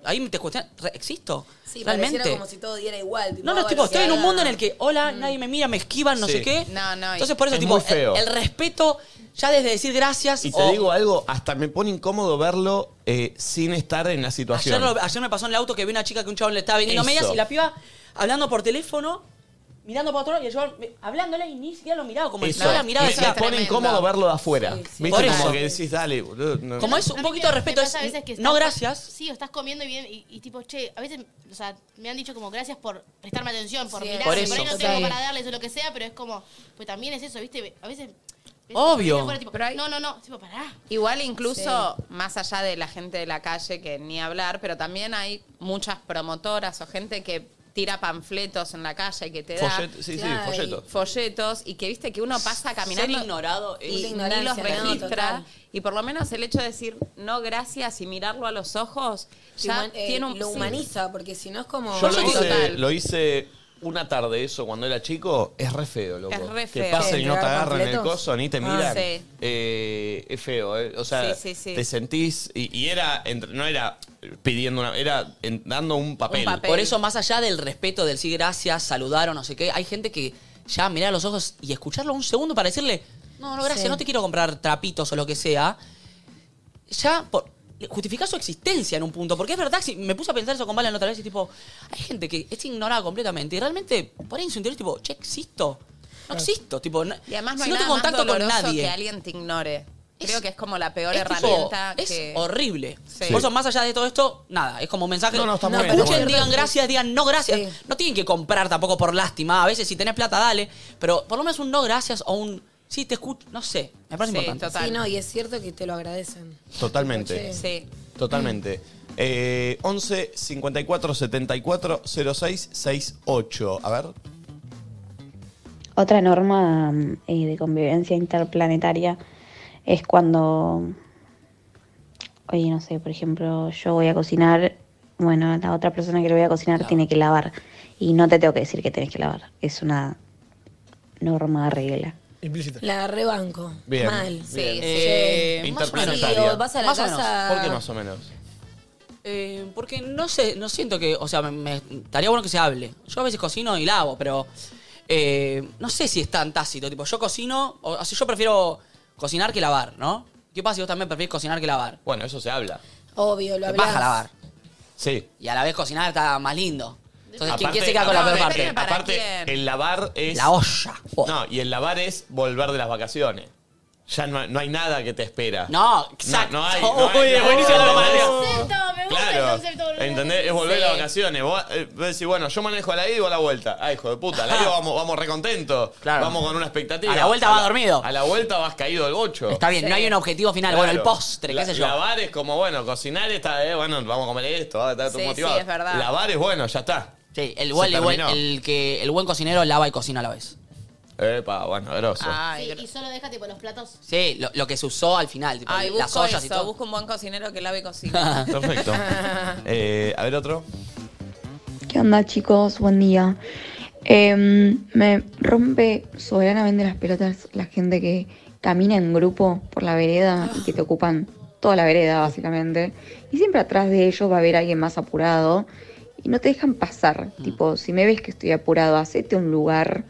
[SPEAKER 3] ahí te cuestionas, ¿re- ¿existo?
[SPEAKER 2] Sí,
[SPEAKER 3] realmente.
[SPEAKER 2] pareciera como si todo diera igual. ah,
[SPEAKER 3] No, no, tipo, estoy en un mundo en el que, hola, nadie me mira, me esquivan, no
[SPEAKER 1] Sí.
[SPEAKER 3] sé qué.
[SPEAKER 2] No, no, y-
[SPEAKER 3] Entonces, por eso,
[SPEAKER 1] Es
[SPEAKER 3] tipo,
[SPEAKER 1] muy feo.
[SPEAKER 3] El, el respeto, ya desde decir gracias.
[SPEAKER 1] Y te
[SPEAKER 3] o-
[SPEAKER 1] digo algo, hasta me pone incómodo verlo eh, sin estar en la situación.
[SPEAKER 3] ayer, lo- ayer me pasó en el auto que vi una chica que un chabón le estaba vendiendo
[SPEAKER 1] Eso.
[SPEAKER 3] medias y la piba hablando por teléfono, mirando para otro lado y el chabón me- hablándole y ni siquiera lo miraba, como
[SPEAKER 1] Eso.
[SPEAKER 3] si no la miraba
[SPEAKER 1] me,
[SPEAKER 3] decía-
[SPEAKER 1] me pone incómodo verlo de afuera.
[SPEAKER 3] Por
[SPEAKER 1] ¿Viste? Como
[SPEAKER 3] eso.
[SPEAKER 1] que decís, dale, boludo. no.
[SPEAKER 3] Como es un poquito de respeto, es,
[SPEAKER 6] pasa a veces que estás-
[SPEAKER 3] no gracias.
[SPEAKER 6] Sí, o estás comiendo y, bien, y, y tipo, che, a veces, o sea, me han dicho como gracias por prestarme atención, por
[SPEAKER 3] Sí,
[SPEAKER 6] mirarme,
[SPEAKER 3] Por
[SPEAKER 6] por,
[SPEAKER 3] eso.
[SPEAKER 6] ahí no
[SPEAKER 3] Total.
[SPEAKER 6] tengo para darles o lo que sea, pero es como, pues también es eso, ¿viste? A veces... ¿ves?
[SPEAKER 3] Obvio.
[SPEAKER 6] Afuera, tipo, no, no, no, tipo, pará.
[SPEAKER 17] Igual incluso más allá de la gente de la calle que ni hablar, pero también hay muchas promotoras o gente que tira panfletos en la calle que te da
[SPEAKER 1] Follet- sí, sí, Claro. folleto.
[SPEAKER 17] folletos y que viste que uno pasa caminando
[SPEAKER 3] Ser ignorado es-
[SPEAKER 17] y
[SPEAKER 3] Una
[SPEAKER 17] ni los
[SPEAKER 3] ignorancia, ¿no?
[SPEAKER 17] registra
[SPEAKER 3] Total.
[SPEAKER 17] y por lo menos el hecho de decir no gracias y mirarlo a los ojos ya
[SPEAKER 2] Human- eh,
[SPEAKER 17] tiene un
[SPEAKER 2] lo
[SPEAKER 17] sí.
[SPEAKER 2] humaniza, porque si no es como.
[SPEAKER 1] Yo lo hice, lo hice una tarde eso cuando era chico. Es re feo, loco.
[SPEAKER 17] Es re
[SPEAKER 1] Que
[SPEAKER 17] feo.
[SPEAKER 1] pasen y no te
[SPEAKER 17] ¿Entregar
[SPEAKER 1] agarran el
[SPEAKER 17] panfletos?
[SPEAKER 1] coso, ni te
[SPEAKER 17] Ah,
[SPEAKER 1] miran.
[SPEAKER 17] sí.
[SPEAKER 1] Eh, es feo, eh. O sea,
[SPEAKER 17] Sí, sí, sí.
[SPEAKER 1] te sentís... Y, y era... entre- no era pidiendo una... Era en- dando un papel.
[SPEAKER 3] Por eso, más allá del respeto, del sí, gracias, saludar o no sé qué, hay gente que ya mirar a los ojos y escucharlo un segundo para decirle, [laughs] no, no, Ah, gracias,
[SPEAKER 2] Sí.
[SPEAKER 3] no te quiero comprar trapitos o lo que sea. Ya por, justificar su existencia en un punto. Porque es verdad, si me puse a pensar eso con Valen otra vez y tipo, hay gente que es ignorada completamente y realmente por ahí en su interior es tipo, che, existo. No existo, tipo, no-
[SPEAKER 17] y además no
[SPEAKER 3] si
[SPEAKER 17] hay
[SPEAKER 3] no te
[SPEAKER 17] nada más
[SPEAKER 3] contacto con
[SPEAKER 17] doloroso
[SPEAKER 3] nadie.
[SPEAKER 17] que alguien te ignore creo que es como la peor
[SPEAKER 3] Es tipo-
[SPEAKER 17] herramienta
[SPEAKER 3] es
[SPEAKER 17] que
[SPEAKER 3] horrible.
[SPEAKER 17] Sí.
[SPEAKER 3] Por eso, más allá de todo esto, nada, es como un mensaje.
[SPEAKER 17] No, no, está muy No, bien,
[SPEAKER 3] Escuchen,
[SPEAKER 17] está muy bien.
[SPEAKER 3] digan gracias, digan no gracias. No tienen que comprar tampoco por lástima. A veces, si tenés plata, dale. Pero por lo menos un no gracias o un sí, te escucho, no sé. Me parece importante.
[SPEAKER 2] Sí, no, y es cierto que te lo agradecen.
[SPEAKER 1] Totalmente.
[SPEAKER 2] Sí.
[SPEAKER 1] Totalmente. Eh, 11 54 74 06 68. A ver.
[SPEAKER 12] Otra norma mm, eh, de convivencia interplanetaria es cuando, oye, no sé, por ejemplo, yo voy a cocinar, bueno, la otra persona que le voy a cocinar tiene que lavar y no te tengo que decir que tenés que lavar, es una norma regla.
[SPEAKER 5] Implícita.
[SPEAKER 2] La rebanco.
[SPEAKER 1] Bien,
[SPEAKER 2] Mal. Sí,
[SPEAKER 1] bien.
[SPEAKER 2] sí.
[SPEAKER 1] Eh,
[SPEAKER 2] Sí,
[SPEAKER 1] interplanetaria.
[SPEAKER 2] o vas a la
[SPEAKER 3] Más o menos.
[SPEAKER 2] casa.
[SPEAKER 1] ¿Por qué más o menos?
[SPEAKER 3] Eh, porque no sé, no siento que. O sea, me, me- estaría bueno que se hable. Yo a veces cocino y lavo, pero. eh, no sé si es tan tácito. Tipo, yo cocino. O, o sea, yo prefiero cocinar que lavar, ¿no? ¿Qué pasa si vos también prefieres cocinar que lavar?
[SPEAKER 1] Bueno, eso se habla.
[SPEAKER 2] Obvio, lo
[SPEAKER 3] Te
[SPEAKER 2] hablás.
[SPEAKER 3] baja a lavar.
[SPEAKER 1] Sí.
[SPEAKER 3] Y a la vez cocinar está más lindo. Entonces, ¿quién,
[SPEAKER 1] Aparte-
[SPEAKER 3] quién se queda con la peor
[SPEAKER 1] aparte-
[SPEAKER 3] parte?
[SPEAKER 1] Aparte, el lavar es.
[SPEAKER 3] La olla.
[SPEAKER 1] No, y el lavar es volver de las vacaciones. Ya no, no hay nada que te espera.
[SPEAKER 3] No, exacto.
[SPEAKER 1] No,
[SPEAKER 3] [laughs]
[SPEAKER 1] hay.
[SPEAKER 3] Oh,
[SPEAKER 1] no hay-
[SPEAKER 3] oye, buenísimo
[SPEAKER 1] no,
[SPEAKER 3] lo
[SPEAKER 1] no,
[SPEAKER 3] manejo.
[SPEAKER 1] no. Claro. ¿Entendés? Es volver
[SPEAKER 3] Sí.
[SPEAKER 1] de las vacaciones. Vos, eh, vos decís, bueno, yo manejo a la ida y vos a la vuelta. Ah, hijo de puta. A
[SPEAKER 3] [laughs]
[SPEAKER 1] la ida vamos, vamos recontentos. Vamos con una expectativa.
[SPEAKER 3] A la vuelta vas
[SPEAKER 1] la-
[SPEAKER 3] dormido.
[SPEAKER 1] A la vuelta vas caído del gocho.
[SPEAKER 3] Está bien, no hay un objetivo final. Bueno, el postre, qué sé yo.
[SPEAKER 1] Lavar es como, bueno, cocinar está, eh, bueno, vamos a comer esto, ah, está todo
[SPEAKER 3] Sí,
[SPEAKER 1] motivado.
[SPEAKER 3] sí, es verdad.
[SPEAKER 1] Lavar es bueno, ya está.
[SPEAKER 3] Sí, el
[SPEAKER 1] Se
[SPEAKER 3] buen, el buen-
[SPEAKER 1] terminó.
[SPEAKER 3] el que, el buen cocinero lava y cocina a la vez. Ah,
[SPEAKER 1] Epa, bueno, grosso.
[SPEAKER 6] Sí, y solo deja tipo los platos.
[SPEAKER 3] Sí, lo, lo que se usó al final, tipo,
[SPEAKER 4] Ay,
[SPEAKER 3] las
[SPEAKER 4] busco
[SPEAKER 3] ollas
[SPEAKER 4] eso,
[SPEAKER 3] y todo.
[SPEAKER 4] busco un buen cocinero que lave y
[SPEAKER 3] [laughs]
[SPEAKER 4] cocina.
[SPEAKER 1] Perfecto. Eh, a ver otro.
[SPEAKER 12] ¿Qué onda chicos? Buen día. Em, me rompe soberanamente las pelotas la gente que camina en grupo por la vereda y que te ocupan toda la vereda básicamente. Y siempre atrás de ellos va a haber alguien más apurado y no te dejan pasar. Tipo, si me ves que estoy apurado, hacete un lugar.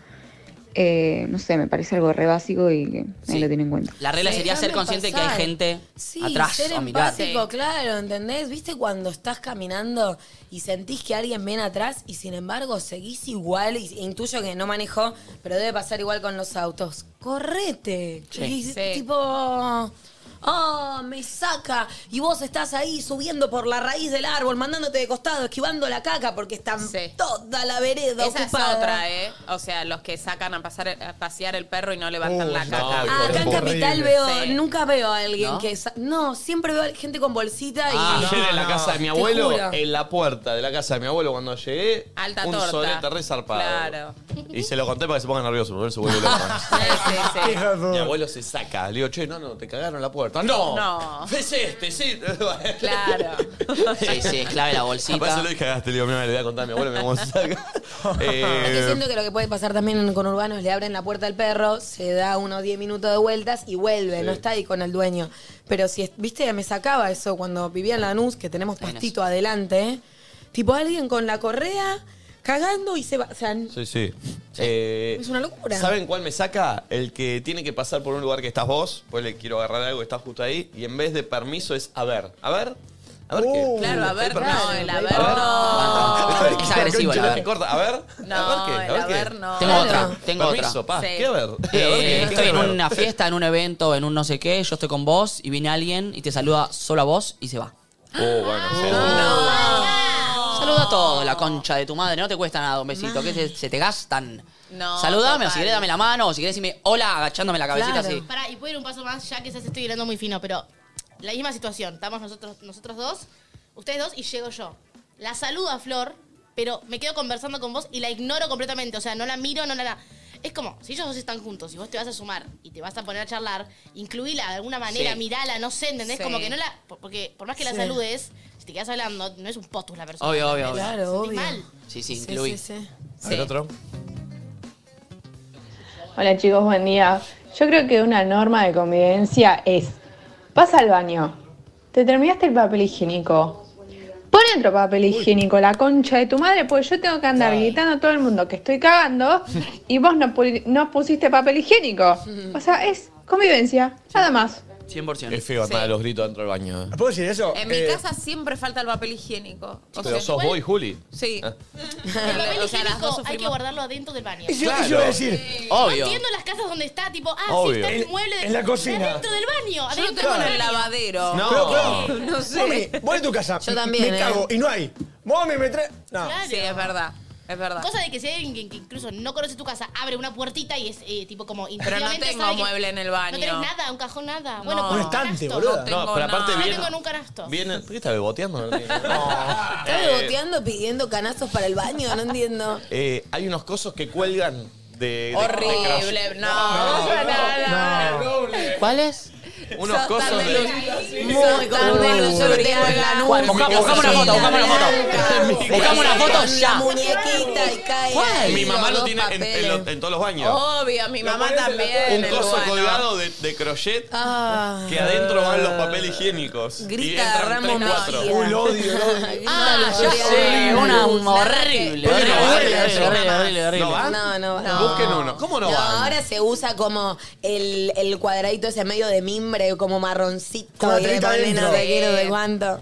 [SPEAKER 12] Eh, no sé, me parece algo re básico y que nadie lo tiene en cuenta.
[SPEAKER 3] La regla
[SPEAKER 2] Sí,
[SPEAKER 3] sería ser
[SPEAKER 2] déjame
[SPEAKER 3] consciente
[SPEAKER 2] pasar.
[SPEAKER 3] que hay gente
[SPEAKER 2] Sí,
[SPEAKER 3] atrás
[SPEAKER 2] ser
[SPEAKER 3] a mirar.
[SPEAKER 2] empático, claro, ¿entendés? ¿Viste cuando estás caminando y sentís que alguien viene atrás y sin embargo seguís igual? Y e intuyo que no manejo, pero debe pasar igual con los autos. ¡Correte!
[SPEAKER 4] Sí.
[SPEAKER 2] Y
[SPEAKER 4] Sí.
[SPEAKER 2] tipo... ¡Ah, me saca! Y vos estás ahí subiendo por la raíz del árbol, mandándote de costado, esquivando la caca porque están toda la vereda
[SPEAKER 4] Esa
[SPEAKER 2] ocupada.
[SPEAKER 4] es otra, ¿eh? O sea, los que sacan a, pasar, a pasear el perro y no levantan
[SPEAKER 2] Uy,
[SPEAKER 4] la
[SPEAKER 2] no,
[SPEAKER 4] caca.
[SPEAKER 2] hijo Ah, de acá en puta. Capital
[SPEAKER 4] Horrible.
[SPEAKER 2] veo,
[SPEAKER 4] Sí.
[SPEAKER 2] nunca veo a alguien
[SPEAKER 4] ¿No?
[SPEAKER 2] que... sa- No, siempre veo a gente con bolsita y...
[SPEAKER 1] Ah, ayer en la casa de mi
[SPEAKER 2] Te
[SPEAKER 1] abuelo,
[SPEAKER 2] juro.
[SPEAKER 1] en la puerta de la casa de mi abuelo, cuando llegué,
[SPEAKER 4] Alta
[SPEAKER 1] un
[SPEAKER 4] torta.
[SPEAKER 1] solete re zarpado.
[SPEAKER 4] Claro.
[SPEAKER 1] Y se lo conté para que se ponga nervioso, porque él se
[SPEAKER 3] [laughs]
[SPEAKER 1] vuelve loco. [laughs]
[SPEAKER 4] Sí, sí.
[SPEAKER 1] Mi abuelo se saca. Le digo, che, no, no, te cagaron la puerta. ¡No!
[SPEAKER 4] No.
[SPEAKER 1] ¿Ves este? Sí.
[SPEAKER 4] Claro.
[SPEAKER 3] Sí, sí, es clave la bolsita.
[SPEAKER 1] Capaz se lo dije, cagaste. Le digo, mira, le voy a contar a mi abuelo, me vamos a sacar.
[SPEAKER 2] Es que siento
[SPEAKER 1] Eh,
[SPEAKER 2] que lo que puede pasar también con urbanos, le abren la puerta al perro, se da unos 10 minutos de vueltas y vuelve,
[SPEAKER 1] Sí.
[SPEAKER 2] no está ahí con el dueño. Pero si, es- viste, me sacaba eso cuando vivía en Lanús, que tenemos pastito adelante, ¿eh? tipo alguien con la correa cagando y se va. O sea,
[SPEAKER 1] sí, sí. Eh,
[SPEAKER 2] Es una locura.
[SPEAKER 1] ¿Saben cuál me saca? El que tiene que pasar por un lugar que estás vos, pues le quiero agarrar algo que está justo ahí, y en vez de permiso es a ver. A ver. A ver qué.
[SPEAKER 4] Claro, a ver, no, el a ver
[SPEAKER 1] [laughs] A ver,
[SPEAKER 4] no.
[SPEAKER 1] qué
[SPEAKER 3] Es agresivo,
[SPEAKER 1] concha
[SPEAKER 3] la
[SPEAKER 1] la
[SPEAKER 3] ver.
[SPEAKER 1] que corta. A ver.
[SPEAKER 4] No,
[SPEAKER 1] a ver qué.
[SPEAKER 4] el
[SPEAKER 1] A ver
[SPEAKER 4] haber
[SPEAKER 1] qué.
[SPEAKER 4] no.
[SPEAKER 3] Tengo otra, tengo
[SPEAKER 1] Permiso,
[SPEAKER 3] otra.
[SPEAKER 1] pa.
[SPEAKER 3] Sí.
[SPEAKER 1] ¿Qué a ver? ¿Qué a ver? ¿Qué-
[SPEAKER 3] Eh,
[SPEAKER 1] qué
[SPEAKER 3] estoy en
[SPEAKER 1] a ver?
[SPEAKER 3] una fiesta, en un evento, en un no sé qué, yo estoy con vos y viene alguien y te saluda solo a vos y se va.
[SPEAKER 1] Oh, bueno, sí.
[SPEAKER 3] Saluda a todos, la concha de tu madre, no te cuesta nada un besito, que se, se te gastan.
[SPEAKER 6] No,
[SPEAKER 3] Saludame, o si
[SPEAKER 6] total.
[SPEAKER 3] querés dame la mano, o si querés decirme hola agachándome la cabecita así.
[SPEAKER 6] Pará, y puedo ir un paso más, ya que se estoy hilando muy fino, pero la misma situación. Estamos nosotros, nosotros dos, ustedes dos, y llego yo. La saludo a Flor, pero me quedo conversando con vos y la ignoro completamente. O sea, no la miro, no la... la- Es como, si ellos dos están juntos y vos te vas a sumar y te vas a poner a charlar, incluíla de alguna manera,
[SPEAKER 4] Sí.
[SPEAKER 6] mirala, no sé, ¿entendés?
[SPEAKER 4] Sí.
[SPEAKER 6] Como que no la... por- Porque por más que la
[SPEAKER 4] Sí.
[SPEAKER 6] saludes, si te quedas hablando, no es un potus la persona.
[SPEAKER 3] Obvio, obvio, obvio.
[SPEAKER 6] ¿entendés?
[SPEAKER 3] Claro,
[SPEAKER 6] Sentís
[SPEAKER 3] obvio.
[SPEAKER 6] mal.
[SPEAKER 3] Sí, sí,
[SPEAKER 6] Sí,
[SPEAKER 3] incluí.
[SPEAKER 6] sí, sí.
[SPEAKER 1] A ver otro.
[SPEAKER 21] Hola chicos, buen día. Yo creo que una norma de convivencia es, pasa al baño, te terminaste el papel higiénico, pon otro papel higiénico, la concha de tu madre, porque yo tengo que andar gritando a todo el mundo que estoy cagando y vos no, pu- no pusiste papel
[SPEAKER 4] [laughs]
[SPEAKER 21] higiénico. O sea, es convivencia, nada más.
[SPEAKER 3] 100%.
[SPEAKER 1] Es feo andar a los gritos dentro del baño. ¿eh?
[SPEAKER 5] ¿Puedo decir eso?
[SPEAKER 4] En mi casa siempre falta el papel higiénico. O
[SPEAKER 1] Pero
[SPEAKER 4] sea,
[SPEAKER 1] sos vos y Juli.
[SPEAKER 4] Sí.
[SPEAKER 1] Ah.
[SPEAKER 6] El papel
[SPEAKER 4] O sea, las dos
[SPEAKER 6] higiénico hay que
[SPEAKER 4] sufrimos.
[SPEAKER 6] guardarlo adentro del baño.
[SPEAKER 5] Eso- eso iba a decir.
[SPEAKER 6] No entiendo las casas donde está, tipo, ah,
[SPEAKER 5] Obvio.
[SPEAKER 6] sí, está el
[SPEAKER 5] En-
[SPEAKER 6] mueble de-
[SPEAKER 5] en la cocina.
[SPEAKER 6] Adentro del baño.
[SPEAKER 4] Yo lo
[SPEAKER 6] adentro
[SPEAKER 4] tengo en
[SPEAKER 6] del
[SPEAKER 4] el
[SPEAKER 6] baño.
[SPEAKER 4] lavadero.
[SPEAKER 5] No, pero, no sé. Mami, voy a tu casa.
[SPEAKER 6] Yo también,
[SPEAKER 5] Me
[SPEAKER 6] ¿eh?
[SPEAKER 5] cago y no hay. Mami, me trae. No.
[SPEAKER 6] Claro.
[SPEAKER 4] Sí, es verdad. Es verdad.
[SPEAKER 6] Cosa de que si hay alguien que incluso no conoce tu casa, abre una puertita y es eh, tipo como
[SPEAKER 4] Pero no
[SPEAKER 6] intuitivamente
[SPEAKER 4] tengo
[SPEAKER 6] sabe que-
[SPEAKER 4] mueble en el baño.
[SPEAKER 6] No tenés nada, un cajón, nada. Bueno,
[SPEAKER 1] Un
[SPEAKER 6] con
[SPEAKER 1] estante,
[SPEAKER 6] canasto.
[SPEAKER 1] boluda. No tengo No, pero aparte
[SPEAKER 6] Yo
[SPEAKER 1] bien-
[SPEAKER 6] tengo en un canasto.
[SPEAKER 1] Viene, ¿Por qué estás
[SPEAKER 4] [laughs]
[SPEAKER 1] beboteando? No.
[SPEAKER 2] Estaba
[SPEAKER 1] Eh,
[SPEAKER 2] boteando pidiendo canastos para el baño, no entiendo.
[SPEAKER 1] eh, hay unos cosos que cuelgan de. de- de
[SPEAKER 4] Horrible. No,
[SPEAKER 1] No,
[SPEAKER 4] no, no,
[SPEAKER 1] no.
[SPEAKER 3] ¿Cuál es?
[SPEAKER 1] Unos
[SPEAKER 4] Sos
[SPEAKER 1] cosos
[SPEAKER 4] tan
[SPEAKER 1] de-
[SPEAKER 4] delu-
[SPEAKER 1] Muy
[SPEAKER 4] sos tan
[SPEAKER 1] conurbano,
[SPEAKER 4] delusional.
[SPEAKER 1] yo lo tengo en la nube.
[SPEAKER 3] Busca- Buscamos una foto, buscamos una foto. Buscamos una foto
[SPEAKER 2] Con La
[SPEAKER 3] ya.
[SPEAKER 2] muñequita y cae. ahí
[SPEAKER 1] Mi mamá
[SPEAKER 2] los
[SPEAKER 1] lo
[SPEAKER 2] dos
[SPEAKER 1] tiene en, en lo- en todos los baños.
[SPEAKER 4] Obvio, mi mamá también.
[SPEAKER 1] Un
[SPEAKER 4] Oh, el
[SPEAKER 1] coso
[SPEAKER 4] guano.
[SPEAKER 1] colgado de, de crochet
[SPEAKER 2] Ah.
[SPEAKER 1] que adentro van los papeles higiénicos. y
[SPEAKER 2] Grita,
[SPEAKER 1] entran
[SPEAKER 2] Ramos
[SPEAKER 1] tres, cuatro.
[SPEAKER 2] Mejía. Uy, lo
[SPEAKER 5] odio, lo
[SPEAKER 2] odio.
[SPEAKER 3] Ah, ya sé, una horrible.
[SPEAKER 1] Porque
[SPEAKER 3] horrible,
[SPEAKER 1] no va,
[SPEAKER 3] horrible,
[SPEAKER 1] eso.
[SPEAKER 3] horrible, horrible, horrible.
[SPEAKER 1] ¿No va?
[SPEAKER 2] No, no va.
[SPEAKER 1] Busquen uno. ¿Cómo no,
[SPEAKER 2] No,
[SPEAKER 1] va?
[SPEAKER 2] ahora se usa como el, el cuadradito ese medio de mimbre, como marroncito.
[SPEAKER 5] Con la
[SPEAKER 2] y le
[SPEAKER 5] telita
[SPEAKER 2] ponen
[SPEAKER 5] adentro.
[SPEAKER 2] no sé qué, no sé cuánto.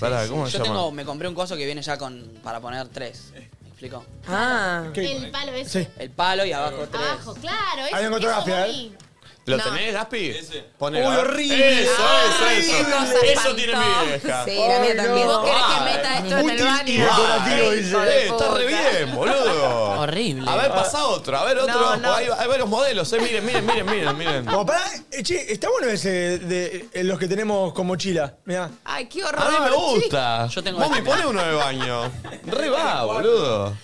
[SPEAKER 1] Pará, ¿cómo se
[SPEAKER 3] Yo
[SPEAKER 1] llama?
[SPEAKER 3] tengo, me compré un coso que viene ya con para poner tres. ¿Me explico?
[SPEAKER 2] Ah.
[SPEAKER 6] El palo es
[SPEAKER 3] El palo y abajo tres.
[SPEAKER 6] abajo, claro. Es,
[SPEAKER 3] Ahí encontré
[SPEAKER 6] eso
[SPEAKER 3] Gafia,
[SPEAKER 6] voy.
[SPEAKER 1] ¿Lo
[SPEAKER 3] No.
[SPEAKER 1] tenés, Gaspi?
[SPEAKER 5] Uy,
[SPEAKER 1] Ponelo. a ver.
[SPEAKER 5] horrible.
[SPEAKER 1] Eso,
[SPEAKER 5] Ay,
[SPEAKER 1] eso,
[SPEAKER 5] qué
[SPEAKER 1] eso.
[SPEAKER 5] cosa
[SPEAKER 1] Eso tiene mi vieja.
[SPEAKER 2] Sí, la mía también.
[SPEAKER 4] ¿Vos querés que
[SPEAKER 1] Ah,
[SPEAKER 4] meta esto en el
[SPEAKER 1] útil
[SPEAKER 4] baño?
[SPEAKER 1] y decorativo,
[SPEAKER 4] Ay,
[SPEAKER 1] dice.
[SPEAKER 4] hijo de
[SPEAKER 1] Eh, está re
[SPEAKER 4] puta.
[SPEAKER 1] bien, boludo.
[SPEAKER 3] Horrible.
[SPEAKER 1] A ver,
[SPEAKER 5] Ah.
[SPEAKER 1] pasa otro, a ver otro.
[SPEAKER 5] No, no.
[SPEAKER 1] Hay, hay varios modelos, eh. Miren, miren, miren, miren, miren.
[SPEAKER 5] Como pará, eh, che, está bueno ese de eh, los que tenemos con mochila. Mirá.
[SPEAKER 4] Ay, qué horror.
[SPEAKER 1] A mí me gusta. Yo
[SPEAKER 3] tengo
[SPEAKER 1] Vos me
[SPEAKER 3] este.
[SPEAKER 1] pones uno de baño. Re va, boludo.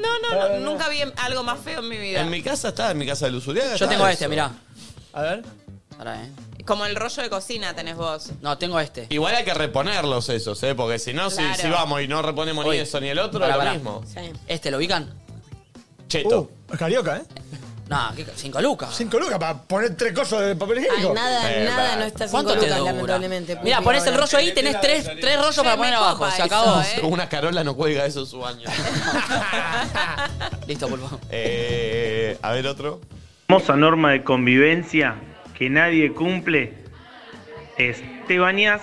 [SPEAKER 17] No, no, no, nunca vi algo más feo en mi vida.
[SPEAKER 1] En mi casa está, en mi casa de Luz Uriaga
[SPEAKER 3] Yo
[SPEAKER 1] está
[SPEAKER 3] tengo
[SPEAKER 1] eso.
[SPEAKER 3] este, mirá.
[SPEAKER 1] A ver.
[SPEAKER 3] Pará, eh.
[SPEAKER 17] Como el rollo de cocina tenés vos.
[SPEAKER 3] No, tengo este.
[SPEAKER 1] Igual hay que reponerlos esos, ¿eh? Porque si no, si-
[SPEAKER 17] Claro.
[SPEAKER 1] si, vamos y no reponemos ni
[SPEAKER 3] Oye,
[SPEAKER 1] eso ni el otro,
[SPEAKER 3] pará,
[SPEAKER 1] es lo
[SPEAKER 3] pará.
[SPEAKER 1] mismo.
[SPEAKER 3] Este, ¿lo ubican?
[SPEAKER 1] Cheto.
[SPEAKER 5] Es carioca, ¿eh?
[SPEAKER 3] No, ¿qué- cinco lucas.
[SPEAKER 5] Cinco lucas para poner tres cosas de papel higiénico.
[SPEAKER 2] nada,
[SPEAKER 3] Eh,
[SPEAKER 2] nada
[SPEAKER 5] Ah,
[SPEAKER 3] va.
[SPEAKER 2] no está cinco
[SPEAKER 3] ¿Cuánto te
[SPEAKER 2] lucas,
[SPEAKER 3] dura?
[SPEAKER 2] lamentablemente.
[SPEAKER 3] Mira,
[SPEAKER 2] Pupi,
[SPEAKER 3] pones el
[SPEAKER 2] ahora.
[SPEAKER 3] rollo ahí y tenés tres, tres rollos para poner abajo. Se acabó.
[SPEAKER 1] Una Carola no cuelga eso en su baño.
[SPEAKER 3] [laughs] Listo, por favor.
[SPEAKER 1] Eh, a ver otro.
[SPEAKER 22] famosa norma de convivencia que nadie cumple es te bañas,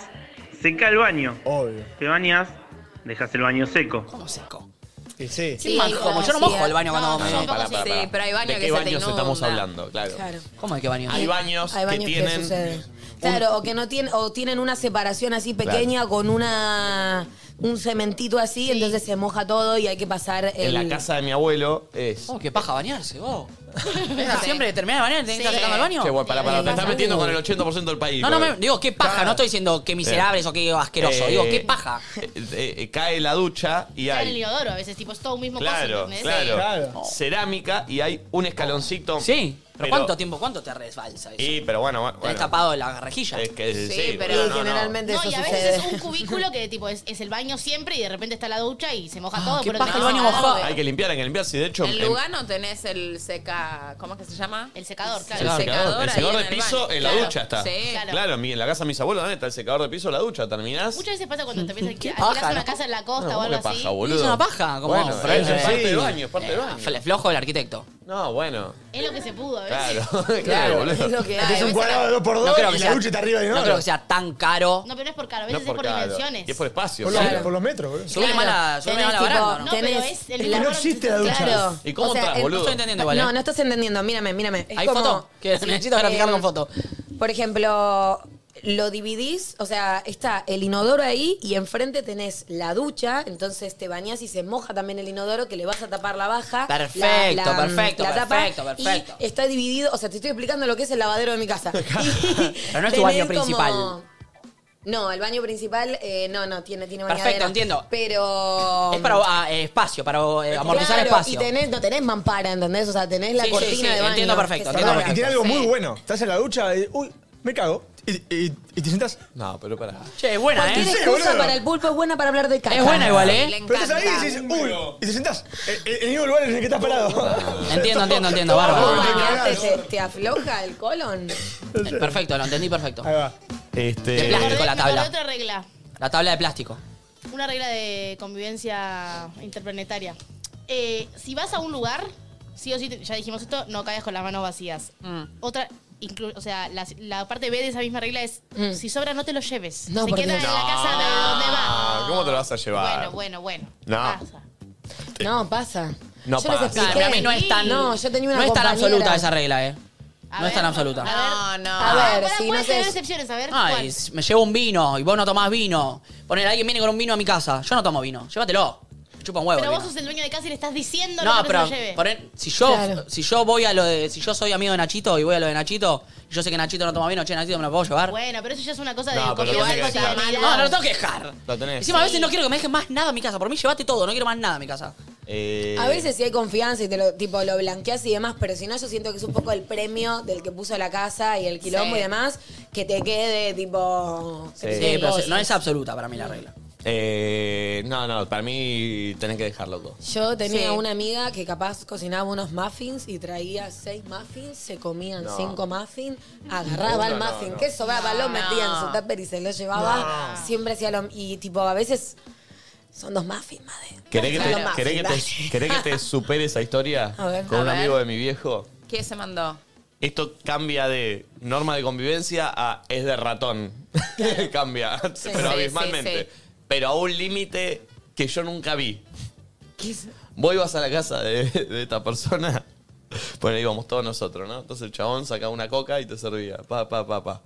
[SPEAKER 22] seca el baño.
[SPEAKER 5] Obvio.
[SPEAKER 22] Te bañas, dejas el baño seco.
[SPEAKER 3] ¿Cómo seco?
[SPEAKER 5] Sí, sí.
[SPEAKER 3] Sí, más como yo no mojo el baño cuando
[SPEAKER 22] No,
[SPEAKER 3] me
[SPEAKER 22] yo tampoco sí. Sí, pero hay baños
[SPEAKER 1] ¿De
[SPEAKER 22] que se
[SPEAKER 1] qué
[SPEAKER 22] te
[SPEAKER 1] baños estamos
[SPEAKER 22] inunda.
[SPEAKER 1] hablando? Claro.
[SPEAKER 2] Claro.
[SPEAKER 3] ¿Cómo de qué baños?
[SPEAKER 1] Hay baños,
[SPEAKER 2] Hay
[SPEAKER 1] que
[SPEAKER 2] baños que,
[SPEAKER 1] tienen.
[SPEAKER 2] suceden. Eh, Claro, o que no tienen, o tienen una separación así pequeña con una un cementito así, entonces se moja todo y hay que pasar el.
[SPEAKER 1] en la
[SPEAKER 2] [laughs]
[SPEAKER 1] casa de mi abuelo es.
[SPEAKER 3] Oh, qué paja bañarse, vos. Siempre que terminás de bañar, tenés que estar
[SPEAKER 1] Sí.
[SPEAKER 3] sacando al baño. Eh,
[SPEAKER 1] Che, bueno, pará, pará, te estás metiendo con el 80% del país.
[SPEAKER 3] No, no,
[SPEAKER 1] boludo.
[SPEAKER 3] me- digo, qué paja. No estoy diciendo qué miserables
[SPEAKER 1] Eh.
[SPEAKER 3] o qué asqueroso. Digo, qué
[SPEAKER 1] Eh.
[SPEAKER 3] paja.
[SPEAKER 1] Eh, eh, eh, cae la ducha y
[SPEAKER 6] Está en el
[SPEAKER 1] hay.
[SPEAKER 6] inodoro a veces, tipo, es todo un mismo
[SPEAKER 1] Claro,
[SPEAKER 6] coso, ¿entendés?
[SPEAKER 1] claro,
[SPEAKER 6] Claro.
[SPEAKER 1] Cerámica y hay un escaloncito.
[SPEAKER 3] Oh. Sí, pero, ¿cuánto tiempo, cuánto te resbalsa eso?
[SPEAKER 1] Y, pero bueno, bueno.
[SPEAKER 3] Tenés tapado la rejilla.
[SPEAKER 1] Es que, sí,
[SPEAKER 3] Sí,
[SPEAKER 1] pero,
[SPEAKER 3] pero
[SPEAKER 1] no, no,
[SPEAKER 2] generalmente
[SPEAKER 6] No,
[SPEAKER 2] eso
[SPEAKER 6] y a
[SPEAKER 2] sucede.
[SPEAKER 6] veces es un cubículo que tipo es, es el baño siempre y de repente está la ducha y se moja
[SPEAKER 4] Ah,
[SPEAKER 6] todo.
[SPEAKER 1] ¿Qué
[SPEAKER 6] pero
[SPEAKER 1] paja
[SPEAKER 6] no,
[SPEAKER 1] el baño mojado?
[SPEAKER 6] no,
[SPEAKER 1] Hay que limpiar, hay que limpiar. Si de hecho.
[SPEAKER 6] En
[SPEAKER 1] em-
[SPEAKER 6] lugar,
[SPEAKER 17] no tenés el seca. ¿Cómo es que se llama?
[SPEAKER 6] El secador,
[SPEAKER 1] El secador, el
[SPEAKER 17] ahí
[SPEAKER 1] secador
[SPEAKER 17] en
[SPEAKER 1] de
[SPEAKER 17] el
[SPEAKER 1] piso
[SPEAKER 17] baño.
[SPEAKER 1] en la
[SPEAKER 17] Claro.
[SPEAKER 1] ducha está.
[SPEAKER 17] Sí.
[SPEAKER 1] Claro, en mi- en la casa de mis abuelos también está el secador de piso en la ducha. Terminás.
[SPEAKER 6] Muchas veces pasa cuando te empiezas a
[SPEAKER 3] paja,
[SPEAKER 6] alquilar
[SPEAKER 3] ¿no?
[SPEAKER 6] una casa en la
[SPEAKER 1] Bueno,
[SPEAKER 6] costa o
[SPEAKER 1] ¿cómo
[SPEAKER 6] algo
[SPEAKER 1] que
[SPEAKER 6] así.
[SPEAKER 1] paja, boludo?
[SPEAKER 3] Es una paja, como
[SPEAKER 1] Bueno,
[SPEAKER 3] pero
[SPEAKER 1] es
[SPEAKER 3] eso
[SPEAKER 1] parte
[SPEAKER 3] sí.
[SPEAKER 1] del baño, es parte del
[SPEAKER 3] Eh,
[SPEAKER 1] baño.
[SPEAKER 3] fle- Flojo el arquitecto.
[SPEAKER 1] No, bueno.
[SPEAKER 6] Es lo que se pudo, a veces.
[SPEAKER 1] Claro,
[SPEAKER 3] [laughs] Claro, Este
[SPEAKER 1] claro, boludo.
[SPEAKER 6] es lo que
[SPEAKER 5] hay. Este Es un cuadrado de dos por dos y la ducha está arriba de
[SPEAKER 3] No
[SPEAKER 5] inodoro.
[SPEAKER 3] creo que sea tan caro.
[SPEAKER 6] No, pero no es por caro, a
[SPEAKER 1] No
[SPEAKER 6] veces es por
[SPEAKER 1] caro.
[SPEAKER 6] dimensiones.
[SPEAKER 1] Y es por espacio.
[SPEAKER 5] Por,
[SPEAKER 1] claro.
[SPEAKER 5] los, por los metros, boludo.
[SPEAKER 3] Subile más la- subile más la
[SPEAKER 2] Tenés, tipo,
[SPEAKER 3] baranda, ¿no?
[SPEAKER 2] tenés-
[SPEAKER 6] No, pero es el
[SPEAKER 2] la-
[SPEAKER 6] inodoro
[SPEAKER 5] No existe la ducha.
[SPEAKER 2] Claro.
[SPEAKER 1] ¿Y cómo entras,
[SPEAKER 2] el-
[SPEAKER 1] boludo? No estoy entendiendo igual,
[SPEAKER 2] No,
[SPEAKER 1] ¿eh?
[SPEAKER 2] no estás entendiendo. Mírame, mírame. Es
[SPEAKER 3] ¿Hay
[SPEAKER 2] como-
[SPEAKER 3] foto? Que
[SPEAKER 2] Sí.
[SPEAKER 3] necesito graficar
[SPEAKER 2] Eh,
[SPEAKER 3] con foto.
[SPEAKER 2] Por ejemplo, lo dividís, o sea, está el inodoro ahí y enfrente tenés la ducha, entonces te bañás y se moja también el inodoro que le vas a tapar la baja.
[SPEAKER 3] Perfecto, perfecto, perfecto, perfecto.
[SPEAKER 2] Y está dividido, o sea, te estoy explicando lo que es el lavadero de mi
[SPEAKER 3] [laughs]
[SPEAKER 2] casa.
[SPEAKER 3] Pero no es tu
[SPEAKER 2] Tenés como-
[SPEAKER 3] baño principal.
[SPEAKER 2] No, el baño principal, eh, no, no, tiene, tiene bañadera.
[SPEAKER 3] Perfecto, entiendo.
[SPEAKER 2] Pero...
[SPEAKER 3] Es para ah, eh, espacio, para eh, amortizar
[SPEAKER 2] Claro,
[SPEAKER 3] espacio.
[SPEAKER 2] Y tenés, no tenés mampara, ¿entendés? O sea, tenés la
[SPEAKER 3] Sí, sí,
[SPEAKER 2] cortina
[SPEAKER 3] sí,
[SPEAKER 2] de baño.
[SPEAKER 3] entiendo perfecto,
[SPEAKER 2] que se
[SPEAKER 3] entiendo
[SPEAKER 2] va.
[SPEAKER 5] Y
[SPEAKER 3] perfecto.
[SPEAKER 5] tiene algo muy
[SPEAKER 2] Sí.
[SPEAKER 5] bueno. Estás en la ducha y, uy, me cago. Y, y- y te sientas.
[SPEAKER 1] No, pero pará.
[SPEAKER 3] Che, es buena,
[SPEAKER 2] Cualquier
[SPEAKER 3] ¿eh?
[SPEAKER 2] excusa
[SPEAKER 5] boludo.
[SPEAKER 2] para el pulpo es buena para hablar de caca.
[SPEAKER 3] Es buena igual, ¿eh?
[SPEAKER 5] Pero estás ahí y dices, uy, y te sentás en- en el mismo lugar en el que estás parado. [laughs]
[SPEAKER 3] Entiendo, entiendo, entiendo,
[SPEAKER 5] Toma,
[SPEAKER 3] bárbaro.
[SPEAKER 5] boludo.
[SPEAKER 2] Bañarte, ¿Te, te afloja el colon?
[SPEAKER 3] Eh, Perfecto, lo entendí perfecto. Ahí
[SPEAKER 5] va.
[SPEAKER 1] Este.
[SPEAKER 3] De plástico la
[SPEAKER 6] Me acordé de
[SPEAKER 3] tabla.
[SPEAKER 6] otra regla.
[SPEAKER 3] La tabla de plástico.
[SPEAKER 6] Una regla de convivencia interplanetaria. Eh, si vas a un lugar, sí o sí, te- ya dijimos esto, no caigas con las manos vacías. Otra, inclu- o sea, la, la parte B de esa misma regla es, si sobra no te lo lleves.
[SPEAKER 2] No,
[SPEAKER 6] Se
[SPEAKER 2] por
[SPEAKER 6] queda
[SPEAKER 2] Dios.
[SPEAKER 6] en la casa de donde va.
[SPEAKER 1] ¿Cómo te lo vas a llevar?
[SPEAKER 6] Bueno, bueno, bueno.
[SPEAKER 1] No.
[SPEAKER 2] No, pasa.
[SPEAKER 1] No
[SPEAKER 2] yo
[SPEAKER 1] pasa.
[SPEAKER 2] les expliqué.
[SPEAKER 3] Claro, a mí no es tan-
[SPEAKER 2] No, yo tenía una
[SPEAKER 3] no es tan
[SPEAKER 2] compañera.
[SPEAKER 3] absoluta esa regla, ¿eh? No es tan absoluta.
[SPEAKER 17] No, no.
[SPEAKER 2] A ver,
[SPEAKER 6] Pará,
[SPEAKER 2] si no
[SPEAKER 6] puedes tener
[SPEAKER 2] sé...
[SPEAKER 6] excepciones, a ver.
[SPEAKER 3] Ay,
[SPEAKER 6] ¿cuál?
[SPEAKER 3] me llevo un vino y vos no tomás vino. Poner alguien viene con un vino a mi casa. Yo no tomo vino. Llévatelo. Me Chupa un huevo.
[SPEAKER 6] Pero
[SPEAKER 3] el
[SPEAKER 6] vos
[SPEAKER 3] vino.
[SPEAKER 6] sos el dueño de casa y le estás diciendo
[SPEAKER 3] no,
[SPEAKER 6] no, que no
[SPEAKER 3] pero
[SPEAKER 6] se lo lleve.
[SPEAKER 3] poner- si yo si yo voy a lo de si yo soy amigo de Nachito y voy a lo de Nachito, y yo sé que Nachito no toma vino, che, Nachito me lo puedo llevar.
[SPEAKER 6] Bueno, pero eso ya es una cosa
[SPEAKER 1] No,
[SPEAKER 6] de
[SPEAKER 1] pero
[SPEAKER 6] convivencia
[SPEAKER 1] tenés que
[SPEAKER 6] cotidiana.
[SPEAKER 1] dejar.
[SPEAKER 3] No, no lo tengo que dejar.
[SPEAKER 1] Lo tenés.
[SPEAKER 3] Encima a veces no quiero que me dejen más nada en mi casa. Por mí llévate todo, no quiero más nada en mi casa.
[SPEAKER 1] Eh,
[SPEAKER 2] A veces si hay confianza y te lo, tipo, lo blanqueas y demás, pero si no, yo siento que es un poco el premio del que puso la casa y el quilombo
[SPEAKER 3] Sí.
[SPEAKER 2] y demás, que te quede tipo...
[SPEAKER 1] Sí.
[SPEAKER 3] Sí,
[SPEAKER 1] Sí,
[SPEAKER 3] pero
[SPEAKER 1] cosas.
[SPEAKER 3] Eh, no es absoluta para mí la regla.
[SPEAKER 1] eh, no, no, para mí tenés que dejarlo todo.
[SPEAKER 2] Yo tenía
[SPEAKER 3] Sí.
[SPEAKER 2] una amiga que capaz cocinaba unos muffins y traía seis muffins, se comían
[SPEAKER 1] No.
[SPEAKER 2] cinco muffins,
[SPEAKER 1] Uno
[SPEAKER 2] agarraba el
[SPEAKER 1] no,
[SPEAKER 2] muffin
[SPEAKER 1] no.
[SPEAKER 2] que sobraba,
[SPEAKER 17] No.
[SPEAKER 2] lo metía en su tupper y se lo llevaba. Siempre hacía lo Y tipo, a veces son dos muffins, madre.
[SPEAKER 1] ¿Querés que,
[SPEAKER 2] Son dos
[SPEAKER 1] te,
[SPEAKER 2] muffins,
[SPEAKER 1] querés que,
[SPEAKER 2] dale.
[SPEAKER 1] te, querés que te supere esa historia
[SPEAKER 2] A ver.
[SPEAKER 1] con
[SPEAKER 2] A
[SPEAKER 1] un
[SPEAKER 2] ver.
[SPEAKER 1] amigo de mi viejo?
[SPEAKER 17] ¿Qué se mandó?
[SPEAKER 1] Esto cambia de norma de convivencia a es de ratón. [laughs] cambia, pero
[SPEAKER 17] sí,
[SPEAKER 1] abismalmente.
[SPEAKER 17] sí,
[SPEAKER 1] Pero a un límite que yo nunca vi. Vos ibas a la casa de, de esta persona. pues Bueno, íbamos todos nosotros, ¿no? Entonces el chabón sacaba una coca y te servía. Pa, pa, pa, pa.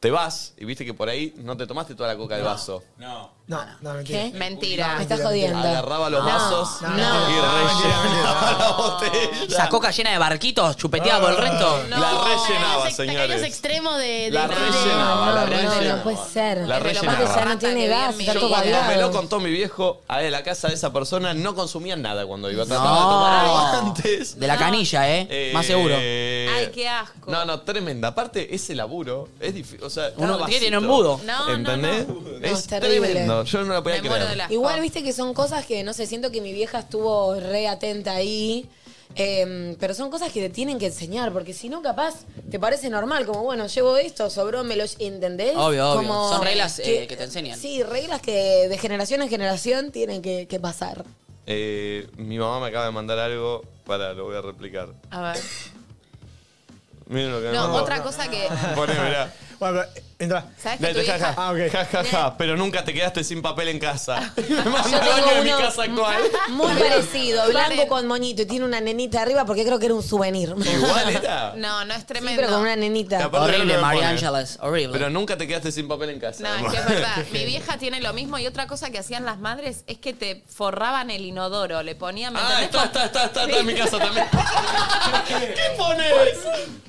[SPEAKER 1] te vas y viste que por ahí no te tomaste toda la coca del vaso.
[SPEAKER 14] No.
[SPEAKER 5] No, no, mentira.
[SPEAKER 17] ¿Qué? Mentira.
[SPEAKER 2] Me estás jodiendo.
[SPEAKER 1] Agarraba los
[SPEAKER 2] No,
[SPEAKER 1] vasos
[SPEAKER 2] no.
[SPEAKER 1] y rellenaba la botella.
[SPEAKER 3] Esa coca llena de barquitos, chupeteada por el resto.
[SPEAKER 1] La rellenaba,
[SPEAKER 6] Los
[SPEAKER 1] señores.
[SPEAKER 6] extremos de. de-
[SPEAKER 1] La
[SPEAKER 6] de-
[SPEAKER 1] rellenaba, la
[SPEAKER 2] No,
[SPEAKER 1] rellenaba.
[SPEAKER 2] no puede ser.
[SPEAKER 1] La rellenaba.
[SPEAKER 2] Aparte ya no tiene gas, está
[SPEAKER 1] Yo
[SPEAKER 2] todo
[SPEAKER 1] cuando me lo
[SPEAKER 2] cagado.
[SPEAKER 1] contó mi viejo, a él, la casa de esa persona no consumían nada cuando iba. Trataba de tomar algo
[SPEAKER 3] No.
[SPEAKER 1] antes.
[SPEAKER 3] De la canilla, ¿eh? Más seguro.
[SPEAKER 2] Eh,
[SPEAKER 1] Ay,
[SPEAKER 4] qué asco.
[SPEAKER 1] No, no, tremenda. Aparte, ese laburo es difícil. O sea,
[SPEAKER 3] Uno
[SPEAKER 1] cada
[SPEAKER 3] tiene
[SPEAKER 1] vasito,
[SPEAKER 3] un embudo.
[SPEAKER 2] No, no,
[SPEAKER 1] ¿Entendés? es
[SPEAKER 2] es terrible.
[SPEAKER 1] tremendo. Yo no lo podía creer.
[SPEAKER 2] Igual viste que son cosas que, no sé, siento que mi vieja estuvo re atenta ahí. em, pero son cosas que te tienen que enseñar, porque si no, capaz te parece normal, como bueno, llevo esto, sobró, me lo ¿entendés?
[SPEAKER 3] Obvio, obvio.
[SPEAKER 2] Como
[SPEAKER 3] Son reglas, eh, que te enseñan.
[SPEAKER 2] Sí, reglas que de generación en generación tienen que,
[SPEAKER 1] [laughs]
[SPEAKER 2] que pasar.
[SPEAKER 1] Eh, mi mamá me acaba de mandar algo. Para, lo voy a replicar.
[SPEAKER 17] A ver.
[SPEAKER 1] Miren lo que me
[SPEAKER 17] No,
[SPEAKER 1] mandó.
[SPEAKER 17] otra cosa que.
[SPEAKER 1] Poné, mirá.
[SPEAKER 5] Bueno, pero, entra.
[SPEAKER 17] ¿Sabes
[SPEAKER 1] De-
[SPEAKER 17] que tu
[SPEAKER 1] de- ja, ja.
[SPEAKER 17] hija?
[SPEAKER 5] Ah, ok.
[SPEAKER 1] Ja, ja, ja, pero nunca te quedaste sin papel en casa.
[SPEAKER 2] Yo
[SPEAKER 1] Manda
[SPEAKER 2] tengo
[SPEAKER 1] baño de mi
[SPEAKER 2] uno
[SPEAKER 1] casa actual.
[SPEAKER 2] [laughs] Muy parecido, blanco
[SPEAKER 17] Paren.
[SPEAKER 2] con moñito y tiene una nenita arriba porque creo que era un souvenir.
[SPEAKER 1] Igual era.
[SPEAKER 17] No, no es
[SPEAKER 2] Sí,
[SPEAKER 17] tremendo.
[SPEAKER 2] pero con una nenita.
[SPEAKER 1] Capaz de
[SPEAKER 3] Horrible,
[SPEAKER 1] no lo
[SPEAKER 3] María
[SPEAKER 1] pone.
[SPEAKER 3] Ángela, es horrible.
[SPEAKER 1] Pero nunca te quedaste sin papel en casa.
[SPEAKER 17] No, es que es
[SPEAKER 1] [laughs]
[SPEAKER 17] verdad. Mi vieja tiene lo mismo y otra cosa que hacían las madres es que te forraban el inodoro, le ponían. ¿me
[SPEAKER 1] Ah,
[SPEAKER 17] entendés?
[SPEAKER 1] está, está, está, está, está en mi
[SPEAKER 17] [laughs]
[SPEAKER 1] casa también. ¿Qué
[SPEAKER 17] pones?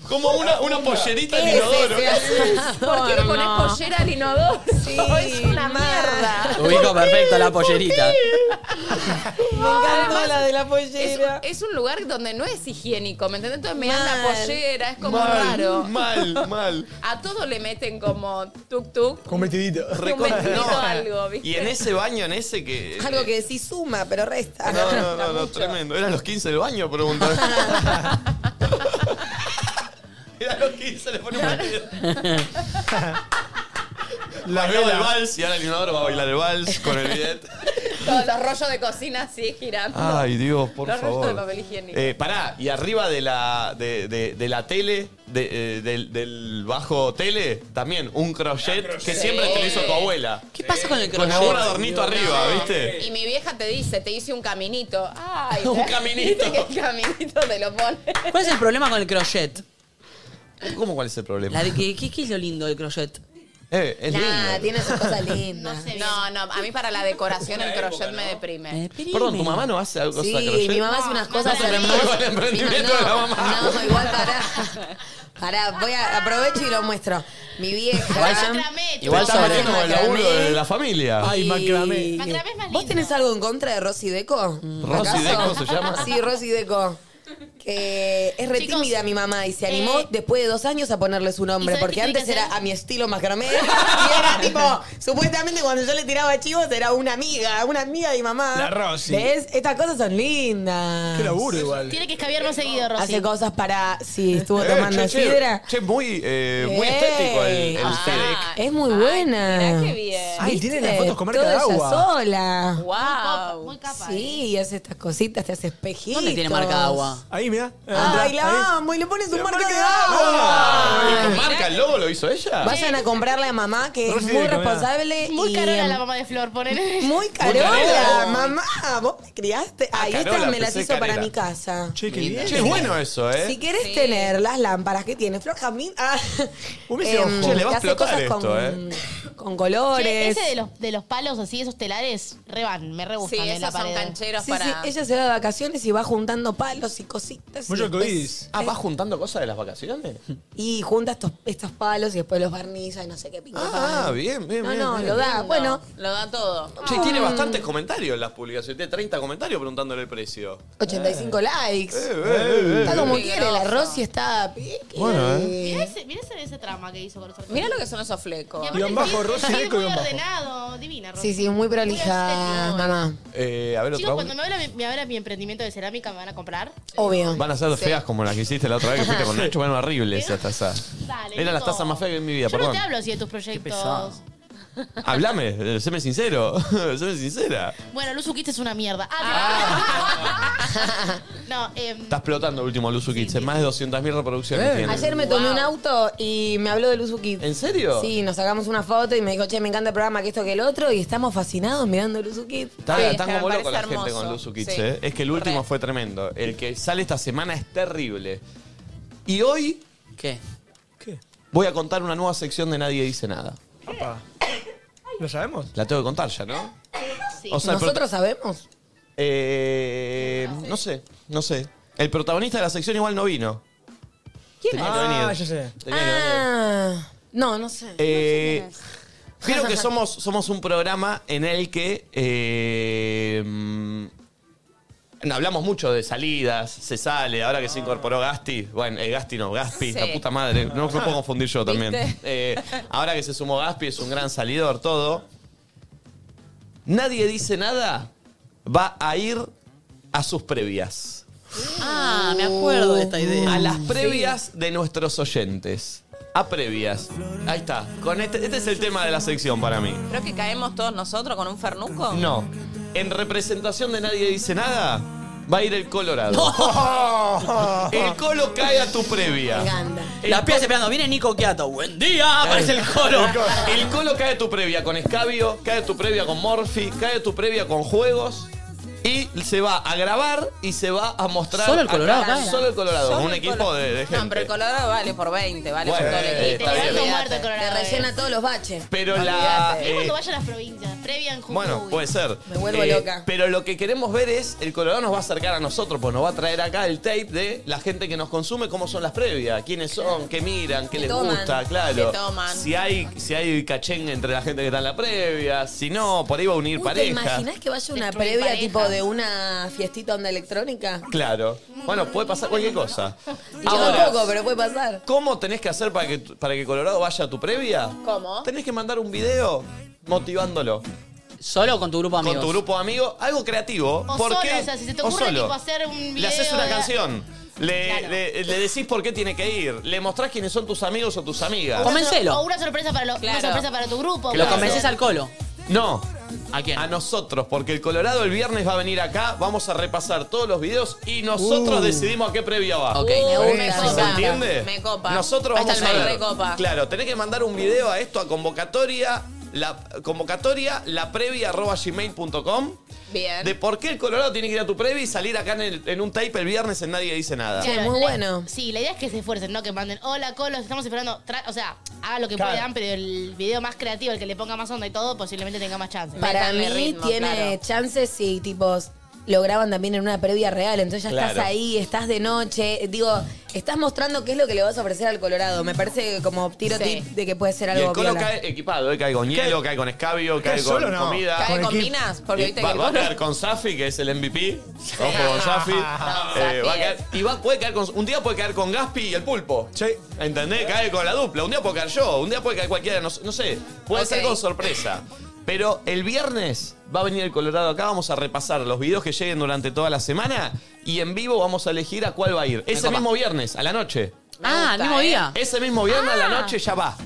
[SPEAKER 1] Como una, una pollerita
[SPEAKER 17] ¿Qué
[SPEAKER 1] de
[SPEAKER 17] es
[SPEAKER 1] inodoro.
[SPEAKER 2] [laughs]
[SPEAKER 17] ese? ¿Por qué le pones pollera al inodoro? Sí, es una mierda.
[SPEAKER 3] Ubico perfecto la pollerita.
[SPEAKER 17] Me
[SPEAKER 2] encantó la de la pollera.
[SPEAKER 17] Es, un lugar donde no es higiénico, ¿me entendés? Entonces me dan la
[SPEAKER 2] Mal.
[SPEAKER 17] pollera, es como
[SPEAKER 1] mal,
[SPEAKER 17] raro.
[SPEAKER 1] mal, mal.
[SPEAKER 17] A todo le meten como tuk-tuk.
[SPEAKER 5] Con vestidito.
[SPEAKER 1] Recon-
[SPEAKER 17] vestido,
[SPEAKER 1] no.
[SPEAKER 17] algo, ¿viste?
[SPEAKER 1] Y en ese baño, en ese que.
[SPEAKER 2] Algo que sí suma, pero resta.
[SPEAKER 1] [laughs] No, no, no, no, tremendo. ¿Eran los 15 del baño? [laughs] Pregunta. Eran los 15, le pone un La vela del vals y ahora el inodoro va a bailar el vals con el bidet.
[SPEAKER 17] Todos los rollos de cocina así girando.
[SPEAKER 4] [laughs]
[SPEAKER 1] Ay, Dios, por
[SPEAKER 17] Los restos
[SPEAKER 1] favor.
[SPEAKER 17] de papel higiénico.
[SPEAKER 1] Eh, pará, y arriba de la, de, de- de la tele, de- eh, del, del bajo tele, también un crochet, que siempre
[SPEAKER 17] Sí.
[SPEAKER 1] utilizó tu abuela.
[SPEAKER 3] ¿Qué pasa con el
[SPEAKER 1] Con
[SPEAKER 3] crochet?
[SPEAKER 1] algún adornito arriba,
[SPEAKER 17] No.
[SPEAKER 1] ¿viste?
[SPEAKER 17] Y mi vieja te dice, te hice un caminito. Ay,
[SPEAKER 3] Un caminito.
[SPEAKER 17] Dice que el caminito te lo pone.
[SPEAKER 3] ¿Cuál es el problema con el crochet?
[SPEAKER 1] ¿Cómo cuál es el problema?
[SPEAKER 3] La de que- ¿qué, qué es lo lindo del crochet?
[SPEAKER 1] Eh, es
[SPEAKER 2] Nah, tiene sus cosas lindas.
[SPEAKER 17] No, no, a mí para la decoración el crochet me deprime.
[SPEAKER 1] Perdón, ¿tu mamá no hace algo
[SPEAKER 2] Sí,
[SPEAKER 1] cosa crochet?
[SPEAKER 2] mi mamá hace unas cosas
[SPEAKER 1] Igual el
[SPEAKER 2] hermosas.
[SPEAKER 1] emprendimiento de la mamá.
[SPEAKER 2] No, igual pará. Pará, voy a aprovecho y lo muestro. Mi vieja.
[SPEAKER 1] Igual son- Igual
[SPEAKER 2] Estaba
[SPEAKER 1] sobre
[SPEAKER 2] haciendo
[SPEAKER 1] como el laburo
[SPEAKER 2] macramé.
[SPEAKER 1] de la familia.
[SPEAKER 2] Y- ¿Vos tenés algo en contra de Rosy Deco?
[SPEAKER 1] Rosy
[SPEAKER 2] ¿Acaso?
[SPEAKER 1] Deco se llama.
[SPEAKER 2] Sí, Rosy Deco. Que es re
[SPEAKER 6] Chicos, eh,
[SPEAKER 2] tímida mi mamá y se animó después de dos años a ponerle su nombre.
[SPEAKER 6] ¿y saben
[SPEAKER 2] Porque
[SPEAKER 6] qué tiene
[SPEAKER 2] antes
[SPEAKER 6] que
[SPEAKER 2] era
[SPEAKER 6] hacer?
[SPEAKER 2] a mi estilo macramé. [laughs] Y era tipo, supuestamente cuando yo le tiraba chivos era una amiga, una amiga de mi mamá.
[SPEAKER 5] La Rosy.
[SPEAKER 2] ¿Ves? Estas cosas son lindas.
[SPEAKER 5] Qué laburo igual.
[SPEAKER 6] Tiene que escabiar más seguido, Rosy.
[SPEAKER 2] Hace cosas para. Sí, estuvo
[SPEAKER 1] Eh,
[SPEAKER 2] tomando
[SPEAKER 1] che, che,
[SPEAKER 2] sidra.
[SPEAKER 1] Che, muy, eh, muy
[SPEAKER 2] Eh.
[SPEAKER 1] estético el, el
[SPEAKER 2] Ah.
[SPEAKER 1] Fedec.
[SPEAKER 2] Es muy buena.
[SPEAKER 17] qué bien.
[SPEAKER 5] Ay, tiene las
[SPEAKER 2] ¿Viste?
[SPEAKER 5] fotos con marca de
[SPEAKER 2] Toda ella
[SPEAKER 5] agua.
[SPEAKER 2] sola.
[SPEAKER 17] Wow.
[SPEAKER 2] Sí, y hace estas cositas, te hace espejitos.
[SPEAKER 3] ¿Dónde tiene marca de agua?
[SPEAKER 5] Ahí, mirá.
[SPEAKER 2] Ay,
[SPEAKER 5] Ahí.
[SPEAKER 2] la amo, y le pone su marca de
[SPEAKER 1] Ah, ¿y
[SPEAKER 2] agua.
[SPEAKER 1] con marca el logo lo hizo ella?
[SPEAKER 2] Vayan a comprarle a mamá, que es
[SPEAKER 1] Rosy
[SPEAKER 2] muy
[SPEAKER 1] de Comedia.
[SPEAKER 2] responsable.
[SPEAKER 6] Muy
[SPEAKER 2] y,
[SPEAKER 6] carola
[SPEAKER 2] em,
[SPEAKER 6] la mamá de Flor, ponele.
[SPEAKER 2] [laughs] Muy
[SPEAKER 1] Carola. Ah,
[SPEAKER 2] carola, mamá. Vos me criaste. Ahí
[SPEAKER 1] Carola,
[SPEAKER 2] estas me las
[SPEAKER 1] pensé
[SPEAKER 2] hizo para
[SPEAKER 1] Carela.
[SPEAKER 2] mi casa.
[SPEAKER 5] Che, qué bien.
[SPEAKER 1] Che, es bueno eso, ¿eh?
[SPEAKER 2] Si querés tener las lámparas que tiene Flor Jamín,
[SPEAKER 1] [laughs]
[SPEAKER 2] ah,
[SPEAKER 5] Hubiese
[SPEAKER 2] em,
[SPEAKER 1] Che, le va a
[SPEAKER 2] que hace
[SPEAKER 1] explotar
[SPEAKER 2] cosas
[SPEAKER 1] esto,
[SPEAKER 2] con,
[SPEAKER 1] ¿eh?
[SPEAKER 2] con
[SPEAKER 6] Che,
[SPEAKER 2] colores.
[SPEAKER 6] ese de los, de los palos así, esos telares, re van, me re
[SPEAKER 17] Sí,
[SPEAKER 6] gustan en la
[SPEAKER 17] esos son
[SPEAKER 6] pared.
[SPEAKER 17] cancheros
[SPEAKER 2] Sí,
[SPEAKER 17] para.
[SPEAKER 2] sí, ella se va de vacaciones y va juntando palos y cositas. y
[SPEAKER 5] Mucho
[SPEAKER 2] después-
[SPEAKER 5] coiris.
[SPEAKER 1] Ah, ¿vas juntando cosas de las vacaciones?
[SPEAKER 2] Y junta estos, estos palos y después los barniza y no sé qué pinta.
[SPEAKER 1] Ah, bien, bien,
[SPEAKER 2] No,
[SPEAKER 1] bien.
[SPEAKER 2] no,
[SPEAKER 1] bien.
[SPEAKER 2] lo da.
[SPEAKER 17] Lindo.
[SPEAKER 2] Bueno,
[SPEAKER 17] Lo da todo.
[SPEAKER 1] Che, tiene
[SPEAKER 2] Ah.
[SPEAKER 1] bastantes comentarios en las publicaciones. Tiene 30 comentarios preguntándole el precio.
[SPEAKER 2] 85 likes.
[SPEAKER 1] eh, eh,
[SPEAKER 2] está
[SPEAKER 1] eh.
[SPEAKER 2] como
[SPEAKER 17] Peligroso.
[SPEAKER 2] quiere, la Rosy está...
[SPEAKER 1] Bueno, ¿eh?
[SPEAKER 6] Mirá, ese, mirá ese, ese trama que hizo con los arcoíris.
[SPEAKER 17] Mirá lo que son esos flecos.
[SPEAKER 6] Y
[SPEAKER 5] Guión bajo, Rosy
[SPEAKER 6] Sí,
[SPEAKER 5] Deco,
[SPEAKER 6] muy
[SPEAKER 5] guión bajo.
[SPEAKER 6] ordenado, divina, Rosy.
[SPEAKER 2] Sí, sí, muy
[SPEAKER 6] Muy
[SPEAKER 2] prolija,
[SPEAKER 6] estético.
[SPEAKER 2] mamá.
[SPEAKER 1] Eh, a ver,
[SPEAKER 6] Chicos,
[SPEAKER 1] otra
[SPEAKER 6] cuando me habla, mi- me habla mi emprendimiento de cerámica, ¿me van a comprar?
[SPEAKER 2] Obvio.
[SPEAKER 1] Van a ser feas como las que hiciste la otra vez que fuiste [laughs] con Nacho. Bueno, horrible esa taza.
[SPEAKER 6] Dale,
[SPEAKER 1] Eran las
[SPEAKER 6] Nico.
[SPEAKER 1] tazas más feas que en mi vida,
[SPEAKER 6] Yo no
[SPEAKER 1] perdón.
[SPEAKER 6] te hablo así de tus proyectos.
[SPEAKER 1] pesado. Hablame, eh, séme
[SPEAKER 2] [laughs]
[SPEAKER 1] sincero. [laughs] séme sincera.
[SPEAKER 6] Bueno, Luzu Kids es una mierda. Ah, [laughs] No, em,
[SPEAKER 1] Está explotando el último Luzu Kids. Más de 200.000 reproducciones
[SPEAKER 2] Eh.
[SPEAKER 1] tiene.
[SPEAKER 2] Ayer me tomé un auto y me habló de Luzu Kids.
[SPEAKER 1] ¿En serio?
[SPEAKER 2] Sí, nos sacamos una foto y me dijo, che, me encanta el programa, que esto, que el otro, y estamos fascinados mirando Luzu Kids.
[SPEAKER 1] Está,
[SPEAKER 2] Sí,
[SPEAKER 1] están
[SPEAKER 2] me
[SPEAKER 1] como
[SPEAKER 2] parece
[SPEAKER 1] locos la gente
[SPEAKER 2] hermoso.
[SPEAKER 1] con Luzu Kids,
[SPEAKER 2] Sí.
[SPEAKER 1] eh. Es que el último fue tremendo. El que sale esta semana es terrible. Y hoy.
[SPEAKER 3] ¿Qué?
[SPEAKER 5] ¿Qué?
[SPEAKER 1] Voy a contar una nueva sección de Nadie Dice Nada.
[SPEAKER 5] ¿Lo sabemos?
[SPEAKER 1] La tengo que contar ya, ¿no? O sea, el
[SPEAKER 2] ¿Nosotros
[SPEAKER 1] prota-
[SPEAKER 2] sabemos?
[SPEAKER 1] Eh, no sé, no sé. El protagonista de la sección igual no vino.
[SPEAKER 2] ¿Quién
[SPEAKER 1] Tenía
[SPEAKER 2] es?
[SPEAKER 1] que venir.
[SPEAKER 2] Ah, ya
[SPEAKER 5] sé.
[SPEAKER 1] Tenía que venir.
[SPEAKER 2] Ah, no, no sé.
[SPEAKER 1] Eh, creo
[SPEAKER 20] [laughs]
[SPEAKER 1] que somos, somos un programa en el que eh, mm, hablamos mucho de salidas, se sale, ahora que se incorporó Gasti, bueno, eh, Gasti no, Gaspi,
[SPEAKER 20] Sí.
[SPEAKER 1] la puta madre, no me puedo confundir yo también.
[SPEAKER 20] ¿Viste?
[SPEAKER 1] Eh, ahora que se sumó Gaspi, es un gran salidor todo. Nadie dice nada, va a ir a sus previas.
[SPEAKER 4] Ah, me acuerdo de esta idea.
[SPEAKER 1] A
[SPEAKER 3] Mm,
[SPEAKER 1] las previas de nuestros oyentes. A previas. Ahí está. Con este, este es el tema de la sección para mí.
[SPEAKER 4] ¿Creo que caemos todos nosotros con un fernuco?
[SPEAKER 1] No. En representación de nadie dice nada, va a ir el Colorado. [laughs] El Colo cae a tu previa.
[SPEAKER 3] Las pibas esperando. Viene Nico Quiato. Buen día. Aparece el colo.
[SPEAKER 1] El Colo cae a tu previa con Escabio, cae a tu previa con Morphy, cae a tu previa con Juegos. Y se va a grabar y se va a mostrar.
[SPEAKER 4] Solo el Colorado
[SPEAKER 1] acá.
[SPEAKER 4] cae.
[SPEAKER 1] Solo el Colorado,
[SPEAKER 4] Solo
[SPEAKER 1] con un
[SPEAKER 4] el
[SPEAKER 1] equipo
[SPEAKER 4] Colorado.
[SPEAKER 1] de, de gente.
[SPEAKER 4] No, pero el Colorado vale por 20, vale
[SPEAKER 1] Bueno,
[SPEAKER 4] por todo el
[SPEAKER 1] eh,
[SPEAKER 4] equipo.
[SPEAKER 1] está bien.
[SPEAKER 2] Te
[SPEAKER 17] eh.
[SPEAKER 2] rellena todos los baches.
[SPEAKER 1] Pero la.
[SPEAKER 6] Es
[SPEAKER 1] eh,
[SPEAKER 6] cuando vaya a las provincias, previa en Jujuy.
[SPEAKER 1] Bueno, puede ser. Eh,
[SPEAKER 6] Me vuelvo loca.
[SPEAKER 1] Pero lo que queremos ver es, el Colorado nos va a acercar a nosotros, pues nos va a traer acá el tape de la gente que nos consume, cómo son las previas, quiénes son, qué miran, qué
[SPEAKER 4] Qué
[SPEAKER 1] les
[SPEAKER 4] toman,
[SPEAKER 1] gusta, claro.
[SPEAKER 4] qué toman.
[SPEAKER 1] Si hay, si hay cachengue entre la gente que está en la previa, si no, por ahí va a unir
[SPEAKER 2] Uy, ¿Te
[SPEAKER 1] pareja.
[SPEAKER 2] imaginas que vaya una
[SPEAKER 4] Destruir
[SPEAKER 2] previa
[SPEAKER 4] parejas.
[SPEAKER 2] tipo de una fiestita onda electrónica?
[SPEAKER 1] Claro. Bueno, puede pasar cualquier cosa.
[SPEAKER 2] Yo tampoco, pero puede pasar.
[SPEAKER 1] ¿Cómo tenés que hacer para que, para que Colorado vaya a tu previa?
[SPEAKER 4] ¿Cómo?
[SPEAKER 1] Tenés que mandar un video motivándolo.
[SPEAKER 3] ¿Solo o con tu grupo de amigos?
[SPEAKER 1] Con tu grupo de amigos, algo creativo.
[SPEAKER 6] O
[SPEAKER 1] porque,
[SPEAKER 6] solo, o sea, si se te
[SPEAKER 1] o
[SPEAKER 6] ocurre
[SPEAKER 1] solo.
[SPEAKER 6] tipo hacer un video.
[SPEAKER 1] Le haces una
[SPEAKER 6] de-
[SPEAKER 1] canción. Le, le- le decís por qué tiene que ir. Le mostrás quiénes son tus amigos o tus amigas.
[SPEAKER 6] una sor- O una sorpresa para, lo- una sorpresa para tu grupo.
[SPEAKER 1] Que lo
[SPEAKER 6] puede
[SPEAKER 1] convences
[SPEAKER 6] ser.
[SPEAKER 1] al colo. No. ¿A quién? A nosotros, porque el Colorado el viernes va a venir acá, vamos a repasar todos los videos y nosotros
[SPEAKER 4] Uh.
[SPEAKER 1] decidimos a qué previa va.
[SPEAKER 4] Ok. Uh, me
[SPEAKER 1] ¿Se
[SPEAKER 4] copa.
[SPEAKER 1] entiende?
[SPEAKER 4] Me copa.
[SPEAKER 1] Nosotros
[SPEAKER 4] Ahí
[SPEAKER 1] vamos
[SPEAKER 4] está
[SPEAKER 1] a
[SPEAKER 4] el
[SPEAKER 1] ver.
[SPEAKER 4] mail. Me copa.
[SPEAKER 1] Claro, tenés que mandar un video a esto a convocatoria, la convocatoria, la previa arroba gmail.com
[SPEAKER 4] Bien.
[SPEAKER 1] de por qué el Colorado tiene que ir a tu previa y salir acá en, el- en un tape el viernes en Nadie Dice Nada.
[SPEAKER 6] Claro, la- Sí, la idea es que se esfuercen, no que manden, hola Colos, estamos esperando. tra- O sea, hagan lo que
[SPEAKER 2] Claro.
[SPEAKER 6] puedan, pero el video más creativo, el que le ponga más onda y todo, posiblemente tenga más chance.
[SPEAKER 2] Para mí
[SPEAKER 6] Métanle ritmo,
[SPEAKER 2] tiene
[SPEAKER 6] claro.
[SPEAKER 2] chances si tipos lo graban también en una previa real, entonces ya estás
[SPEAKER 6] Claro.
[SPEAKER 2] ahí, estás de noche, digo, estás mostrando qué es lo que le vas a ofrecer al Colorado, me parece como tiro
[SPEAKER 1] Sí.
[SPEAKER 2] tip de que puede ser
[SPEAKER 1] Y
[SPEAKER 2] algo
[SPEAKER 1] el colo
[SPEAKER 2] piola.
[SPEAKER 1] cae equipado, eh, cae con hielo, cae con escabio, cae con
[SPEAKER 4] solo, no?
[SPEAKER 1] comida.
[SPEAKER 4] ¿Cae con minas? Porque
[SPEAKER 1] Eh,
[SPEAKER 4] viste que
[SPEAKER 1] va,
[SPEAKER 4] el Ah,
[SPEAKER 1] va a
[SPEAKER 4] Colo-
[SPEAKER 1] caer con Safi, que es el MVP. Ojo con Safi.
[SPEAKER 4] ah.
[SPEAKER 1] Eh, va a caer- y va, puede caer con, un día puede caer con Gaspi y el pulpo. Sí. ¿Entendés? Cae con la dupla. Un día puede caer yo, un día puede caer cualquiera, no, no sé. Puede ser con sorpresa. Pero el viernes va a venir el Colorado acá, vamos a repasar los videos que lleguen durante toda la semana y en vivo vamos a elegir a cuál va a ir. Ese
[SPEAKER 3] copa.
[SPEAKER 1] mismo viernes, a la noche.
[SPEAKER 3] Ah, el mismo día.
[SPEAKER 1] Ese mismo viernes a la
[SPEAKER 3] Ah.
[SPEAKER 1] noche ya va.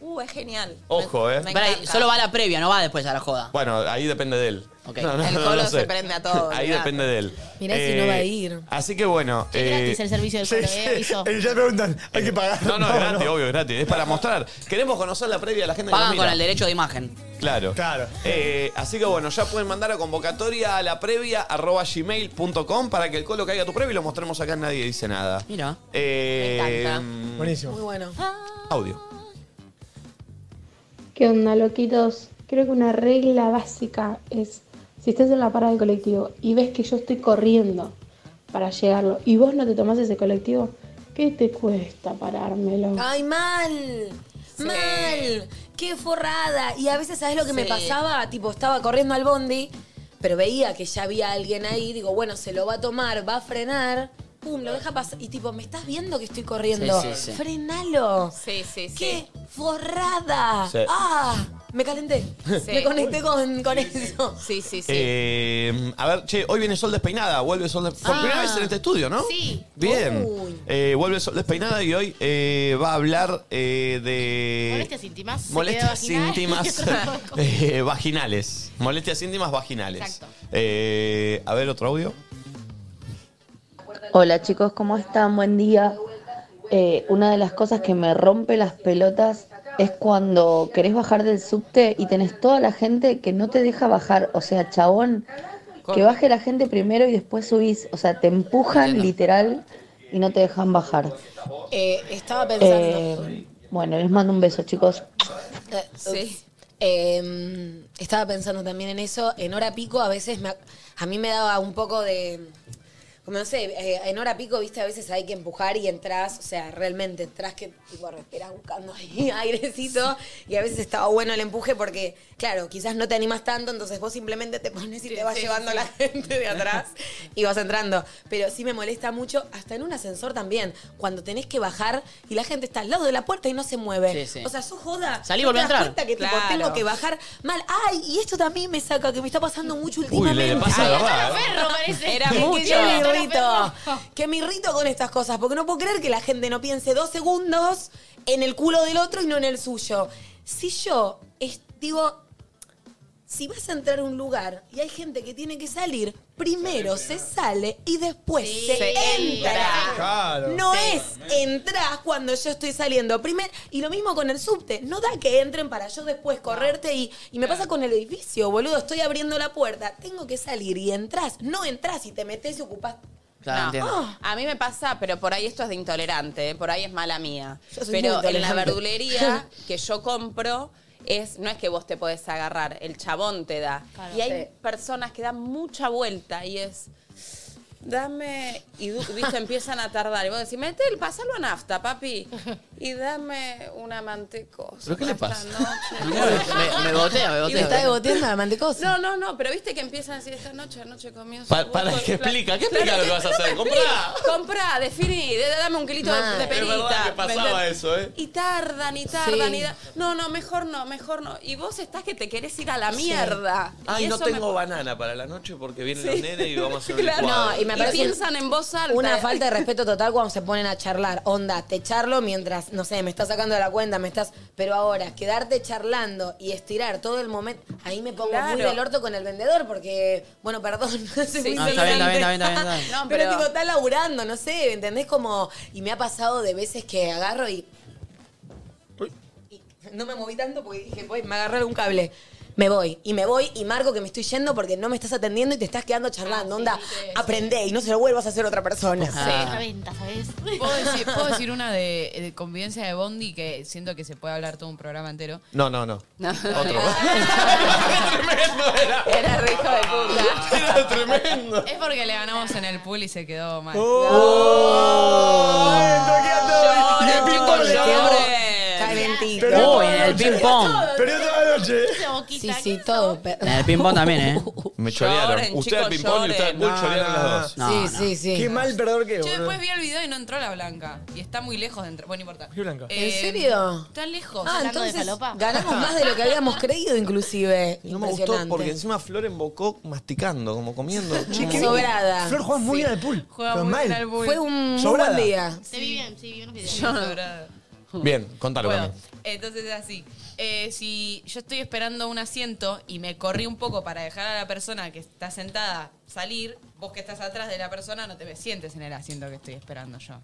[SPEAKER 4] Uh, es genial.
[SPEAKER 1] Ojo, eh.
[SPEAKER 3] Pará, solo va a la previa, no va después a la joda.
[SPEAKER 1] Bueno, ahí depende de él.
[SPEAKER 4] El colo se prende a todo,
[SPEAKER 1] Ahí
[SPEAKER 4] olvidate.
[SPEAKER 1] depende de él. Eh,
[SPEAKER 4] Mirá si no va a ir.
[SPEAKER 1] Así que bueno. eh,
[SPEAKER 6] Gratis el servicio del colo, eh, aviso.
[SPEAKER 5] Ya preguntan, hay que pagar.
[SPEAKER 1] no, no, es gratis, obvio, es gratis. Es para mostrar. Queremos conocer la previa de la gente que
[SPEAKER 3] Pagan
[SPEAKER 1] nos mira.
[SPEAKER 3] con el derecho de imagen.
[SPEAKER 1] Claro. Claro. Eh, así que bueno, ya pueden mandar a convocatoria a la previa arroba gmail.com para que el colo caiga a tu previa y lo mostremos acá. Nadie dice nada.
[SPEAKER 3] Mira.
[SPEAKER 1] Eh, mm,
[SPEAKER 2] Muy bueno.
[SPEAKER 1] Audio.
[SPEAKER 23] ¿Qué onda, loquitos? Creo que una regla básica es, si estás en la parada del colectivo y ves que yo estoy corriendo para llegarlo y vos no te tomás ese colectivo, ¿qué te cuesta parármelo?
[SPEAKER 2] Ay, mal. Mal. Qué forrada. Y a veces, ¿sabes lo que me
[SPEAKER 23] Sí.
[SPEAKER 2] pasaba? Tipo, estaba corriendo al bondi, pero veía que ya había alguien ahí. Digo, bueno, se lo va a tomar, va a frenar. Pum, lo deja pasar. Y tipo, ¿me estás viendo que estoy corriendo?
[SPEAKER 4] Sí, sí, sí.
[SPEAKER 2] Frenalo.
[SPEAKER 4] Sí, sí, sí.
[SPEAKER 2] ¡Qué forrada!
[SPEAKER 1] Sí.
[SPEAKER 2] ¡Ah! Me calenté.
[SPEAKER 4] Sí.
[SPEAKER 2] Me conecté con, con eso.
[SPEAKER 4] Sí, sí,
[SPEAKER 1] Eh, a ver, che, hoy viene Sol Despeinada, vuelve Sol Despeinada. Por
[SPEAKER 2] Ah.
[SPEAKER 1] primera vez en este estudio, ¿no?
[SPEAKER 2] Sí.
[SPEAKER 1] Bien.
[SPEAKER 2] Uy.
[SPEAKER 1] Eh, vuelve Sol Despeinada y hoy eh, va a hablar eh, de.
[SPEAKER 6] Molestias íntimas,
[SPEAKER 1] Molestias
[SPEAKER 6] sequedad vaginal.
[SPEAKER 1] íntimas. [laughs]
[SPEAKER 6] [laughs]
[SPEAKER 1] eh, vaginales. Molestias íntimas vaginales.
[SPEAKER 6] Exacto.
[SPEAKER 1] Eh, a ver, otro audio.
[SPEAKER 24] Hola chicos, ¿cómo están? Buen día. Eh, una de las cosas que me rompe las pelotas es cuando querés bajar del subte y tenés toda la gente que no te deja bajar. O sea, chabón, que baje la gente primero y después subís. O sea, te empujan literal y no te dejan bajar.
[SPEAKER 2] Eh, estaba pensando.
[SPEAKER 24] Eh, Bueno, les mando un beso, chicos.
[SPEAKER 2] Eh, ups. Eh, estaba pensando también en eso. En hora pico a veces me, a mí me daba un poco de... Como no sé, eh, en hora pico, viste, a veces hay que empujar y entras, o sea, realmente entras que tipo respiras buscando ahí [laughs] airecito y a veces estaba bueno el empuje porque, claro, quizás no te animas tanto, entonces vos simplemente te pones y te vas llevando a la gente de
[SPEAKER 3] [laughs]
[SPEAKER 2] atrás y vas entrando. Pero sí me molesta mucho, hasta en un ascensor también, cuando tenés que bajar y la gente está al lado de la puerta y no se mueve.
[SPEAKER 3] Sí, sí.
[SPEAKER 2] O sea, sos joda.
[SPEAKER 3] Salí,
[SPEAKER 2] ¿No te
[SPEAKER 3] volví a
[SPEAKER 2] das
[SPEAKER 3] entrar?
[SPEAKER 2] cuenta que tipo,
[SPEAKER 3] Claro.
[SPEAKER 2] tengo que bajar mal. Ay, y esto también me saca, que me está pasando mucho
[SPEAKER 1] Uy,
[SPEAKER 2] últimamente.
[SPEAKER 1] le, le pasa de verdad. ¿eh?
[SPEAKER 2] Era Que yo me irrito. Que me irrito con estas cosas, porque no puedo creer que la gente no piense dos segundos en el culo del otro y no en el suyo. Si yo es- digo, si vas a entrar a un lugar y hay gente que tiene que salir, primero se sale y después se,
[SPEAKER 16] se
[SPEAKER 2] entra.
[SPEAKER 16] entra. Claro.
[SPEAKER 2] No
[SPEAKER 16] Sí.
[SPEAKER 2] es entrar cuando yo estoy saliendo. Primero, y lo mismo con el subte. No da que entren para yo después correrte y, y me pasa con el edificio, boludo. Estoy abriendo la puerta, tengo que salir y entras. No entras y te metes y Ah. ocupas.
[SPEAKER 3] Claro,
[SPEAKER 4] No.
[SPEAKER 3] entiendo.
[SPEAKER 4] Oh. A mí me pasa, pero por ahí esto es de intolerante, ¿eh? por ahí es mala mía.
[SPEAKER 2] Yo soy
[SPEAKER 4] Pero
[SPEAKER 2] muy
[SPEAKER 4] en la
[SPEAKER 2] intolerante.
[SPEAKER 4] verdulería que yo compro es no es que vos te podés agarrar, el chabón te da.
[SPEAKER 17] Claro,
[SPEAKER 4] y hay
[SPEAKER 17] sí.
[SPEAKER 4] personas que dan mucha vuelta y es dame y du- viste empiezan a tardar y vos decís, "Mete el pasalo a nafta, papi y dame una mantecosa."
[SPEAKER 3] ¿Pero qué le pasa?
[SPEAKER 4] Me-
[SPEAKER 3] me botea, me botea.
[SPEAKER 2] está deboteando la mantecosa.
[SPEAKER 4] No, no, no, pero viste que empiezan así esta noche, anoche comió su
[SPEAKER 1] Pa- para,
[SPEAKER 4] huevo de
[SPEAKER 1] ¿qué
[SPEAKER 4] pla-
[SPEAKER 1] explica? ¿Qué explica lo que vas a hacer?
[SPEAKER 4] Comprá, comprá, definí, de- dame un kilito de,
[SPEAKER 1] Mal.
[SPEAKER 4] de
[SPEAKER 1] Es
[SPEAKER 4] perita.
[SPEAKER 1] verdad que
[SPEAKER 4] ¿me
[SPEAKER 1] pasaba
[SPEAKER 4] entendés?
[SPEAKER 1] eso, ¿eh?
[SPEAKER 4] Y tardan, y tardan,
[SPEAKER 1] Sí.
[SPEAKER 4] y da- No, no, mejor no, mejor no. Y vos estás que te querés ir a la mierda.
[SPEAKER 1] Ay,
[SPEAKER 4] y
[SPEAKER 1] no
[SPEAKER 4] eso me-
[SPEAKER 1] tengo banana para la noche porque vienen
[SPEAKER 4] Sí.
[SPEAKER 1] los nenes y vamos a hacer
[SPEAKER 3] [laughs]
[SPEAKER 1] un
[SPEAKER 4] [laughs] Claro.
[SPEAKER 1] licuado.
[SPEAKER 4] No, y me Y parece- piensan en voz alta. eh.
[SPEAKER 2] Una
[SPEAKER 4] [laughs]
[SPEAKER 2] falta de respeto total cuando se ponen a charlar. Onda, te charlo mientras, no sé, me estás sacando de la cuenta, me estás. Pero ahora, quedarte charlando y estirar todo el momento. Ahí me pongo muy
[SPEAKER 4] Claro.
[SPEAKER 2] del orto con el vendedor porque, bueno, perdón. [laughs] soy muy
[SPEAKER 3] No, está bien, está bien, está bien, está bien, está
[SPEAKER 2] [laughs] tolerante.
[SPEAKER 3] bien.
[SPEAKER 2] No,
[SPEAKER 4] No,
[SPEAKER 2] pero,
[SPEAKER 4] pero-
[SPEAKER 2] tipo, está laburando, no sé, ¿entendés? Como. Y me ha pasado de veces que agarro y. y No me moví tanto porque dije, voy, me agarré algún cable. Me voy, y me voy, y marco que me estoy yendo porque no me estás atendiendo y te estás quedando charlando. Onda, aprendé y no se lo vuelvas a hacer a otra persona.
[SPEAKER 15] Ah. ¿Puedo decir, puedo decir una de, de convivencia de Bondi que siento que se puede hablar todo un programa entero.
[SPEAKER 1] No, no, no. Otro.
[SPEAKER 4] [laughs] Era rico de puta.
[SPEAKER 1] Era tremendo.
[SPEAKER 15] Es porque le ganamos en el pool y se quedó mal.
[SPEAKER 1] Oh. Y el ping-pong le ganó.
[SPEAKER 2] Calentito.
[SPEAKER 3] Pero- Uy, en el ping-pong.
[SPEAKER 5] Pero toda la noche.
[SPEAKER 2] Sí, sí, todo. pe-
[SPEAKER 3] La del ping-pong también, ¿eh?
[SPEAKER 5] Ah.
[SPEAKER 1] Me chorearon.
[SPEAKER 3] Lloren,
[SPEAKER 1] usted al
[SPEAKER 3] chicos,
[SPEAKER 1] ping-pong y usted al
[SPEAKER 3] lloren.
[SPEAKER 1] pool
[SPEAKER 3] No,
[SPEAKER 1] chorearon
[SPEAKER 3] no.
[SPEAKER 1] las dos.
[SPEAKER 3] No,
[SPEAKER 5] Sí,
[SPEAKER 3] no.
[SPEAKER 5] sí, sí. Qué mal perdedor que es,
[SPEAKER 15] Yo
[SPEAKER 5] boludo.
[SPEAKER 15] después vi el video y no entró la Blanca. Y está muy lejos de entrar. Bueno, no importa.
[SPEAKER 5] ¿Qué Blanca?
[SPEAKER 15] Eh,
[SPEAKER 2] ¿En serio?
[SPEAKER 15] Tan lejos.
[SPEAKER 2] Ah,
[SPEAKER 15] Hablando de
[SPEAKER 2] entonces
[SPEAKER 15] falopa.
[SPEAKER 2] ganamos más de lo que habíamos creído, inclusive.
[SPEAKER 1] No me gustó
[SPEAKER 2] Impresionante.
[SPEAKER 1] porque encima Flor embocó masticando, como
[SPEAKER 2] [laughs]
[SPEAKER 1] comiendo.
[SPEAKER 5] Che, qué
[SPEAKER 2] Sobrada.
[SPEAKER 5] bien. Flor juega muy bien al pool.
[SPEAKER 15] Juega
[SPEAKER 5] Pero
[SPEAKER 15] muy
[SPEAKER 5] mal.
[SPEAKER 15] bien al pool.
[SPEAKER 2] Fue un muy
[SPEAKER 5] Sobrada.
[SPEAKER 2] buen día.
[SPEAKER 15] Se vi bien, sí, vi unos videos.
[SPEAKER 1] Bien, contalo
[SPEAKER 15] Bueno,
[SPEAKER 1] Cami.
[SPEAKER 15] entonces es así. Eh, si yo estoy esperando un asiento y me corrí un poco para dejar a la persona que está sentada salir, vos que estás atrás de la persona no te me sientes en el asiento que estoy esperando yo.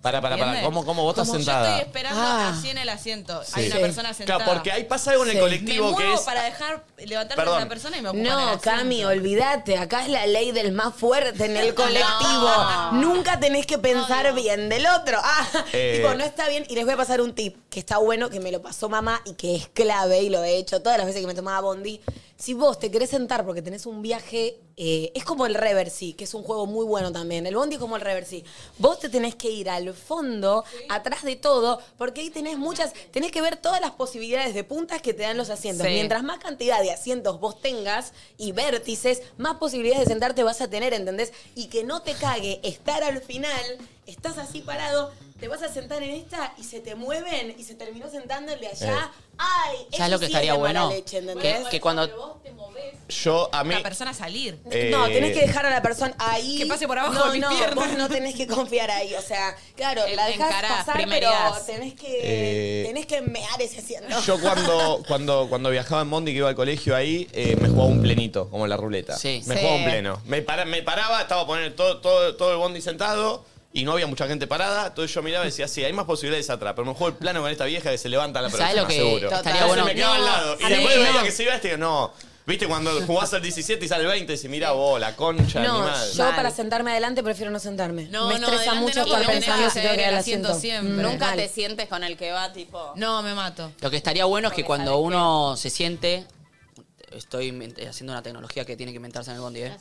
[SPEAKER 1] Para, para, para.
[SPEAKER 15] ¿Entiendes?
[SPEAKER 1] ¿Cómo, cómo vos estás
[SPEAKER 15] Como Yo
[SPEAKER 1] sentada?
[SPEAKER 15] estoy esperando
[SPEAKER 1] Ah.
[SPEAKER 15] así en el asiento.
[SPEAKER 1] Sí.
[SPEAKER 15] Hay una
[SPEAKER 1] Sí.
[SPEAKER 15] persona sentada.
[SPEAKER 1] Claro, porque ahí pasa algo en el Sí. colectivo
[SPEAKER 15] me
[SPEAKER 1] que
[SPEAKER 15] muevo
[SPEAKER 1] es-
[SPEAKER 15] para dejar levantarme
[SPEAKER 1] Perdón.
[SPEAKER 15] a la persona y me ocupo
[SPEAKER 2] No, Cami, olvídate. Acá es la ley del más fuerte
[SPEAKER 15] [laughs]
[SPEAKER 2] en el colectivo.
[SPEAKER 15] No.
[SPEAKER 2] Nunca tenés que pensar bien del otro. Ah,
[SPEAKER 1] Eh.
[SPEAKER 2] tipo, no está bien. Y les voy a pasar un tip que está bueno, que me lo pasó mamá y que es clave y lo he hecho todas las veces que me tomaba Bondi. Si vos te querés sentar porque tenés un viaje, eh, es como el Reversi, que es un juego muy bueno también. El Bondi es como el Reversi. Vos te tenés que ir al fondo, atrás de todo, porque ahí tenés muchas, tenés que ver todas las posibilidades de puntas que te dan los asientos.
[SPEAKER 4] Sí.
[SPEAKER 2] Mientras más cantidad de asientos vos tengas y vértices, más posibilidades de sentarte vas a tener, ¿entendés? Y que no te cague estar al final, estás así parado, te vas a sentar en esta y se te mueven y se terminó sentando el de allá. ¡Ay! eso
[SPEAKER 3] ¿Sabes Eh. lo que
[SPEAKER 2] sí
[SPEAKER 3] estaría
[SPEAKER 2] de mala
[SPEAKER 3] bueno?
[SPEAKER 2] leche, ¿entendés?
[SPEAKER 3] que, que cuando.
[SPEAKER 1] Yo, a mí.
[SPEAKER 15] La persona salir.
[SPEAKER 1] Eh,
[SPEAKER 2] No, tenés que dejar a la persona ahí.
[SPEAKER 15] Que pase por abajo
[SPEAKER 2] no,
[SPEAKER 15] de mis
[SPEAKER 2] no,
[SPEAKER 15] piernas.
[SPEAKER 2] Vos no tenés que confiar ahí. O sea, claro, la dejás
[SPEAKER 4] encarás,
[SPEAKER 2] pasar, pero
[SPEAKER 4] primereás.
[SPEAKER 2] tenés que,
[SPEAKER 1] Eh.
[SPEAKER 2] tenés que mear ese asiento.
[SPEAKER 1] [laughs] Yo cuando, cuando, cuando viajaba en Mondi que iba al colegio ahí, eh, me jugaba un plenito, como en la ruleta. Me
[SPEAKER 18] Sí.
[SPEAKER 1] jugaba un pleno. Me, para- me paraba, estaba poniendo todo, todo, todo el Bondi sentado. y no había mucha gente parada. Entonces yo miraba y decía, sí, hay más posibilidades atrás. Pero mejor el plano con esta vieja que se levanta a la próxima,
[SPEAKER 3] ¿Sabes lo que
[SPEAKER 1] seguro.
[SPEAKER 3] estaría
[SPEAKER 1] Entonces
[SPEAKER 3] bueno?
[SPEAKER 1] me quedaba al lado. Y
[SPEAKER 3] No,
[SPEAKER 1] después
[SPEAKER 3] sí,
[SPEAKER 1] veía
[SPEAKER 3] no.
[SPEAKER 1] que se iba este, no. Viste, cuando jugás al 17 y sale el 20, y decís, mira vos, la concha,
[SPEAKER 2] No,
[SPEAKER 1] animal.
[SPEAKER 2] yo para sentarme adelante prefiero no sentarme.
[SPEAKER 15] No,
[SPEAKER 2] me
[SPEAKER 15] no,
[SPEAKER 2] estresa
[SPEAKER 15] adelante
[SPEAKER 2] mucho
[SPEAKER 15] no,
[SPEAKER 2] estar
[SPEAKER 15] porque
[SPEAKER 2] pensando
[SPEAKER 15] tenés
[SPEAKER 2] si
[SPEAKER 15] que
[SPEAKER 2] tengo que ir
[SPEAKER 15] hacer
[SPEAKER 2] al
[SPEAKER 15] el
[SPEAKER 2] asiento.
[SPEAKER 15] asiento siempre.
[SPEAKER 2] Mm,
[SPEAKER 15] Nunca
[SPEAKER 4] Nunca
[SPEAKER 2] mal.
[SPEAKER 4] te sientes con el que va, tipo.
[SPEAKER 15] No, me mato.
[SPEAKER 3] Lo que estaría bueno es que cuando uno se siente, estoy invent- haciendo una tecnología que tiene que inventarse en el bondi, ¿eh?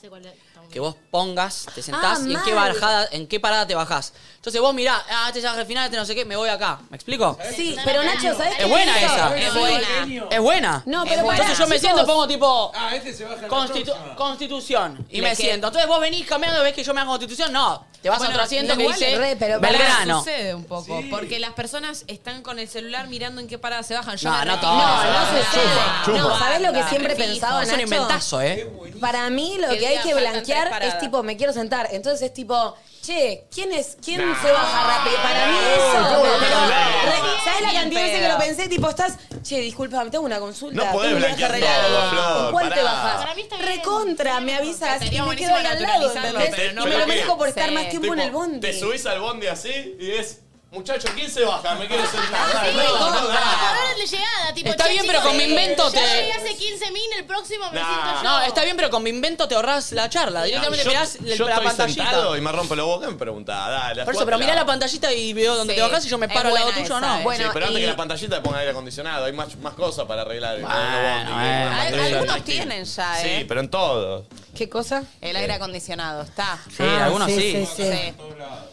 [SPEAKER 3] que vos pongas, te sentás
[SPEAKER 15] Ah,
[SPEAKER 3] y en qué,
[SPEAKER 15] mal.
[SPEAKER 3] bajada, en qué parada te bajás. Entonces vos mirá, ah, este ya es el final, este no sé qué, me voy acá. ¿Me explico?
[SPEAKER 2] Sí, pero Nacho, ¿sabes qué
[SPEAKER 3] Es buena
[SPEAKER 2] hizo?
[SPEAKER 3] esa.
[SPEAKER 2] Es
[SPEAKER 3] buena. Es buena.
[SPEAKER 2] No, pero pará,
[SPEAKER 3] Entonces yo me
[SPEAKER 2] chicos.
[SPEAKER 3] siento, pongo tipo
[SPEAKER 14] Ah, este se baja
[SPEAKER 3] constitu- Constitución y
[SPEAKER 2] Le
[SPEAKER 3] me
[SPEAKER 2] que-
[SPEAKER 3] siento. Entonces vos venís cambiando, ves que yo me hago Constitución, no. Te vas
[SPEAKER 15] Bueno,
[SPEAKER 3] a otro asiento que
[SPEAKER 15] igual,
[SPEAKER 3] dice
[SPEAKER 15] re, pero pará,
[SPEAKER 3] Belgrano.
[SPEAKER 15] sucede un poco, porque las personas están con el celular mirando en qué parada se bajan. Yo
[SPEAKER 3] No,
[SPEAKER 15] me
[SPEAKER 3] no
[SPEAKER 15] re-
[SPEAKER 3] todas.
[SPEAKER 15] no se
[SPEAKER 3] Chupa, chupa.
[SPEAKER 2] No, ¿sabes lo que
[SPEAKER 15] Banda,
[SPEAKER 2] siempre he
[SPEAKER 15] refijo,
[SPEAKER 2] pensado,
[SPEAKER 3] Es
[SPEAKER 2] Nacho?
[SPEAKER 3] un inventazo, ¿eh?
[SPEAKER 2] Para mí lo
[SPEAKER 4] Que
[SPEAKER 2] que hay
[SPEAKER 4] diga,
[SPEAKER 2] que
[SPEAKER 4] faltan tres
[SPEAKER 2] blanquear
[SPEAKER 4] paradas.
[SPEAKER 2] es tipo, me quiero sentar. Entonces es tipo, che, ¿quién es? ¿Quién
[SPEAKER 4] Nah.
[SPEAKER 2] se baja rápido? Para mí
[SPEAKER 4] Uy,
[SPEAKER 2] eso.
[SPEAKER 4] ¿cómo
[SPEAKER 2] pero-
[SPEAKER 4] no?
[SPEAKER 2] re- ¿Sabes la
[SPEAKER 4] Ni en
[SPEAKER 2] cantidad de veces que
[SPEAKER 4] pedo.
[SPEAKER 2] lo pensé? Tipo, estás, che, disculpa, tengo una consulta.
[SPEAKER 1] No podés
[SPEAKER 2] tengo un viaje
[SPEAKER 1] blanquear
[SPEAKER 2] re
[SPEAKER 1] todo,
[SPEAKER 2] largo.
[SPEAKER 1] Flor,
[SPEAKER 2] ¿Con ¿Cuál te
[SPEAKER 1] pará.
[SPEAKER 2] bajás?
[SPEAKER 1] Para
[SPEAKER 2] Recontra, me avisas y
[SPEAKER 15] Sería
[SPEAKER 2] me
[SPEAKER 15] buenísimo
[SPEAKER 2] quedo ahí al lado,
[SPEAKER 15] naturalizarlo,
[SPEAKER 2] ¿entendés?
[SPEAKER 15] pero no
[SPEAKER 2] y me
[SPEAKER 1] ¿Pero
[SPEAKER 2] lo
[SPEAKER 1] qué?
[SPEAKER 2] merezco por estar
[SPEAKER 1] Sí.
[SPEAKER 2] más tiempo en el
[SPEAKER 1] Tipo,
[SPEAKER 2] bondi.
[SPEAKER 1] Te subís al bondi así y es, muchacho, ¿quién se baja? Me quiero sentar.
[SPEAKER 6] Ah, Sí,
[SPEAKER 3] Ah,
[SPEAKER 1] No, no,
[SPEAKER 6] como
[SPEAKER 1] no.
[SPEAKER 6] palabras de llegada, tipo,
[SPEAKER 3] Está
[SPEAKER 6] che,
[SPEAKER 3] bien, pero
[SPEAKER 6] chicos,
[SPEAKER 3] con mi
[SPEAKER 6] eh,
[SPEAKER 3] invento
[SPEAKER 6] ya
[SPEAKER 3] te-
[SPEAKER 6] llegué hace 15 mil, el próximo me
[SPEAKER 1] Nah.
[SPEAKER 6] siento yo.
[SPEAKER 3] No, eh, está bien, pero con mi invento te ahorrás la charla. Directamente
[SPEAKER 1] Ah, yo,
[SPEAKER 3] mirás el-
[SPEAKER 1] yo
[SPEAKER 3] la
[SPEAKER 1] estoy
[SPEAKER 3] pantallita.
[SPEAKER 1] sentado y me rompo la boca y me preguntaba, dale.
[SPEAKER 3] Por eso, pero mirá la pantallita y veo dónde te bajás y yo me paro al lado tuyo o no.
[SPEAKER 1] eh. sí, pero antes que la pantallita ponga aire acondicionado, hay más, más cosas para arreglar.
[SPEAKER 3] Bueno,
[SPEAKER 4] Al- Algunos tienen ya,
[SPEAKER 1] Sí,
[SPEAKER 4] ¿eh?
[SPEAKER 1] pero en todos.
[SPEAKER 2] ¿Qué cosa?
[SPEAKER 4] El aire acondicionado, está.
[SPEAKER 1] Sí, Ah, algunos sí, sí. sí, sí.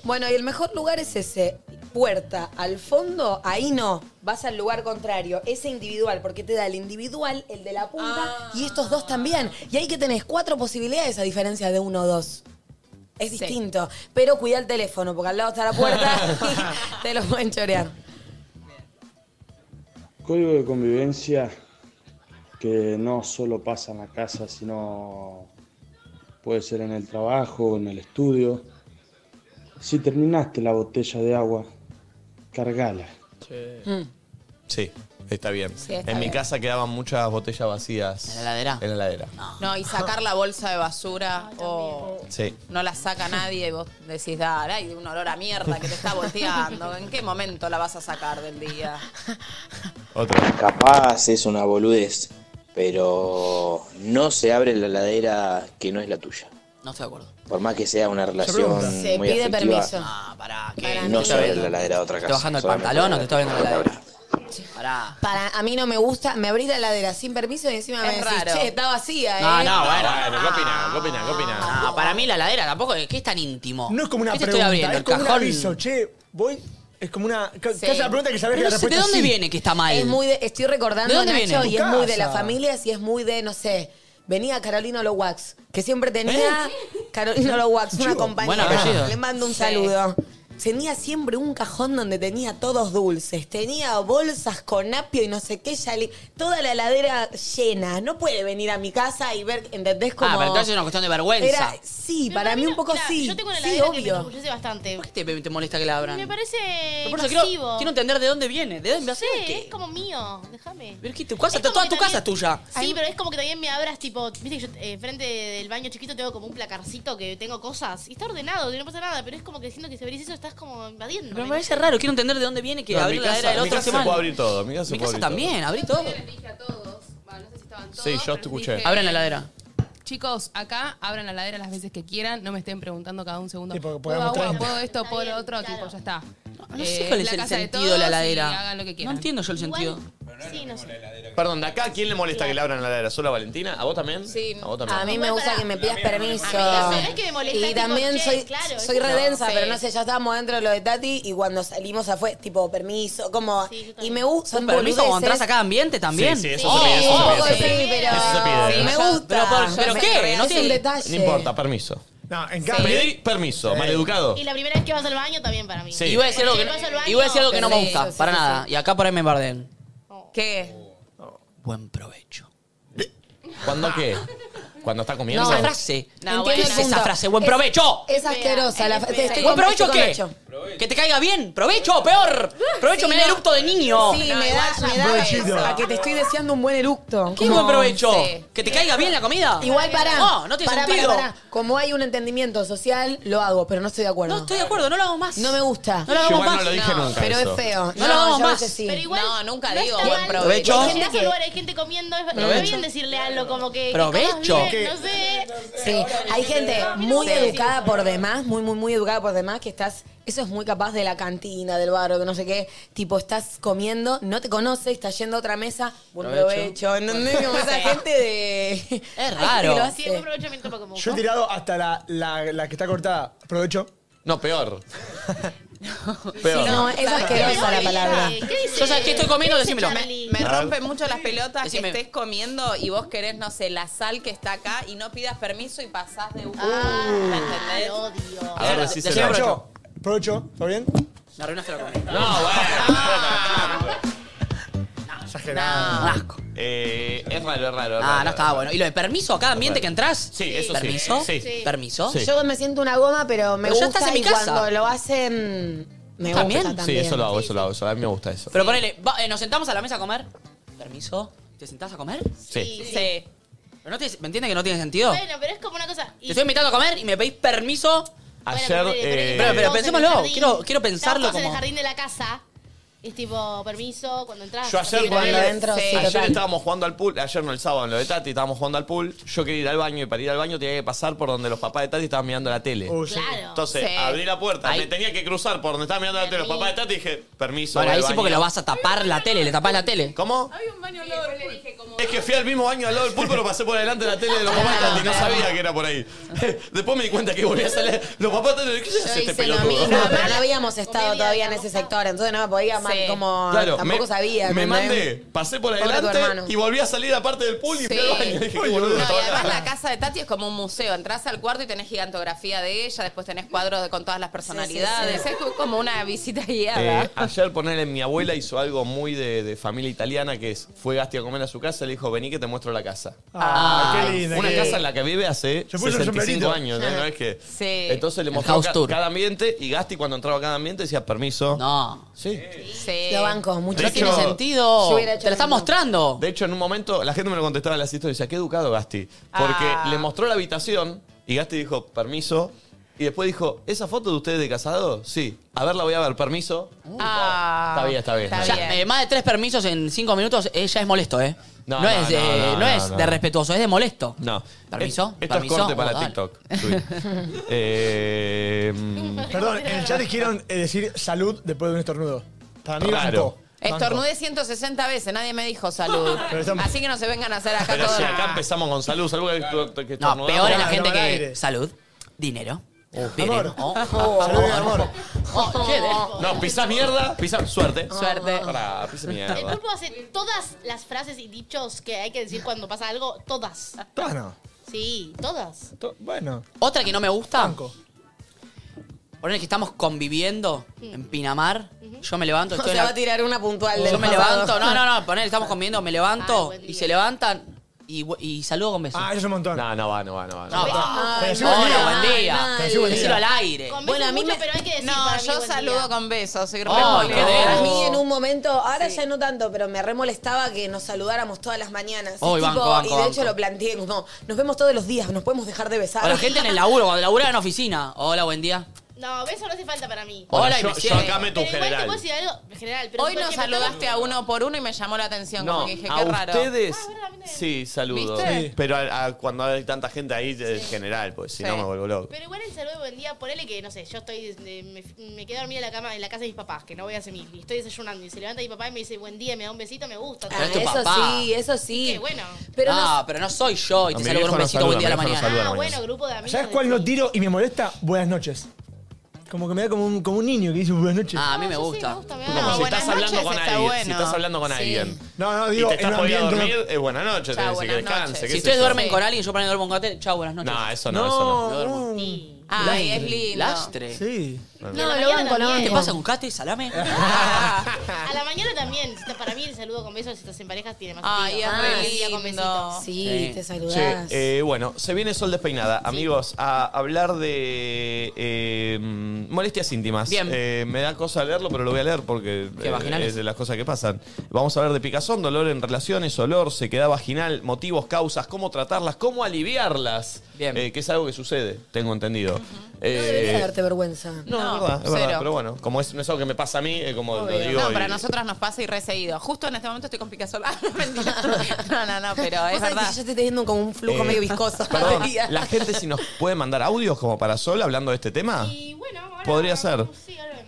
[SPEAKER 2] Bueno, y el mejor lugar es ese. Puerta al fondo, ahí no. Vas al lugar contrario. Ese individual, porque te da el individual, el de la punta y estos dos también. Y ahí que tenés cuatro posibilidades a diferencia de uno o dos. Es
[SPEAKER 4] Sí.
[SPEAKER 2] distinto. Pero cuida el teléfono, porque al lado está la
[SPEAKER 3] [laughs]
[SPEAKER 2] puerta y te lo pueden chorear.
[SPEAKER 25] Código de convivencia que no solo pasa en la casa, sino puede ser en el trabajo, en el estudio. Si terminaste la botella de agua, cargala.
[SPEAKER 17] Mm.
[SPEAKER 1] Sí, está bien.
[SPEAKER 4] Sí, está
[SPEAKER 1] en mi
[SPEAKER 4] bien.
[SPEAKER 1] casa quedaban muchas botellas vacías. ¿En la heladera? En la heladera.
[SPEAKER 4] No, y sacar la bolsa de basura o
[SPEAKER 1] Sí.
[SPEAKER 4] no la saca nadie y vos decís, dale, hay un olor a mierda que te está volteando. ¿En qué momento la vas a sacar del día?
[SPEAKER 26] Capaz es una boludez, pero no se abre la ladera que no es la tuya.
[SPEAKER 3] No estoy de acuerdo.
[SPEAKER 26] Por más que sea una relación
[SPEAKER 3] pregunta. Se
[SPEAKER 26] muy
[SPEAKER 3] pide
[SPEAKER 26] afectiva,
[SPEAKER 3] permiso. Ah, pará, ¿qué?
[SPEAKER 26] No
[SPEAKER 3] Te
[SPEAKER 26] se
[SPEAKER 3] está
[SPEAKER 26] abre
[SPEAKER 3] abriendo-
[SPEAKER 26] la ladera de otra
[SPEAKER 3] te
[SPEAKER 26] casa.
[SPEAKER 3] está bajando el
[SPEAKER 26] solamente
[SPEAKER 3] pantalón o te está
[SPEAKER 26] la
[SPEAKER 3] abriendo la
[SPEAKER 26] ladera.
[SPEAKER 3] Pará.
[SPEAKER 2] Para, a mí no me gusta, me abrís la heladera sin permiso y encima me
[SPEAKER 3] Es
[SPEAKER 2] decís,
[SPEAKER 3] raro.
[SPEAKER 2] che, está vacía,
[SPEAKER 3] No,
[SPEAKER 2] ¿eh?
[SPEAKER 3] no, bueno.
[SPEAKER 1] bueno, ¿qué opinás? ¿Qué opinás? ¿Qué opinás?
[SPEAKER 3] No, para mí la ladera tampoco es que es tan íntimo.
[SPEAKER 5] No es como una
[SPEAKER 3] ¿Qué te
[SPEAKER 5] pregunta,
[SPEAKER 3] estoy abriendo?
[SPEAKER 5] es como
[SPEAKER 3] el
[SPEAKER 5] un
[SPEAKER 3] cajón.
[SPEAKER 5] aviso. Che, voy... Es como una... ca-
[SPEAKER 2] Sí.
[SPEAKER 5] Te hace la pregunta que sabes que
[SPEAKER 3] Pero
[SPEAKER 5] la
[SPEAKER 3] no sé,
[SPEAKER 5] respuesta
[SPEAKER 3] ¿de
[SPEAKER 5] sí.
[SPEAKER 3] dónde viene que está mal?
[SPEAKER 2] Es muy de- estoy recordando
[SPEAKER 3] ¿De dónde
[SPEAKER 2] a Nacho
[SPEAKER 3] viene?
[SPEAKER 2] y
[SPEAKER 3] Tu
[SPEAKER 2] es muy de
[SPEAKER 3] casa.
[SPEAKER 2] las familias y es muy de, no sé, venía Carolina Lowax, que siempre tenía Carolina Lowax, una compañera.
[SPEAKER 3] ¿Eh? Buen apellido.
[SPEAKER 2] Le mando un
[SPEAKER 3] Sí.
[SPEAKER 2] saludo. Tenía siempre un cajón donde tenía todos dulces, tenía bolsas con apio y no sé qué, ya le- toda la heladera llena. No puede venir a mi casa y ver, ¿entendés cómo?
[SPEAKER 3] Ah, pero entonces es una cuestión de vergüenza.
[SPEAKER 2] Era- sí, para mí un poco sí.
[SPEAKER 6] Yo tengo una
[SPEAKER 2] sí,
[SPEAKER 6] heladera que me
[SPEAKER 2] obvio.
[SPEAKER 6] enorgullece bastante.
[SPEAKER 3] ¿Por qué te, te molesta que la abran?
[SPEAKER 6] Me parece
[SPEAKER 3] Pero por eso quiero,
[SPEAKER 6] invasivo.
[SPEAKER 3] quiero entender de dónde viene. ¿De dónde
[SPEAKER 6] No sé,
[SPEAKER 3] hacer qué?
[SPEAKER 6] es como mío, déjame.
[SPEAKER 3] Pero es que tu casa, toda tu casa es tuya.
[SPEAKER 6] Sí, pero es como que también me abras, tipo, viste que yo eh, frente del baño chiquito tengo como un placarcito que tengo cosas. Y está ordenado, que no pasa nada, pero es como que siento que si abrís eso estás como invadiendo.
[SPEAKER 3] Pero me parece raro, quiero entender de dónde viene que
[SPEAKER 1] No, en
[SPEAKER 3] abrir
[SPEAKER 1] mi
[SPEAKER 3] la
[SPEAKER 1] casa-
[SPEAKER 3] heladera del
[SPEAKER 1] en mi
[SPEAKER 3] otro
[SPEAKER 1] casa
[SPEAKER 3] hace
[SPEAKER 1] se
[SPEAKER 3] mal.
[SPEAKER 1] puede abrir todo, en mi casa se puede abrir
[SPEAKER 3] también, abrí todo.
[SPEAKER 1] Sí, yo te escuché.
[SPEAKER 6] dije-
[SPEAKER 3] Abran la heladera.
[SPEAKER 16] eh, Chicos, acá abran la ladera las veces que quieran, no me estén preguntando cada un segundo.
[SPEAKER 3] Sí, porque
[SPEAKER 16] ¿Puedo
[SPEAKER 3] podemos
[SPEAKER 16] agua?
[SPEAKER 3] traer.
[SPEAKER 16] ¿Puedo esto? ¿Puedo lo otro? Tipo, ya está.
[SPEAKER 3] No sé
[SPEAKER 16] Eh,
[SPEAKER 3] cuál es el
[SPEAKER 16] casa de
[SPEAKER 3] sentido de la
[SPEAKER 16] todos y
[SPEAKER 3] heladera.
[SPEAKER 16] hagan lo que
[SPEAKER 3] no
[SPEAKER 16] quieran.
[SPEAKER 3] entiendo yo el sentido.
[SPEAKER 6] Sí, no sé.
[SPEAKER 1] Perdón, de acá, ¿a quién le molesta que le abran la heladera? ¿Solo a Valentina? ¿A vos también? Sí. ¿A vos también?
[SPEAKER 2] A mí me gusta que me pidas permiso.
[SPEAKER 6] A mí también. ¿Sabés que me molesta?
[SPEAKER 2] Y
[SPEAKER 6] Tipo,
[SPEAKER 2] también
[SPEAKER 6] che,
[SPEAKER 2] soy,
[SPEAKER 6] claro,
[SPEAKER 2] soy
[SPEAKER 6] eso no.
[SPEAKER 2] redensa,
[SPEAKER 6] Sí.
[SPEAKER 2] pero no sé, ya estábamos dentro de lo de Tati y cuando salimos afuera, tipo, permiso, como. y me gusta.
[SPEAKER 3] ¿Un permiso cuando entras a cada ambiente también?
[SPEAKER 1] Sí, sí, eso se pide, eso se pide,
[SPEAKER 2] sí,
[SPEAKER 1] se pide.
[SPEAKER 2] pero-
[SPEAKER 1] Eso se pide.
[SPEAKER 2] sí, me gusta.
[SPEAKER 3] Pero, por- ¿pero
[SPEAKER 2] Yo
[SPEAKER 3] qué?
[SPEAKER 2] me-
[SPEAKER 3] No
[SPEAKER 2] es un
[SPEAKER 3] tiene
[SPEAKER 2] detalle.
[SPEAKER 1] No importa, permiso.
[SPEAKER 5] No, en
[SPEAKER 1] cambio. Pedí permiso, maleducado.
[SPEAKER 6] Y la primera vez que vas al baño también para mí.
[SPEAKER 1] Sí.
[SPEAKER 3] Y voy a decir algo que no,
[SPEAKER 6] Porque yo paso al
[SPEAKER 3] y voy a decir algo
[SPEAKER 6] baño,
[SPEAKER 3] que no me
[SPEAKER 6] sí,
[SPEAKER 3] gusta,
[SPEAKER 6] sí, sí,
[SPEAKER 3] para
[SPEAKER 6] sí.
[SPEAKER 3] nada. Y acá por ahí me barden.
[SPEAKER 4] ¿Qué?
[SPEAKER 3] Buen provecho.
[SPEAKER 1] ¿Cuándo
[SPEAKER 3] [laughs]
[SPEAKER 1] qué? ¿Cuando está comiendo?
[SPEAKER 3] Ah. No, esa frase.
[SPEAKER 2] Entiendo el
[SPEAKER 3] ¿Qué es esa
[SPEAKER 2] punto.
[SPEAKER 3] frase? ¡Buen
[SPEAKER 2] Es-
[SPEAKER 3] provecho!
[SPEAKER 2] Es asquerosa. la- te- estoy con-
[SPEAKER 3] ¿Buen provecho
[SPEAKER 2] estoy
[SPEAKER 3] qué?
[SPEAKER 2] con Nacho.
[SPEAKER 3] Que te caiga bien. Provecho, peor. Provecho,
[SPEAKER 2] Sí,
[SPEAKER 3] me da
[SPEAKER 2] no.
[SPEAKER 3] eructo de niño.
[SPEAKER 2] Sí, me da, me da
[SPEAKER 3] Provechito.
[SPEAKER 2] eso, a que te estoy deseando un buen eructo.
[SPEAKER 3] ¿Qué
[SPEAKER 2] Como-
[SPEAKER 3] buen provecho?
[SPEAKER 2] Sí.
[SPEAKER 3] Que te caiga bien la comida.
[SPEAKER 2] Igual para.
[SPEAKER 3] No, no tiene sentido.
[SPEAKER 2] Como hay un entendimiento social, lo hago, pero no estoy de acuerdo. No estoy
[SPEAKER 3] de acuerdo, no lo hago más.
[SPEAKER 2] No me gusta.
[SPEAKER 3] No lo hagamos Yo igual no más. lo dije
[SPEAKER 4] nunca
[SPEAKER 2] Pero
[SPEAKER 4] eso.
[SPEAKER 2] es feo.
[SPEAKER 4] No lo hagamos
[SPEAKER 2] yo a
[SPEAKER 4] más.
[SPEAKER 2] veces sí.
[SPEAKER 4] Pero igual No, nunca
[SPEAKER 6] no
[SPEAKER 4] digo
[SPEAKER 6] está
[SPEAKER 4] buen
[SPEAKER 6] mal.
[SPEAKER 4] provecho.
[SPEAKER 6] Hay gente, que... lugar, hay gente comiendo, es- está
[SPEAKER 2] Provecho.
[SPEAKER 6] bien decirle algo como que... que
[SPEAKER 2] Provecho.
[SPEAKER 6] comas bien, no sé.
[SPEAKER 2] Sí, hay gente muy educada por demás, muy, muy, muy educada por demás, que estás, eso es muy capaz de la cantina, del bar o que no sé qué, tipo, estás comiendo, no te conoce, estás yendo a otra mesa, buen [laughs]
[SPEAKER 5] Provecho.
[SPEAKER 2] provecho, ¿entendés?
[SPEAKER 3] [laughs]
[SPEAKER 2] Como esa gente de... Es
[SPEAKER 6] Sí, buen provecho, me topa como...
[SPEAKER 5] Yo he tirado hasta la, la, la que está cortada. Aprovecho.
[SPEAKER 1] No, peor. peor.
[SPEAKER 2] No, es asquerosa la palabra.
[SPEAKER 3] Yo sabes que estoy comiendo, decímelo.
[SPEAKER 4] Me, me rompe mucho las pelotas
[SPEAKER 3] Decime.
[SPEAKER 4] que estés comiendo y vos querés, no sé, la sal que está acá y no pidas permiso y pasás de un. ¿Me entendés?
[SPEAKER 5] odio.
[SPEAKER 4] A ver,
[SPEAKER 3] decíselo.
[SPEAKER 5] Aprovecho. Aprovecho. ¿Está bien?
[SPEAKER 3] Me arruinaste la comida.
[SPEAKER 1] No,
[SPEAKER 5] Exagerado.
[SPEAKER 3] asco.
[SPEAKER 1] Eh, es raro, es raro. es
[SPEAKER 3] Ah,
[SPEAKER 1] raro.
[SPEAKER 3] no estaba bueno. ¿Y lo de permiso a cada ambiente que entras? Sí,
[SPEAKER 1] eso sí.
[SPEAKER 3] ¿Permiso?
[SPEAKER 1] Sí. Sí.
[SPEAKER 3] ¿Permiso?
[SPEAKER 2] Yo me siento una goma, pero me
[SPEAKER 3] Pero ya
[SPEAKER 2] gusta
[SPEAKER 3] estás en mi
[SPEAKER 2] y
[SPEAKER 3] casa.
[SPEAKER 2] cuando lo hacen, me
[SPEAKER 3] ¿También?
[SPEAKER 2] gusta
[SPEAKER 1] Sí,
[SPEAKER 2] también.
[SPEAKER 1] eso lo hago, eso lo hago. eso. A mí me gusta eso.
[SPEAKER 3] Pero ponele, va, eh, nos sentamos a la mesa a comer. ¿Permiso? ¿Te sentás a comer?
[SPEAKER 1] Sí.
[SPEAKER 3] Sí. Pero no te- ¿Me entiendes que no tiene sentido?
[SPEAKER 6] Bueno, pero es como una cosa...
[SPEAKER 3] Te estoy invitando a comer y me pedís permiso.
[SPEAKER 1] Ayer. eh,
[SPEAKER 3] pero, pero
[SPEAKER 6] Estamos en el
[SPEAKER 3] pensémoslo,
[SPEAKER 6] jardín.
[SPEAKER 3] quiero, quiero
[SPEAKER 6] Estamos
[SPEAKER 3] pensarlo
[SPEAKER 6] todos en
[SPEAKER 3] como.
[SPEAKER 6] el jardín de la casa. Es tipo, permiso, cuando entras.
[SPEAKER 1] Yo ayer,
[SPEAKER 6] cuando
[SPEAKER 1] ponele, ayer estábamos jugando al pool, ayer no el sábado en lo de Tati, estábamos jugando al pool, yo quería ir al baño y para ir al baño tenía que pasar por donde los papás de Tati estaban mirando la tele.
[SPEAKER 6] Uh, sí. Claro.
[SPEAKER 1] Entonces
[SPEAKER 6] Sí.
[SPEAKER 1] abrí la puerta, me tenía que cruzar por donde estaban mirando la tele los papás de Tati y dije, permiso.
[SPEAKER 3] Bueno,
[SPEAKER 1] voy
[SPEAKER 3] ahí
[SPEAKER 1] al
[SPEAKER 3] sí porque
[SPEAKER 1] baño.
[SPEAKER 3] lo vas a tapar la tele, le tapás la tele.
[SPEAKER 1] ¿Cómo? Es que fui al mismo baño al lado del pool, pero pasé por adelante de la tele de los papás de Tati, no sabía que era por ahí. Después me di cuenta que volví a salir, los papás de Tati, ¿qué se hace este
[SPEAKER 2] Hice lo
[SPEAKER 1] pelotudo? [laughs]
[SPEAKER 4] [laughs]
[SPEAKER 2] mismo, pero no habíamos estado todavía en ese sector, entonces no me podía mal, como
[SPEAKER 1] Claro,
[SPEAKER 2] tampoco
[SPEAKER 1] me-
[SPEAKER 2] sabía.
[SPEAKER 1] Me
[SPEAKER 2] ¿entendés?
[SPEAKER 1] mandé, pasé por
[SPEAKER 2] Pobre tu
[SPEAKER 1] adelante
[SPEAKER 2] hermano.
[SPEAKER 1] y volví a salir aparte del pool y fui al baño. [laughs] Dije, "Qué boludo".
[SPEAKER 4] No, y además la casa de Tati es como un museo. Entrás al cuarto y tenés gigantografía de ella, después tenés cuadros de- con todas las personalidades.
[SPEAKER 17] sí.
[SPEAKER 4] Es como una visita guiada.
[SPEAKER 1] Eh, ayer ponerle mi abuela hizo algo muy de, de familia italiana que es fue Gasti a comer a su casa y le dijo vení que te muestro la casa.
[SPEAKER 5] Ah, qué lindo.
[SPEAKER 1] Una
[SPEAKER 5] qué-
[SPEAKER 1] casa en la que vive hace
[SPEAKER 5] Se puso el
[SPEAKER 1] 65
[SPEAKER 5] sombrerito.
[SPEAKER 1] años, ¿eh? ¿no? ¿No es que?
[SPEAKER 4] Sí.
[SPEAKER 1] Entonces le
[SPEAKER 3] El
[SPEAKER 1] mostró
[SPEAKER 3] house
[SPEAKER 1] ca-
[SPEAKER 3] tour.
[SPEAKER 1] cada ambiente y Gasti cuando entraba a cada ambiente decía permiso.
[SPEAKER 3] No.
[SPEAKER 1] Sí.
[SPEAKER 4] Sí.
[SPEAKER 2] Lo banco, mucho.
[SPEAKER 1] De hecho-
[SPEAKER 2] Yo hubiera hecho lo mismo.
[SPEAKER 3] mostrando.
[SPEAKER 1] De hecho, en un momento la gente me lo contestaba en las historias y decía, qué educado Gasti. Porque
[SPEAKER 3] Ah.
[SPEAKER 1] le mostró la habitación y Gasti dijo, permiso. Y después dijo, ¿esa foto de ustedes de casado? Sí. A ver, la voy a ver, permiso.
[SPEAKER 4] Ah.
[SPEAKER 1] Está bien, está bien.
[SPEAKER 3] Ya, eh, más de tres permisos en cinco minutos eh, ya es molesto, ¿eh?
[SPEAKER 1] No,
[SPEAKER 3] No,
[SPEAKER 1] no,
[SPEAKER 3] es,
[SPEAKER 1] no,
[SPEAKER 3] eh,
[SPEAKER 1] no,
[SPEAKER 3] no
[SPEAKER 1] no,
[SPEAKER 3] es
[SPEAKER 1] no.
[SPEAKER 3] de respetuoso, es de molesto.
[SPEAKER 1] No.
[SPEAKER 3] ¿Permiso?
[SPEAKER 1] Es- Esto
[SPEAKER 3] ¿Permiso?
[SPEAKER 1] es corte para
[SPEAKER 3] Oh, dale.
[SPEAKER 1] TikTok. Tweet. Eh, mm,
[SPEAKER 5] Perdón, en el chat dijeron eh, decir salud después de un estornudo. Para mí
[SPEAKER 1] Claro.
[SPEAKER 5] bancó.
[SPEAKER 4] Estornude 160 veces, nadie me dijo salud.
[SPEAKER 5] Pero estamos-
[SPEAKER 4] Así que no se vengan a hacer acá
[SPEAKER 1] pero
[SPEAKER 4] todo.
[SPEAKER 1] si acá empezamos con salud, salud que, que- que
[SPEAKER 3] No, peor es la
[SPEAKER 1] estornudamos.
[SPEAKER 3] gente que. Salud, dinero. Dinero. Oh,
[SPEAKER 1] Salud, amor.
[SPEAKER 6] Oh, che, de-
[SPEAKER 1] No, pisás mierda, pisás suerte.
[SPEAKER 4] Suerte.
[SPEAKER 1] Pará, pisás
[SPEAKER 6] El
[SPEAKER 1] mierda.
[SPEAKER 6] pulpo hace todas las frases y dichos que hay que decir cuando pasa algo, todas.
[SPEAKER 5] Todas no.
[SPEAKER 6] Sí, todas.
[SPEAKER 5] To- bueno.
[SPEAKER 3] Otra que no me gusta. Poner que estamos conviviendo en Pinamar. Yo me levanto,
[SPEAKER 2] O
[SPEAKER 3] estoy en
[SPEAKER 2] sea,
[SPEAKER 3] la-
[SPEAKER 2] va a tirar una puntual del
[SPEAKER 3] Yo me
[SPEAKER 2] pasado. Ah.
[SPEAKER 3] levanto, no, no, no, poner, estamos comiendo, me levanto y se levantan y, y saludo con besos.
[SPEAKER 5] Ah, eso es un montón.
[SPEAKER 1] No, no va, no va, no va.
[SPEAKER 3] No,
[SPEAKER 1] va.
[SPEAKER 3] va.
[SPEAKER 5] Pero sí,
[SPEAKER 3] Hola,
[SPEAKER 5] buen día.
[SPEAKER 3] buen día.
[SPEAKER 5] Pero sí, buen día.
[SPEAKER 3] Decirlo al aire.
[SPEAKER 6] Con besos
[SPEAKER 2] Bueno, a mí
[SPEAKER 6] mucho,
[SPEAKER 2] me-
[SPEAKER 6] pero hay que decir
[SPEAKER 4] No,
[SPEAKER 6] para mí,
[SPEAKER 4] yo
[SPEAKER 6] buen
[SPEAKER 4] saludo
[SPEAKER 6] día.
[SPEAKER 4] con besos. Soy re
[SPEAKER 3] Oh,
[SPEAKER 4] molesta.
[SPEAKER 3] qué
[SPEAKER 2] A
[SPEAKER 3] dedo.
[SPEAKER 2] mí en un momento, ahora ya no tanto, pero me remolestaba que nos saludáramos todas las mañanas.
[SPEAKER 3] Oh,
[SPEAKER 2] y,
[SPEAKER 3] y banco,
[SPEAKER 2] y
[SPEAKER 3] banco,
[SPEAKER 2] de
[SPEAKER 3] banco.
[SPEAKER 2] hecho lo planteé como, nos vemos todos los días, nos podemos dejar de besar.
[SPEAKER 3] O la gente
[SPEAKER 2] [laughs]
[SPEAKER 3] en el laburo, cuando labura en oficina. Hola, buen día.
[SPEAKER 6] No, beso no hace falta para mí.
[SPEAKER 3] Hola, y
[SPEAKER 1] yo,
[SPEAKER 3] me
[SPEAKER 1] yo
[SPEAKER 3] cierro.
[SPEAKER 1] acá meto un
[SPEAKER 6] Pero igual te
[SPEAKER 1] general.
[SPEAKER 6] puedo decir algo en general. Pero
[SPEAKER 4] Hoy
[SPEAKER 6] por
[SPEAKER 4] nos
[SPEAKER 6] ejemplo,
[SPEAKER 4] saludaste a uno por uno y me llamó la atención.
[SPEAKER 1] No,
[SPEAKER 4] como que dije,
[SPEAKER 1] a
[SPEAKER 4] qué raro.
[SPEAKER 1] ustedes sí, saludo.
[SPEAKER 4] ¿Viste? Sí.
[SPEAKER 1] Pero a- a cuando hay tanta gente ahí, en general, pues si no
[SPEAKER 6] Sí.
[SPEAKER 1] me vuelvo loco.
[SPEAKER 6] Pero igual el saludo de buen día, ponele que, no sé, yo estoy, eh, me, me quedé dormida en la cama, en la casa de mis papás, que no voy a semir, y estoy desayunando, y se levanta mi papá y me dice buen día, me da un besito, me gusta.
[SPEAKER 3] Pero es tu
[SPEAKER 6] Eso
[SPEAKER 3] papá.
[SPEAKER 2] Sí, eso sí.
[SPEAKER 6] Qué bueno.
[SPEAKER 2] Pero
[SPEAKER 3] ah, pero no soy yo y
[SPEAKER 1] A mi
[SPEAKER 3] te saludo con
[SPEAKER 1] viejo
[SPEAKER 3] un
[SPEAKER 1] no
[SPEAKER 3] besito,
[SPEAKER 1] saluda,
[SPEAKER 3] buen día a la
[SPEAKER 1] mi viejo no
[SPEAKER 3] mañana.
[SPEAKER 1] saluda.
[SPEAKER 6] Ah,
[SPEAKER 1] Bueno,
[SPEAKER 6] bueno, grupo de amigos.
[SPEAKER 5] ¿Sabes cuál no tiro y me molesta? Buenas noches. Como que me da como un, como un niño que dice buenas noches.
[SPEAKER 3] Ah, a mí me gusta.
[SPEAKER 1] Como si estás hablando con alguien. Si estás hablando con
[SPEAKER 5] Sí.
[SPEAKER 1] alguien.
[SPEAKER 5] No, no,
[SPEAKER 1] y
[SPEAKER 5] digo,
[SPEAKER 1] te
[SPEAKER 5] en
[SPEAKER 1] estás
[SPEAKER 5] un
[SPEAKER 1] por ir a
[SPEAKER 5] ambiente,
[SPEAKER 1] dormir, es buenas noches, te dice que descanse. qué
[SPEAKER 3] Si
[SPEAKER 1] sé
[SPEAKER 3] ustedes
[SPEAKER 1] yo.
[SPEAKER 3] duermen con alguien, yo pongo duermo Ah, con hotel, chao, buenas noches.
[SPEAKER 1] No, eso no, eso no.
[SPEAKER 3] duermo.
[SPEAKER 4] Ay, es lindo.
[SPEAKER 3] Lastre.
[SPEAKER 5] Sí.
[SPEAKER 6] Y a la mañana también.
[SPEAKER 3] ¿Qué pasa con Cate? [laughs] ¿Salame?
[SPEAKER 6] A la mañana también. si te- Para mí el saludo con besos, si estás en pareja, tiene más
[SPEAKER 4] Ay,
[SPEAKER 6] sentido.
[SPEAKER 4] es re
[SPEAKER 6] Ah, el día con
[SPEAKER 4] lindo.
[SPEAKER 6] besitos.
[SPEAKER 2] Sí, te saludás.
[SPEAKER 1] Che, eh, bueno, se viene Sol Despeinada, amigos, a hablar de eh, mm, molestias íntimas.
[SPEAKER 3] Bien.
[SPEAKER 1] Eh, me da cosa leerlo, pero lo voy a leer porque
[SPEAKER 3] ¿Qué,
[SPEAKER 1] eh,
[SPEAKER 3] vaginales?
[SPEAKER 1] es de las cosas que pasan. Vamos a hablar de picazón, dolor en relaciones, olor, sequedad vaginal, motivos, causas, cómo tratarlas, cómo aliviarlas. Bien. que es algo que sucede, tengo entendido. Eh,
[SPEAKER 2] No debería darte vergüenza.
[SPEAKER 1] es verdad, es verdad, pero bueno, como es, no es algo que me pasa a mí, es como lo digo.
[SPEAKER 4] No,
[SPEAKER 1] y-
[SPEAKER 4] para
[SPEAKER 1] [laughs]
[SPEAKER 4] nosotras nos pasa y re seguido. Justo en este momento estoy con Picasso. [laughs] Ah, no,
[SPEAKER 1] [laughs]
[SPEAKER 4] mentira. No, no, no, pero es
[SPEAKER 2] Vos sabés que
[SPEAKER 4] verdad.
[SPEAKER 2] yo te estoy teniendo como un flujo
[SPEAKER 1] Eh,
[SPEAKER 2] medio viscoso.
[SPEAKER 1] [laughs] Perdón, la gente si nos puede mandar audios como para Sol hablando de este tema. Podría ser.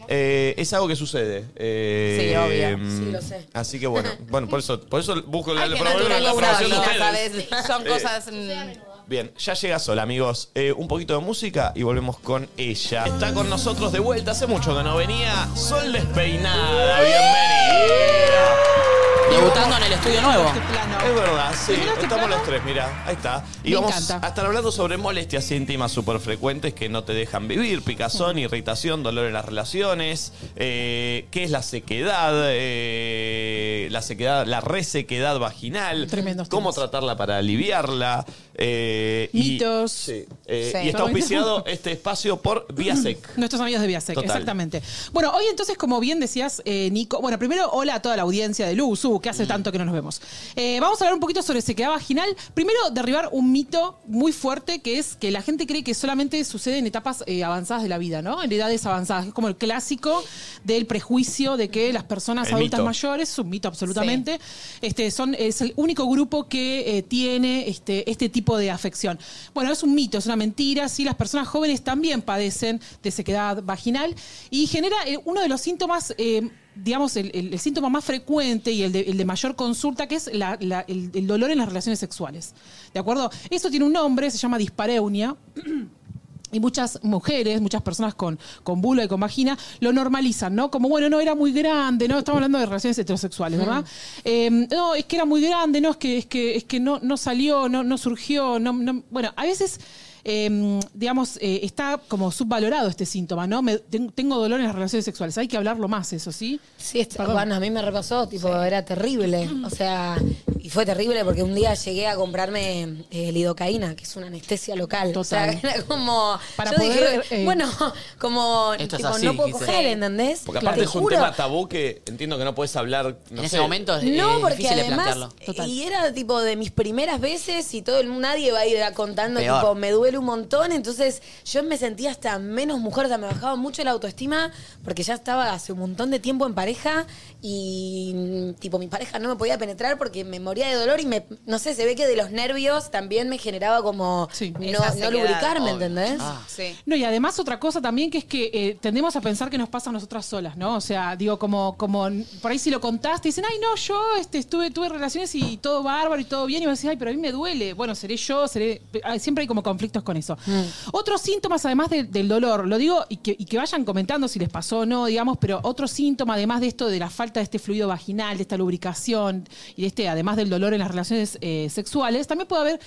[SPEAKER 1] Eh, es algo que sucede. Eh,
[SPEAKER 4] Sí, obvio.
[SPEAKER 1] em,
[SPEAKER 4] Sí, lo sé.
[SPEAKER 1] Así que
[SPEAKER 4] [laughs]
[SPEAKER 1] bueno, bueno, por eso, por eso busco la,
[SPEAKER 4] Hay
[SPEAKER 1] la
[SPEAKER 4] que
[SPEAKER 1] problema en la
[SPEAKER 4] naturalizar
[SPEAKER 1] aprobación de
[SPEAKER 4] la
[SPEAKER 1] ustedes.
[SPEAKER 4] vida, ¿sabes? Son
[SPEAKER 1] Eh,
[SPEAKER 4] cosas... mm,
[SPEAKER 1] Bien, ya llega Sol, amigos. Eh, un poquito de música y volvemos con ella. Está con nosotros de vuelta, hace mucho que no venía. Sol despeinada, bienvenida.
[SPEAKER 3] Debutando en el estudio nuevo.
[SPEAKER 1] Es verdad, sí. Estamos los tres, mira, ahí está. Y
[SPEAKER 3] Me
[SPEAKER 1] vamos
[SPEAKER 3] encanta.
[SPEAKER 1] a estar hablando sobre molestias íntimas súper frecuentes que no te dejan vivir, picazón, irritación, dolor en las relaciones, eh, qué es la sequedad, eh, la sequedad, la resequedad vaginal,
[SPEAKER 13] Tremendos
[SPEAKER 1] cómo tratarla para aliviarla. eh, y-
[SPEAKER 13] Mitos.
[SPEAKER 1] sí, eh,
[SPEAKER 13] Sí.
[SPEAKER 1] Y está auspiciado este espacio por
[SPEAKER 13] [clears throat]
[SPEAKER 1] Viasec.
[SPEAKER 13] Nuestros amigos de Viasec,
[SPEAKER 1] Total.
[SPEAKER 13] exactamente. Bueno, hoy entonces, como bien decías, eh, Nico, bueno, primero, hola a toda la audiencia de Luz, uh, que hace tanto que no nos vemos. Eh, vamos a hablar un poquito sobre sequedad vaginal. Primero, derribar un mito muy fuerte que es que la gente cree que solamente sucede en etapas eh, avanzadas de la vida, ¿no? En edades avanzadas. Es como el clásico del prejuicio de que las personas
[SPEAKER 27] El
[SPEAKER 13] adultas
[SPEAKER 27] mito.
[SPEAKER 13] mayores, es un mito absolutamente, este, son, es el único grupo que eh, tiene este, este tipo de afección. Bueno, es un mito, es una mentira, sí, las personas jóvenes también padecen de sequedad vaginal y genera eh, uno de los síntomas... eh, digamos, el, el- el síntoma más frecuente y el de, el de mayor consulta, que es la- la- el, el dolor en las relaciones sexuales. ¿De acuerdo? Eso tiene un nombre, se llama dispareunia. Y muchas mujeres, muchas personas con, con vulva y con vagina, lo normalizan, ¿no? Como, bueno, no, era muy grande, ¿no? Estamos hablando de relaciones heterosexuales, ¿verdad?
[SPEAKER 2] Mm.
[SPEAKER 13] Eh, no, es que era muy grande, no, es que, es que, es que no, no salió, no, no surgió, no, no- Bueno, a veces, eh, digamos, eh, está como subvalorado este síntoma, ¿no? Me- ten- tengo dolor en las relaciones sexuales, hay que hablarlo más, eso, ¿sí?
[SPEAKER 2] Sí, esto,
[SPEAKER 13] Perdón.
[SPEAKER 2] bueno, a mí me repasó, tipo, era terrible. O sea, y fue terrible porque un día llegué a comprarme eh, lidocaína, que es una anestesia local. O sea, [laughs]
[SPEAKER 13] Total.
[SPEAKER 2] era como.
[SPEAKER 13] Para
[SPEAKER 2] yo
[SPEAKER 13] poder,
[SPEAKER 2] dije,
[SPEAKER 13] eh,
[SPEAKER 2] bueno, [laughs] como.
[SPEAKER 1] Esto es
[SPEAKER 2] tipo,
[SPEAKER 1] así,
[SPEAKER 2] no puedo
[SPEAKER 1] dijiste.
[SPEAKER 2] coger, ¿entendés?
[SPEAKER 1] Porque
[SPEAKER 2] Claro.
[SPEAKER 1] aparte
[SPEAKER 2] Te
[SPEAKER 1] es un
[SPEAKER 2] juro.
[SPEAKER 1] tema tabú que entiendo que no puedes hablar. No
[SPEAKER 3] En ese
[SPEAKER 1] sé.
[SPEAKER 3] momento
[SPEAKER 2] No, porque además, eh, y era tipo de mis primeras veces y todo el nadie va a ir contando,
[SPEAKER 3] Peor.
[SPEAKER 2] tipo, me duele un montón, entonces yo me sentía hasta menos mujer, o sea, me bajaba mucho la autoestima porque ya estaba hace un montón de tiempo en pareja y mm, tipo mi pareja no me podía penetrar porque me moría de dolor y me, no sé, se ve que de los nervios también me generaba como no,
[SPEAKER 13] Esa
[SPEAKER 2] no
[SPEAKER 13] sequedad,
[SPEAKER 2] lubricarme,
[SPEAKER 13] obvio.
[SPEAKER 2] ¿entendés?
[SPEAKER 13] Ah.
[SPEAKER 4] Sí.
[SPEAKER 13] No, y además otra cosa también que es que eh, tendemos a pensar que nos pasa a nosotras solas, ¿no? O sea, digo, como, como por ahí si lo contaste, dicen, ay, no, yo este, estuve, tuve relaciones y todo bárbaro y todo bien, y vos decís, ay, pero a mí me duele. Bueno, seré yo, seré. ah, Siempre hay como conflictos con eso. Otros síntomas, además de- del dolor, lo digo, y que, y que vayan comentando si les pasó o no, digamos, pero otro síntoma, además de esto, de la falta de este fluido vaginal, de esta lubricación, y de este, además del dolor en las relaciones eh, sexuales, también puede haber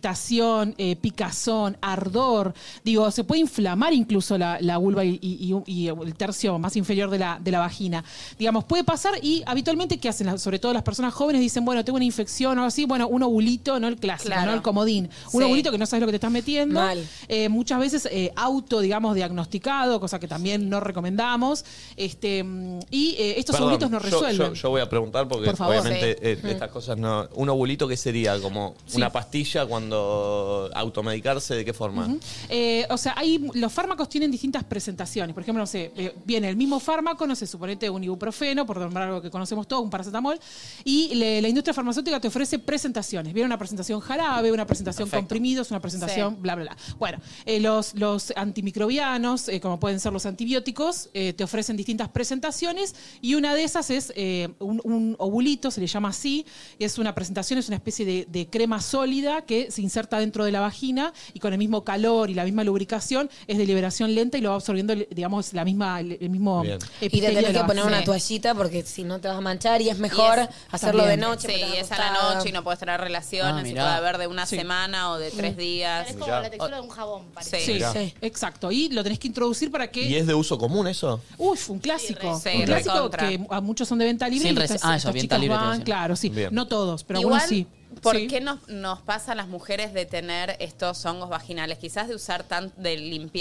[SPEAKER 13] irritación, eh, picazón, ardor. Digo, se puede inflamar incluso la, la vulva y, y- y- y el tercio más inferior de la, de la vagina. Digamos, puede pasar y habitualmente, ¿qué hacen? Las- Sobre todo las personas jóvenes dicen, bueno, tengo una infección o algo así, bueno, un ovulito, no el clásico,
[SPEAKER 2] Claro.
[SPEAKER 13] ¿no? El comodín. Un
[SPEAKER 2] Sí.
[SPEAKER 13] ovulito que no sabes lo que te estás metiendo.
[SPEAKER 2] Mal.
[SPEAKER 13] Eh, muchas veces eh, auto, digamos, diagnosticado, cosa que también no recomendamos. Este, mm, y eh, estos
[SPEAKER 1] Perdón,
[SPEAKER 13] ovulitos nos
[SPEAKER 1] yo-
[SPEAKER 13] resuelven.
[SPEAKER 1] Yo, yo voy a preguntar porque
[SPEAKER 13] Por favor.
[SPEAKER 1] obviamente
[SPEAKER 13] Sí.
[SPEAKER 1] eh,
[SPEAKER 13] Mm.
[SPEAKER 1] estas cosas no. ¿Un ovulito qué sería? ¿Como
[SPEAKER 13] Sí.
[SPEAKER 1] una pastilla cuando automedicarse? ¿De qué forma?
[SPEAKER 13] Ujú. Eh, o sea, hay, los fármacos tienen distintas presentaciones. Por ejemplo, no sé, eh, viene el mismo fármaco, no sé, suponete un ibuprofeno, por nombrar algo que conocemos todos, un paracetamol, y le- la industria farmacéutica te ofrece presentaciones. Viene una presentación jarabe, una presentación
[SPEAKER 27] Perfecto.
[SPEAKER 13] comprimidos, una presentación
[SPEAKER 27] Sí.
[SPEAKER 13] bla, bla, bla. Bueno, eh, los, los antimicrobianos, eh, como pueden ser los antibióticos, eh, te ofrecen distintas presentaciones y una de esas es eh, un, un ovulito, se le llama así, y es una presentación, es una especie de, de crema sólida que se inserta dentro de la vagina y con el mismo calor y la misma lubricación es de liberación lenta y lo va absorbiendo, digamos, la misma, el mismo
[SPEAKER 2] Bien. Y
[SPEAKER 13] epitelio
[SPEAKER 2] te tenés
[SPEAKER 13] de la
[SPEAKER 2] que poner
[SPEAKER 13] vagina.
[SPEAKER 2] una toallita porque si no te vas a manchar y es mejor hacerlo
[SPEAKER 13] también.
[SPEAKER 2] de noche.
[SPEAKER 4] Sí,
[SPEAKER 2] porque
[SPEAKER 4] es
[SPEAKER 2] te
[SPEAKER 4] a
[SPEAKER 2] vas
[SPEAKER 4] la
[SPEAKER 2] acostada.
[SPEAKER 4] noche y no puedes tener
[SPEAKER 2] Ah,
[SPEAKER 4] relaciones. y
[SPEAKER 2] mirá.
[SPEAKER 4] puede haber de una semana o de tres
[SPEAKER 13] Mm.
[SPEAKER 4] días.
[SPEAKER 6] Es como la textura de un jabón, parece.
[SPEAKER 13] Sí,
[SPEAKER 1] Mirá.
[SPEAKER 13] sí, exacto. Y lo tenés que introducir para que.
[SPEAKER 1] ¿Y es de uso común eso?
[SPEAKER 13] Uf, un clásico.
[SPEAKER 1] Sí,
[SPEAKER 13] un
[SPEAKER 1] re
[SPEAKER 13] clásico
[SPEAKER 1] contra.
[SPEAKER 13] que a muchos son de venta libre.
[SPEAKER 1] Sin
[SPEAKER 13] y
[SPEAKER 1] rece-
[SPEAKER 13] estas,
[SPEAKER 1] ah, eso,
[SPEAKER 13] estas
[SPEAKER 1] venta
[SPEAKER 13] chicas
[SPEAKER 1] libre te
[SPEAKER 13] van,
[SPEAKER 1] decían.
[SPEAKER 13] claro, sí.
[SPEAKER 1] Bien.
[SPEAKER 13] No todos, pero
[SPEAKER 4] Igual,
[SPEAKER 13] algunos sí.
[SPEAKER 4] ¿por
[SPEAKER 13] Sí.
[SPEAKER 4] qué nos, nos pasa a las mujeres de tener estos hongos vaginales? Quizás de usar tan, de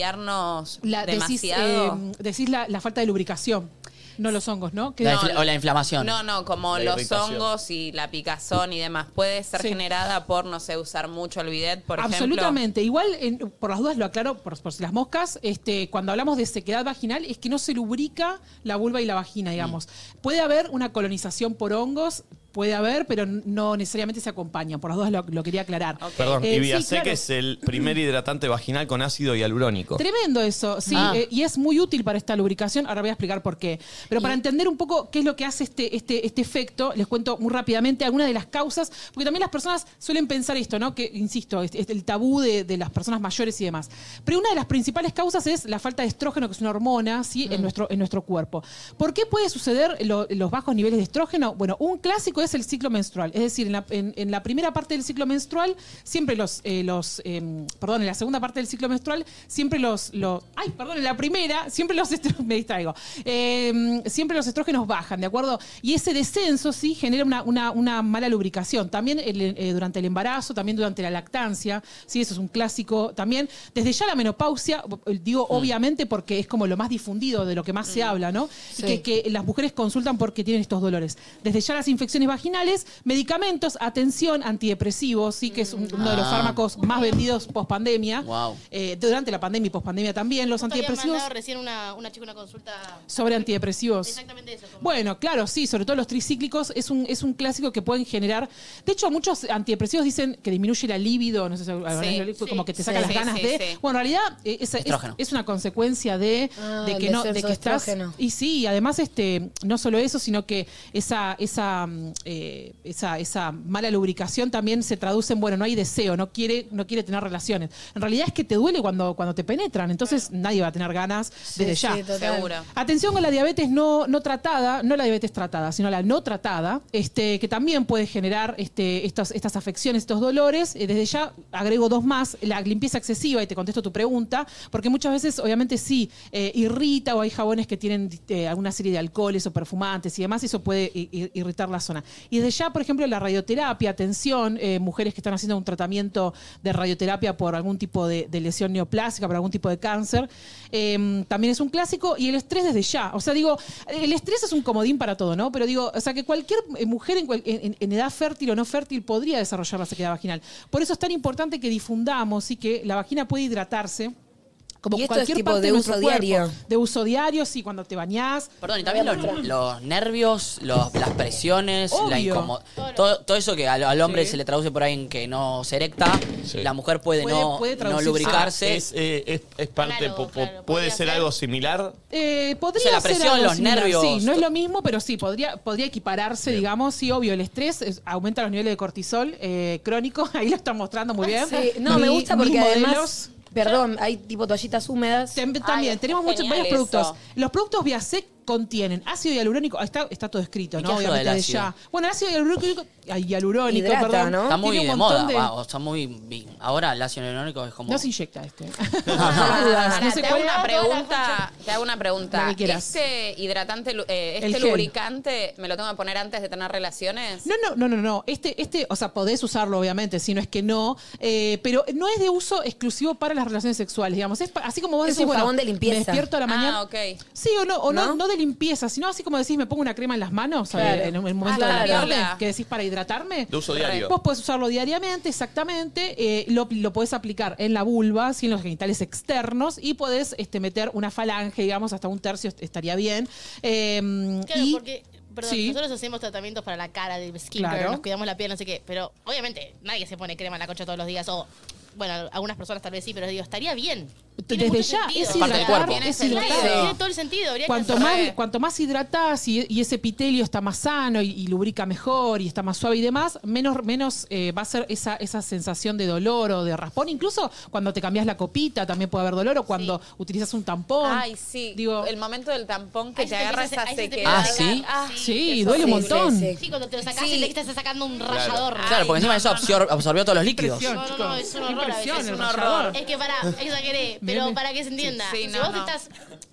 [SPEAKER 4] limpiarnos
[SPEAKER 13] La- decís,
[SPEAKER 4] demasiado.
[SPEAKER 13] eh, decís la, la falta de lubricación, no los hongos, ¿no? Que-
[SPEAKER 3] La infla- o la inflamación.
[SPEAKER 4] No, no, como
[SPEAKER 3] La
[SPEAKER 4] los
[SPEAKER 3] irritación.
[SPEAKER 4] hongos y la picazón y demás. Puede ser
[SPEAKER 13] Sí.
[SPEAKER 4] generada por, no sé, usar mucho el bidet, por
[SPEAKER 13] Absolutamente. Igual, en- por las dudas lo aclaro, por, por si las moscas, este, cuando hablamos de sequedad vaginal es que no se lubrica la vulva y la vagina, digamos.
[SPEAKER 1] Mm.
[SPEAKER 13] Puede haber una colonización por hongos, puede haber, pero no necesariamente se acompañan. Por las dudas lo, lo quería aclarar.
[SPEAKER 1] Perdón,
[SPEAKER 13] Eh,
[SPEAKER 1] y
[SPEAKER 13] sí,
[SPEAKER 1] Viaseca
[SPEAKER 13] claro.
[SPEAKER 1] es el primer hidratante vaginal con ácido hialurónico.
[SPEAKER 13] Tremendo eso, sí,
[SPEAKER 1] Ah.
[SPEAKER 13] eh, y es muy útil para esta lubricación, ahora voy a explicar por qué. Pero para entender un poco qué es lo que hace este, este, este efecto, les cuento muy rápidamente algunas de las causas, porque también las personas suelen pensar esto, ¿no? Que, insisto, es, es el tabú de, de las personas mayores y demás. Pero una de las principales causas es la falta de estrógeno, que es una hormona, ¿sí? En, nuestro, en nuestro cuerpo. ¿Por qué puede suceder lo- los bajos niveles de estrógeno? Bueno, un clásico es el ciclo menstrual, es decir, en la, en- en la primera parte del ciclo menstrual, siempre los, eh, los em, perdón, en la segunda parte del ciclo menstrual, siempre los, los ay, perdón, en la primera, siempre los, estro- [laughs] me distraigo, Em, siempre los estrógenos bajan, ¿de acuerdo? Y ese descenso, sí, genera una, una- una mala lubricación, también el- eh, durante el embarazo, también durante la lactancia, sí, eso es un clásico también. Desde ya la menopausia, digo obviamente porque es como lo más difundido, de lo que más se habla, ¿no? Y
[SPEAKER 2] Sí.
[SPEAKER 13] que- que que las mujeres consultan porque tienen estos dolores. Desde ya las infecciones vaginales, medicamentos, atención, antidepresivos, sí que es un- uno de los
[SPEAKER 3] Ah.
[SPEAKER 13] fármacos más vendidos post pandemia.
[SPEAKER 3] Wow.
[SPEAKER 13] durante la pandemia y post pandemia también, los
[SPEAKER 6] Justo había
[SPEAKER 13] antidepresivos.
[SPEAKER 6] mandado recién una, una chica una consulta
[SPEAKER 13] Sobre antidepresivos.
[SPEAKER 6] Exactamente eso.
[SPEAKER 13] Bueno, claro, sí, sobre todo los tricíclicos es un, es un clásico que pueden generar. De hecho, muchos antidepresivos dicen que disminuye la libido, no sé si alguna
[SPEAKER 6] Sí,
[SPEAKER 13] vez lo-
[SPEAKER 6] sí,
[SPEAKER 13] como que te saca
[SPEAKER 6] sí,
[SPEAKER 13] las
[SPEAKER 6] sí,
[SPEAKER 13] ganas
[SPEAKER 6] sí,
[SPEAKER 13] de.
[SPEAKER 6] sí.
[SPEAKER 13] Bueno, en realidad eh, es, es-
[SPEAKER 6] Estrógeno.
[SPEAKER 13] es una consecuencia de,
[SPEAKER 2] Ah,
[SPEAKER 13] de
[SPEAKER 2] el
[SPEAKER 13] que no, de que
[SPEAKER 2] descenso de
[SPEAKER 13] estás.
[SPEAKER 2] estrógeno.
[SPEAKER 13] Y sí, y además, este, no solo eso, sino que esa, esa, mm, eh, esa, esa mala lubricación también se traduce en, bueno, no hay deseo, no quiere, no quiere tener relaciones. En realidad es que te duele cuando, cuando te penetran, entonces nadie va a tener ganas desde ya.
[SPEAKER 4] sí, total. Seguro.
[SPEAKER 13] Atención con la diabetes no, no tratada, no la diabetes tratada, sino la no tratada, este, que también puede generar este, estas, estas afecciones, estos dolores. Eh, Desde ya agrego dos más, la limpieza excesiva, y te contesto tu pregunta, porque muchas veces obviamente sí eh, irrita o hay jabones que tienen eh, alguna serie de alcoholes o perfumantes y demás, y eso puede i- i- irritar la zona. Y desde ya, por ejemplo, la radioterapia, atención, eh, mujeres que están haciendo un tratamiento de radioterapia por algún tipo de, de lesión neoplásica, por algún tipo de cáncer, eh, también es un clásico. Y el estrés desde ya. O sea, digo, el estrés es un comodín para todo, ¿no? Pero digo, o sea, que cualquier eh, mujer en, cual- en- en edad fértil o no fértil podría desarrollar la sequedad vaginal. Por eso es tan importante que difundamos y que la vagina puede hidratarse. Como
[SPEAKER 2] Y esto es
[SPEAKER 13] cualquier
[SPEAKER 2] tipo
[SPEAKER 13] parte
[SPEAKER 2] de
[SPEAKER 13] nuestro
[SPEAKER 2] uso
[SPEAKER 13] cuerpo.
[SPEAKER 2] diario.
[SPEAKER 13] De uso diario, sí, cuando te bañás.
[SPEAKER 3] Perdón, y también los, los nervios, los- las presiones, la
[SPEAKER 13] Obvio.
[SPEAKER 3] incomo- todo, todo eso que al, al hombre se le traduce por ahí en que no se erecta, la mujer puede,
[SPEAKER 13] Puede-
[SPEAKER 3] no,
[SPEAKER 13] puede
[SPEAKER 3] no
[SPEAKER 13] traducirse.
[SPEAKER 3] lubricarse.
[SPEAKER 1] Ah, es, eh, es- es parte, po- po- puede ser algo similar.
[SPEAKER 13] Eh, podría
[SPEAKER 3] O sea, la
[SPEAKER 13] ser
[SPEAKER 3] presión,
[SPEAKER 13] algo
[SPEAKER 3] los
[SPEAKER 13] similar,
[SPEAKER 3] nervios.
[SPEAKER 13] Sí, no es lo mismo, pero sí, podría, podría equipararse, digamos. Sí, obvio, el estrés es- aumenta los niveles de cortisol eh, crónico. [laughs] Ahí lo están mostrando muy bien.
[SPEAKER 2] Sí, No, me
[SPEAKER 13] Mi-
[SPEAKER 2] gusta
[SPEAKER 13] mis
[SPEAKER 2] porque
[SPEAKER 13] modelos.
[SPEAKER 2] además, perdón, hay tipo toallitas húmedas.
[SPEAKER 13] También, tenemos muchos varios productos. Los productos Viasec contienen ácido hialurónico. Ahí Está, está todo escrito,
[SPEAKER 3] ¿Y
[SPEAKER 13] ¿no?
[SPEAKER 3] qué es lo
[SPEAKER 13] Obviamente
[SPEAKER 3] del
[SPEAKER 13] de
[SPEAKER 3] ácido?
[SPEAKER 13] ya. Bueno, el ácido hialurónico, ay, hialurónico perdón,
[SPEAKER 3] Está muy
[SPEAKER 13] tiene un
[SPEAKER 3] de
[SPEAKER 13] montón
[SPEAKER 3] moda. va, o está muy, vi- ahora el ácido hialurónico es como.
[SPEAKER 13] No se inyecta este.
[SPEAKER 4] Ahora,
[SPEAKER 13] No sé
[SPEAKER 4] Ah, te, hago
[SPEAKER 13] cuál-
[SPEAKER 4] una pregunta, te hago una
[SPEAKER 13] La
[SPEAKER 4] pregunta.
[SPEAKER 13] que quieras.
[SPEAKER 4] Este hidratante, lu- eh,
[SPEAKER 13] El
[SPEAKER 4] este
[SPEAKER 13] gel.
[SPEAKER 4] lubricante, ¿me lo tengo que poner antes de tener relaciones?
[SPEAKER 13] No, no, no, no, no. Este, este, o sea, podés usarlo, obviamente, si no es que no, eh, pero no es de uso exclusivo para las relaciones sexuales, digamos. Es pa- así como vos
[SPEAKER 2] Es
[SPEAKER 13] decís,
[SPEAKER 2] un
[SPEAKER 13] bueno,
[SPEAKER 2] jabón de
[SPEAKER 13] me
[SPEAKER 2] limpieza.
[SPEAKER 13] despierto a la mañana.
[SPEAKER 4] Ah, ok.
[SPEAKER 13] Sí, o no, o no,
[SPEAKER 2] ¿No?
[SPEAKER 13] no de limpieza, sino así como decís, me pongo una crema en las manos
[SPEAKER 2] Claro.
[SPEAKER 13] eh, en un en un momento
[SPEAKER 2] Ah,
[SPEAKER 13] de la
[SPEAKER 2] claro.
[SPEAKER 13] tarde, que decís para hidratarme.
[SPEAKER 1] De uso diario.
[SPEAKER 13] Vos podés usarlo diariamente, exactamente. eh, lo, lo podés aplicar en la vulva, sí, en los genitales externos, y podés este, meter una falange, digamos, hasta un tercio est- estaría bien. Eh,
[SPEAKER 6] Claro,
[SPEAKER 13] y-
[SPEAKER 6] porque perdón,
[SPEAKER 13] Sí.
[SPEAKER 6] nosotros hacemos tratamientos para la cara de skincare,
[SPEAKER 13] Claro.
[SPEAKER 6] nos cuidamos la piel, no sé qué, pero obviamente nadie se pone crema en la concha todos los días o bueno, algunas personas tal vez sí, pero digo, estaría bien
[SPEAKER 13] Desde ya es
[SPEAKER 3] Aparte del
[SPEAKER 13] hidratar,
[SPEAKER 3] cuerpo.
[SPEAKER 13] es
[SPEAKER 3] Tiene
[SPEAKER 13] hidratar.
[SPEAKER 3] sentido.
[SPEAKER 6] Tiene todo el sentido. habría que
[SPEAKER 13] Cuanto
[SPEAKER 6] hacerlo.
[SPEAKER 13] más, cuanto más hidratás y, y ese epitelio está más sano y, y lubrica mejor y está más suave y demás, menos, menos eh, va a ser esa, esa sensación de dolor o de raspón. Incluso cuando te cambias la copita también puede haber dolor o cuando utilizas un tampón.
[SPEAKER 17] Ay, sí. el momento del tampón que te
[SPEAKER 6] te
[SPEAKER 17] agarra
[SPEAKER 6] empieza a
[SPEAKER 17] esa
[SPEAKER 6] hacer- ahí se te
[SPEAKER 17] sequedad.
[SPEAKER 3] empieza a Ah, ¿sí?
[SPEAKER 6] Ah,
[SPEAKER 13] sí,
[SPEAKER 6] eso
[SPEAKER 13] duele un
[SPEAKER 6] sí,
[SPEAKER 13] montón.
[SPEAKER 6] sí, sí. Sí, cuando te lo sacás y le estás sacando un rallador.
[SPEAKER 3] Claro, porque encima eso absor- absorbió todos los líquidos.
[SPEAKER 6] No, no, no, es un horror. a veces.
[SPEAKER 3] Impresión, el rallador.
[SPEAKER 6] Es
[SPEAKER 13] [laughs]
[SPEAKER 6] que para, exageré,
[SPEAKER 3] Meme.
[SPEAKER 6] pero para que se entienda.
[SPEAKER 4] Sí, sí,
[SPEAKER 6] si
[SPEAKER 4] no,
[SPEAKER 6] vos
[SPEAKER 4] no.
[SPEAKER 6] estás,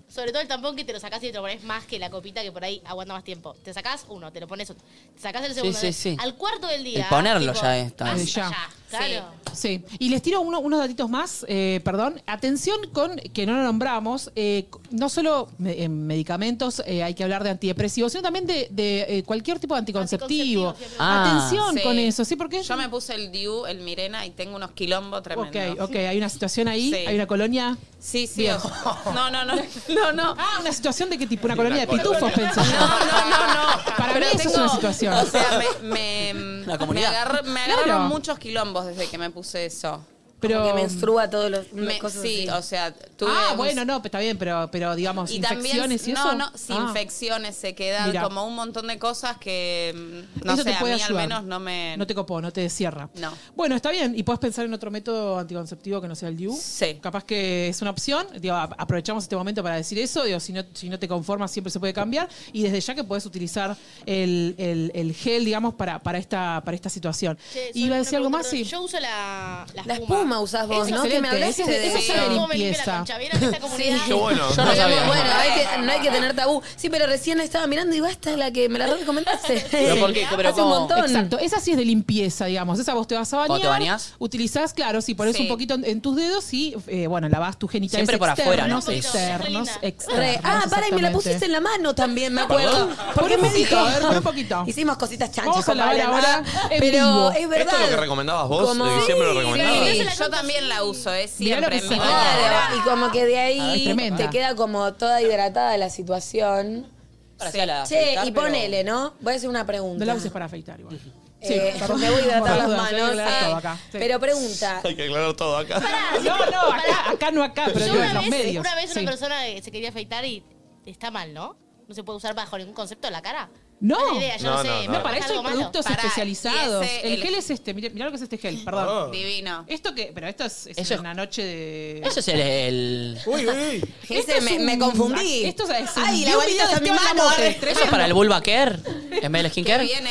[SPEAKER 6] sobre todo el tampón que te lo sacás y te lo pones más que la copita que por ahí aguanta más tiempo. Te sacás uno, te lo pones otro. Te sacás el segundo.
[SPEAKER 3] sí, sí.
[SPEAKER 6] Al cuarto del día.
[SPEAKER 3] El ponerlo
[SPEAKER 6] tipo,
[SPEAKER 3] ya está.
[SPEAKER 6] basta
[SPEAKER 3] Eh,
[SPEAKER 13] ya.
[SPEAKER 6] Claro.
[SPEAKER 13] Sí, y les tiro uno- unos datitos más, eh, perdón. Atención con que no lo nombramos, eh, c- no solo me- en medicamentos eh, hay que hablar de antidepresivos, sino también de, de, eh, cualquier tipo de anticonceptivo. Ah.
[SPEAKER 17] Ah,
[SPEAKER 13] Atención con eso, sí, porque...
[SPEAKER 17] Yo me puse el Diu, el Mirena y tengo unos quilombos
[SPEAKER 13] Ok,
[SPEAKER 17] tremendos.
[SPEAKER 13] ok, hay una situación ahí,
[SPEAKER 17] Sí.
[SPEAKER 13] hay una colonia.
[SPEAKER 17] Sí, sí.
[SPEAKER 13] Bien.
[SPEAKER 17] o sea, No, no,
[SPEAKER 4] [laughs]
[SPEAKER 17] no. No, no.
[SPEAKER 13] Ah, una situación de qué tipo, una colonia de pitufos,
[SPEAKER 17] colonia.
[SPEAKER 13] pensé. Para mí
[SPEAKER 17] Pero
[SPEAKER 13] eso es
[SPEAKER 17] tengo-
[SPEAKER 13] una situación.
[SPEAKER 17] O sea, me, me,
[SPEAKER 13] Una
[SPEAKER 17] me,
[SPEAKER 13] comunidad.
[SPEAKER 17] agarró- me
[SPEAKER 13] Claro.
[SPEAKER 17] agarraron muchos quilombos desde que me puse eso.
[SPEAKER 13] Pero- que menstrua
[SPEAKER 17] todos los
[SPEAKER 13] unas cosas
[SPEAKER 17] Sí,
[SPEAKER 13] así.
[SPEAKER 17] o sea, tuve
[SPEAKER 13] ah,
[SPEAKER 17] un-
[SPEAKER 13] bueno, no, está bien, pero, pero digamos,
[SPEAKER 17] y también,
[SPEAKER 13] infecciones y
[SPEAKER 17] No,
[SPEAKER 13] eso.
[SPEAKER 17] no, sí,
[SPEAKER 13] Ah.
[SPEAKER 17] infecciones, sequedad,
[SPEAKER 13] Mira.
[SPEAKER 17] como un montón de cosas que, mm, no
[SPEAKER 13] Eso te
[SPEAKER 17] sé, a mí
[SPEAKER 13] puede
[SPEAKER 17] al
[SPEAKER 13] ayudar.
[SPEAKER 17] menos no me...
[SPEAKER 13] Eh, No te copó, no te cierra.
[SPEAKER 17] No.
[SPEAKER 13] Bueno, está bien. ¿Y puedes pensar en otro método anticonceptivo que no sea el DIU? Sí. Capaz que es una opción. Digo, a- aprovechamos este momento para decir eso. Digo, si no, si no te conformas, siempre se puede cambiar. Y desde ya que puedes utilizar el, el- el gel, digamos, para, para, esta, para esta situación.
[SPEAKER 6] Che,
[SPEAKER 13] ¿Y ¿Iba a decir algo más? Sí.
[SPEAKER 6] Yo uso la, la espuma.
[SPEAKER 2] La espuma usás vos,
[SPEAKER 6] Eso
[SPEAKER 2] ¿no?
[SPEAKER 6] es
[SPEAKER 2] Que me
[SPEAKER 6] excelente. Ese
[SPEAKER 2] hablaste
[SPEAKER 6] es-
[SPEAKER 2] de
[SPEAKER 6] ese es
[SPEAKER 2] eso.
[SPEAKER 6] el cómo me limpia la concha.
[SPEAKER 16] [laughs]
[SPEAKER 6] ¿Vieron esta comunidad?
[SPEAKER 2] Sí.
[SPEAKER 6] Qué bueno.
[SPEAKER 3] Yo no sabía.
[SPEAKER 2] Bueno, hay que, no hay que tener tabú. Sí, pero recién la estaba mirando y basta la que me la recomendaste.
[SPEAKER 3] ¿Pero por qué? ¿Pero
[SPEAKER 2] Hace un
[SPEAKER 3] cómo?
[SPEAKER 2] montón.
[SPEAKER 13] Exacto, esa sí es de limpieza, digamos. Esa vos te vas a bañar.
[SPEAKER 3] ¿O te bañás?
[SPEAKER 13] Utilizás, claro, sí, pones
[SPEAKER 3] Sí.
[SPEAKER 13] un poquito en, en tus dedos y, eh, bueno, lavas tus genitales
[SPEAKER 3] Siempre por
[SPEAKER 13] externos,
[SPEAKER 3] afuera, ¿no? Sí.
[SPEAKER 13] Externos,
[SPEAKER 2] Re-
[SPEAKER 13] externos.
[SPEAKER 2] Ah, para, y me la
[SPEAKER 13] exactamente.
[SPEAKER 2] pusiste en la mano también, me acuerdo.
[SPEAKER 13] Perdón.
[SPEAKER 2] ¿Por qué
[SPEAKER 13] Por un
[SPEAKER 2] me
[SPEAKER 13] poquito,
[SPEAKER 2] dijo?
[SPEAKER 13] a ver, por un poquito.
[SPEAKER 2] Hicimos cositas chanchas.
[SPEAKER 13] Vamos a
[SPEAKER 2] con Pablo,
[SPEAKER 13] lavar ahora
[SPEAKER 2] ¿verdad?
[SPEAKER 13] en
[SPEAKER 2] Pero
[SPEAKER 13] vivo.
[SPEAKER 2] es verdad.
[SPEAKER 1] Esto es lo que recomendabas vos,
[SPEAKER 2] Como-
[SPEAKER 1] eh, siempre lo
[SPEAKER 2] Sí,
[SPEAKER 1] recomendabas.
[SPEAKER 2] sí.
[SPEAKER 17] Yo también la uso, es
[SPEAKER 2] Mirá lo
[SPEAKER 17] siempre.
[SPEAKER 2] que
[SPEAKER 17] mi
[SPEAKER 2] sí,
[SPEAKER 17] bañera.
[SPEAKER 2] claro, Y como que de
[SPEAKER 17] Ah, es
[SPEAKER 2] ahí
[SPEAKER 17] tremenda.
[SPEAKER 2] te queda como toda hidratada la situación.
[SPEAKER 3] Parecía
[SPEAKER 4] Ah,
[SPEAKER 3] la de
[SPEAKER 2] Che,
[SPEAKER 3] afeitar,
[SPEAKER 2] y
[SPEAKER 3] pero-
[SPEAKER 2] ponele, ¿no? Voy a hacer una pregunta.
[SPEAKER 13] No la uses para afeitar igual.
[SPEAKER 2] Eh, [laughs]
[SPEAKER 13] Sí,
[SPEAKER 2] porque voy a hidratar
[SPEAKER 13] por
[SPEAKER 2] las
[SPEAKER 13] las dudas,
[SPEAKER 2] manos.
[SPEAKER 13] hay que aclarar
[SPEAKER 2] eh.
[SPEAKER 13] todo acá, sí.
[SPEAKER 2] Pero pregunta,
[SPEAKER 1] [laughs] Hay que aclarar todo acá.
[SPEAKER 13] No, no, acá, acá no acá, pero
[SPEAKER 6] Yo
[SPEAKER 13] digo,
[SPEAKER 6] una
[SPEAKER 13] en los
[SPEAKER 6] vez,
[SPEAKER 13] medios.
[SPEAKER 6] una vez
[SPEAKER 13] Sí.
[SPEAKER 6] una persona eh, se quería afeitar y está mal, ¿no? No se puede usar bajo ningún concepto la cara.
[SPEAKER 13] No,
[SPEAKER 6] No, es la idea, yo no sé, me
[SPEAKER 13] para
[SPEAKER 6] parece
[SPEAKER 13] eso hay
[SPEAKER 6] algo malo.
[SPEAKER 13] productos
[SPEAKER 6] Pará,
[SPEAKER 13] especializados.
[SPEAKER 6] y ese,
[SPEAKER 13] el,
[SPEAKER 6] el-
[SPEAKER 13] gel es este, mirá, mirá lo que es este
[SPEAKER 6] Ah.
[SPEAKER 13] gel, perdón.
[SPEAKER 3] Oh.
[SPEAKER 17] Divino.
[SPEAKER 13] Esto que, pero esto es, es
[SPEAKER 3] Eso es-
[SPEAKER 13] una noche de.
[SPEAKER 3] Eso es el. el-
[SPEAKER 13] Uy,
[SPEAKER 2] [laughs]
[SPEAKER 13] uy.
[SPEAKER 2] Ese, me- me confundí.
[SPEAKER 13] Esto es
[SPEAKER 2] Ay, la varita está en mi mano, arre.
[SPEAKER 3] Eso es para el vulva care en vez del skincare.
[SPEAKER 17] eso,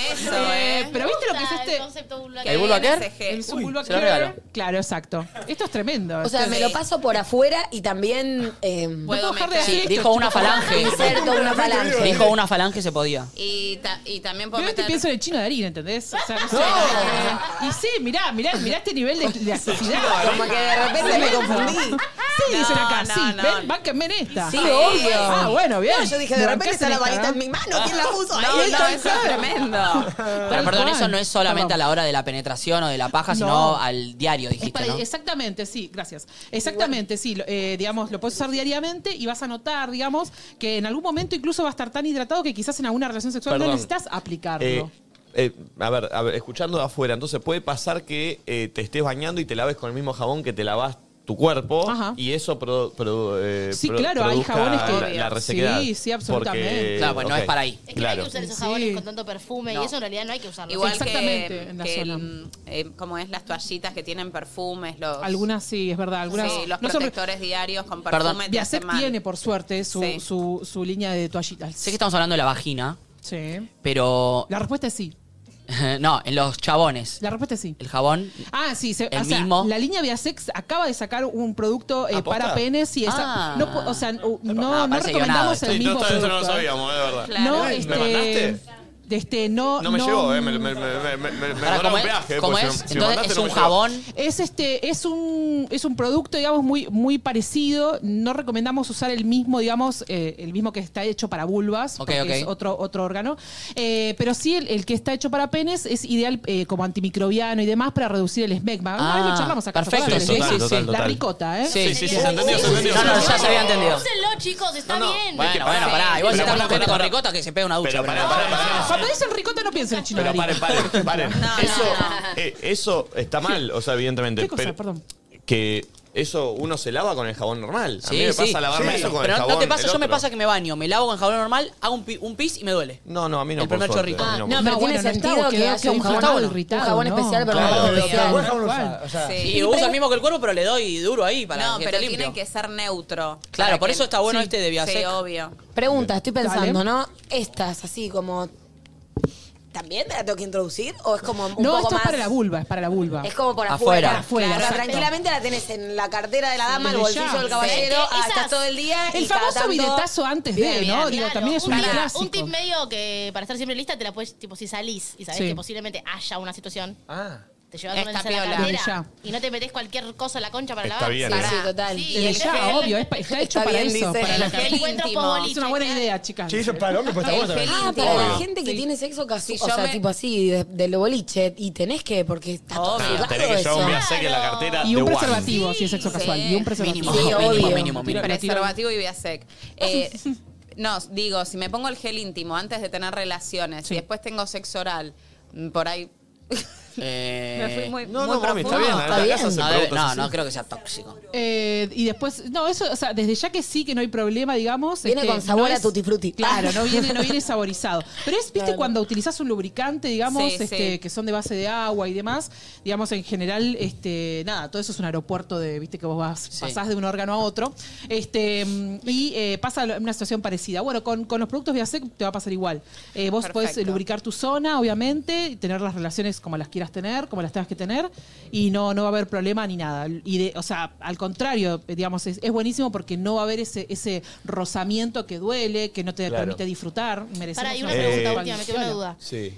[SPEAKER 13] eh. Pero viste lo que es
[SPEAKER 6] gusta
[SPEAKER 13] este.
[SPEAKER 3] ¿El vulva care?
[SPEAKER 13] El vulva
[SPEAKER 3] se lo
[SPEAKER 13] care.
[SPEAKER 3] regalo.
[SPEAKER 13] Claro, exacto. Esto es tremendo.
[SPEAKER 2] o sea,
[SPEAKER 13] Esto
[SPEAKER 2] me
[SPEAKER 13] es-
[SPEAKER 2] lo paso por afuera y también... eh,
[SPEAKER 17] Puedo
[SPEAKER 13] dejar de
[SPEAKER 17] meter-
[SPEAKER 13] hacer
[SPEAKER 3] Sí,
[SPEAKER 13] esto,
[SPEAKER 3] dijo una
[SPEAKER 13] chicos.
[SPEAKER 3] falange.
[SPEAKER 2] Inserto una falange.
[SPEAKER 3] Dijo una falange se podía.
[SPEAKER 17] Y, ta- y también puedo
[SPEAKER 13] Yo te
[SPEAKER 17] meter...
[SPEAKER 13] pienso en el chino de harina, ¿entendés? O sea, no sé.
[SPEAKER 17] No.
[SPEAKER 13] Y sí, mirá, mirá, mirá este nivel de, de atrocidad.
[SPEAKER 2] Como que de repente me confundí.
[SPEAKER 13] Sí, dicen acá, sí. ven, bánquenme en esta.
[SPEAKER 2] Sí, obvio.
[SPEAKER 13] Ah, bueno, bien.
[SPEAKER 2] No, yo dije, de
[SPEAKER 13] Me
[SPEAKER 2] repente
[SPEAKER 13] bancás
[SPEAKER 2] está la
[SPEAKER 13] esta,
[SPEAKER 2] varita
[SPEAKER 13] ¿no?
[SPEAKER 2] en mi mano. ¿Quién la puso?
[SPEAKER 17] No,
[SPEAKER 2] Ahí
[SPEAKER 17] no,
[SPEAKER 2] está.
[SPEAKER 17] eso es tremendo.
[SPEAKER 3] Pero perdón,
[SPEAKER 13] cual.
[SPEAKER 3] eso no es solamente a la hora de la penetración o de la paja, sino
[SPEAKER 13] No.
[SPEAKER 3] al diario,
[SPEAKER 13] Es
[SPEAKER 3] dijiste,
[SPEAKER 13] para-
[SPEAKER 3] ¿no?
[SPEAKER 13] Exactamente, sí, gracias. Exactamente, sí. lo- eh, digamos, lo puedes usar diariamente y vas a notar, digamos, que en algún momento incluso va a estar tan hidratado que quizás en alguna relación sexual no
[SPEAKER 1] Perdón.
[SPEAKER 13] necesitas aplicarlo.
[SPEAKER 1] Eh, eh, a, ver, a ver, escuchando de afuera, entonces puede pasar que eh, te estés bañando y te laves con el mismo jabón que te lavas tu cuerpo
[SPEAKER 13] Ajá.
[SPEAKER 1] y eso pro- pro- eh,
[SPEAKER 13] Sí,
[SPEAKER 1] pro-
[SPEAKER 13] claro, hay
[SPEAKER 1] produzca
[SPEAKER 13] jabones
[SPEAKER 1] la,
[SPEAKER 13] que-
[SPEAKER 1] la resequedad.
[SPEAKER 13] Sí, sí, absolutamente.
[SPEAKER 1] Porque-
[SPEAKER 3] Claro, pues no
[SPEAKER 1] ok.
[SPEAKER 3] es para ahí.
[SPEAKER 6] Es que no hay que usar esos jabones con tanto perfume
[SPEAKER 17] No.
[SPEAKER 6] y eso en realidad no hay que usarlo.
[SPEAKER 17] Igual que,
[SPEAKER 13] en la
[SPEAKER 17] que
[SPEAKER 13] zona.
[SPEAKER 17] el, eh, como es las toallitas que tienen perfumes, los,
[SPEAKER 13] Algunas sí, es verdad. Algunas
[SPEAKER 17] sí, los
[SPEAKER 13] no son-
[SPEAKER 17] protectores diarios con perfume
[SPEAKER 13] Perdón,
[SPEAKER 17] te
[SPEAKER 13] Biasec
[SPEAKER 17] hacen mal.
[SPEAKER 13] tiene, por suerte, su, su, su línea de toallitas.
[SPEAKER 3] Sé que estamos hablando de la vagina,
[SPEAKER 13] Sí.
[SPEAKER 3] pero.
[SPEAKER 13] La respuesta es sí.
[SPEAKER 3] [laughs] no, en los chabones.
[SPEAKER 13] La respuesta es sí.
[SPEAKER 3] El jabón.
[SPEAKER 13] Ah, sí, se-
[SPEAKER 3] El
[SPEAKER 13] o sea,
[SPEAKER 3] mismo.
[SPEAKER 13] la línea Biasex acaba de sacar un producto eh,
[SPEAKER 3] ¿Aposta?
[SPEAKER 13] para penes y esa.
[SPEAKER 3] Ah.
[SPEAKER 13] No, pu- o sea, no, no,
[SPEAKER 3] parece
[SPEAKER 13] recomendamos
[SPEAKER 3] guionado esto.
[SPEAKER 13] el
[SPEAKER 1] Sí,
[SPEAKER 13] mismo.
[SPEAKER 1] no, esto- esto no lo
[SPEAKER 13] producto, ¿eh?
[SPEAKER 1] sabíamos, es verdad.
[SPEAKER 13] No,
[SPEAKER 1] ¿Me
[SPEAKER 13] este,
[SPEAKER 1] mandaste?
[SPEAKER 13] de este, no,
[SPEAKER 1] No me llegó, eh, me, me, me, me, me, me
[SPEAKER 3] Ahora,
[SPEAKER 1] cobraron
[SPEAKER 3] ¿cómo
[SPEAKER 1] un
[SPEAKER 3] es?
[SPEAKER 1] peaje. eh,
[SPEAKER 3] ¿Cómo
[SPEAKER 1] porque
[SPEAKER 3] es?
[SPEAKER 1] si me
[SPEAKER 3] Entonces,
[SPEAKER 1] mandaste,
[SPEAKER 3] ¿es
[SPEAKER 1] no
[SPEAKER 3] un
[SPEAKER 1] me llegó.
[SPEAKER 3] jabón?
[SPEAKER 13] Es este, es un, es un producto, digamos, muy, muy parecido. No recomendamos usar el mismo, digamos, eh, el mismo que está hecho para vulvas, porque
[SPEAKER 3] ok.
[SPEAKER 13] es otro, otro órgano. Eh, pero sí el, el que está hecho para penes es ideal eh, como antimicrobiano y demás para reducir el esmegma. Una vez lo charlamos acá. ¿se
[SPEAKER 3] Ah, Perfecto,
[SPEAKER 13] acuerdan?
[SPEAKER 3] sí, sí, sí, sí.
[SPEAKER 13] La ricota, ¿eh?
[SPEAKER 3] Sí, sí, sí,
[SPEAKER 1] se
[SPEAKER 3] entendió, se entendió. No, no, ya se había entendido.
[SPEAKER 6] Úsenlo, chicos, está bien.
[SPEAKER 3] Bueno, bueno, pará. Igual
[SPEAKER 1] Pero
[SPEAKER 3] si está
[SPEAKER 1] pará,
[SPEAKER 3] mujer
[SPEAKER 1] pará,
[SPEAKER 3] con
[SPEAKER 1] pará.
[SPEAKER 3] ricota que se pega una ducha.
[SPEAKER 1] Pero
[SPEAKER 3] pero
[SPEAKER 1] pará, pará, pará.
[SPEAKER 13] [laughs] Cuando dicen ricota no piensen en chino
[SPEAKER 1] Pero
[SPEAKER 13] de harina.
[SPEAKER 1] paren,
[SPEAKER 13] [laughs]
[SPEAKER 3] [laughs]
[SPEAKER 1] paren, paren. eso, eh, eso está mal, o sea, evidentemente.
[SPEAKER 13] ¿Qué cosa?
[SPEAKER 1] pero-
[SPEAKER 13] Perdón.
[SPEAKER 1] que Eso uno se lava con el jabón normal. A
[SPEAKER 3] Sí,
[SPEAKER 1] mí me
[SPEAKER 3] sí.
[SPEAKER 1] pasa lavarme
[SPEAKER 3] Sí.
[SPEAKER 1] eso con
[SPEAKER 3] Pero
[SPEAKER 1] el
[SPEAKER 3] no
[SPEAKER 1] jabón.
[SPEAKER 3] te pasa,
[SPEAKER 1] el
[SPEAKER 3] yo me
[SPEAKER 1] otro.
[SPEAKER 3] pasa que me baño, me lavo con jabón normal, hago un, pi- un pis y me duele.
[SPEAKER 1] No, no, a mí no
[SPEAKER 3] El primer
[SPEAKER 1] por suerte,
[SPEAKER 3] chorrito.
[SPEAKER 1] a mí no,
[SPEAKER 2] Ah, No,
[SPEAKER 1] por
[SPEAKER 2] pero
[SPEAKER 1] suerte.
[SPEAKER 2] tiene
[SPEAKER 3] bueno, en el
[SPEAKER 2] sentido
[SPEAKER 3] tabo
[SPEAKER 2] que
[SPEAKER 3] queda
[SPEAKER 2] hace un
[SPEAKER 3] como
[SPEAKER 2] jabón,
[SPEAKER 3] flotado,
[SPEAKER 2] un jabón especial para una parte especial.
[SPEAKER 3] Sí,
[SPEAKER 4] Y
[SPEAKER 3] usa
[SPEAKER 4] pre-
[SPEAKER 3] el mismo que el cuerpo, pero le doy duro ahí para
[SPEAKER 4] No,
[SPEAKER 3] que
[SPEAKER 4] pero
[SPEAKER 3] esté limpio.
[SPEAKER 4] tiene que ser neutro.
[SPEAKER 3] Claro,
[SPEAKER 4] Para
[SPEAKER 3] por
[SPEAKER 4] que-
[SPEAKER 3] eso está bueno
[SPEAKER 4] Sí.
[SPEAKER 3] este de Biasec.
[SPEAKER 4] Sí, obvio.
[SPEAKER 2] Pregunta, estoy
[SPEAKER 4] Dale.
[SPEAKER 2] pensando, ¿no? Estas, así como. ¿También te la tengo que introducir? ¿O es como un
[SPEAKER 13] no, esto
[SPEAKER 2] poco más.?
[SPEAKER 13] es para la vulva, es para la vulva.
[SPEAKER 2] Es como por
[SPEAKER 13] Afuera,
[SPEAKER 2] afuera.
[SPEAKER 13] afuera,
[SPEAKER 2] Claro,
[SPEAKER 13] exacto.
[SPEAKER 2] tranquilamente la tenés en la cartera de la dama, el
[SPEAKER 13] Desde
[SPEAKER 2] bolsillo
[SPEAKER 13] ya.
[SPEAKER 2] del
[SPEAKER 6] Sí, es
[SPEAKER 2] caballero,
[SPEAKER 6] que
[SPEAKER 2] ah,
[SPEAKER 6] esas-
[SPEAKER 2] estás todo el día.
[SPEAKER 13] El
[SPEAKER 2] y cada
[SPEAKER 13] famoso
[SPEAKER 2] tanto-
[SPEAKER 13] bidetazo antes de,
[SPEAKER 2] Bien,
[SPEAKER 13] ¿no?
[SPEAKER 2] bien,
[SPEAKER 13] Digo,
[SPEAKER 2] claro.
[SPEAKER 13] también es un
[SPEAKER 6] Pará,
[SPEAKER 13] clásico.
[SPEAKER 6] un tip medio que para estar siempre lista te la puedes, tipo, si salís y sabes
[SPEAKER 13] Sí.
[SPEAKER 6] que posiblemente haya una situación,
[SPEAKER 13] Ah.
[SPEAKER 6] te llevas
[SPEAKER 4] Está
[SPEAKER 6] una en la
[SPEAKER 4] piola.
[SPEAKER 13] Desde ya.
[SPEAKER 6] cartera y no te metes cualquier cosa en la concha para
[SPEAKER 13] Está
[SPEAKER 6] lavar.
[SPEAKER 13] bien,
[SPEAKER 6] Pará.
[SPEAKER 13] ¿eh? Sí, sí, total.
[SPEAKER 6] Sí,
[SPEAKER 13] Desde
[SPEAKER 6] el
[SPEAKER 13] ya,
[SPEAKER 6] gel-
[SPEAKER 13] obvio, es pa- está hecho para eso, para la
[SPEAKER 6] el
[SPEAKER 13] cara.
[SPEAKER 6] gel encuentro
[SPEAKER 13] íntimo.
[SPEAKER 6] post-boliche.
[SPEAKER 13] Es una buena idea, chicas.
[SPEAKER 5] Sí, eso es para el hombre, pero está bueno también.
[SPEAKER 2] Ah, para la gente que tiene sexo casual, o
[SPEAKER 5] yo
[SPEAKER 2] sea,
[SPEAKER 5] me-
[SPEAKER 2] tipo así, de- del boliche, y tenés que, porque está todo
[SPEAKER 1] Ah,
[SPEAKER 2] cerrado
[SPEAKER 1] tenés que llevar un
[SPEAKER 2] eso.
[SPEAKER 1] biasec en la cartera
[SPEAKER 13] Y un
[SPEAKER 1] de Juan.
[SPEAKER 13] preservativo, si es sexo casual. Y un preservativo.
[SPEAKER 4] Mínimo, mínimo,
[SPEAKER 13] Lo tiro- lo tiro-
[SPEAKER 4] Preservativo y Viasec.
[SPEAKER 13] [laughs]
[SPEAKER 4] Eh, no, digo, si me pongo el gel íntimo antes de tener relaciones y después tengo sexo oral, mm, por ahí. me fui muy.
[SPEAKER 1] No,
[SPEAKER 4] muy
[SPEAKER 1] no, para mí está
[SPEAKER 4] profundo.
[SPEAKER 1] bien. En la casa se
[SPEAKER 3] No,
[SPEAKER 1] preguntas
[SPEAKER 3] Eh, no,
[SPEAKER 1] así.
[SPEAKER 3] no creo que sea tóxico.
[SPEAKER 13] Eh, y después, no, eso, o sea, desde ya que sí, que no hay problema, digamos.
[SPEAKER 2] Viene
[SPEAKER 13] este,
[SPEAKER 2] con sabor
[SPEAKER 13] no
[SPEAKER 2] a
[SPEAKER 13] es-
[SPEAKER 2] tutti frutti.
[SPEAKER 13] Claro, no viene, no
[SPEAKER 2] [laughs]
[SPEAKER 13] viene saborizado. Pero es, viste, cuando utilizás un lubricante, digamos,
[SPEAKER 2] Sí,
[SPEAKER 13] este,
[SPEAKER 2] sí.
[SPEAKER 13] que son de base de agua y demás, digamos, en general, este, nada, todo eso es un aeropuerto de, viste, que vos vas, pasás de un órgano a otro. Este, mm, y eh, pasa lo- una situación parecida. Bueno, con, con los productos Viasec te va a pasar igual. Eh, vos podés
[SPEAKER 4] Perfecto.
[SPEAKER 13] lubricar tu zona, obviamente, y tener las relaciones como las quieras tener, como las tengas que tener, y no, no va a haber problema ni nada. Y de, o sea, al contrario, eh, digamos, es, es buenísimo porque no va a haber ese, ese rozamiento que duele, que no te
[SPEAKER 1] Claro.
[SPEAKER 13] permite disfrutar. Merecemos
[SPEAKER 6] Pará, y
[SPEAKER 13] una
[SPEAKER 6] una pregunta última, me quedó una duda.
[SPEAKER 1] Sí.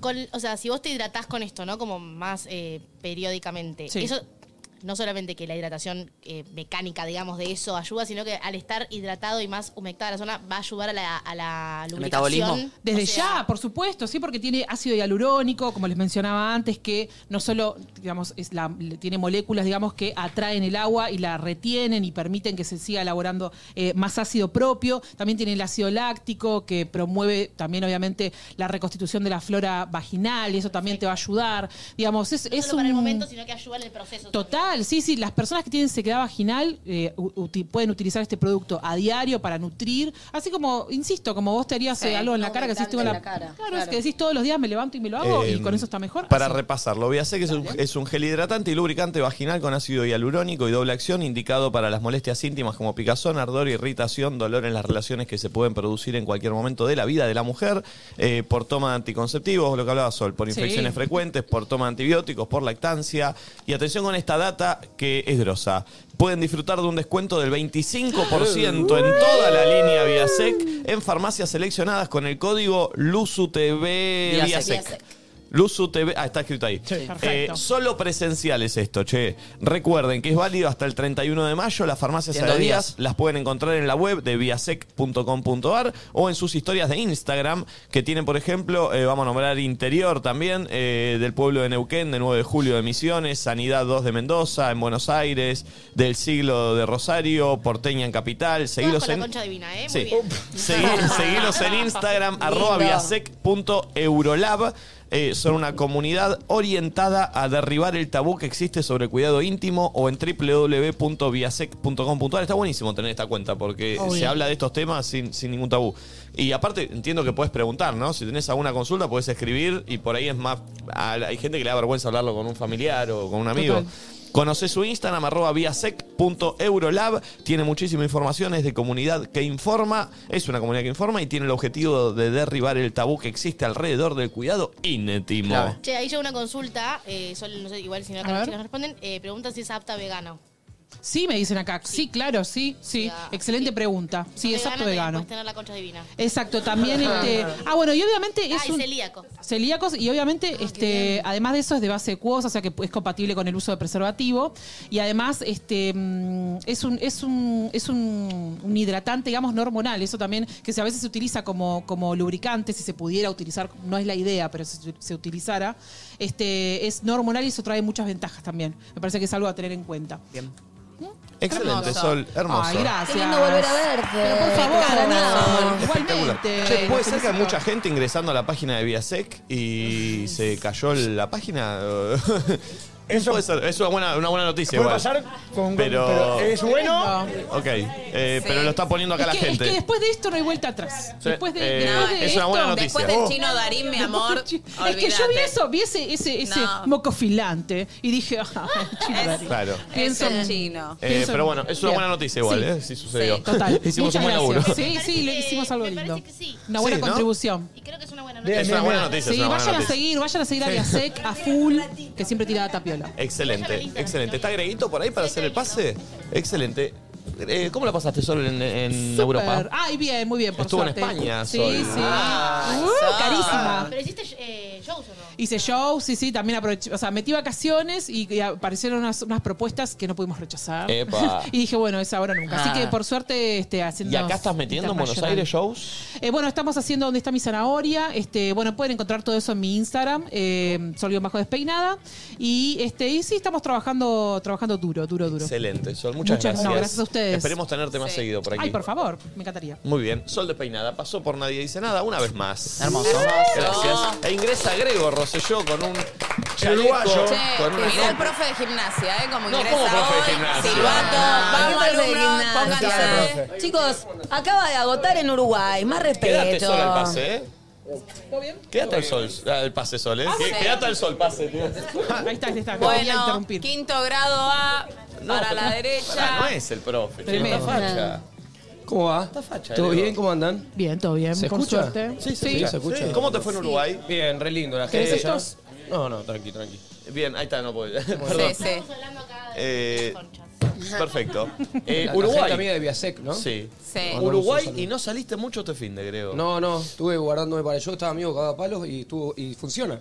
[SPEAKER 6] Con- o sea, si vos te hidratás con esto, ¿no? Como más eh, periódicamente.
[SPEAKER 13] Sí.
[SPEAKER 6] Eso, no solamente que la hidratación eh, mecánica, digamos, de eso ayuda, sino que al estar hidratado y más humectada la zona, va a ayudar a la, a la lubricación.
[SPEAKER 13] Desde ya, por supuesto, sí, porque tiene ácido hialurónico, como les mencionaba antes, que no solo, digamos, es la- le- tiene moléculas, digamos, que atraen el agua y la retienen y permiten que se siga elaborando eh, más ácido propio. También tiene el ácido láctico, que promueve también, obviamente, la reconstitución de la flora vaginal y eso también te va a ayudar. Digamos, es, es un...
[SPEAKER 6] momento, sino que ayuda en el proceso.
[SPEAKER 13] Total, sí, sí. Las personas que tienen sequedad vaginal eh, u- uti- pueden utilizar este producto a diario para nutrir. Así como, insisto, como vos te harías
[SPEAKER 2] Sí,
[SPEAKER 13] eh, algo en la cara que decís,
[SPEAKER 2] aumentante
[SPEAKER 13] tengo la,
[SPEAKER 2] en la cara,
[SPEAKER 13] Claro, es
[SPEAKER 2] claro.
[SPEAKER 13] que decís todos los días me levanto y me lo hago y
[SPEAKER 1] Eh,
[SPEAKER 13] con eso está mejor.
[SPEAKER 1] Para repasarlo, Viasec es un, es un gel hidratante y lubricante vaginal con ácido hialurónico y doble acción indicado para las molestias íntimas como picazón, ardor, irritación, dolor en las relaciones que se pueden producir en cualquier momento de la vida de la mujer, eh, por toma de anticonceptivos, lo que hablaba Sol, por
[SPEAKER 19] Sí.
[SPEAKER 1] infecciones frecuentes, por toma de antibióticos, por lactancia. Y atención con esta data que es grosa. Pueden disfrutar de un descuento del 25% en toda la línea Viasec en farmacias seleccionadas con el código LUSUTV Viasec. Luzu TV. Ah, está escrito ahí. Eh,
[SPEAKER 19] perfecto.
[SPEAKER 1] solo presenciales esto, che. Recuerden que es válido hasta el 31 de mayo. Las farmacias
[SPEAKER 19] En dos
[SPEAKER 1] adheridas las pueden encontrar en la web de viasec.com.ar o en sus historias de Instagram, que tienen, por ejemplo, eh, vamos a nombrar Interior también, eh, del pueblo de Neuquén, de 9 de julio de Misiones, Sanidad 2 de Mendoza, en Buenos Aires, del siglo de Rosario, Porteña en Capital.
[SPEAKER 6] Todas
[SPEAKER 1] Seguilos
[SPEAKER 6] con la
[SPEAKER 1] en.
[SPEAKER 6] concha divina, ¿eh?
[SPEAKER 1] Sí. Segui- seguilos en Instagram, arroba viasec.eurolab. Eh, son una comunidad orientada a derribar el tabú que existe sobre cuidado íntimo o en www.viasec.com.ar. Está buenísimo tener esta cuenta porque
[SPEAKER 19] Obvio.
[SPEAKER 1] se habla de estos temas sin, sin ningún tabú. Y aparte, entiendo que puedes preguntar, ¿no? Si tenés alguna consulta, puedes escribir y por ahí es más. a la- Hay gente que le da vergüenza hablarlo con un familiar o con un amigo.
[SPEAKER 19] Total.
[SPEAKER 1] Conoce su Instagram, arroba viasec.eurolab. Tiene muchísima información, es de comunidad que informa, es una comunidad que informa y tiene el objetivo de derribar el tabú que existe alrededor del cuidado íntimo.
[SPEAKER 6] Che, ahí lleva una consulta, eh, Sol, no sé, igual si no acá
[SPEAKER 13] A
[SPEAKER 6] las
[SPEAKER 13] ver.
[SPEAKER 6] chicas responden, eh, preguntan si es apta vegano.
[SPEAKER 13] Sí, me dicen acá. Sí, claro, sí, sí. Excelente pregunta. Sí, exacto, vegano.
[SPEAKER 6] Puedes tener la concha divina.
[SPEAKER 13] Exacto, también
[SPEAKER 2] [laughs]
[SPEAKER 13] este. Ah, bueno, y obviamente es
[SPEAKER 6] Ah, y
[SPEAKER 13] un.
[SPEAKER 6] celíaco.
[SPEAKER 13] Celíacos y obviamente, este, además de eso, es de base acuosa, o sea que es compatible con el uso de preservativo. Y además, este mm, es un, es un, es un, un hidratante, digamos, no hormonal. Eso también, que se- a veces se utiliza como, como lubricante, si se pudiera utilizar, no es la idea, pero si se, se utilizara. Este, es no hormonal y eso trae muchas ventajas también. Me parece que es algo a tener en cuenta. ¿Mm?
[SPEAKER 3] Bien.
[SPEAKER 1] Excelente, Sol, hermoso.
[SPEAKER 13] Ay, gracias.
[SPEAKER 2] Qué lindo volver a verte.
[SPEAKER 13] Pero por favor,
[SPEAKER 2] Claro,
[SPEAKER 13] Sol,
[SPEAKER 2] no.
[SPEAKER 13] igualmente.
[SPEAKER 1] Che, puede ser que hay mucha gente [laughs] ingresando a la página de Viasec y se cayó la página. Eso puede ser, es una buena, una buena noticia.
[SPEAKER 5] Puede
[SPEAKER 1] igual.
[SPEAKER 5] pasar con-
[SPEAKER 1] pero...
[SPEAKER 5] pero eh, es bueno.
[SPEAKER 1] Ok, eh,
[SPEAKER 13] Sí.
[SPEAKER 1] pero lo está poniendo acá
[SPEAKER 13] Es
[SPEAKER 1] la
[SPEAKER 13] que,
[SPEAKER 1] gente. Eh,
[SPEAKER 13] Es que después de esto no hay vuelta atrás.
[SPEAKER 1] Sí,
[SPEAKER 13] Después de,
[SPEAKER 1] eh,
[SPEAKER 13] después de
[SPEAKER 1] es una buena
[SPEAKER 13] esto-
[SPEAKER 1] noticia. Después del Oh. [laughs]
[SPEAKER 4] chino Darín, mi amor,
[SPEAKER 13] Después del chi- [laughs] Es que yo vi
[SPEAKER 4] olvídate.
[SPEAKER 13] eso, vi ese, ese, ese
[SPEAKER 4] No.
[SPEAKER 13] moco filante y dije, ah, chino Darín.
[SPEAKER 1] Claro.
[SPEAKER 13] Pienso
[SPEAKER 4] el
[SPEAKER 13] en-
[SPEAKER 4] chino.
[SPEAKER 1] Eh,
[SPEAKER 13] Pienso-
[SPEAKER 1] pero bueno, es una
[SPEAKER 13] Bien.
[SPEAKER 1] buena noticia igual,
[SPEAKER 13] Sí.
[SPEAKER 1] ¿eh? Sí sucedió.
[SPEAKER 13] Sí, total.
[SPEAKER 1] [laughs] Hicimos
[SPEAKER 13] Muchas
[SPEAKER 1] un buen laburo.
[SPEAKER 13] gracias. Sí, sí, le hicimos algo lindo. Una buena
[SPEAKER 1] Sí, ¿no?
[SPEAKER 13] contribución. Y
[SPEAKER 6] creo que es una buena
[SPEAKER 1] Es una buena noticia, es
[SPEAKER 13] Sí,
[SPEAKER 1] una buena
[SPEAKER 13] vayan a
[SPEAKER 1] noticia.
[SPEAKER 13] seguir, vayan a seguir a
[SPEAKER 1] Sí.
[SPEAKER 13] Viasec, a full, que siempre tiraba tapiola.
[SPEAKER 1] Excelente, excelente. ¿Está Greguito por ahí para hacer el pase? Excelente. Eh, ¿Cómo la pasaste solo en, en Europa?
[SPEAKER 13] Super. Ay, bien, muy bien, por
[SPEAKER 1] Estuvo en
[SPEAKER 13] suerte.
[SPEAKER 1] España,
[SPEAKER 13] Sí,
[SPEAKER 1] Sol.
[SPEAKER 13] sí.
[SPEAKER 1] Ah,
[SPEAKER 13] Uh,
[SPEAKER 1] Sol.
[SPEAKER 13] carísima.
[SPEAKER 6] Pero hiciste eh, shows o no?
[SPEAKER 13] Hice show, sí, sí, también aproveché, o sea, metí vacaciones y, y aparecieron unas, unas propuestas que no pudimos rechazar.
[SPEAKER 1] Epa.
[SPEAKER 13] [laughs] y dije, bueno, es ahora o nunca. Así
[SPEAKER 1] Ah.
[SPEAKER 13] que por suerte este, haciendo.
[SPEAKER 1] ¿Y acá estás metiendo en Buenos Aires shows?
[SPEAKER 13] Eh, bueno, estamos haciendo donde está mi zanahoria. Este, bueno, pueden encontrar todo eso en mi Instagram, eh, Sol Bajo Despeinada. Y este, y sí, estamos trabajando, trabajando duro, duro, duro.
[SPEAKER 1] Excelente, Sol. Muchas,
[SPEAKER 13] Muchas-
[SPEAKER 1] gracias.
[SPEAKER 13] no, gracias a ustedes.
[SPEAKER 1] Esperemos tenerte más seguido por aquí.
[SPEAKER 13] Ay, por favor, me encantaría.
[SPEAKER 1] Muy bien. Sol despeinada. Pasó por Nadie Dice Nada una vez más.
[SPEAKER 3] Hermoso.
[SPEAKER 1] Gracias. E ingresa Grego Rosselló con un chaleco, con una
[SPEAKER 4] Mirá el
[SPEAKER 1] ropa.
[SPEAKER 4] profe de gimnasia, ¿eh? Como
[SPEAKER 1] No,
[SPEAKER 4] ingresa
[SPEAKER 1] ¿cómo profe de
[SPEAKER 4] hoy.
[SPEAKER 1] gimnasia?
[SPEAKER 4] Silbato,
[SPEAKER 1] Ah,
[SPEAKER 4] vamos
[SPEAKER 2] ¿qué profe de
[SPEAKER 4] alumnos,
[SPEAKER 2] gimnasia?
[SPEAKER 4] pónganse.
[SPEAKER 2] Chicos, acaba de agotar en Uruguay. Más
[SPEAKER 1] Quédate
[SPEAKER 2] respeto.
[SPEAKER 1] Sol al pase, ¿eh? Quédate al sol, al pase sol, ¿eh?
[SPEAKER 4] sí.
[SPEAKER 1] Quédate al sol, pase, tío.
[SPEAKER 13] Ahí está, ahí está.
[SPEAKER 4] Bueno, quinto grado A,
[SPEAKER 1] No,
[SPEAKER 4] para
[SPEAKER 1] pero-
[SPEAKER 4] la
[SPEAKER 1] Pará, no
[SPEAKER 4] derecha.
[SPEAKER 1] es el profe. che,
[SPEAKER 13] Tremendo.
[SPEAKER 1] Está facha.
[SPEAKER 19] ¿Cómo va?
[SPEAKER 1] Ah,
[SPEAKER 19] ¿Todo
[SPEAKER 1] Leo.
[SPEAKER 19] bien? ¿Cómo andan?
[SPEAKER 13] Bien, todo bien,
[SPEAKER 19] ¿Se
[SPEAKER 13] por
[SPEAKER 19] escucha?
[SPEAKER 13] suerte.
[SPEAKER 19] Sí, se
[SPEAKER 13] Sí.
[SPEAKER 19] escucha, se escucha.
[SPEAKER 1] Sí. ¿Cómo te fue en Uruguay?
[SPEAKER 19] Bien, re lindo la
[SPEAKER 1] ¿Querés
[SPEAKER 19] gente. ya.
[SPEAKER 1] estos?
[SPEAKER 19] No, no, tranqui, tranqui.
[SPEAKER 1] Bien, ahí está, no puedo. [laughs]
[SPEAKER 19] Perdón.
[SPEAKER 4] sí.
[SPEAKER 1] Eh, perfecto.
[SPEAKER 19] La-
[SPEAKER 1] Eh,
[SPEAKER 19] la
[SPEAKER 1] Uruguay.
[SPEAKER 19] gente amiga de Viasec, ¿no?
[SPEAKER 1] Sí.
[SPEAKER 19] Sí.
[SPEAKER 1] Uruguay y no saliste mucho este fin de, creo.
[SPEAKER 19] No, no, estuve guardándome para yo, estaba amigo cada palo y estuvo, y funciona.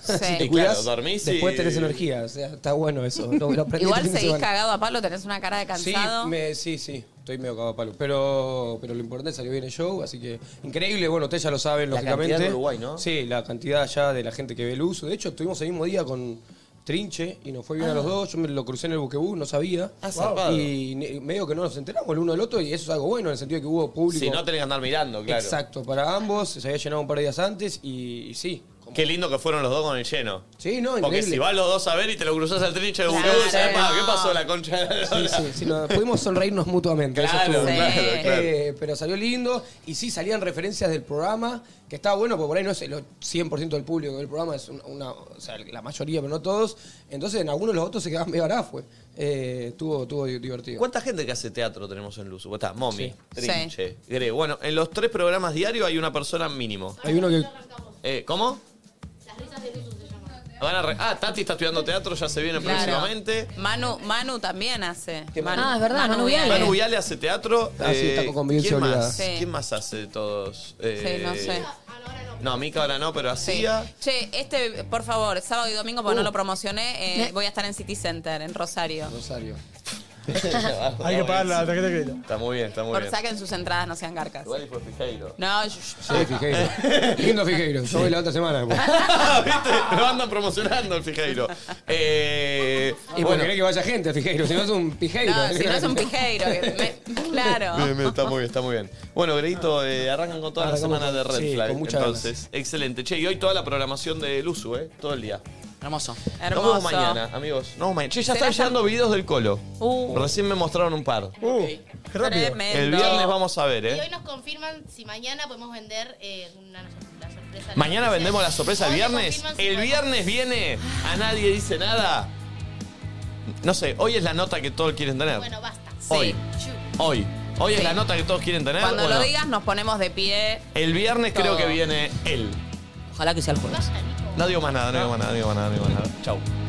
[SPEAKER 4] Sí.
[SPEAKER 19] si
[SPEAKER 1] [laughs] Y
[SPEAKER 19] te cuidas,
[SPEAKER 1] claro, dormís y-
[SPEAKER 19] después tenés energía. O sea, está bueno eso. Lo, lo aprendí
[SPEAKER 4] Igual
[SPEAKER 19] este fin de
[SPEAKER 4] seguís
[SPEAKER 19] semana.
[SPEAKER 4] cagado a palo, tenés una cara de cansado.
[SPEAKER 19] Sí, me- sí, sí, estoy medio cagado a palo. Pero, pero lo importante es que salió bien el show, así que increíble. Bueno, ustedes ya lo saben,
[SPEAKER 1] La
[SPEAKER 19] lógicamente.
[SPEAKER 1] cantidad de Uruguay, ¿no?
[SPEAKER 19] Sí, la cantidad ya de la gente que ve el uso. De hecho, estuvimos el mismo día con Trinche y nos fue bien
[SPEAKER 1] Ah.
[SPEAKER 19] a los dos. Yo me lo crucé en el buquebú, no sabía.
[SPEAKER 1] Ah, zarpado.
[SPEAKER 19] Y ne- medio que no nos enteramos el uno del otro y eso es algo bueno en el sentido de que hubo público.
[SPEAKER 1] Si no, tenés que andar mirando, claro.
[SPEAKER 19] Exacto, para ambos. Se había llenado un par de días antes y, y sí.
[SPEAKER 1] Qué lindo que fueron los dos con el lleno.
[SPEAKER 19] Sí, no,
[SPEAKER 1] Porque
[SPEAKER 19] increíble.
[SPEAKER 1] si vas los dos a ver y te lo cruzás al trinche de un
[SPEAKER 19] Claro.
[SPEAKER 1] boludo, ¿sabes? Pa, ¿Qué pasó la concha de la
[SPEAKER 19] Sí,
[SPEAKER 1] lora?
[SPEAKER 19] sí, sí, no, pudimos sonreírnos mutuamente. eso
[SPEAKER 1] Claro,
[SPEAKER 19] estuvo
[SPEAKER 1] sí.
[SPEAKER 19] bueno.
[SPEAKER 1] claro, claro.
[SPEAKER 19] Eh, pero salió lindo y sí salían referencias del programa, que estaba bueno, porque por ahí no es el 100% del público que ve el programa, es una, una- o sea, la mayoría, pero no todos. Entonces en algunos de los otros se quedaban medio araf, fue. Eh, estuvo, estuvo di- divertido.
[SPEAKER 1] ¿Cuánta gente que hace teatro tenemos en Luzu? Está, Momi,
[SPEAKER 19] Sí.
[SPEAKER 1] Trinche, Grego. Bueno, en los tres programas diarios hay una persona mínimo.
[SPEAKER 19] Hay uno que...
[SPEAKER 1] Eh, ¿Cómo? Van a re- ah, Tati está estudiando teatro, ya se viene
[SPEAKER 4] Claro.
[SPEAKER 1] próximamente.
[SPEAKER 4] Manu, Manu también hace. Manu,
[SPEAKER 2] Ah, es verdad, Manu Viale.
[SPEAKER 1] Manu Viale hace teatro. eh,
[SPEAKER 19] Ah, sí, está con convivencia
[SPEAKER 1] ¿quién
[SPEAKER 19] obligada.
[SPEAKER 1] más?
[SPEAKER 4] Sí.
[SPEAKER 1] ¿Quién más hace de todos? Eh,
[SPEAKER 4] Sí, no sé.
[SPEAKER 1] No, Mica ahora no, pero
[SPEAKER 4] Sí.
[SPEAKER 1] hacía.
[SPEAKER 4] Che, este, por favor, sábado y domingo, porque
[SPEAKER 1] Uh.
[SPEAKER 4] no lo promocioné, eh, voy a estar en City Center, en Rosario.
[SPEAKER 19] Rosario.
[SPEAKER 5] Hay que pagar la tarjeta de crédito.
[SPEAKER 1] Está muy bien, está muy
[SPEAKER 4] Por
[SPEAKER 1] bien.
[SPEAKER 4] saquen sus entradas, no sean garcas.
[SPEAKER 1] Igual y fue Fijeiro.
[SPEAKER 4] No, yo-
[SPEAKER 19] Sí, Fijeiro. lindo
[SPEAKER 4] [laughs]
[SPEAKER 19] Fijeiro. Yo voy la otra semana. pues. después.
[SPEAKER 4] Ah,
[SPEAKER 1] ¿Viste? Lo andan promocionando el Fijeiro. Eh,
[SPEAKER 19] Y porque querés que vaya gente, Fijeiro. Si no es un Fijeiro. [laughs]
[SPEAKER 4] no, si no es un pijeiro. que me- claro.
[SPEAKER 1] Bien, bien, está muy bien, está muy bien. Bueno, Greguito, eh, arrancan con toda la
[SPEAKER 19] Arrancamos
[SPEAKER 1] semana de
[SPEAKER 19] con-
[SPEAKER 1] Red
[SPEAKER 19] sí,
[SPEAKER 1] Flag.
[SPEAKER 19] con muchas
[SPEAKER 1] Entonces, excelente. Che, y hoy toda la programación de Luzu, ¿eh? Todo el día.
[SPEAKER 3] Hermoso.
[SPEAKER 1] Nos vemos mañana, amigos. Nos vemos mañana. Che, ya
[SPEAKER 3] Será
[SPEAKER 1] están llegando videos del Colo.
[SPEAKER 4] Uh.
[SPEAKER 1] Recién me mostraron un par.
[SPEAKER 5] Uh. rápido.
[SPEAKER 4] Tremendo.
[SPEAKER 1] El viernes vamos a ver,
[SPEAKER 6] Y hoy
[SPEAKER 1] ¿eh?
[SPEAKER 6] nos confirman si mañana podemos vender eh, una, la sorpresa.
[SPEAKER 1] Mañana vendemos la sorpresa el
[SPEAKER 6] Hoy nos
[SPEAKER 1] viernes.
[SPEAKER 6] confirman si
[SPEAKER 1] El
[SPEAKER 6] podemos-
[SPEAKER 1] viernes viene. A nadie dice nada. No sé, hoy es la nota que todos quieren tener.
[SPEAKER 6] Bueno, basta.
[SPEAKER 1] Hoy. Hoy. Hoy es
[SPEAKER 4] Sí.
[SPEAKER 1] la nota que todos quieren tener.
[SPEAKER 4] Cuando
[SPEAKER 1] Bueno,
[SPEAKER 4] lo digas, nos ponemos de pie.
[SPEAKER 1] El viernes creo
[SPEAKER 4] Todo.
[SPEAKER 1] que viene él.
[SPEAKER 3] Ojalá que sea el jueves.
[SPEAKER 1] No digo más nada, no digo más nada, no digo más nada, no digo más nada. Chau.